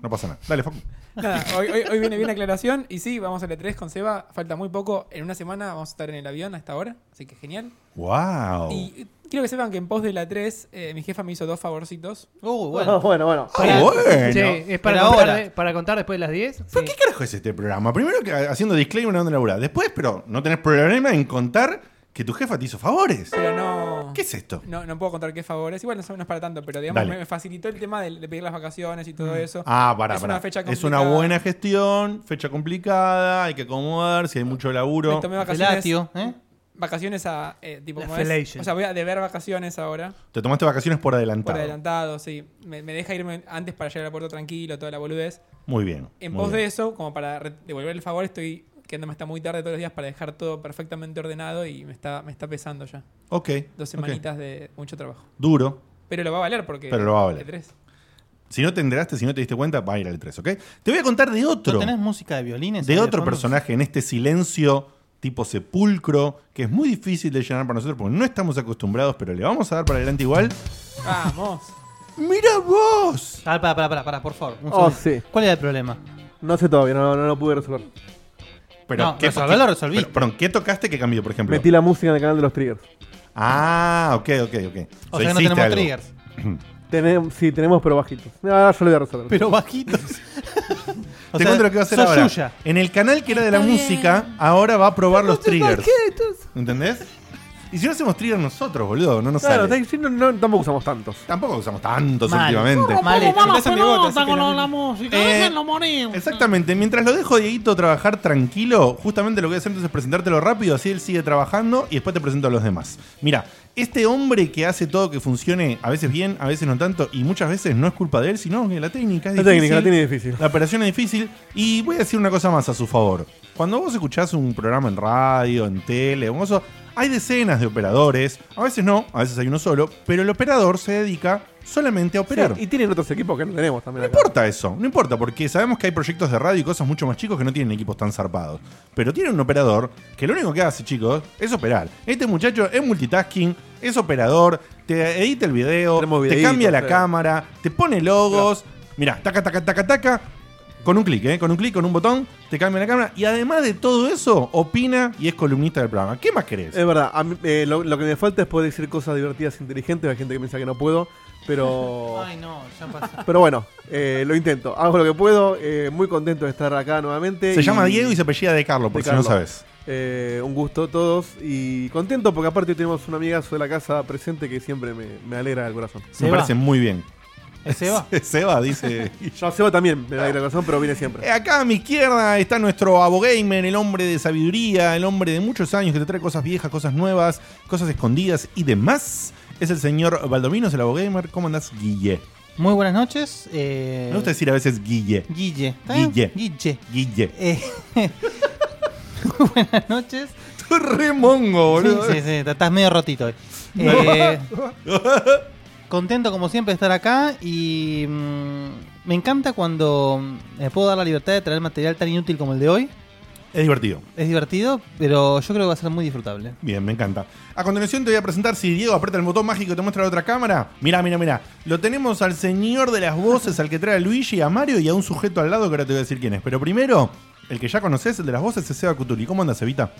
C: No pasa nada. Dale, Facu.
E: Nada, hoy, hoy- hoy viene bien aclaración. Y sí, vamos al E3 con Seba. Falta muy poco. En una semana vamos a estar en el avión hasta ahora. Así que genial.
C: ¡Wow!
E: Y eh, quiero que sepan que en pos de la 3 eh, mi jefa me hizo dos favorcitos.
D: Uh,
B: Bueno,
D: bueno.
B: Ah, bueno, bueno.
F: Para-
C: Ah, bueno.
F: Che, ¿Es para,
D: Pero
F: contar,
D: ahora.
F: para contar después de las 10?
C: ¿Pero
F: Sí.
C: qué carajo es este programa? Primero que haciendo disclaimer dando laburar. Después, pero no tenés problema en contar que tu jefa te hizo favores.
E: Pero no.
C: ¿Qué es esto?
E: No, no puedo contar qué favores. Igual no, son- no es para tanto, pero digamos,
C: Dale.
E: me, me facilitó el tema de, de pedir las vacaciones y todo eso.
C: Ah, pará,
E: Es
C: pará.
E: una fecha
C: es una
E: complicada.
C: buena gestión, fecha complicada, hay que acomodarse, hay mucho laburo.
E: Me tomé vacaciones.
D: Felatio, ¿eh?
E: Vacaciones a. eh, tipo,
F: La
E: ¿cómo es?
F: felation.
E: O sea, voy a deber vacaciones ahora.
C: Te tomaste vacaciones por adelantado.
E: Por adelantado, sí. Me, me deja irme antes para llegar al puerto tranquilo, toda la boludez.
C: Muy bien.
E: En
C: muy
E: pos de
C: bien.
E: eso, como para re- devolver el favor, estoy quedándome hasta muy tarde todos los días para dejar todo perfectamente ordenado y me está, me está pesando ya.
C: Ok. ok.
E: Dos semanitas de mucho trabajo.
C: Duro.
E: Pero lo va a valer porque.
C: Pero lo va a valer.
E: de tres.
C: Si no te enteraste, si no te diste cuenta, va a ir al 3, ¿ok? Te voy a contar de
D: ¿Tú
C: otro.
D: tenés música de violines? ahí
C: de otro
D: fondo?
C: personaje en este silencio tipo sepulcro, que es muy difícil de llenar para nosotros porque no estamos acostumbrados, pero le vamos a dar para adelante igual.
E: Vamos.
C: ¡Mira vos!
D: Ah, para, para, para, para, por favor. un
B: Oh,
D: segundo.
B: sí.
D: ¿Cuál era el problema?
B: No sé todavía, no, no lo pude resolver.
C: Pero,
D: No,
C: ¿qué,
D: resolverlo,
C: qué-
D: resolviste.
C: pero, perdón, ¿qué tocaste que cambió, por ejemplo?
B: Metí la música en el canal de los triggers.
C: Ah, ok, ok, ok.
D: O
C: sea,
D: sea, que no
C: hiciste
D: tenemos
C: algo.
D: triggers.
B: Tenemos, sí, tenemos, pero bajitos. Ah, yo lo voy a resolver.
D: Pero bajitos. O
C: Te
D: sea,
C: cuento lo que va a hacer
D: sos
C: ahora.
D: Yuya.
C: En el canal que era de la
J: Está bien.
C: música, ahora va a probar los triggers. ¿Entendés? Y si no hacemos triggers nosotros, boludo, no nos
B: claro,
C: sale.
B: sí, no, no, tampoco usamos tantos.
C: Tampoco usamos tantos
D: Mal.
C: últimamente.
D: Mal hecho.
E: Vamos, Empezá mi voto, así que no-
D: música,
C: Eh,
D: déjenlo morir.
C: Exactamente, mientras lo dejo a Dieguito trabajar tranquilo, justamente lo que voy a hacer entonces es presentártelo rápido, así él sigue trabajando y después te presento a los demás. Mira, este hombre que hace todo que funcione, a veces bien, a veces no tanto, y muchas veces no es culpa de él, sino que la técnica es
B: La
C: difícil.
B: técnica, la tiene difícil.
C: La operación es difícil. Y voy a decir una cosa más a su favor. Cuando vos escuchás un programa en radio, en tele, o eso, hay decenas de operadores. A veces no, a veces hay uno solo. Pero el operador se dedica solamente a operar.
B: Sí, y tienen otros equipos que no tenemos también.
C: No
B: acá.
C: importa eso, no importa, porque sabemos que hay proyectos de radio y cosas mucho más chicos que no tienen equipos tan zarpados. Pero tienen un operador que lo único que hace, chicos, es operar. Este muchacho es multitasking, es operador, te edita el video,
B: Tenemos
C: te
B: videitos, eh.
C: cambia la
B: pero-
C: cámara, te pone logos. Mirá, taca, taca, taca, taca. Con un clic, ¿eh? Con un clic, con un botón, te cambia la cámara. Y además de todo eso, opina y es columnista del programa. ¿Qué más querés?
B: Es verdad, a mí, eh, lo, lo que me falta es poder decir cosas divertidas, e inteligentes. Hay gente que piensa que no puedo, pero.
D: Ay, no, ya pasó.
B: Pero bueno, eh, lo intento. Hago lo que puedo. eh, muy contento de estar acá nuevamente.
C: se llama Diego y se apellida de Carlos, por
B: De
C: si
B: Carlos.
C: no sabes.
B: Eh, un gusto a todos y contento porque aparte tenemos un amigazo de la casa presente que siempre me, me alegra el corazón.
C: Me
D: Seba.
C: parece muy bien.
D: ¿Es Seba?
C: Seba, dice.
B: No, Seba también me alegra el corazón, pero viene siempre.
C: Eh, Acá a mi izquierda está nuestro abogamer, el hombre de sabiduría, el hombre de muchos años que te trae cosas viejas, cosas nuevas, cosas escondidas y demás. Es el señor Valdominos, el abogamer. ¿Cómo andás, Guille?
D: Muy buenas noches. Eh,
C: Me gusta decir a veces Guille.
D: Guille. ¿está bien?
C: Guille.
D: Guille.
C: Guille.
D: Eh, muy buenas noches.
C: Esto es re mongo,
D: Sí,
C: boludo.
D: sí, sí, estás medio rotito hoy. Eh, contento como siempre de estar acá y mm, me encanta cuando mm, me puedo dar la libertad de traer material tan inútil como el de hoy.
C: Es divertido.
D: Es divertido, pero yo creo que va a ser muy disfrutable.
C: Bien, me encanta. A continuación te voy a presentar, si Diego aprieta el botón mágico y te muestra la otra cámara, mirá, mirá, mirá. Lo tenemos al señor de las voces, al que trae a Luigi, a Mario y a un sujeto al lado que ahora te voy a decir quién es. Pero primero, el que ya conoces, el de las voces, es Seba Cutuli. ¿Cómo andas, Evita?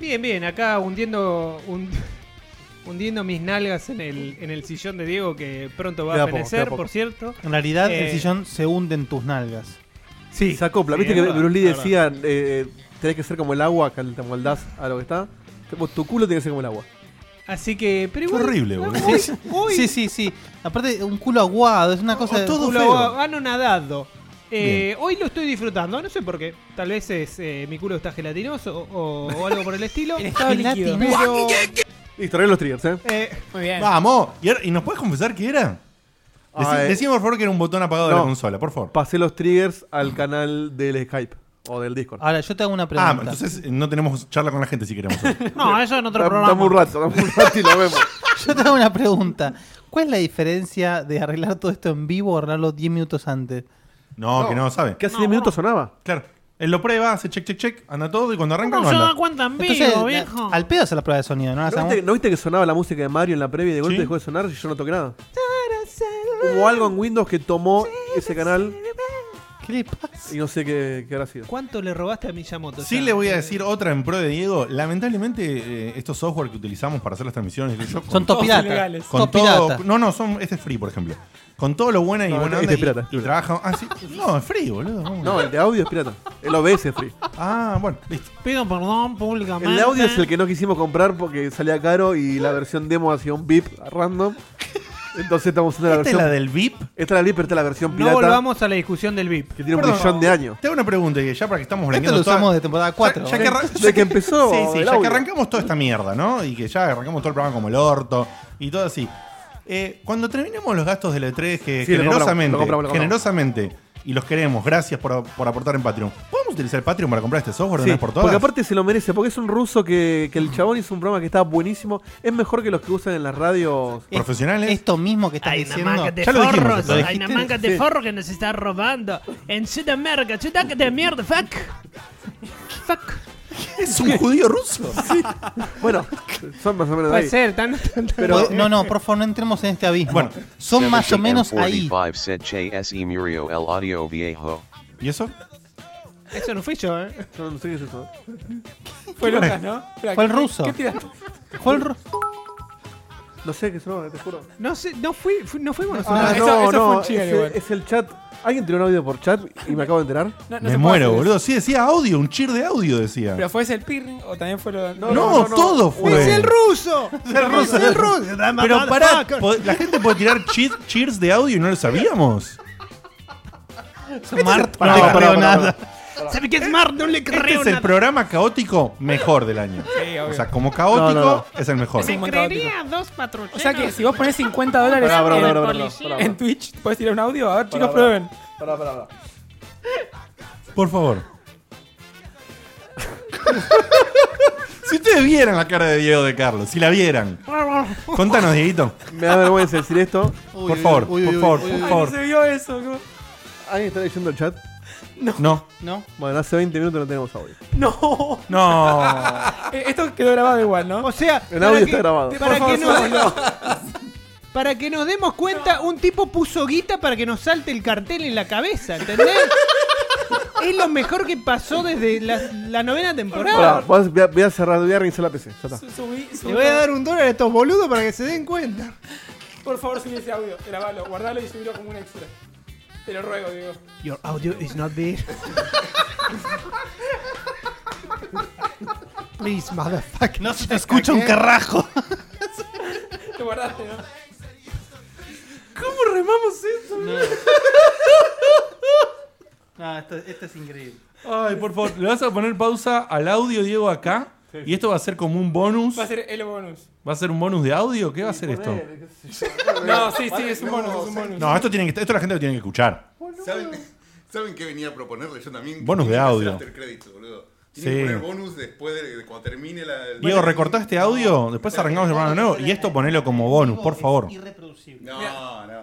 F: Bien, bien, acá hundiendo hund- hundiendo mis nalgas en el, en el sillón de Diego que pronto va
B: Queda
F: a
B: poco,
F: fenecer,
B: queda poco.
F: por cierto.
D: En realidad,
F: Eh,
D: el sillón se hunde en tus nalgas.
F: Sí.
B: Se acopla. ¿Viste
F: Sí,
B: que
F: es verdad,
B: Bruce Lee
F: es
B: decía: eh, tenés que ser como el agua, que te amoldás a lo que está? Vos, Tu culo tiene que ser como el agua.
F: Así que, pero
C: Qué
F: igual-
C: horrible, boludo.
F: Uy, uy,
D: Sí, sí, sí. Aparte, un culo aguado, es una cosa...
C: Oh, todo
F: culo
C: feo.
F: a- anonadado. Eh, hoy lo estoy disfrutando, no sé por qué. Tal vez es eh, mi culo está gelatinoso o, o algo por el estilo.
E: El estado líquido.
D: Gelatina.
E: Pero-
B: Listo, arreglo los triggers, ¿eh?
F: Eh,
E: Muy bien.
C: Vamos. ¿Y, ahora- y nos puedes confesar qué era? Decí,
B: Ah, eh,
C: decime, por favor que era un botón apagado de la
B: no.
C: consola, por favor.
B: Pasé los triggers al canal del Skype o del Discord.
D: Ahora, yo te hago una pregunta.
C: Ah, entonces eh, no tenemos charla con la gente si queremos. hoy.
F: no, eso en otro
B: Dame-
F: programa.
B: Dame un rato, dame un rato y lo vemos.
D: Yo te hago una pregunta. ¿Cuál es la diferencia de arreglar todo esto en vivo o arreglarlo 10 minutos antes?
C: No, que no sabe.
B: Que hace 10 minutos sonaba.
C: Claro. Él lo prueba, hace check, check, check, anda todo y cuando arranca no anda.
F: cuenta en
D: Entonces, la- al pedo hacer la prueba de sonido, ¿no? La
B: ¿No
D: hacemos?
B: viste, no viste que sonaba la música de Mario en la previa y de golpe
C: Sí.
B: dejó de sonar y yo no toqué nada? Hubo algo en Windows que tomó ese canal
D: ¿Qué le pasa?
B: Y no sé qué, qué habrá sido.
F: ¿Cuánto le robaste a Miyamoto?
C: Sí, le voy a decir otra en pro de Diego. Lamentablemente, eh, estos software que utilizamos para hacer las transmisiones. yo-
F: Eh,
C: con
D: Son top
C: todo-
D: pirata.
E: ilegales.
C: Con
D: Top
C: todo,
D: pirata.
C: No, no, son, este es free, por ejemplo. Con todo lo buena y
B: No, este
C: buena onda
B: es
C: y-
B: pirata, es
C: y,
B: pirata.
C: trabaja. Ah, sí. No, es free, boludo. ¿cómo?
B: No, el de audio es pirata. El OBS es free.
C: Ah, bueno, listo.
D: Pido perdón públicamente.
B: El de audio es el que no quisimos comprar porque salía caro y la versión demo hacía un beep random. Entonces estamos haciendo la
C: Esta es
B: versión.
C: la del VIP.
B: Esta es la beep, pero esta es la versión
F: No
B: pirata
F: volvamos a la discusión del VIP.
B: que tiene
C: Perdón.
B: un millón de años.
C: Te hago una pregunta, Diego, ya para que estamos
D: Esto lo
C: blanqueando
D: usamos
C: toda-
D: de temporada 4.
C: Ya, ya que arran-
B: Desde que empezó.
C: Sí, sí,
B: el
C: ya que
B: audio.
C: arrancamos toda esta mierda, ¿no? Y que ya arrancamos todo el programa como el orto y todo así. Eh, cuando terminemos los gastos de la E3, que
B: Sí, lo compramos,
C: generosamente,
B: lo compramos, lo compramos.
C: generosamente, y los queremos, gracias por, por aportar en Patreon. ¿Podemos utilizar Patreon para comprar este software de
B: Sí,
C: una vez por todas?
B: porque aparte se lo merece, porque es un ruso que, que el chabón hizo un programa que está buenísimo. Es mejor que los que usan en las radios.
D: Es-
C: profesionales.
D: Esto mismo que estás
F: Hay una
D: diciendo.
F: manga de
C: Ya lo dijimos,
F: forros,
C: lo
F: hay
C: dijiste.
F: una manga de
B: Sí.
F: forros que nos está robando en Sudamérica, ciudad de mierda, fuck. Fuck.
C: es un judío ruso.
B: Bueno, son más o menos ahí.
F: Puede ser, tan, tan- tan-
B: Pero
D: No, no, por favor, no entremos en este abismo.
C: Bueno,
D: son más o menos ahí.
K: 45 said JSE E Murio El Audio Viejo.
C: ¿Y eso?
F: Eso no fui yo, eh.
B: Yo no sé qué es eso.
E: Fue Lucas, ¿no? Espera,
D: Fue el
E: ¿qué-
D: ruso.
E: ¿Qué tiraste?
D: Fue el ru-
B: No sé qué es eso, te juro.
F: No sé, no fui, fui- no fuimos nosotros.
B: Ah,
E: eso- eso fue un chiste,
B: es,
E: igual.
B: es el chat. ¿Alguien tiró un audio por chat y me acabo de enterar?
E: No,
C: Me
E: no se puede
C: muero,
E: hacer eso.
C: boludo. Sí, decía audio, un cheer de audio decía.
E: ¿Pero fue ese el pirring o también fue lo.?
C: no,
B: no, no.
C: todo fue. Ah,
F: ¡Es el ruso!
C: Es el ruso. Pero pará, po- la gente puede tirar cheer- cheers de audio y no lo sabíamos.
F: Este
D: Mart,
B: Pará,
D: no
B: pará,
D: le creo
B: pará,
D: nada.
F: ¿Sabe qué es Mar? No le
C: Este
F: creo
C: es el
F: nada.
C: programa caótico mejor del año.
E: Sí, obvio.
C: O sea, como caótico,
B: No, no,
C: es el mejor.
E: Sí.
F: Me creería dos patrulleros.
E: O sea que si vos ponés 50 dólares
B: Pará, pará,
E: en,
B: pará, pará, pará,
E: en
B: pará.
E: Twitch, ¿puedes tirar un audio? A ver, chicos,
B: Pará,
E: prueben.
B: Pará, pará, pará.
C: Por favor. si ustedes vieran la cara de Diego de Carlos, si la vieran. Contanos, Dieguito.
B: Me da vergüenza decir esto.
C: Por favor, por favor, por
E: Ay, no
C: favor.
E: se vio eso. ¿no?
B: ¿Alguien está leyendo el chat?
C: No.
D: No,
B: Bueno, hace 20 minutos no tenemos audio.
E: No.
C: No.
E: Eh, Esto quedó grabado igual, ¿no?
F: O sea,
B: El
F: para
B: audio
F: que-
B: está grabado.
F: Para que, nos, para que nos demos cuenta, un tipo puso guita para que nos salte el cartel en la cabeza, ¿entendés? es lo mejor que pasó desde la, la novena
B: Pará,
F: temporada.
B: vos- voy, a, voy a cerrar, voy a reiniciar la PC. Ya está.
E: Su- subí- subí-
F: Le voy a dar un dólar a estos boludos para que se den cuenta.
E: Por favor, subí ese audio. Grabalo, guardalo y subilo como un extra. Te lo ruego, digo.
F: Your audio is not there. Please, motherfucker.
D: no se te escucha un carrajo.
E: Te guardaste, ¿no? ¿Cómo remamos eso?
D: No, esto, esto es increíble.
C: Ay, por favor, le vas a poner pausa al audio, Diego, acá. Y esto va a ser como un bonus.
E: Va a ser el bonus.
C: ¿Va a ser un bonus de audio? ¿Qué va a ser esto?
E: No, sí, sí, es un bonus, es un bonus.
C: No, esto, tiene que, esto la gente lo tiene que escuchar.
G: ¿Saben, ¿Saben qué venía a proponerle yo también?
C: Bonus de
G: Tienen que
C: audio.
G: hacer after credits, boludo. Tienen que
C: Sí.
G: poner bonus después de, de cuando termine la. el-
C: Diego, recortá este audio, después arrancamos el programa de nuevo y esto ponelo como bonus, por favor.
D: Irreproducible.
G: No, no.